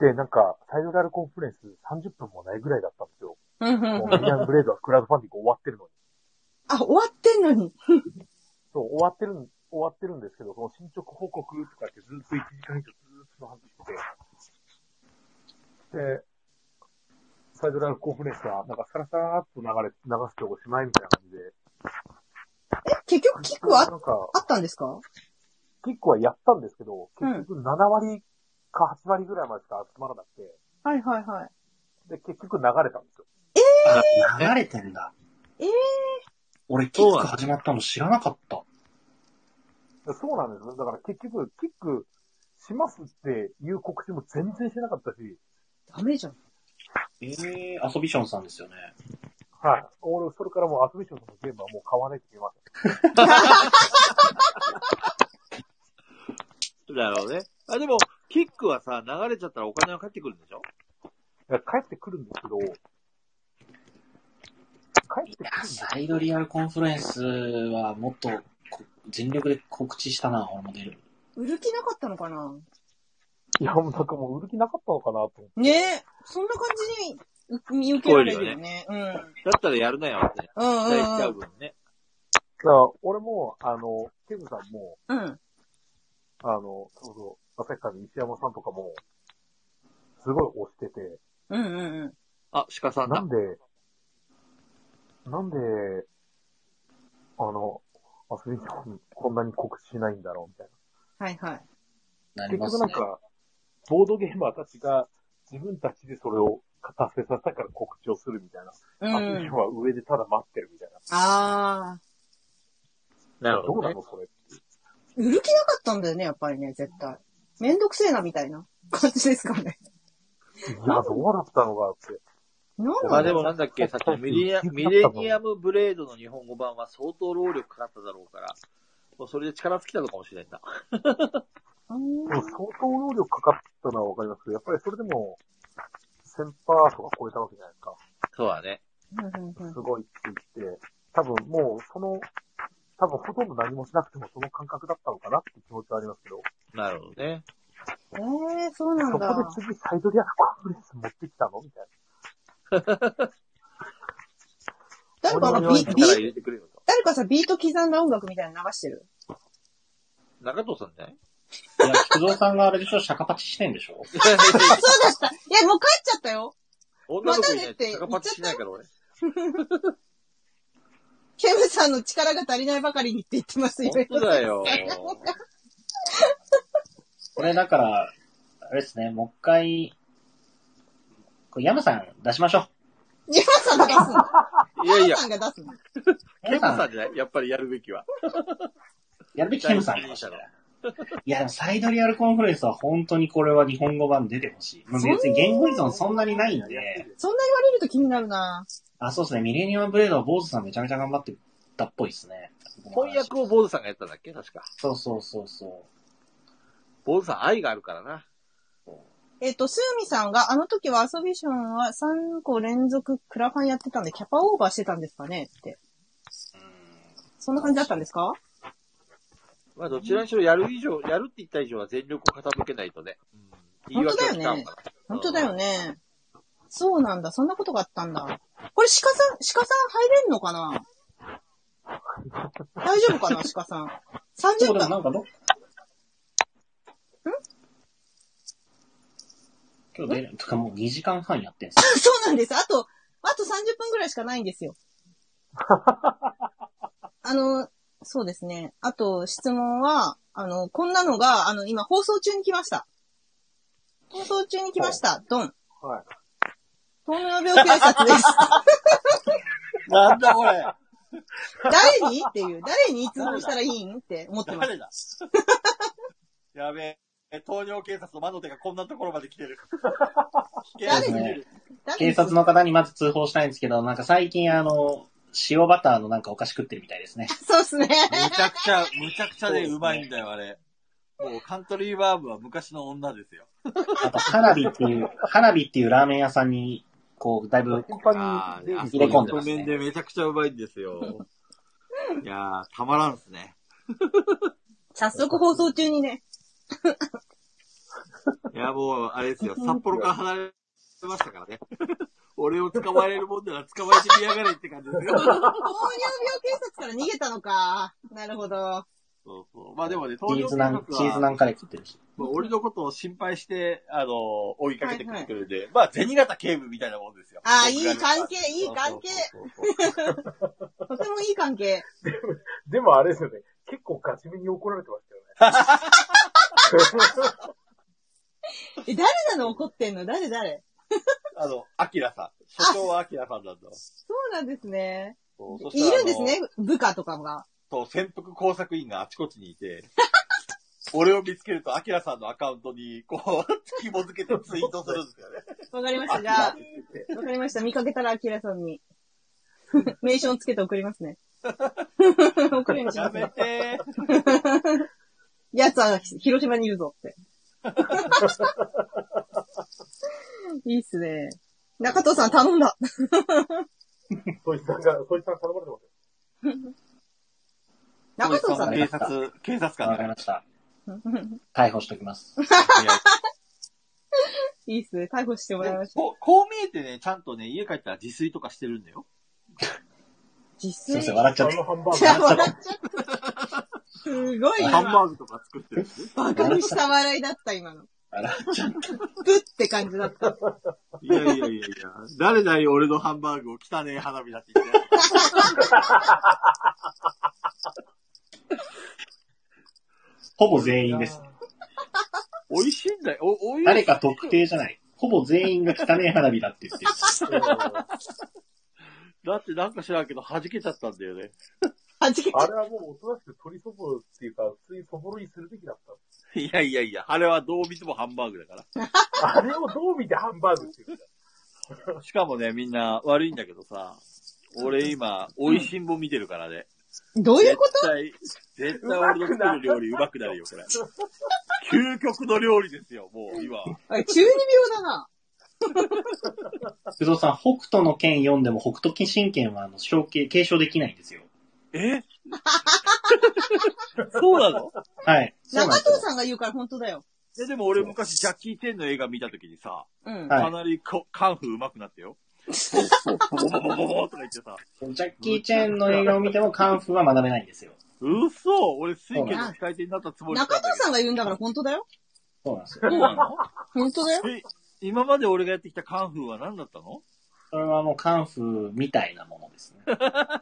Speaker 3: で、なんか、サイドラルコンフルエンス30分もないぐらいだったんですよ。
Speaker 1: うんうん
Speaker 3: もう
Speaker 1: う
Speaker 3: ミ
Speaker 1: ん。
Speaker 3: リアムブレードはクラウドファンディング終わってるのに。
Speaker 1: あ、終わってんのに。
Speaker 3: そう、終わってるん、終わってるんですけど、その進捗報告とかってずっと1時間以上ずっと話してて、で、サイドライフコンフレンスは、なんかサラサラーっと流れ、流しておしまいみたいな感じで。
Speaker 1: え、結局キックはあ
Speaker 3: なんか、
Speaker 1: あったんですか
Speaker 3: キックはやったんですけど、結局7割か8割ぐらいまでしか集まらなくて、
Speaker 1: はいはいはい。
Speaker 3: で、結局流れたんですよ。
Speaker 2: あ流れてんだ。
Speaker 1: えー
Speaker 2: 俺、キック始まったの知らなかった。
Speaker 3: でそうなんですよ。だから結局、キックしますっていう告知も全然しなかったし、
Speaker 1: ダメじゃん。
Speaker 2: ええー、アソビションさんですよね。
Speaker 3: はい。俺、それからもうアスミションのゲームはもう買わないって言いました。
Speaker 6: だろうね。あ、でも、キックはさ、流れちゃったらお金が返ってくるんでしょ
Speaker 3: いや帰ってくるんですけど、帰ってくるんです
Speaker 2: サイドリアルコンフルエンスはもっとこ全力で告知したな、俺も出る。
Speaker 1: 売る気なかったのかない
Speaker 3: や、もうなんかもう売る気なかったのかなと思って。
Speaker 1: ねえ、そんな感じにう見受けられるよね。
Speaker 6: だったらやるなよって。
Speaker 1: うん。うん
Speaker 6: 期
Speaker 1: う
Speaker 6: 待しちゃうん分ね。
Speaker 3: だから、俺も、あの、ケムさんも、
Speaker 1: うん。うん。
Speaker 3: あの、そうそう、旭川の石山さんとかも、すごい推してて、
Speaker 1: うんうんうん。
Speaker 6: あ、鹿さん
Speaker 3: な
Speaker 6: だ
Speaker 3: ん。で、なんで、あの、アスリートにこんなに告知しないんだろうみたい
Speaker 1: はいはい。
Speaker 2: な
Speaker 3: な。
Speaker 2: り
Speaker 3: 結
Speaker 2: ます
Speaker 3: 局なん
Speaker 2: ね。
Speaker 3: か、ボードゲーム私が自分たちでそれを達成させたから告知をするみたいな。
Speaker 1: う
Speaker 3: アスリー
Speaker 1: ん。
Speaker 3: トは上でただ待ってるみたいな。
Speaker 1: ああ。
Speaker 6: なる
Speaker 3: ど
Speaker 6: ほ
Speaker 3: う
Speaker 6: ど、
Speaker 3: な
Speaker 6: ね。
Speaker 3: のそれ。
Speaker 1: 売る気なかったんだよね、やっぱりね、絶対。めんどくせえな、みたいな感じですかね。
Speaker 3: いや、どうだったのかって。
Speaker 1: なん
Speaker 6: まあ
Speaker 1: だ
Speaker 6: で
Speaker 1: ろう
Speaker 6: もなんだっけ、さっきのミレニアミレニアムブレードの日本語版は相当労力かかっただろうから、もうそれで力尽きたのかもしれないな。
Speaker 1: うん
Speaker 3: でも相当能力かかったのはわかりますけど、やっぱりそれでも、1000%とか超えたわけじゃないですか。
Speaker 6: そうだね。
Speaker 1: うんうんうん
Speaker 3: すごいって言って、多分もうその、多分ほとんど何もしなくてもその感覚だったのかなって気持ちはありますけど、
Speaker 6: なるほどね。
Speaker 1: ええ、そうなん
Speaker 3: そ
Speaker 1: だ
Speaker 3: こ。で次サイドリアルコンフレンス持ってきたのみたい
Speaker 1: 誰かが
Speaker 3: 俺の
Speaker 1: ビ
Speaker 3: よう
Speaker 6: 力
Speaker 3: に
Speaker 1: ビ
Speaker 6: 入れてくれよと。
Speaker 1: 誰かさ、ビート刻んだ音楽みたいなの流 してる。
Speaker 6: 中藤さんじゃない
Speaker 2: いや、菊蔵さんがあれでしょ、シャカパチしてんでしょ
Speaker 1: あ、そうだった。いや、もう帰っちゃったよ。
Speaker 6: 女の子いないと高パチしないから俺。
Speaker 1: ケムさんの力が足りないばかりにって言ってますよ。
Speaker 6: 本当だ よ。
Speaker 2: これだから、あれですね、もう一回、これヤマさん出しましょう。
Speaker 1: ジマさんが出すの。
Speaker 6: いやいや
Speaker 1: ジマ、さんが出すの。
Speaker 6: ケム
Speaker 2: ヤマ
Speaker 6: さんじゃないやっぱりやるべきは。
Speaker 2: やるべきキムさん
Speaker 6: 第一人者だ
Speaker 2: いや、でもサイドリアルコンフルエンスは本当にこれは日本語版出てほしい。まあ別に言語依存そんなにないんで、
Speaker 1: そんな言われると気になるな
Speaker 2: あ、そうですね、ミレニアムブレードは坊主さんめちゃめちゃ頑張ってたっぽいですね。
Speaker 6: 翻訳を坊主さんがやったんだっけ確か。
Speaker 2: そうそうそうそう。
Speaker 6: 坊主さん愛があるからな。
Speaker 1: えっ、と、スーミさんが、あの時はアソビションは3個連続クラファンやってたんで、キャパオーバーしてたんですかねって。そんな感じだったんですか
Speaker 6: まあどちらにしろやる以上、やるって言った以上は全力を傾けないとね。言い訳は使うから。
Speaker 1: 本当だよね。そうなんだ。そんなことがあったんだ。これ鹿さん、鹿さん入れんのかな大丈夫かな鹿さん。
Speaker 2: そう
Speaker 1: 30
Speaker 2: でもな
Speaker 1: 分。
Speaker 2: んかどっ今日出る、とかもう2時間半やってんすよ。
Speaker 1: そうなんです。あと、あと30分ぐらいしかないんですよ。あの、そうですね。あと、質問は、あの、こんなのが、あの、今、放送中に来ました。放送中に来ました。ドン。
Speaker 3: な。はい。
Speaker 1: 糖尿病警察です。
Speaker 6: なんだこれ。
Speaker 1: 誰にっていう、誰に通報したらいいんって思って ます。
Speaker 6: 誰だやべえ、糖尿警察の魔の手がこんなところまで来てる。危険すぎる。
Speaker 1: 誰に
Speaker 2: 警察の方にまず通報したいんですけど、なんか最近あの、塩バターのなんかお菓子食ってるみたいですね。
Speaker 1: そうですね。
Speaker 6: むちゃくち ゃ、むちゃくちゃでうまいんだよ、あれ。もうカントリーバーブは昔の女ですよ。
Speaker 2: あと、花火っていう、花火っていうラーメン屋さんに、こう、だいぶ、
Speaker 3: 頻繁に、
Speaker 2: 入れ込んで
Speaker 6: 太
Speaker 2: ますね
Speaker 6: 麺でめちゃくちゃうまいんですよ。 いやー、たまらんっすね。
Speaker 1: 早速放送中にね。
Speaker 6: いや、もう、あれですよ、札幌から離れましたからね。 俺を捕まえれるもんなら捕まえてみやがれって感じですよ。
Speaker 1: 糖尿病警察から逃げたのか。なるほど。
Speaker 6: そうそう。まあでもね、糖
Speaker 2: チー
Speaker 6: 尿
Speaker 2: ズ
Speaker 6: 警
Speaker 2: な
Speaker 6: 察
Speaker 2: ん
Speaker 6: は、、
Speaker 2: チーズなんカレー食ってるし。
Speaker 6: まあ、俺のことを心配して、あの、追いかけてくれてるんで、まあ、銭形警部みたいなもんですよ。
Speaker 1: ああ、い
Speaker 6: 僕
Speaker 1: い
Speaker 6: が見た
Speaker 1: 関係、いい関係。
Speaker 6: そうそうそうそう
Speaker 1: とてもいい関係。
Speaker 3: でもあれですよね、結構ガチめに怒られてましたよね。
Speaker 1: 誰なの怒ってんの誰誰
Speaker 4: あの、アキラさん。所長はアキラさんなんだ。
Speaker 1: そうなんですね。
Speaker 4: そうそ
Speaker 1: い
Speaker 4: したら
Speaker 1: るんですね、部下とかが。
Speaker 4: あのそう、潜伏工作員があちこちにいて、 俺を見つけると、アキラさんのアカウントに、こう、 紐付けてツイートするんですよね。
Speaker 1: わかりました。じゃあ、わかりました。見かけたらアキラさんに。メーションつけて送りますね。 送るようにしま
Speaker 4: や
Speaker 1: す
Speaker 4: め
Speaker 1: ね。
Speaker 4: て
Speaker 1: やつは広島にいるぞ って。いいっすね。中藤さん頼んだ。
Speaker 8: そいつさんが、そいつさん頼まれてますよ。
Speaker 1: 中藤さん
Speaker 4: 警
Speaker 1: ね。
Speaker 4: 察、警察官
Speaker 2: わ
Speaker 4: だ
Speaker 2: かり
Speaker 4: よ
Speaker 2: ました。逮捕しときます。
Speaker 4: いや
Speaker 1: いいっすね。逮捕してもらいました。
Speaker 4: こうこう見えてね、ちゃんとね、家帰ったら自炊とかしてるんだよ。
Speaker 2: すい
Speaker 1: 実
Speaker 2: ません、
Speaker 1: 際。
Speaker 2: 笑っちゃっ
Speaker 8: あのハンバー
Speaker 1: じ
Speaker 8: グ
Speaker 1: ゃあ笑っちゃ った。すごい
Speaker 4: ハン
Speaker 1: な。
Speaker 4: バーグとか作ってるし、
Speaker 1: バカにした笑いだった、今の。
Speaker 2: た。笑っちゃっ
Speaker 1: プって感じだった。
Speaker 4: いやいやいやいや、誰だよ俺のハンバーグを汚ねえ花火だって言って。
Speaker 2: ほぼ全員です。
Speaker 4: 美味しいんだよ。お、おい
Speaker 2: 誰か特定じゃない。ほぼ全員が汚い花火だって言ってる。
Speaker 4: だってなんか知らんけど弾けちゃったんだよね。
Speaker 1: はじけ
Speaker 8: あれはもうおとなしく取りそぼるっていうか、普通にそぼろにするべきだった。
Speaker 4: いやいやいや、あれはどう見てもハンバーグだか
Speaker 8: あれをどう見てハンバーグっていうか。
Speaker 4: ら。しかもね、みんな悪いんだけどさ、俺今、美味しんぼ見てるからね。
Speaker 1: どういうこと
Speaker 4: 絶対、絶対俺の作る料理うまくなるよ、これ。究極の料理ですよ、もう今。
Speaker 1: あれ中二病だな。
Speaker 2: 須藤さん、北斗の剣読んでも北斗神剣はあの承継、継承できないんですよ。
Speaker 4: えそうなの
Speaker 2: はい。そ
Speaker 1: 中
Speaker 2: うなんですよ
Speaker 1: 藤さんが言うから本当だよ。
Speaker 4: え、でも俺昔ジャッキー・チェンの映画見たときにさ、
Speaker 1: うん。
Speaker 2: はい
Speaker 4: かなりこカンフー上手くなったよ。ボボボボボボとか言ってさ、
Speaker 2: ジャッキー・チェーンの映画を見てもカンフーは学べないんですよ。
Speaker 4: 嘘俺水拳の使い手になったつもりだった
Speaker 1: 中
Speaker 4: んだ
Speaker 1: 藤
Speaker 4: けど
Speaker 1: さんが言うんだから本当だよ。
Speaker 2: そうなんですよ。
Speaker 4: そうなの
Speaker 1: 本当だよ。
Speaker 4: え、今まで俺がやってきたカンフーは何だったの
Speaker 2: それはもうカンフーみたいなものですね。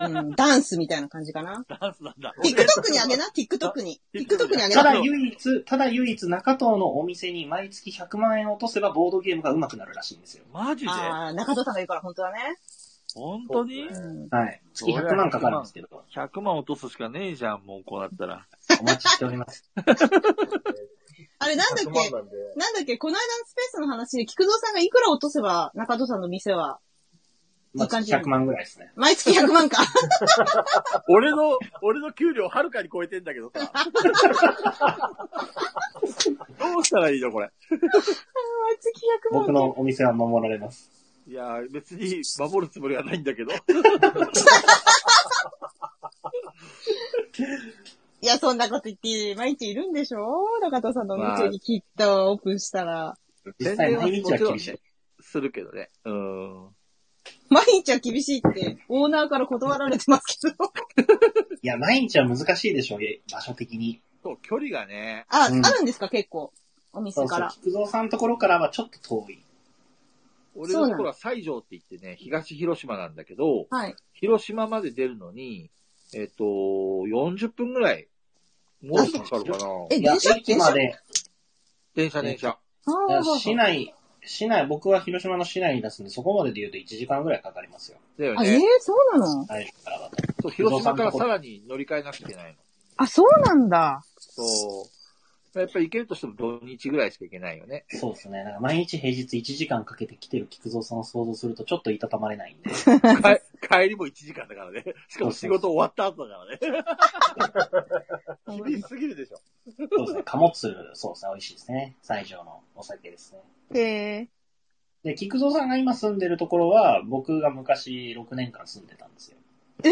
Speaker 1: うん。ダンスみたいな感じかな。
Speaker 4: ダンスなんだ。
Speaker 1: TikTok にあげな、TikTok に。TikTok にあげ
Speaker 2: た
Speaker 1: な。
Speaker 2: だ唯一、ただ唯一中東のお店に毎月100万円落とせばボードゲームが上手くなるらしいんですよ。
Speaker 4: マジで
Speaker 1: ああ、中藤さんが言うから本当だね。
Speaker 4: 本当に
Speaker 1: うん。
Speaker 2: はい。月100万かかるんですけど、
Speaker 4: ?100 万落とすしかねえじゃん、もうこうなったら。
Speaker 2: お待ちしております。
Speaker 1: あれなんだっけ
Speaker 8: 100万なんで。
Speaker 1: なんだっけこの間のスペースの話で、菊蔵さんがいくら落とせば中戸さんの店は、
Speaker 2: まあ、
Speaker 1: いい感じなの
Speaker 2: 100万ぐらいですね。
Speaker 1: 毎月100万か。
Speaker 4: 俺の、俺の給料はるかに超えてんだけど さ。どうしたらいいのこれ。
Speaker 1: 毎月100万。
Speaker 2: 僕のお店は守られます。
Speaker 4: いやー、別に守るつもりはないんだけど。
Speaker 1: いや、そんなこと言って、毎日いるんでしょ中戸さんのお店にきっとオープンしたら。
Speaker 2: 実際毎日は厳しい。
Speaker 4: するけどね。うん。
Speaker 1: 毎日は厳しいって、オーナーから断られてますけど。
Speaker 2: いや、毎日は難しいでしょう、場所的に。
Speaker 4: そう、距離がね。
Speaker 1: あ、
Speaker 2: うん
Speaker 1: あるんですか結構。お
Speaker 2: そ
Speaker 1: 店
Speaker 2: う
Speaker 1: か
Speaker 2: そう
Speaker 1: ら。、
Speaker 2: 菊蔵さんのところからはちょっと遠い。
Speaker 4: 俺のところは西条って言ってね、東広島なんだけど、
Speaker 1: はい。
Speaker 4: 広島まで出るのに、 えっ、と、40分ぐらい、もうちょっとかかるかな。
Speaker 1: え、
Speaker 2: いや
Speaker 1: 電車、
Speaker 2: 駅
Speaker 1: 電
Speaker 2: ま
Speaker 1: 車
Speaker 2: で、
Speaker 4: 電車電車。
Speaker 1: あ
Speaker 2: いや
Speaker 1: ー
Speaker 2: 市内、市内、僕は広島の市内に出すんで、そこまでで言うと1時間ぐらいかかりますよ。
Speaker 4: だよ
Speaker 1: あ、えー
Speaker 4: ね。、
Speaker 1: そうなの
Speaker 2: 大丈夫からだと。
Speaker 4: そう、広島からさらに乗り換えなきゃいけないの。
Speaker 1: あ、そうなんだ。
Speaker 4: そう。やっぱり行けるとしても土日ぐらいしか行けないよ ね。
Speaker 2: そうですね。なんか毎日平日1時間かけて来てる菊蔵さんを想像するとちょっといたたまれな いんで。
Speaker 4: 帰帰りも1時間だからね。しかも仕事終わった後だからね。 厳しすぎるでしょ。
Speaker 2: そうですね。貨物、そうですね。美味しいですね。西条のお酒ですね。
Speaker 1: へー
Speaker 2: で、菊蔵さんが今住んでるところは、僕が昔6年間住んでたんですよ。
Speaker 1: え、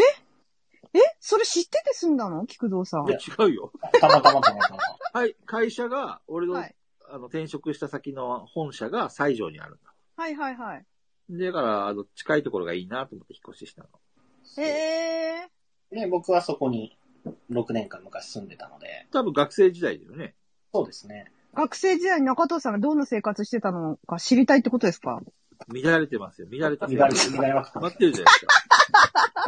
Speaker 1: それ知ってて済んだの菊堂さん
Speaker 4: い。や、違うよ。
Speaker 2: たまたまたまたま。
Speaker 4: はい、会社が、俺の、
Speaker 1: はい
Speaker 4: あの、転職した先の本社が西条にあるんだ。
Speaker 1: はいはいはい。
Speaker 4: だから、あの、近いところがいいなと思って引っ越ししたの。
Speaker 1: へえ。
Speaker 2: で、僕はそこに6年間昔住んでたので、
Speaker 4: 多分学生時代だよね。
Speaker 2: そうですね。
Speaker 1: 学生時代に中藤さんがどんな生活してたのか知りたいってことですか
Speaker 4: 乱れてますよ。乱れた
Speaker 2: 乱れて、乱れまくって
Speaker 4: 決
Speaker 2: ま。
Speaker 4: ます ってるじゃないですか。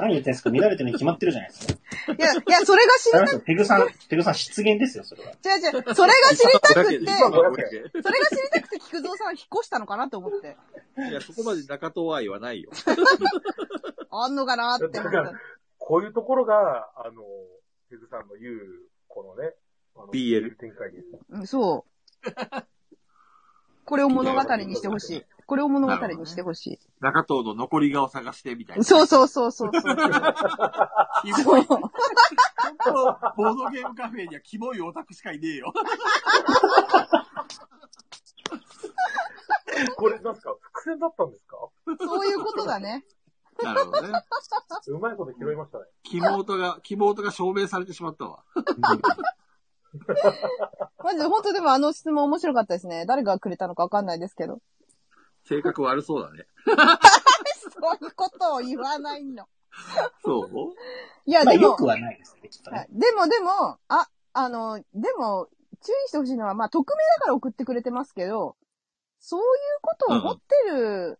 Speaker 2: 何言ってんすか乱れてるに決まってるじゃないですか。
Speaker 1: いや、いや、それが知りた
Speaker 2: あなたペグさん、ペグさん失言ですよ、それは。
Speaker 1: 違う違う、それが知りたくて、
Speaker 3: 今
Speaker 1: そ
Speaker 3: 500円。
Speaker 1: れが知りたくて菊蔵さんは引っ越したのかなと思って。
Speaker 6: いや、そこまで中東愛はないよ。
Speaker 1: あんのかなって思っ
Speaker 8: だか
Speaker 1: た
Speaker 8: ら。こういうところが、あの、ペグさんの言う、このね、あの
Speaker 6: BL
Speaker 8: 展開です。
Speaker 1: うん、そう。これを物語にしてほしい。これを物語にしてほし
Speaker 4: 中東の残り顔を探してみたい
Speaker 1: い。
Speaker 4: な。
Speaker 1: そうそうそうそうそう。
Speaker 4: キモい。本当ボードゲームカフェにはキモいオタクしかいねえよ。
Speaker 8: これ、なんすか伏線だったんですか
Speaker 1: そういうことだね。
Speaker 4: なるほどね。
Speaker 8: うまいこと拾いましたね。
Speaker 4: キモオタが、キモオタが証明されてしまったわ。
Speaker 1: マジで、本当でもあの質問面白かったですね。誰がくれたのかわかんないですけど。
Speaker 4: 性格悪そうだね。
Speaker 1: そういうことを言わないの。
Speaker 4: そう
Speaker 1: いや、
Speaker 2: まあ、
Speaker 1: で
Speaker 2: よ
Speaker 1: も、
Speaker 2: くはないですね、きっと
Speaker 1: は
Speaker 2: ね
Speaker 1: い。でもでも、あ、あの、でも、注意してほしいのは、まあ、匿名だから送ってくれてますけど、そういうことを持ってる、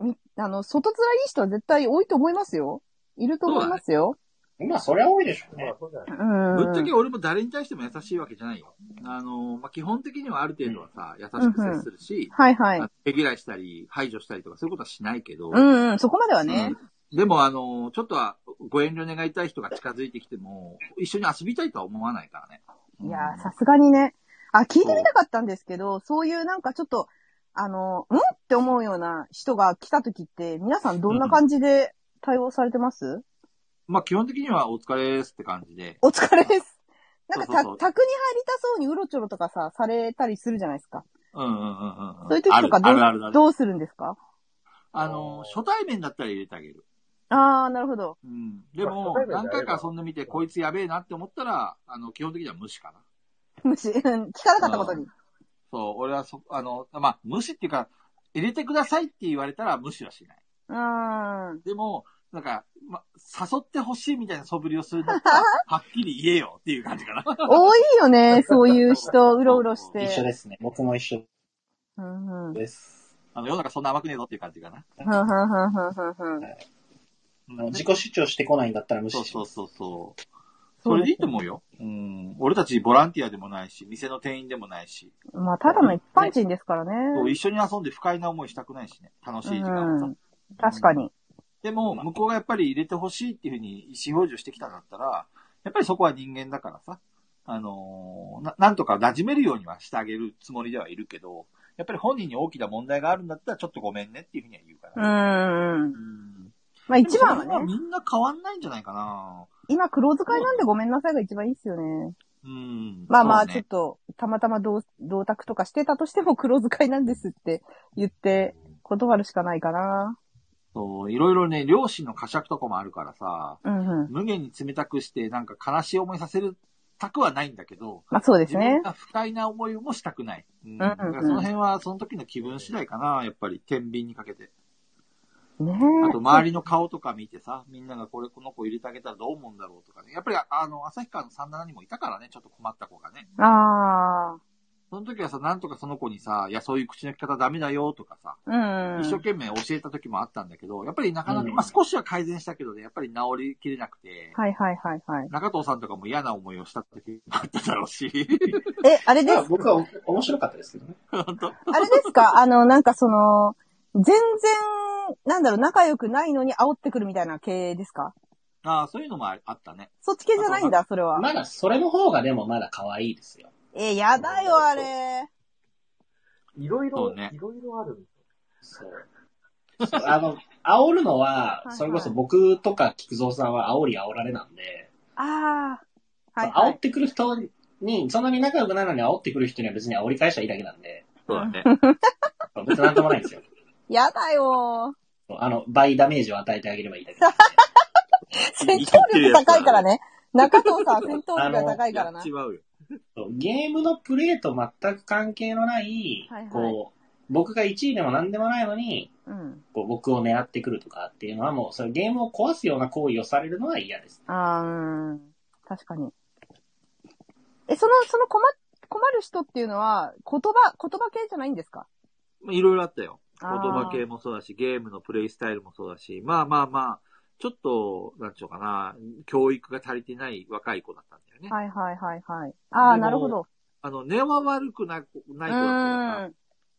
Speaker 1: みあの、外面いい人は絶対多いと思いますよ。いると思いますよ。
Speaker 2: まあ、そりゃ多いでしょう
Speaker 8: ま
Speaker 2: ね
Speaker 8: あ、。そうじゃない。
Speaker 1: うん。
Speaker 6: ぶっちゃけ俺も誰に対しても優しいわけじゃないよ。あの、まあ、基本的にはある程度はさ、優しく接するし、
Speaker 1: はいはい
Speaker 6: あの。毛嫌いしたり、排除したりとかそういうことはしないけど、
Speaker 1: うんうん、そこまではね。
Speaker 6: でもあの、ちょっとはご遠慮願いたい人が近づいてきても、一緒に遊びたいとは思わないからね。
Speaker 1: いやー、さすがにね。あ、聞いてみたかったんですけど、そういうなんかちょっと、あの、うんって思うような人が来た時って、皆さんどんな感じで対応されてます、
Speaker 6: まあ、基本的にはお疲れですって感じで、
Speaker 1: お疲れです。なんかた、
Speaker 6: そうそうそう
Speaker 1: 宅に入りたそうにうろちょろとかさ、されたりするじゃないですか。
Speaker 6: うんうんうんうん
Speaker 1: そ
Speaker 6: ん。
Speaker 1: ういう時とかど
Speaker 6: あ
Speaker 1: う
Speaker 6: るあるあるある。
Speaker 1: どうするんですか
Speaker 6: あの、初対面だったら入れてあげる。
Speaker 1: あー、なるほど。
Speaker 6: うん。で
Speaker 8: まあ初
Speaker 6: も
Speaker 8: 対、面であれ
Speaker 6: 何
Speaker 8: ば
Speaker 6: 回か遊んでみて、こいつやべえなって思ったら、あの、基本的には無視かな。
Speaker 1: 無視。うん聞かなかったことに。
Speaker 6: そう、俺はそ、あの、まあ、無視っていうか、入れてくださいって言われたら無視はしない。
Speaker 1: うーん。
Speaker 6: でも、なんか、ま、誘ってほしいみたいな素振りをするん だったら、はっきり言えよっていう感じかな。
Speaker 1: 多いよね、そういう人、うろうろし
Speaker 2: 一緒
Speaker 1: て。
Speaker 2: ですね。僕も一緒
Speaker 1: うんうん。ふん
Speaker 2: です。
Speaker 6: あの、世の中そんな甘くねえぞっていう感じかな。
Speaker 1: ふんふんふんふんふんふん。
Speaker 2: あの自己主張してこないんだったら無
Speaker 6: そ
Speaker 2: 視
Speaker 6: う
Speaker 2: し
Speaker 6: そう
Speaker 2: ます。
Speaker 6: そうそう。
Speaker 1: そ
Speaker 6: そう
Speaker 1: ですね
Speaker 6: れでいいと思うよ。うん。俺たちボランティアでもないし、店の店員でもないし、
Speaker 1: まあ、ただの一般人ですからね。
Speaker 6: そう一緒に遊んで不快な思いしたくないしね。楽しい時間を
Speaker 1: う
Speaker 6: さ
Speaker 1: ん。。確かに。
Speaker 6: でも、向こうがやっぱり入れてほしいっていうふうに意思表示をしてきたんだったら、やっぱりそこは人間だからさ、あのーな、なんとか馴染めるようにはしてあげるつもりではいるけど、やっぱり本人に大きな問題があるんだったら、ちょっとごめんねっていうふうには言うか
Speaker 1: う
Speaker 6: ら。
Speaker 1: んうん。
Speaker 6: ん。
Speaker 1: まあ、一番
Speaker 6: でもそれは
Speaker 1: はね、
Speaker 6: みんな変わんないんじゃないかな
Speaker 1: 今、黒使いなんでごめんなさいが一番いいですよね。
Speaker 6: うん。
Speaker 1: まあまあ、
Speaker 6: そう
Speaker 1: ちょっ
Speaker 6: ね
Speaker 1: と、たまたま同、同卓とかしてたとしても 黒使いなんですって言って、断るしかないかな。
Speaker 6: そう、いろいろね、両親の呵責とかもあるからさ、
Speaker 1: うんうん。
Speaker 6: 無限に冷たくして、なんか悲しい思いさせるたくはないんだけど、
Speaker 1: まあそうです
Speaker 6: 自分
Speaker 1: ね。
Speaker 6: が不快な思いもしたくない。うん。
Speaker 1: うんうん
Speaker 6: だからその辺は、その時の気分次第かな、やっぱり、天秤にかけて。
Speaker 1: ね
Speaker 6: あ
Speaker 1: え
Speaker 6: と、周りの顔とか見てさ、みんながこれ、この子入れてあげたらどう思うんだろうとかね。やっぱり、ああの、旭川の37にもいたからね、ちょっと困った子がね。
Speaker 1: ああ、
Speaker 6: その時はさ、なんとかその子にさ、いや、そういう口の利き方ダメだよとかさ、
Speaker 1: うん。
Speaker 6: 一生懸命教えた時もあったんだけど、やっぱりなかなか、
Speaker 2: うん
Speaker 6: まあ、少しは改善したけどね、やっぱり治りきれなくて、
Speaker 1: はいはいはいはい。
Speaker 6: 中藤さんとかも嫌な思いをした時もあっただろうし、
Speaker 1: え、あれで
Speaker 2: まあ、
Speaker 1: す、
Speaker 2: 僕はお面白かったですけどね。
Speaker 6: 本当
Speaker 1: あれですか あの、なんかその、全然、なんだろう、仲良くないのに煽ってくるみたいな系ですか
Speaker 6: ああ、そういうのもああったね。
Speaker 1: そっち系じゃないんだ、それは。
Speaker 2: まだ、それの方がでもまだ可愛いですよ。
Speaker 1: え、やだよ、あれ。
Speaker 8: いろい
Speaker 6: そ
Speaker 8: ろ、
Speaker 6: うね
Speaker 8: いろいろあるんですよ。
Speaker 2: そう。そうあの、煽るのは
Speaker 1: はいは、い
Speaker 2: それこそ僕とか菊蔵さんは煽り煽られなんで、
Speaker 1: ああ。はい、は
Speaker 2: 煽っ
Speaker 1: い。
Speaker 2: てくる人に、そんなに仲良くないのに煽ってくる人には別に煽り返したらいいだけなんで、
Speaker 6: そ うだね。
Speaker 2: 別になんともないんですよ。
Speaker 1: やだよ。
Speaker 2: そうあの、倍ダメージを与えてあげればいいだ けなんで。
Speaker 1: 戦闘力高いからね。中藤さん、戦闘力が高いからな。
Speaker 6: 違うよ。
Speaker 2: そうゲームのプレイと全く関係のない、
Speaker 1: はいはい
Speaker 2: こう、僕が1位でも何でもないのに、
Speaker 1: うん。
Speaker 2: こう僕を狙ってくるとかっていうのはもう、それゲームを壊すような行為をされるのは嫌です。
Speaker 1: あーうん。確かに。え、その、その困、困る人っていうのは、言葉、言葉系じゃないんですか
Speaker 6: まあいろいろあったよ。
Speaker 1: あー
Speaker 6: 言葉系もそうだし、ゲームのプレイスタイルもそうだし、まあまあまあ、ちょっと、なんちゅうのかな、教育が足りてない若い子だったんだよね。
Speaker 1: はいはいはいはい。ああ、
Speaker 6: でも
Speaker 1: なるほど。
Speaker 6: あの、根は悪くな、な
Speaker 1: う
Speaker 6: い子だったから、
Speaker 1: ーん。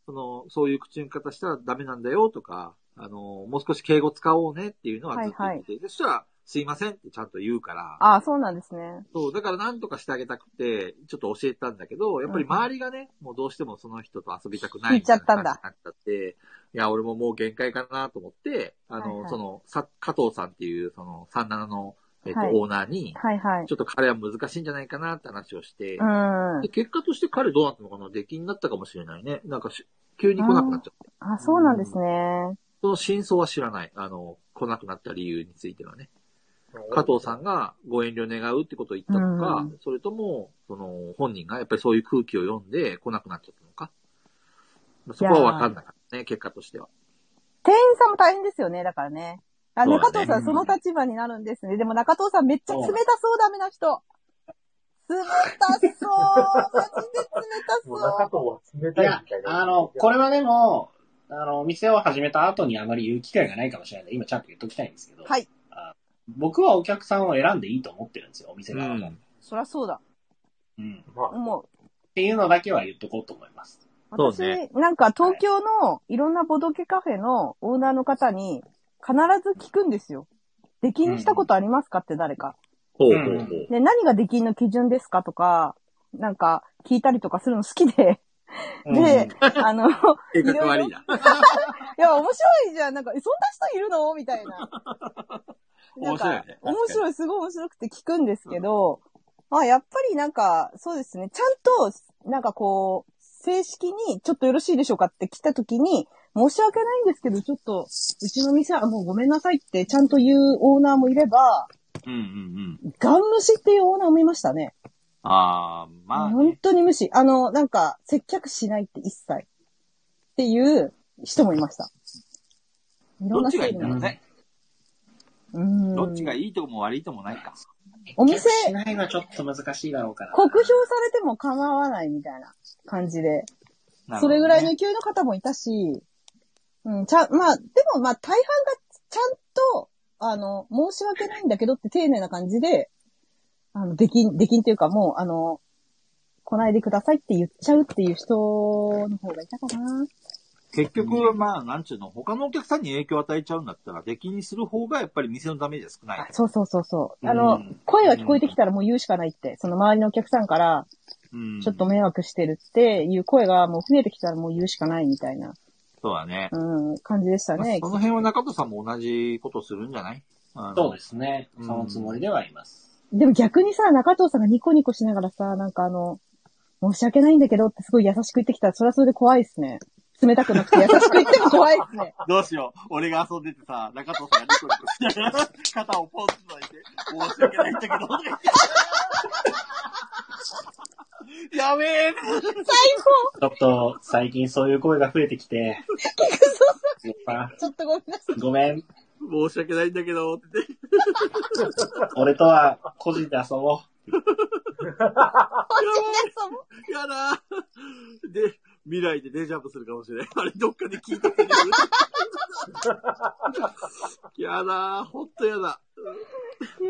Speaker 6: その、そういう口の方したらダメなんだよとか、あの、もう少し敬語使おうねっていうのはずっと言ってて、そしたら、すいませんってちゃんと言うから、
Speaker 1: ああ、そうなんですね。
Speaker 6: そう、だから何とかしてあげたくて、ちょっと教えたんだけど、やっぱり周りがね、もうどうしてもその人と遊びたくな
Speaker 1: 聞
Speaker 6: い
Speaker 1: いちゃったんだ
Speaker 6: みいな感じになっちゃって、いや、俺ももう限界かなと思って、あの、
Speaker 1: はいはい
Speaker 6: その、さ、加藤さんっていう、その、37の、えっ、と、
Speaker 1: はい
Speaker 6: オーナーに、
Speaker 1: はいはい。
Speaker 6: ちょっと彼は難しいんじゃないかなって話をして、
Speaker 1: うーん
Speaker 6: で。結果として彼どうなったのかな出禁になったかもしれないね。なんかし、急に来なくなっちゃって。
Speaker 1: あ、そうなんですね。
Speaker 6: その真相は知らない。あの、来なくなった理由についてはね。加藤さんがご遠慮願うってことを言ったのか、
Speaker 1: う
Speaker 6: それとも、その、本人がやっぱりそういう空気を読んで来なくなっちゃったのか。そこはわかんなかったね、結果としては。
Speaker 1: 店員さんも大変ですよね、だからね。あ、
Speaker 6: そうだね
Speaker 1: 中藤さんその立場になるんですね。でも中藤さんめっちゃ冷たそうダメな人。冷たそうマジで冷た
Speaker 3: もう中
Speaker 1: そう
Speaker 3: 藤は冷
Speaker 2: い
Speaker 3: たい
Speaker 2: や
Speaker 3: みたい、な。
Speaker 2: あの、これはでも、あの、お店を始めた後にあまり言う機会がないかもしれないので、今ちゃんと言っときたいんですけど、
Speaker 1: はい。
Speaker 2: 僕はお客さんを選んでいいと思ってるんですよ、お店
Speaker 6: う
Speaker 2: 側も。
Speaker 6: ん。
Speaker 1: そりゃそうだ。
Speaker 2: うん。っ
Speaker 3: まあ、
Speaker 1: もう、
Speaker 2: ていうのだけは言っとこうと思います。
Speaker 6: そう
Speaker 1: 私、
Speaker 6: ね
Speaker 1: なんか東京のいろんなボドゲカフェのオーナーの方に必ず聞くんですよ。出禁にしたことありますかって誰か。
Speaker 6: ほう
Speaker 2: う
Speaker 6: ほ
Speaker 2: ん
Speaker 6: うほう。
Speaker 1: で、何が出禁の基準ですかとか、なんか聞いたりとかするの好きで。で、あの、い
Speaker 6: 計
Speaker 1: ろい
Speaker 6: 画
Speaker 1: ろ
Speaker 6: 悪いな。
Speaker 1: や、面白いじゃん。なんか、えそんな人いるのみたいな。なん
Speaker 6: 面白い
Speaker 1: か
Speaker 6: よね、
Speaker 1: 面白い、すごい面白くて聞くんですけど、まあ、やっぱりなんか、そうですね、ちゃんと、なんかこう、正式に、ちょっとよろしいでしょうかって来た時に、申し訳ないんですけど、ちょっと、うちの店はもうごめんなさいって、ちゃんと言うオーナーもいれば、
Speaker 6: うんうんうん。
Speaker 1: ガン無視っていうオーナーもいましたね。
Speaker 6: ああ、まあ、
Speaker 1: 本
Speaker 6: ね、
Speaker 1: 当に無視。あの、なんか、接客しないって一切。っていう人もいました。いろん
Speaker 6: どっ
Speaker 1: な
Speaker 6: ちがいい
Speaker 1: 制
Speaker 6: ん
Speaker 1: 度
Speaker 6: だろうね。
Speaker 1: うん
Speaker 6: どっちがいいとこも悪いとこもないか。
Speaker 1: お店
Speaker 2: 接客しないはちょっと難しいだろうから。
Speaker 1: 酷評されても構わないみたいな感じで、
Speaker 6: なるほ
Speaker 1: そ
Speaker 6: どね
Speaker 1: れぐらいの勢いの方もいたし、うん、ちゃん、まあ、でもまあ大半がちゃんと、あの、申し訳ないんだけどって丁寧な感じで、あの、できん、できんっていうかもう、あの、来ないでくださいって言っちゃうっていう人の方がいたかな。
Speaker 4: 結局、まあ、なんちゅうの、他のお客さんに影響を与えちゃうんだったら、出禁にする方がやっぱり店のダメージは少ない
Speaker 1: あ。そうそうそうそう。あ
Speaker 2: う
Speaker 1: の
Speaker 2: ん、
Speaker 1: 声が聞こえてきたらもう言うしかないって、その周りのお客さんから、
Speaker 4: うん。
Speaker 1: ちょっと迷惑してるっていう声がもう増えてきたらもう言うしかないみたいな、
Speaker 4: そうだね。
Speaker 1: うん、感じでした
Speaker 4: まあ
Speaker 1: ね。
Speaker 4: その辺は中戸さんも同じことするんじゃないあの
Speaker 2: そうですね。
Speaker 4: うん
Speaker 2: そのつもりではいます。
Speaker 1: でも逆にさ、中藤さんがニコニコしながらさ、なんかあの、申し訳ないんだけどってすごい優しく言ってきたら、それはそれで怖いですね。冷たくなくて優しく言っても怖いです ね。
Speaker 6: どうしよう。俺が遊んでてさ、中藤さんがニコニコしながら、肩をポンと抱いて、申し訳ないんだけど、とか言ってやべえ
Speaker 1: 最
Speaker 2: ちょっと、最近そういう声が増えてきて、
Speaker 1: 高菊蔵
Speaker 2: やっぱ
Speaker 1: さん、ちょっとごめんなさい。
Speaker 2: ごめん、
Speaker 6: 申し訳ないんだけど、って。
Speaker 2: 俺とは個人で遊ぼう。
Speaker 1: こっちですもん
Speaker 6: やだーで、未来でデジャブするかもしれない。あれ、どっかで聞いた けど。やだーほんとやだ。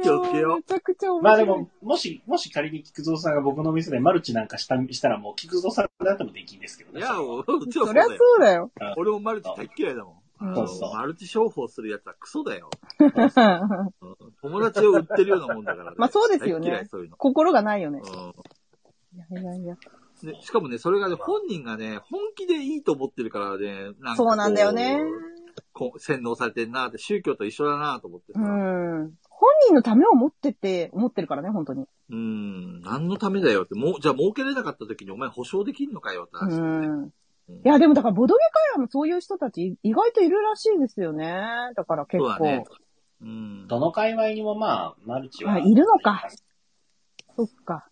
Speaker 6: 気をつけよ
Speaker 1: いやー
Speaker 6: う
Speaker 1: めちゃくちゃ面白い。
Speaker 2: まあでも、もし、もし仮に菊蔵さんが僕の店でマルチなんかした、したらもう菊蔵さんだってもできんですけど
Speaker 6: い
Speaker 2: ね。
Speaker 6: や、もう、うちは
Speaker 1: そ
Speaker 6: そ
Speaker 1: うり
Speaker 6: だ
Speaker 1: ゃ
Speaker 6: よ
Speaker 1: そ。うだよ。
Speaker 6: 俺もマルチ大っ嫌いだもん。あの
Speaker 2: そうそう
Speaker 6: マルチ商法するやつはクソだよ。
Speaker 1: う
Speaker 6: うん友達を売ってるようなもんだからね。
Speaker 1: まあそうですよね
Speaker 6: 大っ嫌い、そういうの
Speaker 1: ん。心がないよね。
Speaker 6: うん
Speaker 1: いやいやいや。
Speaker 6: ね、しかもね、それがね、本人がね、本気でいいと思ってるからね、なんかこ
Speaker 1: そうなんだよね。
Speaker 6: こう洗脳されてんなって、宗教と一緒だなと思っ
Speaker 1: う
Speaker 6: てさ。
Speaker 1: ん。本人のためを持ってって、思ってるからね、本当に。
Speaker 6: うん、何のためだよって、もう、じゃあ儲けれなかった時にお前保証できんのかよって
Speaker 1: う
Speaker 6: 話だよね。
Speaker 1: ん。
Speaker 6: うん
Speaker 1: いや、でもだから、ボドゲ会話もそういう人たち意外といるらしいですよね。だから結
Speaker 6: そうだ
Speaker 1: 構。
Speaker 6: ね。うん。
Speaker 2: どの界隈にもまあ、マルチは。
Speaker 1: あいるのか。そっか。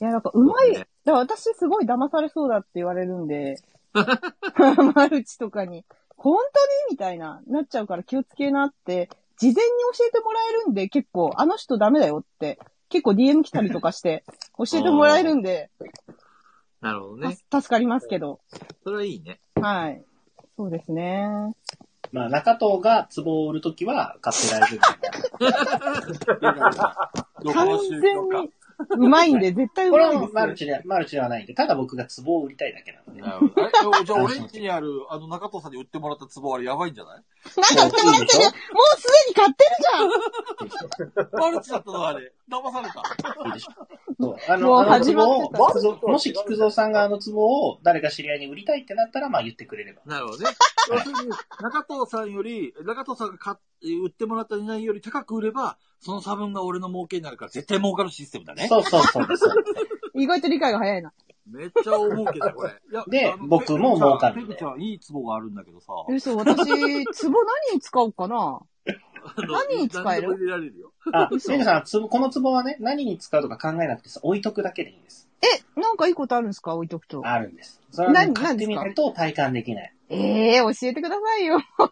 Speaker 1: いや、なんかうまい。
Speaker 6: そう
Speaker 1: だ
Speaker 6: ね
Speaker 1: から私すごい騙されそうだって言われるん で。マルチとかに。本当にみたいな、なっちゃうから気をつけなって、事前に教えてもらえるんで、結構、あの人ダメだよって、結構 DM 来たりとか して、教えてもらえるんで、
Speaker 6: なるほど
Speaker 1: た
Speaker 6: ね。
Speaker 1: 助かりますけど。
Speaker 6: それはいいね。
Speaker 1: はい。そうですね。
Speaker 2: まあ、中藤が壺を売るときは買って大丈夫。
Speaker 1: 完全に、うまいんで、絶対う
Speaker 2: これ
Speaker 1: ま
Speaker 2: はいも
Speaker 1: で
Speaker 2: う
Speaker 1: す
Speaker 2: マル
Speaker 1: よ。
Speaker 2: チで、マルチではないんで、ただ僕が壺を売りたいだけな ので。
Speaker 6: なるほど。あれおじゃあ、俺んちにある、あの、中藤さんに売ってもらった壺あれやばいんじゃない
Speaker 1: なんか売ってもらってる
Speaker 2: いいでし
Speaker 1: もうすでに買ってる
Speaker 6: マルチだったのあれ。騙された。
Speaker 2: いいでしょそうあ
Speaker 1: も
Speaker 2: の、
Speaker 1: う
Speaker 2: あの
Speaker 1: 始まっ
Speaker 2: 壺を
Speaker 1: てた、
Speaker 2: 壺 もし菊蔵さんがあの壺を誰か知り合いに売りたいってなったら、まあ言ってくれれば。
Speaker 6: なるほどね。要するに、中藤さんより、中藤さんが買っ売ってもらった値段より高く売れば、その差分が俺の儲けになるから絶対儲かるシステムだね。
Speaker 2: そうそうそうです。
Speaker 1: じゃん意外と理解が早いな。
Speaker 6: めっちゃ儲けだ、これ。いや
Speaker 2: で
Speaker 6: あの
Speaker 2: 僕も儲かる
Speaker 6: ペグちゃん、ペグちゃんいい壺があるんだけどさ。
Speaker 1: 嘘、私、壺何に使おうかな何に使える
Speaker 6: 何でも入れられるよ。
Speaker 2: あ、
Speaker 1: 嘘
Speaker 2: レンジさん、壺この壺はね、何に使うとか考えなくてさ、置いとくだけでいいんです。
Speaker 1: え、なんかいいことあるんですか置いとくと。
Speaker 2: あるんです。それは、ね、
Speaker 1: 何
Speaker 2: 買ってみ
Speaker 1: 何
Speaker 2: る
Speaker 1: で
Speaker 2: と体感できない。
Speaker 1: ええ教えてくださいよ。
Speaker 2: こ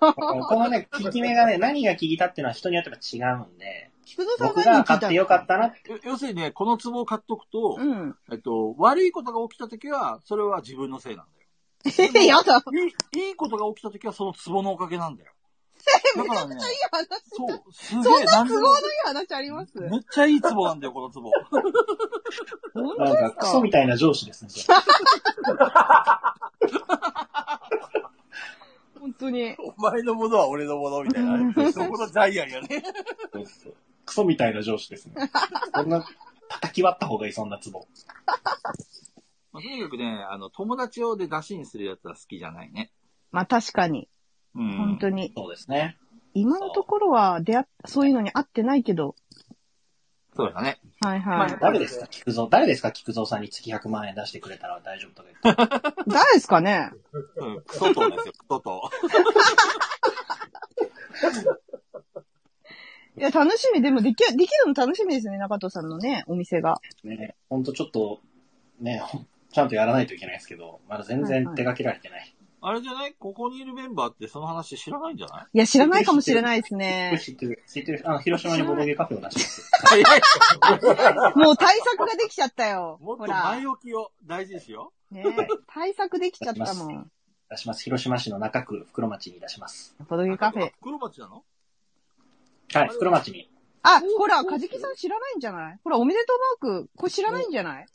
Speaker 2: のね、効き目がね、何が効いたっていうのは人によっては違うんで、
Speaker 1: 菊蔵さん
Speaker 2: 僕
Speaker 1: 何
Speaker 2: が
Speaker 1: に聞
Speaker 2: 買
Speaker 1: い
Speaker 2: ったてよかったなって。
Speaker 6: よ要するにね、この壺を買っとくと、
Speaker 1: うん。
Speaker 6: えっと、悪いことが起きた時は、それは自分のせいなんだよ。
Speaker 1: え、やだ。
Speaker 6: いい、いいことが起きた時は、その壺のおかげなんだよ。
Speaker 1: めち
Speaker 6: だ
Speaker 1: ゃ
Speaker 6: から
Speaker 1: く
Speaker 6: ね
Speaker 1: ちゃいい話。
Speaker 6: そう、すげ
Speaker 1: そん
Speaker 6: え、
Speaker 1: な都合
Speaker 6: で
Speaker 1: のい
Speaker 6: も
Speaker 1: い話あります
Speaker 6: めっちゃいい壺なんだよ、この壺。
Speaker 1: 本当
Speaker 2: なん
Speaker 1: です
Speaker 2: か、クソ
Speaker 1: か
Speaker 2: みたいな上司ですね、それ
Speaker 1: 本当に。
Speaker 6: お前のものは俺のものみたいなね。そこのジャイアンやね。
Speaker 2: そうそうクソみたいな上司ですね。こんな、叩き割った方がいい、そんな壺。
Speaker 6: まあ、とにかくね、あの、友達をで出しにするやつは好きじゃないね。
Speaker 1: まあ確かに。
Speaker 6: うん。
Speaker 1: 本当に。
Speaker 2: そうですね。
Speaker 1: 今のところは出会っ、そういうのに合ってないけど。
Speaker 6: そうだね。
Speaker 1: はいはい。
Speaker 2: 誰ですか、菊蔵。誰ですか、菊蔵さんに月100万円出してくれたら大丈夫とか言って。
Speaker 1: 誰ですかね
Speaker 6: うん、クソとですよ、クソと。
Speaker 1: いや、楽しみ。でも、でき、できるの楽しみですね。中藤さんのね、お店が。
Speaker 2: ね、ほんとちょっと、ね、ほんちゃんとやらないといけないですけど、まだ全然手掛けられてない。
Speaker 6: あれじゃないここにいるメンバーってその話知らないんじゃない
Speaker 1: いや、知らないかもしれないですね。
Speaker 2: 知ってる、知ってる。あの、広島にボドゲカフェを出してます。
Speaker 1: もう対策ができちゃったよ。
Speaker 6: もっ
Speaker 1: ほ
Speaker 6: と
Speaker 1: ら。
Speaker 6: 前置きを大事にしよ
Speaker 1: ね対策できちゃったもん。
Speaker 2: 出します。広島市の中区、袋町に出します。
Speaker 1: ボド
Speaker 6: う。
Speaker 1: ゲカフェ。
Speaker 6: 黒町なの
Speaker 2: はい、袋町に。
Speaker 1: あ、ほら、カジキさん知らないんじゃないほら、おめでとうマーク、これ知らないんじゃない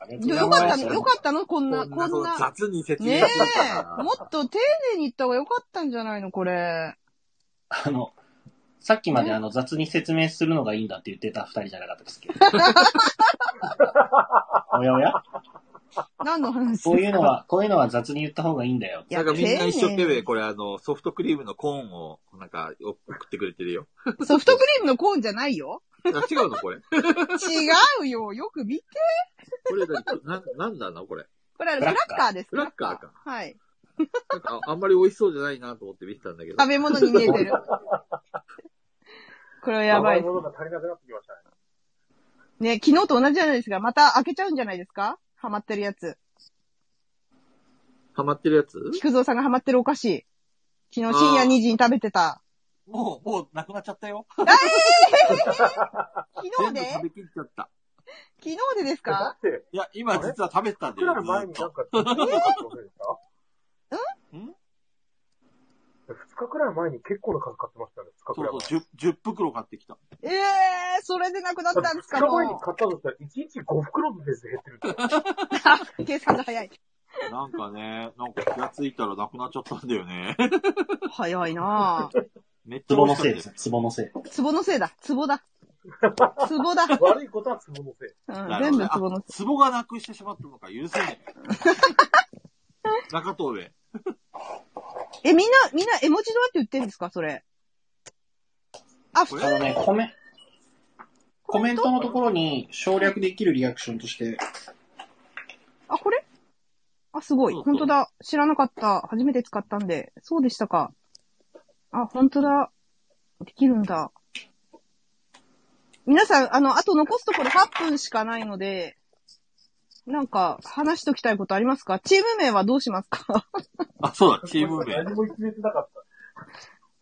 Speaker 2: ありがとうござい
Speaker 1: よ
Speaker 2: ま
Speaker 1: かっ
Speaker 2: す
Speaker 1: たのよかったのこんな、こん
Speaker 6: その
Speaker 1: な。
Speaker 6: 雑に説明
Speaker 1: ね
Speaker 6: しちゃったか
Speaker 1: え、
Speaker 6: ら
Speaker 1: もっと丁寧に言った方がよかったんじゃないのこれ。
Speaker 2: あの、さっきまであの、雑に説明するのがいいんだって言ってた二人じゃなかったですけど。おやおや
Speaker 1: 何の話ですか
Speaker 2: こういう のは、こういうのは雑に言った方がいいんだよ。
Speaker 1: いや
Speaker 6: なんかみんな一生懸
Speaker 1: 丁寧
Speaker 6: 命
Speaker 1: に
Speaker 6: これあの、ソフトクリームのコーンを、なんか、送ってくれてるよ。
Speaker 1: ソフトクリームのコーンじゃないよ。
Speaker 6: あ違うのこれ。
Speaker 1: 違うよ。よく見て。
Speaker 6: これ何、な、なんなのこれ。
Speaker 1: これ、ク
Speaker 2: ク
Speaker 1: ラ
Speaker 2: ラ
Speaker 1: ッ
Speaker 2: ッ
Speaker 1: カ
Speaker 2: カ
Speaker 1: ーです。
Speaker 6: クラッカーか。
Speaker 1: はい。
Speaker 6: なんかああんまり美味しそうじゃないなと思って見てたんだけど。
Speaker 1: 食べ物に見えてる。 これはやばい
Speaker 8: 甘。ものが足りなくなってきましたね。
Speaker 1: ね、昨日と同じじゃないですか。また開けちゃうんじゃないですかハマってるやつ。
Speaker 6: ハマってるやつ
Speaker 1: 菊蔵さんがハマってるお菓子。昨日深夜
Speaker 6: あー
Speaker 1: 2時に食べてた。
Speaker 6: もう、もうなくなっちゃったよ。
Speaker 1: 昨日
Speaker 6: 全部
Speaker 1: で
Speaker 6: 食べきっちゃった。
Speaker 1: 昨日でですか
Speaker 8: だって、
Speaker 6: いや、今実は食べてたんだ
Speaker 8: 作
Speaker 6: よ
Speaker 8: ら。る前に
Speaker 6: ずっ
Speaker 8: なん
Speaker 6: と
Speaker 8: か、作らなかったわけですか
Speaker 6: ん
Speaker 8: 2日くらい前に結構な数買ってましたね、2日く
Speaker 6: そう
Speaker 8: らい
Speaker 6: そう
Speaker 8: 前。、
Speaker 6: 10, 10袋買ってきた。
Speaker 1: ええー、それでなくなったんですか
Speaker 8: 2日前に
Speaker 1: も
Speaker 8: 買ったとしたら、1日5袋のペースで減ってるんですよ。
Speaker 1: う 計算が早い。
Speaker 6: なんかね、なんか気がついたらなくなっちゃったんだよね。
Speaker 1: 早いなぁ。
Speaker 6: めっちゃ美
Speaker 2: 壺
Speaker 6: 味
Speaker 2: の
Speaker 6: しかった
Speaker 2: せい
Speaker 6: よ
Speaker 2: です。壺のせい。
Speaker 1: 壺のせいだ。壺だ。壺だ。
Speaker 8: 悪いことはつぼのせい。
Speaker 1: うん、
Speaker 6: なる
Speaker 1: 全
Speaker 6: ほ
Speaker 1: 部壺
Speaker 6: どね
Speaker 1: の
Speaker 6: あ壺がなくしてしまったのか許せない。 中東で。
Speaker 1: え、みんな、みんな絵文字どうやって売ってるんですかそれ。あ、普通
Speaker 2: あのね、コメン、コメントのところに省略できるリアクションとして、
Speaker 1: あ、これあ、すごい。
Speaker 6: そうそう
Speaker 1: 本当だ。知らなかった。初めて使ったんで。そうでしたか。あ、本当だ。できるんだ。皆さん、あの、あと残すところ8分しかないので、なんか、話しときたいことありますかチーム名はどうしますか
Speaker 6: あ、そうだ、チーム名。
Speaker 8: 何も決めてなかった。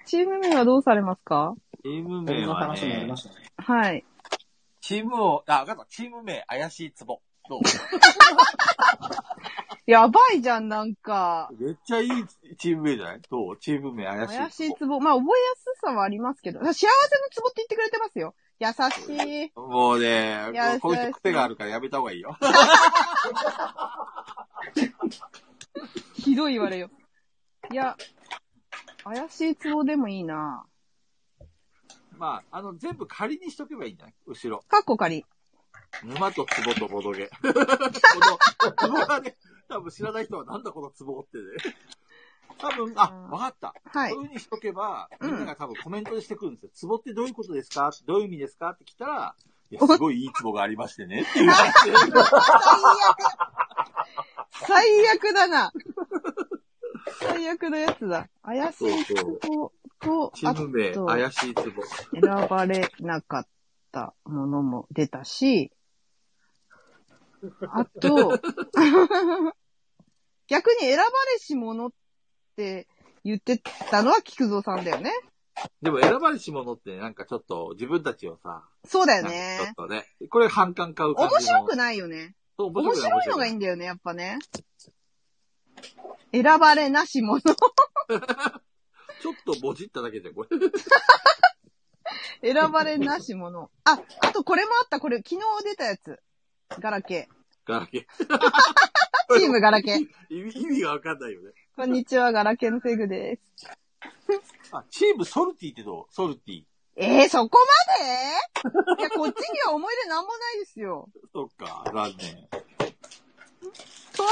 Speaker 1: チーム名はどうされますか
Speaker 6: チーム
Speaker 2: そん
Speaker 6: 名
Speaker 2: な
Speaker 6: は
Speaker 2: 話もあり
Speaker 6: ね
Speaker 2: ま、したね。
Speaker 1: はい。
Speaker 6: チームを、あ、わかった、チーム名、怪しい壺。どう
Speaker 1: やばいじゃん、なんか。
Speaker 6: めっちゃいいチーム名じゃないどうチーム名怪しい。
Speaker 1: 怪しいツボ。まあ、覚えやすさはありますけど。幸せのツボって言ってくれてますよ。優しい。
Speaker 6: もうね
Speaker 1: いや、
Speaker 6: こうい
Speaker 1: そ
Speaker 6: う
Speaker 1: う
Speaker 6: 人
Speaker 1: です
Speaker 6: 癖があるからやめた方がいいよ。
Speaker 1: ひどい言われよ。いや、怪しいツボでもいいな
Speaker 6: まあ、あの、全部仮にしとけばいいんじゃない後ろ。
Speaker 1: かっこ仮。
Speaker 6: 沼と壺とボドゲ。 この、壺がね、多分知らない人はなんだこの壺ってね。多分、あ、わかった。
Speaker 1: はい
Speaker 6: そう。いう風にしとけば、
Speaker 1: う
Speaker 6: み
Speaker 1: ん
Speaker 6: んなが多分コメントでしてくるんですよ。ツボってどういうことですかどういう意味ですかって来た ら、いや、すごいいいツボがありましてね。っていう話
Speaker 1: 最悪だな。最悪のやつだ。怪しいツボと、
Speaker 6: チ
Speaker 1: あ
Speaker 6: ーム名、
Speaker 1: と、
Speaker 6: 怪しいツボ。
Speaker 1: 選ばれなかったものも出たし、あと、 逆に選ばれし者って言ってたのは菊蔵さんだよね。
Speaker 6: でも選ばれし者ってねなんかちょっと自分たちをさ、
Speaker 1: そうだ
Speaker 6: な
Speaker 1: よ
Speaker 6: んかちょっ
Speaker 1: ね。
Speaker 6: とね、これ反感買う感
Speaker 1: 面
Speaker 6: じの。
Speaker 1: 白くないよね。
Speaker 6: そう
Speaker 1: 面
Speaker 6: 面白くない
Speaker 1: 白いのがいい
Speaker 6: 面
Speaker 1: んだよね、やっぱね。選ばれなし者。
Speaker 6: 白くないちょっとぼじっただけじゃん、これ。
Speaker 1: 選ばれなし者。あ、あとこれもあった、これ、昨日出たやつ。ガラケ
Speaker 6: ガラケ
Speaker 1: ー。チームガラケー。
Speaker 6: ー。意味意味がわかんないよね。
Speaker 1: こんにちは、ガラケーのペグです。
Speaker 6: あ、チームソルティってどうソルティ。
Speaker 1: えー、そこまでいや、こっちには思い入れなんもないですよ。
Speaker 6: そっか、残念。
Speaker 1: トー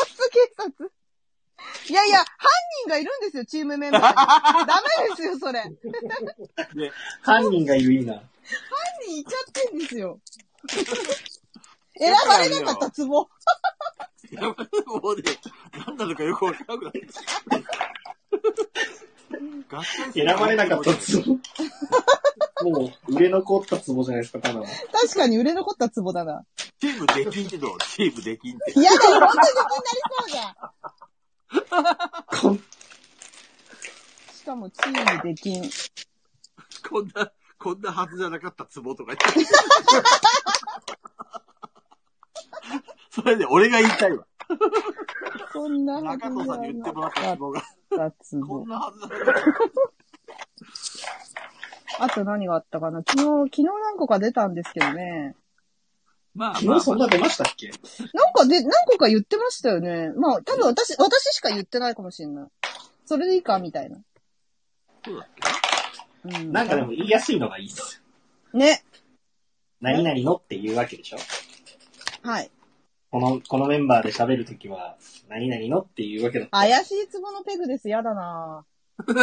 Speaker 1: ス警察。いやいや、犯人がいるんですよ、チームメンバーに。ダメですよ、それ。犯
Speaker 2: 犯人 が言うな。
Speaker 1: 人いちゃってんですよ。選ばれなかったツボ。
Speaker 6: いや、もうね、何なのかよくわからなくなってきた。合体す
Speaker 2: 選
Speaker 6: る
Speaker 2: ばれなかった ツボ。もう、売れ残ったツボじゃないですか、ただの。
Speaker 1: 確かに売れ残ったツボだな。
Speaker 6: チームできんってどうチームできんって。
Speaker 1: 嫌だよ、本当に気になりそう
Speaker 2: こん
Speaker 1: じゃん。しかも、チームできん。
Speaker 6: こんな、こんなはずじゃなかったツボとか言って。それで、俺が言いたいわ。
Speaker 1: そんなはず
Speaker 6: 中藤さんに言ってもらったツボが、
Speaker 1: ったツ
Speaker 6: こ
Speaker 1: ボ
Speaker 6: ん。なはずじゃなかった。
Speaker 1: あと何があったかな昨日、昨日何個か出たんですけどね。
Speaker 6: まあ
Speaker 2: 昨
Speaker 6: まあ
Speaker 2: 日、そんな出ましたっけ
Speaker 1: なんかで、何個か言ってましたよね。まあ、多分私、私しか言ってないかもしれない。それでいいか、みたいな。
Speaker 6: そうだっ
Speaker 1: うん。
Speaker 2: なんかでも言いやすいのがいいっすよ。
Speaker 1: ね。
Speaker 2: 何々のって言うわけでしょ
Speaker 1: はい。
Speaker 2: この、このメンバーで喋るときは、何々のっていうわけだった。
Speaker 1: 怪しいツボのペグです。やだなぁ。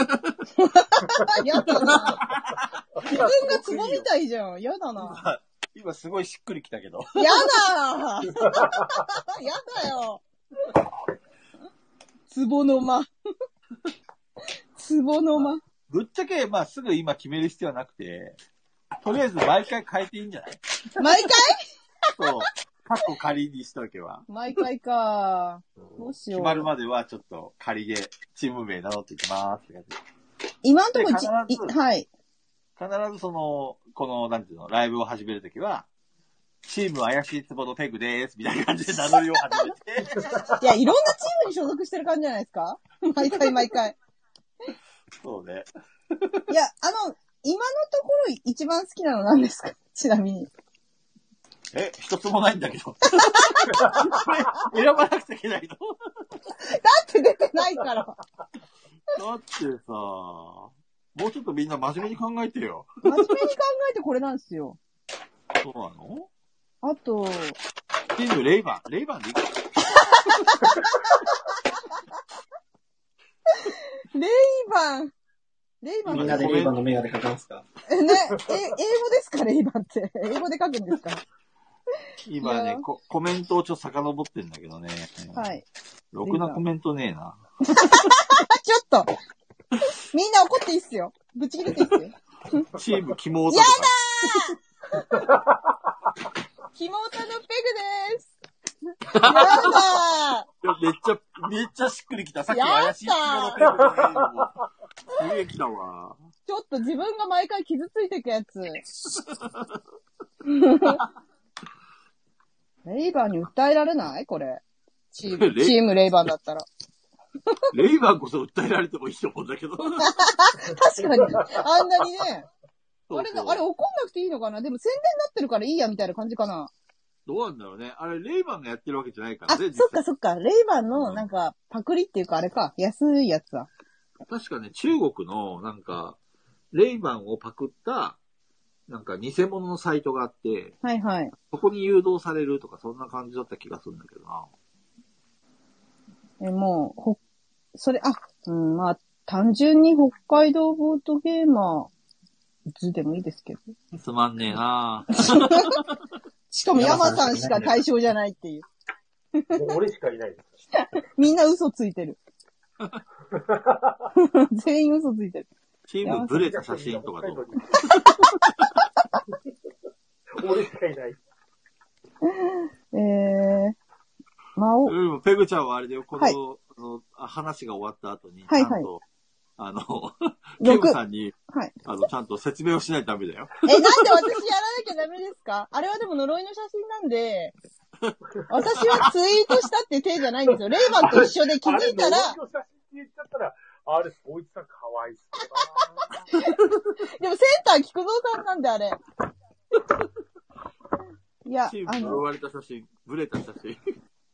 Speaker 1: やだなぁ。自分がツボみたいじゃん。やだな
Speaker 6: け今すごいしっくりきたけど。
Speaker 1: ぁ。やだぁ。やだよ。ツボの間。ツボの間。
Speaker 6: ぶっちゃけ、まあすぐ今決める必要はなくて、とりあえず毎回変えていいんじゃない
Speaker 1: 毎回
Speaker 6: そう。過去仮にしとけば。
Speaker 1: 毎回か。どうしよ
Speaker 6: 決
Speaker 1: う。
Speaker 6: まるまではちょっと仮でチーム名名乗っていきますって感じ。
Speaker 1: 今んとこじ、
Speaker 6: 必
Speaker 1: い
Speaker 6: ず
Speaker 1: はい。
Speaker 6: 必ずその、この、なんていうの、ライブを始めるときは、チーム怪しいツボのペグでーす、みたいな感じで名乗りを始めて、
Speaker 1: いや、いろんなチームに所属してる感じじゃないですか毎回毎回。
Speaker 6: そうね。
Speaker 1: いや、あの、今のところ一番好きなの何ですかちなみに。
Speaker 6: え、一つもないんだけど。これ選ばなくちゃいけないの
Speaker 1: だって出てないから。
Speaker 6: だってさ、もうちょっとみんな真面目に考えてよ。
Speaker 1: 真面目に考えてこれなんですよ。
Speaker 6: そうなの
Speaker 1: あと、
Speaker 6: チームレイバン、レイバンでいく
Speaker 1: レイバン。レイバン
Speaker 2: み
Speaker 1: っ
Speaker 2: ん
Speaker 1: て
Speaker 2: なでレイバーのメガネかけますか
Speaker 1: えね、え、英語ですかレイバンって。英語で書くんですか
Speaker 6: 今
Speaker 1: いや
Speaker 6: ねこ、コメントをちょっと遡ってんだけどね。。
Speaker 1: はいい。
Speaker 6: ろくなコメントねえな。
Speaker 1: あ、ちょっと。みんな怒っていいっすよ。ぶち切れていいっすよ。
Speaker 6: チームキモー
Speaker 1: やキモタのペグです。やだー
Speaker 6: めっちゃ、めっちゃしっくりきた。さっき
Speaker 1: やった
Speaker 6: 怪しいツボのペグのねもうすげえきたわ。
Speaker 1: ちょっと自分が毎回傷ついてく やつ。レイバーに訴えられないこれ。チーム、チームレイバンだったら。
Speaker 6: レイバーこそ訴えられてもいいと思うんだ けど。
Speaker 1: 確 かに。あんなにね。あれ、
Speaker 6: そうそう
Speaker 1: あれ怒んなくていいのかなでも宣伝になってるからいいやみたいな感じかな。
Speaker 6: どうなんだろうね。あれ、レイバンがやってるわけじゃないか
Speaker 1: あ、
Speaker 6: ら
Speaker 1: そ
Speaker 6: ね、
Speaker 1: っ
Speaker 6: 実際
Speaker 1: かそっか。レイバンのなんかパクリっていうかあれか。安いやつだ。
Speaker 6: 確かね、中国の、なんか、レイバンをパクった、なんか偽物のサイトがあって、
Speaker 1: はいはい。
Speaker 6: そこに誘導されるとか、そんな感じだった気がするんだけどな。
Speaker 1: え、もう、ほ、それ、あ、うん、まあ、単純に北海道ボートゲーマー図でもいいですけど。
Speaker 6: つまんねえな
Speaker 1: しかも山さんしか対象じゃないっていう。
Speaker 3: もう俺しかいない です。
Speaker 1: みんな嘘つい てる。全員嘘ついてる。
Speaker 6: チームブレた写真とかどう
Speaker 3: 俺しかいない。
Speaker 1: えー、魔王、
Speaker 6: うんペグちゃんはあれだよ、この、
Speaker 1: はい
Speaker 6: あのあ話が終わった後に、ち
Speaker 1: はい
Speaker 6: ゃ
Speaker 1: は
Speaker 6: ん
Speaker 1: い
Speaker 6: と、あの、ケ
Speaker 1: 六
Speaker 6: ムさんに、
Speaker 1: はい。
Speaker 6: あの、ちゃんと説明をしないとダメだよ。
Speaker 1: え、なんで私やらなきゃダメですか あれはでも呪いの写真なんで、私はツイートしたって手じゃないんですよ。レイバンと一緒で気づいたら、
Speaker 3: あれ、呪いの写真って言っちゃったら、あれ、こいつさんかわいそうだな
Speaker 1: でもセンター菊蔵さんなんであれ。いや
Speaker 6: チー、
Speaker 1: あ
Speaker 6: ム
Speaker 1: の、
Speaker 6: 呪われた写真、ブレた写真、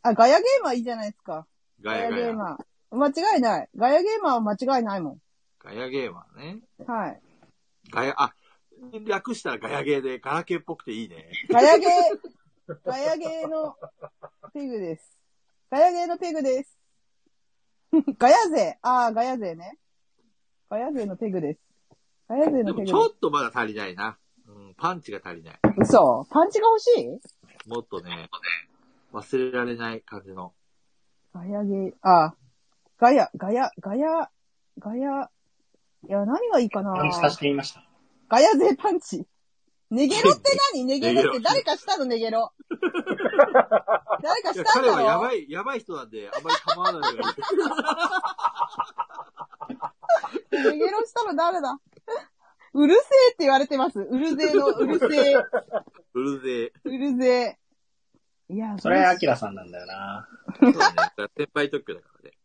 Speaker 1: あ、ガヤゲーマーいいじゃないですか。
Speaker 6: ガヤガ
Speaker 1: ゲー
Speaker 6: ヤ。
Speaker 1: マー。間違いない。ガヤゲーマーは間違いないも
Speaker 6: ガヤゲーマーね。
Speaker 1: ん。はい。
Speaker 6: ガヤ、あ、略したらガヤゲーで、ガラケーっぽくていいね。
Speaker 1: ガヤゲー、ガヤゲーのペグです。ガヤゲーのペグです。 ガヤ勢。あー、ガヤ勢ね。ガヤ勢のペグです。ガヤ勢
Speaker 6: で
Speaker 1: の
Speaker 6: も
Speaker 1: ペグ
Speaker 6: ち
Speaker 1: で
Speaker 6: ょ
Speaker 1: す。
Speaker 6: っとまだ足りないな。うん、パンチが足りない。
Speaker 1: 嘘。パンチが欲しい
Speaker 6: もっとね、忘れられない感じの。
Speaker 1: ガヤゲー、あ、ガヤ、ガヤ、ガヤ、ガヤ、いや、何がいいかな
Speaker 2: パンチ足してみました。
Speaker 1: ガヤ勢パンチ。ネゲロって何ネゲロって誰かしたのネゲロ。誰か
Speaker 6: いや、
Speaker 1: したん
Speaker 6: 彼
Speaker 1: だ
Speaker 6: はや
Speaker 1: ろ
Speaker 6: ばい、やばい人なんで、あまり構わないように。
Speaker 1: ネゲロしたの誰だうるせえって言われてます。うるぜえの、 うるせえ、
Speaker 6: うる ぜ
Speaker 1: うるぜえ。いや、
Speaker 2: それ、
Speaker 1: どう
Speaker 2: ア
Speaker 1: し
Speaker 2: キラさんなんだよな。
Speaker 6: え。そうだね。だから先輩特許だからね。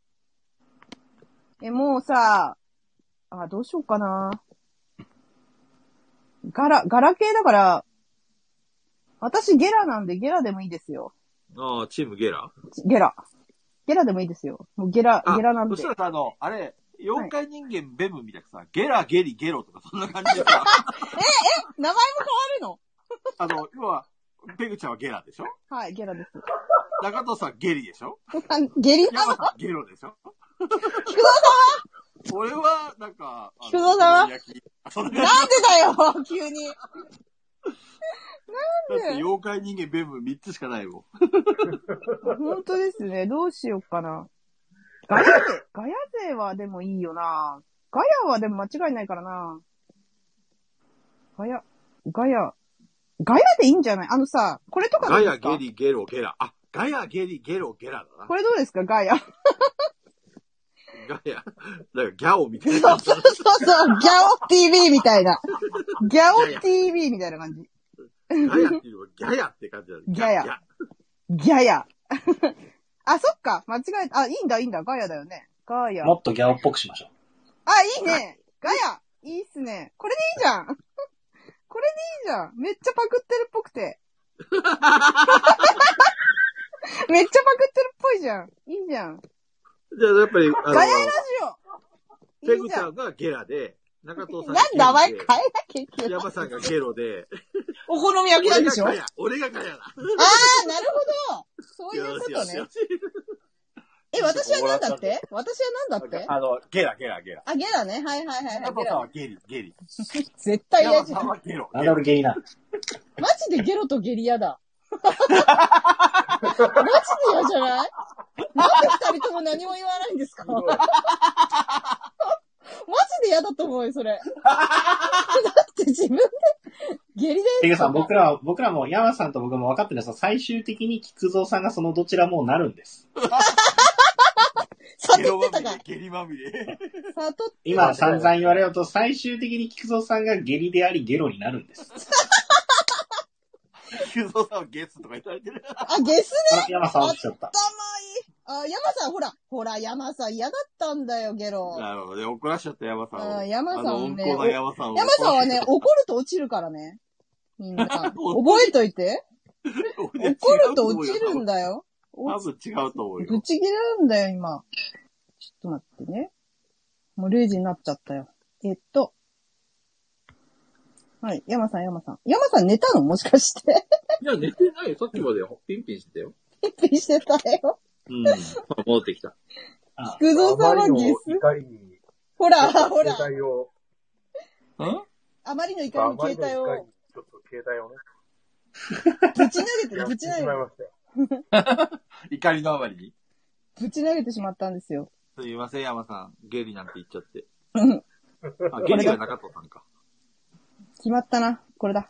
Speaker 1: え、もうさ、あ、どうしようかな。ガラ、ガラ系だから、私ゲラなんでゲラでもいいですよ。
Speaker 6: ああ、チームゲラ
Speaker 1: ゲラ。ゲラでもいいですよ。もうゲラ、
Speaker 6: あ
Speaker 1: ゲラなん
Speaker 10: そ
Speaker 1: で
Speaker 10: し。たらさ、あの、あれ、妖怪人間ベムみたいなさ、ゲラゲリゲロとかそんな感じで さ、
Speaker 1: 名前も変わ
Speaker 10: あの、要は、ペグちゃんはゲラでしょ
Speaker 1: るのはい、ゲラです。
Speaker 10: 中藤さんゲリでしょ
Speaker 1: あゲリな
Speaker 10: 山
Speaker 1: の
Speaker 10: さんゲロでしょ
Speaker 1: 菊蔵さ
Speaker 10: 俺は、なんか、あの
Speaker 1: 菊蔵さん
Speaker 10: 焼きあそんなん
Speaker 1: なんでだよ急に。
Speaker 10: だって妖怪人間ベム3つしかないもん。
Speaker 1: 本当ですね。どうしようかな。ガ ヤ勢、ガヤ勢はでもいいよな。ガヤはでも間違いないからな。ガヤ、ガヤ、ガヤでいいんじゃないあのさ、これとかど
Speaker 6: ガ
Speaker 1: うで
Speaker 6: ヤ、
Speaker 1: すか
Speaker 6: ゲリ、ゲロ、ゲラ。あ、ガヤ、ゲリ、ゲロ、ゲラだ
Speaker 1: これどうですかガヤ。
Speaker 6: な。ガヤ。なんかギャオみた
Speaker 1: そ
Speaker 6: いう
Speaker 1: そ
Speaker 6: な
Speaker 1: う。そうそう、ギャオ TV みたいな。ギャオ TV みたいな感じ。
Speaker 6: ガヤっていうのはギャヤって感じだね。
Speaker 1: ギャヤ。ギャヤ。あ、そっか。間違えた。あ、いいんだ、いいんだ。ガヤだよね。ガヤ。
Speaker 2: もっとギャオっぽくしましょう。
Speaker 1: あ、いいね。ガヤ。いいっすね。これでいいじゃん。 これでいいじゃん。めっちゃパクってるっぽくて。 めっちゃパクってるっぽいじゃん。いいじゃん。
Speaker 6: じゃあ、やっぱり、あ
Speaker 1: ガヤラ
Speaker 6: の、
Speaker 1: ジオ。
Speaker 6: ペ
Speaker 1: いい
Speaker 6: グ
Speaker 1: じ
Speaker 6: ち
Speaker 1: ゃ
Speaker 6: ゃ
Speaker 1: ん。
Speaker 6: んがゲラで、中藤さん
Speaker 1: なんで名前変え
Speaker 6: ゲリ
Speaker 1: な
Speaker 6: で
Speaker 1: きゃいけない。
Speaker 6: 山さんがゲロで、
Speaker 1: お好み焼きなんでしょあ
Speaker 6: 俺がガヤ俺がガヤだ。
Speaker 1: ー、なるほど。そういうことね
Speaker 6: よ。しよしよし
Speaker 1: え、私はなんだって私はなんだって
Speaker 10: あの、ゲラゲラゲラ。
Speaker 1: あ、ゲラね。はいはいはい、は
Speaker 10: 中
Speaker 1: いゲ
Speaker 10: 藤さん
Speaker 1: ラ。
Speaker 10: はゲリ、ゲリ。
Speaker 1: 絶対嫌
Speaker 10: 山
Speaker 1: じ
Speaker 10: さ
Speaker 1: ゃん
Speaker 10: ん。はゲロ。
Speaker 2: な
Speaker 10: ゲ
Speaker 2: んで
Speaker 10: ロ
Speaker 2: 俺ゲイなの
Speaker 1: マジでゲロとゲリアだ。マジで嫌じゃないなんで二人とも何も言わないんですかマジで嫌だと思うよ、それ。だって自分で、ゲリ
Speaker 2: ペ
Speaker 1: で
Speaker 2: グさん、僕らは、僕らも、ヤマさんと僕も分かってるんですよ。最終的に菊蔵さんがそのどちらもなるんです。
Speaker 1: 悟
Speaker 10: ゲ
Speaker 1: っ
Speaker 10: ロ
Speaker 1: て
Speaker 10: ま
Speaker 1: た
Speaker 10: みれ
Speaker 1: か。、
Speaker 10: ゲリまみ れ。
Speaker 1: 悟って
Speaker 2: 今、散々言われようと、最終的に菊蔵さんが下痢であり、ゲロになるんです。
Speaker 10: 修造さんはゲスとか言われてる。
Speaker 1: あ、ゲスね。
Speaker 2: あ、ヤマさん落ちちゃった。
Speaker 1: 頭あ、山さん、ほら、ほら、山さん嫌だったんだよ、ゲロ。
Speaker 4: なるほどね。怒らしちゃった山さん
Speaker 1: う
Speaker 4: を。
Speaker 1: ん山さんね
Speaker 4: あの、温厚な山さんを。
Speaker 1: 山さんはね、怒ると落ちるからね。み んな。覚えといて。
Speaker 4: 怒
Speaker 1: 怒ると落ちるん
Speaker 4: だ。
Speaker 1: だよ。
Speaker 4: 多
Speaker 1: 落ち
Speaker 4: 分違うと思う
Speaker 1: ぶ
Speaker 4: よ。
Speaker 1: ち切れるんだよ、今。ちょっと待ってね。もう0時になっちゃったよ。えっと。はい、山さん、山さん。山さん寝たのもしかして。
Speaker 11: いや、寝てないよ。さっきまでピンピンしてたよ。
Speaker 1: びっくりしてたよ。
Speaker 11: うん。戻ってきた。
Speaker 1: 菊蔵さんは
Speaker 8: あまり
Speaker 1: ゲ
Speaker 8: の
Speaker 1: ス
Speaker 8: 怒りに、
Speaker 1: ほら、ほら。
Speaker 8: 携帯を、
Speaker 1: あまりの怒
Speaker 8: あ
Speaker 1: りに
Speaker 8: まりの怒り
Speaker 1: 携帯
Speaker 8: に
Speaker 1: を、
Speaker 8: ちょっと携帯をね、
Speaker 1: ぶち投げて、
Speaker 8: やっ
Speaker 1: ぶ
Speaker 8: て
Speaker 1: ち
Speaker 8: し
Speaker 1: 投げ
Speaker 8: まい
Speaker 1: て、
Speaker 8: ましたよ。
Speaker 6: 怒りのあまりに。
Speaker 1: ぶち投げてしまったんですよ。
Speaker 6: すみません、山さん。ゲリなんて言っち ゃって。
Speaker 1: うん
Speaker 6: あ、ゲリは中藤さんか。
Speaker 1: 決まったな。これだ。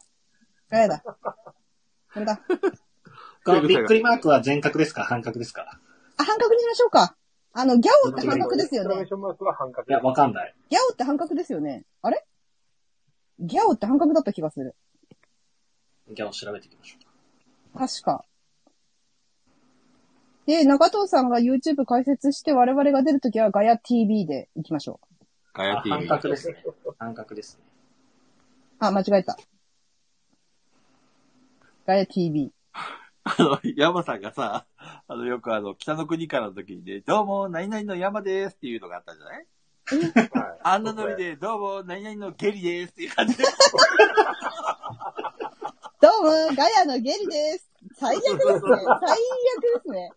Speaker 1: あれだ。これだ。
Speaker 2: このびっくりマークは全角ですか半角ですか
Speaker 1: あ、半角にしましょうか。あの、ギャオって半角ですよ
Speaker 8: エクスクラメー
Speaker 1: ね。
Speaker 8: ションマークは半角
Speaker 2: いや、わかんない。
Speaker 1: ギャオって半角ですよね。あれギャオって半角だった気がする。
Speaker 2: じゃあ調べていきましょう。
Speaker 1: 確か。で、中藤さんが YouTube 解説して我々が出るときはガヤ TV で行きましょう。
Speaker 6: ガ
Speaker 2: あ
Speaker 6: ヤ TV
Speaker 2: 半。角ですね。半角ですね。
Speaker 1: あ、間違えた。ガヤ TV。
Speaker 6: あの、山さんがさ、あの、よくあの、北の国からの時にね、どうも、何々の山ですっていうのがあったじゃない
Speaker 8: はい
Speaker 6: あんなノリで、どうも、何々のゲリですっていう感じで。
Speaker 1: どうも、ガヤのゲリです。最悪ですね。最悪ですね。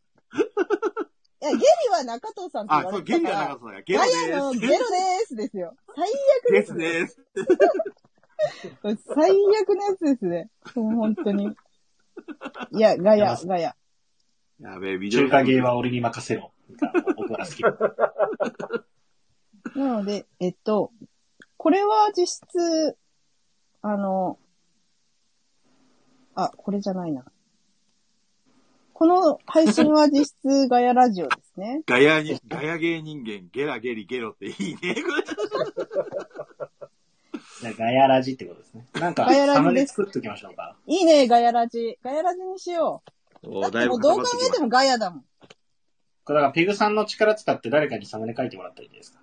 Speaker 1: いや、ゲリは中藤さんって言
Speaker 6: あ、
Speaker 1: わ
Speaker 6: そう、
Speaker 1: れ
Speaker 6: ゲ
Speaker 1: て
Speaker 6: リ
Speaker 1: た
Speaker 6: が
Speaker 1: か
Speaker 6: 中
Speaker 1: ら
Speaker 6: 藤、さんが、ゲ
Speaker 1: ガヤ
Speaker 6: ロ
Speaker 1: のゲ
Speaker 6: で
Speaker 1: ロですですよ。最
Speaker 6: す。
Speaker 1: 悪
Speaker 6: で
Speaker 1: ですすね。
Speaker 6: です。
Speaker 1: 最悪のやつですね。もう本当に。いや、ガヤ、ガヤ。
Speaker 6: やべえ、
Speaker 2: 中
Speaker 6: 緑
Speaker 2: 華芸は俺に任せろ。みたいな僕は好き。
Speaker 1: なので、えっと、これは実質、あの、あ、これじゃないな。この配信は実質ガヤラジオですね。
Speaker 6: ガヤに、ガヤ芸人間、ゲラゲリゲロっていいね。
Speaker 2: じゃあガヤラジってことですね。なんか、
Speaker 1: ガヤラジ
Speaker 2: サムネ
Speaker 1: です
Speaker 2: 作っときましょうか。
Speaker 1: いいね、ガヤラジ。ガヤラジにしよう。
Speaker 6: お
Speaker 1: だってもうどう考えてもガヤだもん。
Speaker 2: これだからペグさんの力使って誰かにサムネ書いてもらったらいいですか。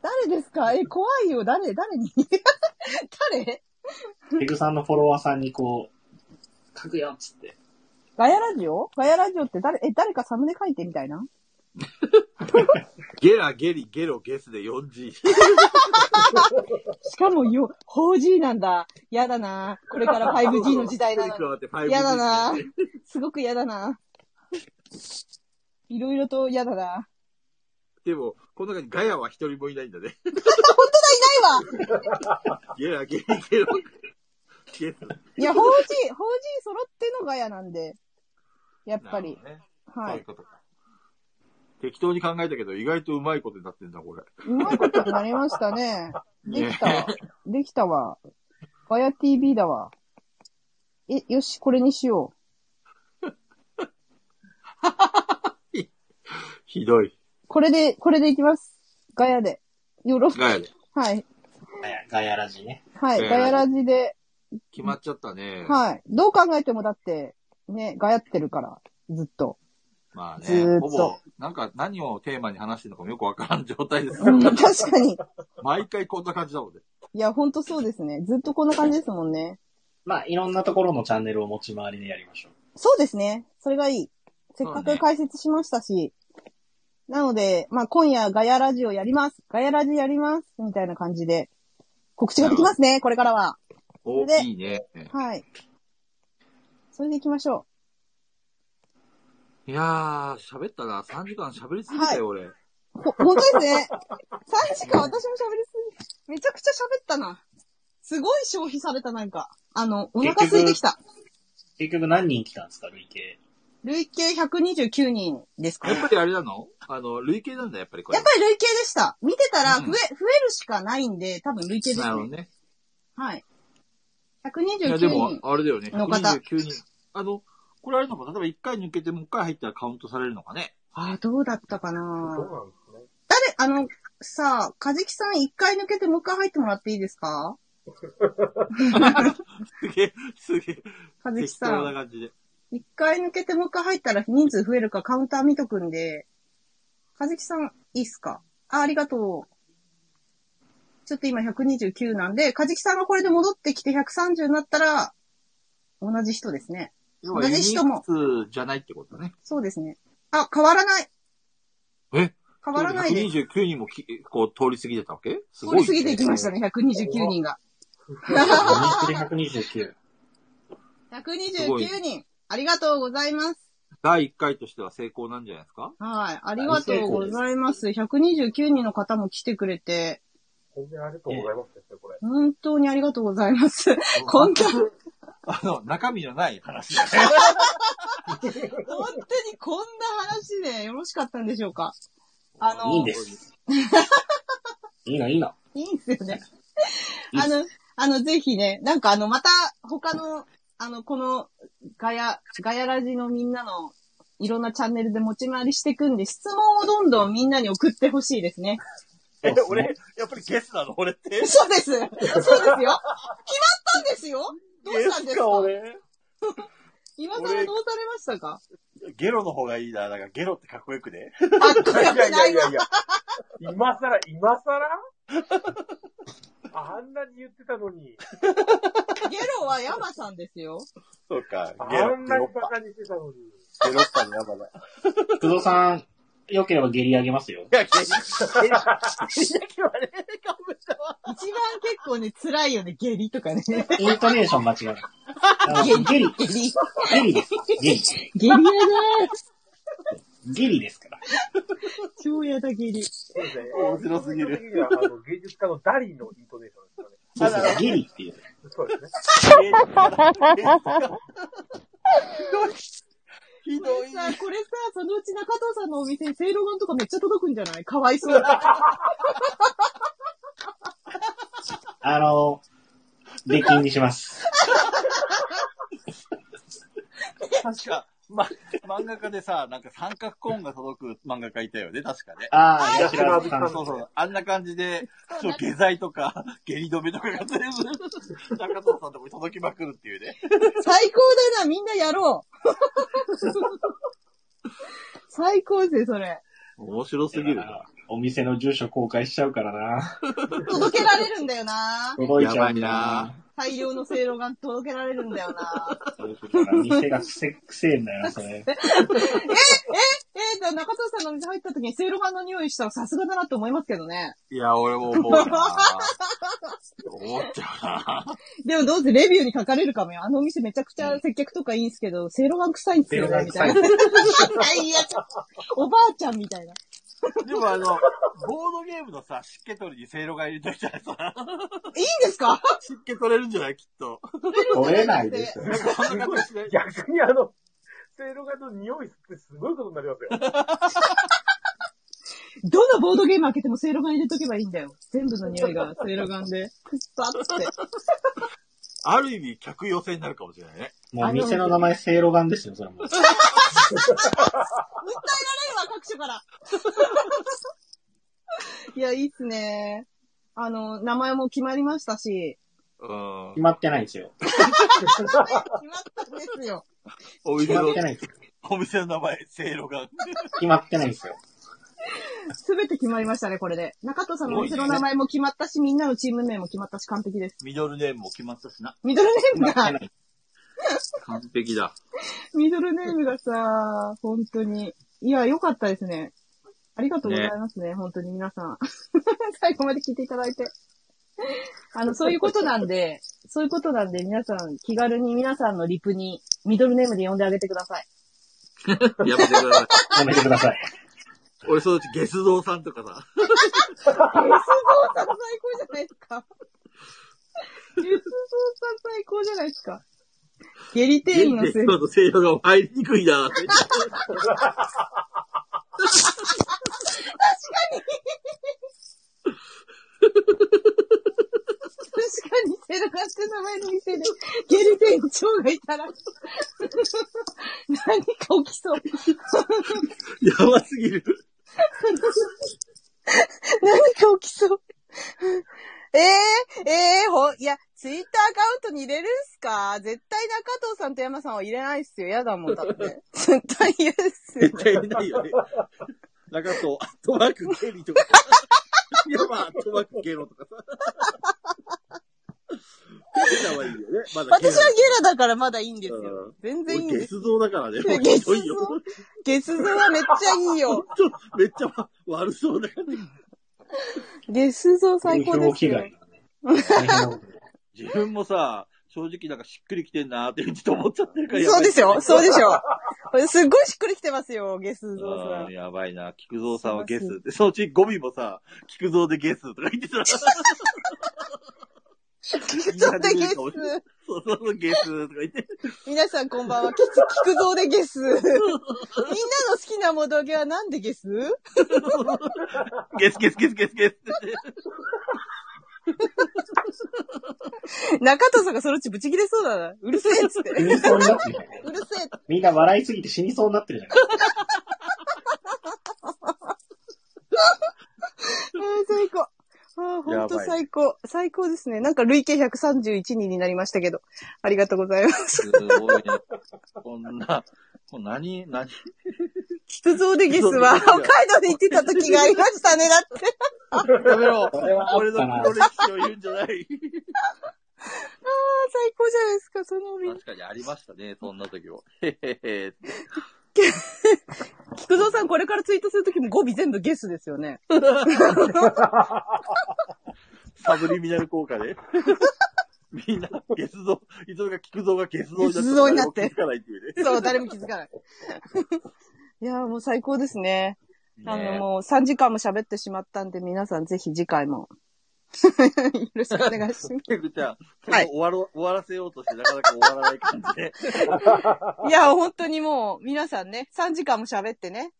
Speaker 1: 誰ですかえ、怖いよ。誰誰に 誰
Speaker 2: ペグさんのフォロワーさんにこう、書くよっつって。
Speaker 1: ガヤラジオガヤラジオって誰、え、誰かサムネ書いてみたいな
Speaker 6: ゲラゲリゲロゲスで 4G。
Speaker 1: しかもよ、4G なんだ。やだな。これから 5G の時代なのに。嫌だな。すごく嫌だな。いろいろと嫌だ な。
Speaker 6: でも、この中にガヤは一人もいないんだ ね。
Speaker 1: 本当だ、いないわ
Speaker 6: ゲラゲリゲロゲス。
Speaker 1: いや、4G、4G 揃ってのガヤなんで。やっぱり。
Speaker 6: なるほどね
Speaker 1: は
Speaker 6: そういう
Speaker 1: い。
Speaker 6: ことか。適当に考えたけど、意外とうまいことになってんだ、これ。
Speaker 1: うまいことになりましたね。できたわ。できたわ。ガヤ TV だわ。え、よし、これにしよ
Speaker 6: ひどい。
Speaker 1: う。これで、これでいきます。ガヤで。よろしく。
Speaker 6: ガヤで。
Speaker 1: はい。
Speaker 2: ガヤガヤラジね。
Speaker 1: はい。
Speaker 6: ガヤラジ
Speaker 1: ガヤラジで。
Speaker 6: 決まっちゃったね。
Speaker 1: はい。どう考えてもだって、ね、がやってるから、ずっと。
Speaker 6: まあ
Speaker 1: ずー
Speaker 6: ね、
Speaker 1: っ
Speaker 6: ほ
Speaker 1: と
Speaker 6: ぼ、なんか何をテーマに話してるのかもよくわからん状態 です。
Speaker 1: うん、確かに。
Speaker 6: 毎回こんな感じだもんね。
Speaker 1: いや、ほんとそうですね。ずっとこんな感じですもんね。
Speaker 2: まあ、いろんなところのチャンネルを持ち回りでやりましょう。
Speaker 1: そうですね。それがいい。せっ
Speaker 6: そ
Speaker 1: か
Speaker 6: うね
Speaker 1: く解説しましたし。なので、まあ、今夜ガヤラジオやります。ガヤラジやります。みたいな感じで。告知ができますね、これからは。
Speaker 6: お、
Speaker 1: それで
Speaker 6: いいね。
Speaker 1: はい。それで行きましょ
Speaker 6: いやー、喋ったな。3時間喋りすぎたよ、俺。
Speaker 1: う。ほ、ほんとですね。3時間私も喋りすぎ。めちゃくちゃ喋ったな。すごい消費された、なんか。あの、お腹空いてきた。
Speaker 2: 結局何人来たんですか、累計。
Speaker 1: 累計129人ですかね。
Speaker 6: やっ
Speaker 1: や
Speaker 6: ぱ
Speaker 1: っ
Speaker 6: りあれなのあの、累計なんだ、やっぱりこれ。
Speaker 1: ぱり累計でした。見てたら
Speaker 6: う
Speaker 1: 増
Speaker 6: ん
Speaker 1: え、増えるしかないんで、多分累計です
Speaker 6: なるほど
Speaker 1: ね。
Speaker 6: ね。
Speaker 1: はい。
Speaker 6: いや、
Speaker 1: 129
Speaker 6: でも
Speaker 1: 人、。
Speaker 6: あれだよね。
Speaker 1: の方
Speaker 6: 129人。あの、これあれのか、例えば1回抜けてもう1回入ったらカウントされるのかね。
Speaker 1: ああ、どうだったか
Speaker 8: そう
Speaker 1: な
Speaker 8: なんですね。
Speaker 1: 誰、あの、さあ、かじきさん一回抜けてもう一回入ってもらっていいです か
Speaker 6: すげえ、すげえ。
Speaker 1: かじき
Speaker 6: 適
Speaker 1: さ。
Speaker 6: 当なん感じで。
Speaker 1: 一回抜けてもう一回入ったら人数増えるかカウンター見とくんで、かずきさん、いいっすかあ、ありがとう。ちょっと今129なんで、かずきさんがこれで戻ってきて130になったら、同じ人ですね。
Speaker 6: 要
Speaker 1: は
Speaker 6: はユニ
Speaker 1: ユニ
Speaker 6: ー
Speaker 1: ッ
Speaker 6: クスじゃないってことね。
Speaker 1: そうですね。あ、変わらない。
Speaker 6: え
Speaker 1: 変わらないで。
Speaker 6: 129人もきこう通り過ぎてたわけす
Speaker 1: 通
Speaker 6: ごい、
Speaker 1: り過ぎていきましたね、129人が。
Speaker 2: 129。
Speaker 1: 129人ありがとうございます。
Speaker 6: 第1回としては成功なんじゃないですか
Speaker 1: はい。ありがとうございます。129人の方も来てくれて、
Speaker 8: 全然ありがとうございますですね、これ。
Speaker 1: 本当にありがとうございます。こんな、本
Speaker 6: あの、中身のない話。
Speaker 1: 当にこんな話でよろしかったんでしょうかあの、
Speaker 2: いいんです。いいの、いいの。
Speaker 1: いいんですよね。あの、あの、ぜひね、なんかあの、また、他の、あの、この、ガヤ、ガヤラジのみんなの、いろんなチャンネルで持ち回りしていくんで、質問をどんどんみんなに送ってほしいですね。
Speaker 4: え、俺、やっぱりゲスなの俺って。
Speaker 1: そうです。そうですよ。決まったんですよ。どうしたんですか
Speaker 4: 俺。
Speaker 1: 今更どうされましたか
Speaker 4: ゲロの方がいいな。だからゲロってかっこよくね。
Speaker 1: あっこよくないわ。
Speaker 8: や。今さら、今さらあんなに言ってたのに、
Speaker 1: ゲロはヤマさんですよ。
Speaker 4: そうか。ゲ
Speaker 8: あ
Speaker 4: ロ、
Speaker 8: ん
Speaker 4: ゲ
Speaker 8: なに
Speaker 4: ロッ
Speaker 8: バカにしてたのに。
Speaker 4: パ、ゲロッパの山だ。
Speaker 2: 工藤さん、良ければ下痢あげますよ。
Speaker 4: いや、ゲリ、ゲリだけはね、勘弁してわ。
Speaker 1: 一番結構ね、辛いよね、下痢とかね。 下
Speaker 2: イントネーション間違えない。あの下痢、
Speaker 1: 痢。
Speaker 2: 下痢です。下痢。
Speaker 1: 下痢やだ。
Speaker 2: 下痢ですから。
Speaker 1: 超やだ、下痢。
Speaker 8: そうですね。
Speaker 4: 面白すぎる
Speaker 8: 基本的にはあの、芸術家のダリーのイントネーションですよね。
Speaker 2: そうそう、下痢っていう。
Speaker 8: そうですね。
Speaker 4: ゲリだゲリだひ
Speaker 1: こ
Speaker 4: ど
Speaker 1: れ
Speaker 4: い。ひど
Speaker 1: さ
Speaker 4: い。、
Speaker 1: これさ、そのうち中藤さんのお店にセイロガンとかめっちゃ届くんじゃないかわいそうだ。
Speaker 2: あの、出禁にします。
Speaker 4: 確か、ま、漫画家でさ、なんか三角コーンが届く漫画家いたよね、確かね。
Speaker 2: ああ、八代亜紀さ。
Speaker 4: そうんそうそう。あんな感じで、そう下剤とか、下痢止めとかが全部、中藤さんのとこに届きまくるっていうね。
Speaker 1: 最高だな、みんなやろう。 最高ですね、それ。
Speaker 6: 面白すぎるな。
Speaker 2: お店の住所公開しちゃうからな。
Speaker 1: 届けられるんだよな。
Speaker 2: 届いちゃうんだ
Speaker 6: やばい
Speaker 2: な。
Speaker 1: 大量のセイロガン届けられるんだよな。
Speaker 2: そういうことだな店がくせ、くせえんだよな、それ。
Speaker 1: えーと、中藤さんのお店入った時にセイロガンの匂いしたらさすがだなって思いますけどね。
Speaker 6: いや、俺も思うな。思っちゃうな。
Speaker 1: でもどうせレビューに書かれるかもよ。あのお店めちゃくちゃ接客とかいいんすけど、セイロガン臭いんすよ
Speaker 2: セイロガ
Speaker 1: ね、
Speaker 2: ン
Speaker 1: み
Speaker 2: 臭
Speaker 1: たい
Speaker 2: い
Speaker 1: な。最悪。おばあちゃんみたいな。
Speaker 4: でもあの、ボードゲームのさ、湿気取りにせいろが入れといたらさ、
Speaker 1: いいんですか
Speaker 4: 湿気取れるんじゃないきっと。
Speaker 2: 取れないでしょ。
Speaker 4: なんかそんな感じしない。
Speaker 8: 逆にあの、セイロガンの匂い吸ってすごいことになりますよ。
Speaker 1: どのボードゲーム開けてもセイロガン入れとけばいいんだよ。全部の匂いがセイロガンで。バッて。
Speaker 6: ある意味、客寄せになるかもしれないね。
Speaker 2: もう店の名前、せいろがんですよ、それもう。
Speaker 1: 訴えられるわ、各所から。いや、いいっすね。あの、名前も決まりましたし、
Speaker 6: うん
Speaker 2: 決。まってないですよ。
Speaker 1: 決まったんですよ。
Speaker 4: お
Speaker 2: 決
Speaker 4: 店
Speaker 2: ま
Speaker 4: の
Speaker 2: って、ないですよ。
Speaker 4: お店の名前、せいろが。
Speaker 2: 決まってないですよ。
Speaker 1: すべて決まりましたね、これで。中戸さんのお店の名前も決まったし、みんなのチーム名も決まったし、完璧です。
Speaker 4: ミドルネームも決まったしな。
Speaker 1: ミドルネーム
Speaker 2: 決まって
Speaker 1: が、
Speaker 2: ない。
Speaker 6: 完璧だ。
Speaker 1: ミドルネームがさ、本当に。いや、良かったですね。ありがとうございますね、本当に皆さん。 最後まで聞いていただいて。あの、そういうことなんで、そういうことなんで、皆さん、気軽に皆さんのリプに、ミドルネームで呼んであげてください。
Speaker 6: やめてください。
Speaker 2: やめてください。
Speaker 6: 俺、そのうちゲスゾウさんとかさ、
Speaker 1: ゲスゾウさん最高じゃないですか。ゲスゾウさん最高じゃないですか。ゲリテインのせい。
Speaker 6: と西洋が入りにくいなって。
Speaker 1: 確かに、セロガって名前の店で、ゲリ店長がいたら、何か起きそう。
Speaker 6: やばすぎる。
Speaker 1: 何か起きそう。ええええほ、いや、ツイッターアカウントに入れるんすか絶対中藤さんと山 さんは入れないっすよ。やだもん、だって。絶対嫌ですよね。
Speaker 6: 絶対いないよね。
Speaker 4: 中と、アットマークゲリとか。いや、まあ、アットマークゲロとかさ。ペコちゃんはいいよね。まだ
Speaker 1: 私はゲラだからまだいいんですよ。
Speaker 4: うん
Speaker 1: 全然いいん
Speaker 4: 俺
Speaker 1: です。
Speaker 4: 月像だからね。
Speaker 1: ゲ
Speaker 4: ひ
Speaker 1: ス
Speaker 4: ど
Speaker 1: 像
Speaker 4: いよ。
Speaker 1: ゲス像はめっちゃいい よ。
Speaker 4: ちょっとめっちゃ悪そうだよね。
Speaker 1: ゲス像最高
Speaker 2: 風評
Speaker 1: です
Speaker 2: 被
Speaker 1: よ
Speaker 2: 害。だね。大変なこと だよ
Speaker 4: 自分もさ、正直なんかしっくりきてんなーってちょっと思っちゃってるからやば
Speaker 1: そ
Speaker 4: いう
Speaker 1: ですよ、そうでし ょ。これすっごいしっくりきてますよ、ゲス像さ
Speaker 4: うんん。やばいな。菊蔵さんはゲ
Speaker 1: すいま
Speaker 4: スって、そのうちゴミもさ、菊蔵でゲスとか言っ てたら、
Speaker 1: 菊蔵でゲス。
Speaker 4: そうそうそうゲスとか言って、
Speaker 1: 皆さんこんばんは。き菊蔵で ゲス。みんなの好きなモドゲはなんでゲス
Speaker 4: ゲスゲスゲスゲスゲスって言って。
Speaker 1: 中藤さんがそのうちブチ切れそうだな。うるせえっつって。
Speaker 2: 死にそうになってるじゃないう
Speaker 1: るせえって。
Speaker 2: みんな笑いすぎて死にそうになってるじゃない
Speaker 1: あー最高。ああ、ほんと最高。最高ですね。なんか累計131人になりましたけど。ありがとうございます。
Speaker 4: すごいね。こんな、こんな何、何、
Speaker 1: 菊蔵でゲ スは、北海道で行ってた時がありましたね。だ って。
Speaker 4: やめろ。
Speaker 2: それはあ
Speaker 4: 俺
Speaker 2: っ
Speaker 4: の
Speaker 2: たな
Speaker 4: 黒歴史を言うんじゃ
Speaker 1: あ
Speaker 4: ない。
Speaker 1: あ、最高じゃないですか、そのみ
Speaker 4: 確かにありましたね、そんな時も。へへへ。
Speaker 1: 菊蔵さん、これからツイートするときも語尾全部ゲスですよね。
Speaker 4: サブリミナル効果で。みんな、ゲス像、いつの間にか菊蔵がゲス像になって。
Speaker 1: ゲス像になって
Speaker 4: 誰も気づかないっていうね。
Speaker 1: そう、誰も気づかない。 いやーもう最高ですね。あの、
Speaker 4: ね
Speaker 1: もう3時間も喋ってしまったんで、皆さんぜひ次回も。 よろしくお願いしま
Speaker 4: ペグちゃん、
Speaker 1: は
Speaker 4: はいい、終わろう終わらせようとしてなかなか終わらない感じで。
Speaker 1: す。いやー、本当にもう、皆さんね、3時間も喋ってね。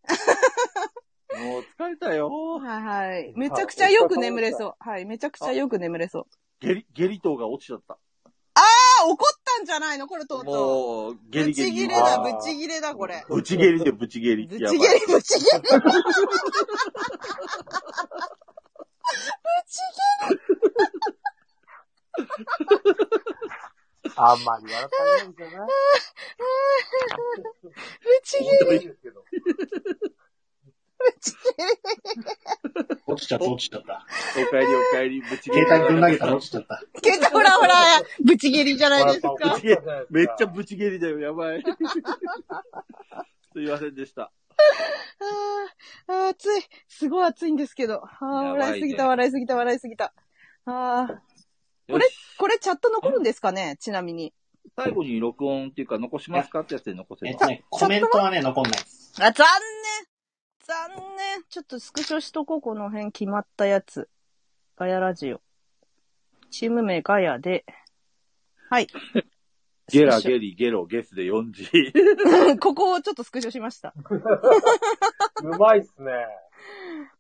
Speaker 4: もう疲れたよ。
Speaker 1: はいはい。めちゃくちゃよく眠れそう。はい、めちゃくちゃよく眠れそう。
Speaker 4: ゲリ、ゲリ塔が落ちちゃった。
Speaker 1: あー、怒ったんじゃないのこれとうと
Speaker 4: もう、
Speaker 1: う。
Speaker 4: ゲ
Speaker 1: ブ
Speaker 4: リ
Speaker 1: チ
Speaker 4: ゲ
Speaker 1: ギ
Speaker 4: リ
Speaker 1: レ。だ、
Speaker 8: あー
Speaker 1: ブチギレだ、これ。
Speaker 4: ぶちゲリでぶちゲリ。
Speaker 1: ブチ
Speaker 4: や
Speaker 1: ギ
Speaker 4: ば
Speaker 1: レ
Speaker 4: い、
Speaker 1: ブチギレ。ブチギレ。
Speaker 8: あんまり笑ったないんじゃない
Speaker 1: ブチ ギレ。
Speaker 8: でもいいですけど。
Speaker 2: 落ちちゃった、落ちちゃった。
Speaker 4: おかえりおかえり、ぶちゲリ。
Speaker 2: 携帯ぶん投げたら落ちちゃった。
Speaker 1: けど、ほらほら、ブチギリじゃないですか。
Speaker 8: 笑ったじゃないですか
Speaker 4: めっちゃぶちゲリだよ、やばい。すいませんでした。
Speaker 1: あーあー、暑い。すごい暑いんですけど。ああ、
Speaker 4: やばいね
Speaker 1: 笑いすぎた、笑いすぎた、笑いすぎた。ああ、こ
Speaker 4: よ
Speaker 1: れ
Speaker 4: し、
Speaker 1: これチャット残るんですかねちなみに。
Speaker 4: 最後に録音っていうか残しますかってやつで残せ
Speaker 2: えっ
Speaker 4: ば
Speaker 2: と。ね、コメントはね、残んないです。
Speaker 1: あ、残念残念ちょっとスクショしとこう、この辺決まったやつ。ガヤラジオ。チーム名ガヤで。はい。
Speaker 4: ゲラ、
Speaker 1: スクシ
Speaker 4: ゲリ、ゲロ、ゲスで4 g
Speaker 1: ョ ここをちょっとスクショしました。
Speaker 8: うまいっすね。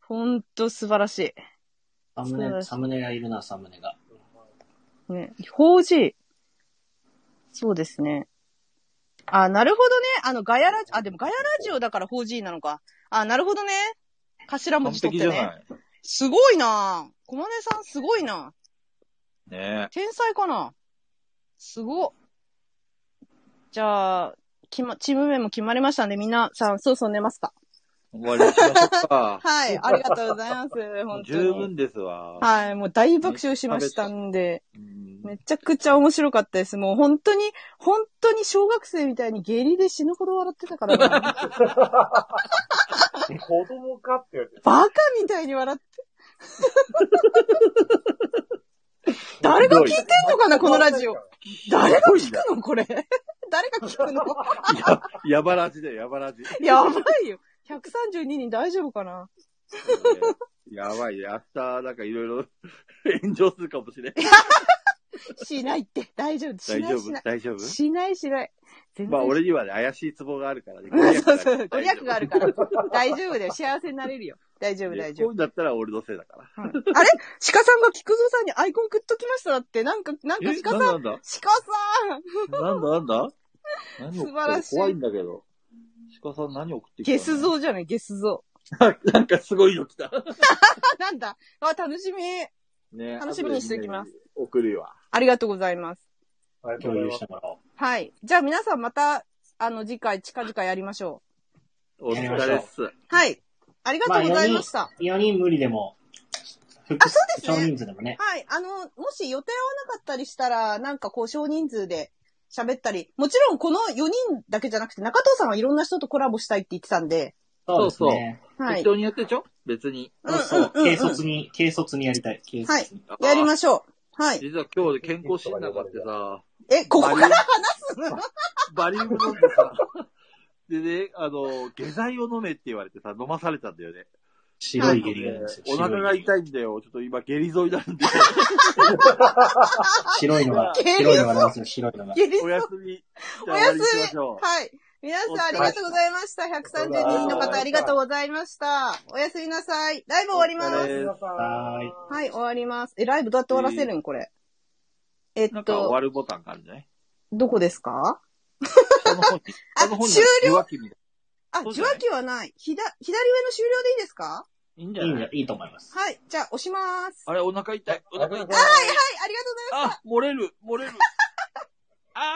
Speaker 1: ほんと素晴らし
Speaker 2: サム
Speaker 1: そうで
Speaker 2: ネ、
Speaker 1: す
Speaker 2: サムネがいるな、サムネが。
Speaker 1: い。ね。4G。そうですね。あ、なるほどね。あの、ガヤラジオ、あ、でもガヤラジオだから 4G なのか。あ、なるほどね。頭文
Speaker 4: 完
Speaker 1: 字取
Speaker 4: 璧
Speaker 1: っ
Speaker 4: じ
Speaker 1: て
Speaker 4: ゃ
Speaker 1: ね。
Speaker 4: ない。
Speaker 1: すごいなぁ。小金さんすごいなぁ。
Speaker 4: ね
Speaker 1: 天才かなすごっ。じゃあ、きま、チーム名も決まりましたんで、みんなさん、そうそう寝ますか。
Speaker 4: え。終わりにしましょうか。
Speaker 1: はい、ありがとうございます。
Speaker 4: も
Speaker 1: 本
Speaker 4: う
Speaker 1: 当
Speaker 4: 十
Speaker 1: に。
Speaker 4: 分ですわ。
Speaker 1: はい、もう大爆笑しましたんで、
Speaker 4: うん
Speaker 1: めちゃくちゃ面白かったです。もう本当に、本当に小学生みたいに下痢で死ぬほど笑ってたからな。
Speaker 8: 子供かって言われて。
Speaker 1: バカみたいに笑って。 誰が聞いてんのかな、このラジオ。誰が聞くの、これ。 誰が聞くの
Speaker 4: や、やばらじだよ、やばらじ。
Speaker 1: やばいよ。132人大丈夫かな
Speaker 4: やばいね。明日、なんかいろい ろ炎上するか もしれん。
Speaker 1: しないって。大丈夫。し
Speaker 4: 大
Speaker 1: な
Speaker 4: 丈
Speaker 1: いし
Speaker 4: 夫
Speaker 1: ない。
Speaker 4: 大丈夫
Speaker 1: しないしない。全然しな
Speaker 4: ま
Speaker 1: い。
Speaker 4: あ、俺にはね、怪しいツボがある からね。
Speaker 1: そうそう。ご利益があ
Speaker 4: る。
Speaker 1: るから。大丈夫だよ。幸せになれるよ。大丈夫、
Speaker 4: いや
Speaker 1: 大丈
Speaker 4: こ
Speaker 1: 夫。
Speaker 4: ういうんだったら俺のせいだから。
Speaker 1: うんあれ鹿さんが菊蔵さんにアイコンくっときましただって。なんか、なんか
Speaker 4: え、
Speaker 1: 鹿さん、
Speaker 4: なんだ
Speaker 1: 鹿さん
Speaker 4: なんだなんだなんだ何を
Speaker 1: 素晴らしい
Speaker 4: 怖いんだけど。鹿さん何送ってきた
Speaker 1: ゲ
Speaker 4: の
Speaker 1: ス像じゃない、ゲス像。
Speaker 4: なんかすごいの来た。
Speaker 1: あ、 なんだ。あ、楽しみ。
Speaker 4: ね
Speaker 1: 楽しみにしておきます。
Speaker 4: 送るわ。
Speaker 1: ありがとうございます。
Speaker 8: ありがとう
Speaker 2: 共
Speaker 8: ござい
Speaker 2: 有
Speaker 8: ま
Speaker 2: し
Speaker 8: す
Speaker 2: て。もらおう。
Speaker 1: はい。じゃあ皆さんまた、あの、次回、近々やりましょ
Speaker 4: お疲れっす。
Speaker 1: う。はい。ありがとうございました。
Speaker 2: 4人無理でも、複数、少人数でもね。
Speaker 1: はい。あの、もし予定合わなかったりしたら、なんかこう少人数で喋ったり、もちろんこの4人だけじゃなくて、中藤さんはいろんな人とコラボしたいって言ってたんで、
Speaker 2: そうですね。
Speaker 1: はい。
Speaker 6: 適
Speaker 1: うん
Speaker 6: 当にやってるでしょ別に。
Speaker 1: うん
Speaker 2: そう、
Speaker 1: うんう
Speaker 2: 軽
Speaker 1: ん。
Speaker 2: 率に、軽率にやりたい。軽率に。
Speaker 1: やりましょう。はい。
Speaker 4: 実は今日で健康診断があってさ、
Speaker 1: え、ここから話す
Speaker 4: バリウム飲んでさ、でね、あの、下剤を飲めって言われてさ、飲まされたんだよね。
Speaker 2: 白い下痢がいるんですよ。
Speaker 4: お腹が痛いんだよ。ちょっと今下痢沿いなんで、
Speaker 2: 白いのが、
Speaker 1: 下痢
Speaker 2: 白いのが出ますよ、白いのが。
Speaker 1: ゲリ
Speaker 4: おやすみ。じゃ
Speaker 1: お
Speaker 4: あ
Speaker 1: やす
Speaker 4: 終わりにしまし
Speaker 1: み。
Speaker 4: ょう。
Speaker 1: はい。皆さんありがとうございました。132人の方ありがとうございました。おやすみなさい。ライブ終わりま
Speaker 4: お疲れ
Speaker 1: す。
Speaker 2: はーい。
Speaker 1: はい、終わります。え、ライブどうやって終わらせるんこれ。えっ
Speaker 4: なんか終わ
Speaker 1: と、
Speaker 4: るボタンがあるんじゃない
Speaker 1: どこですか
Speaker 6: その本に。
Speaker 1: あ、
Speaker 6: その本に
Speaker 1: 終了
Speaker 6: 弱気みたい
Speaker 1: あ、
Speaker 6: そう
Speaker 1: 受
Speaker 6: じゃない
Speaker 1: 話器はない。左、左上の終了でいいですか
Speaker 6: な。いいんじゃ
Speaker 2: いいんじ
Speaker 6: な
Speaker 2: ゃ
Speaker 6: い、
Speaker 2: いいと思います。
Speaker 1: はい、じゃあ押します。
Speaker 6: あれ、お腹痛い。お腹痛い。
Speaker 1: はい、ありがとうございます。
Speaker 6: あ、漏れる、漏れる。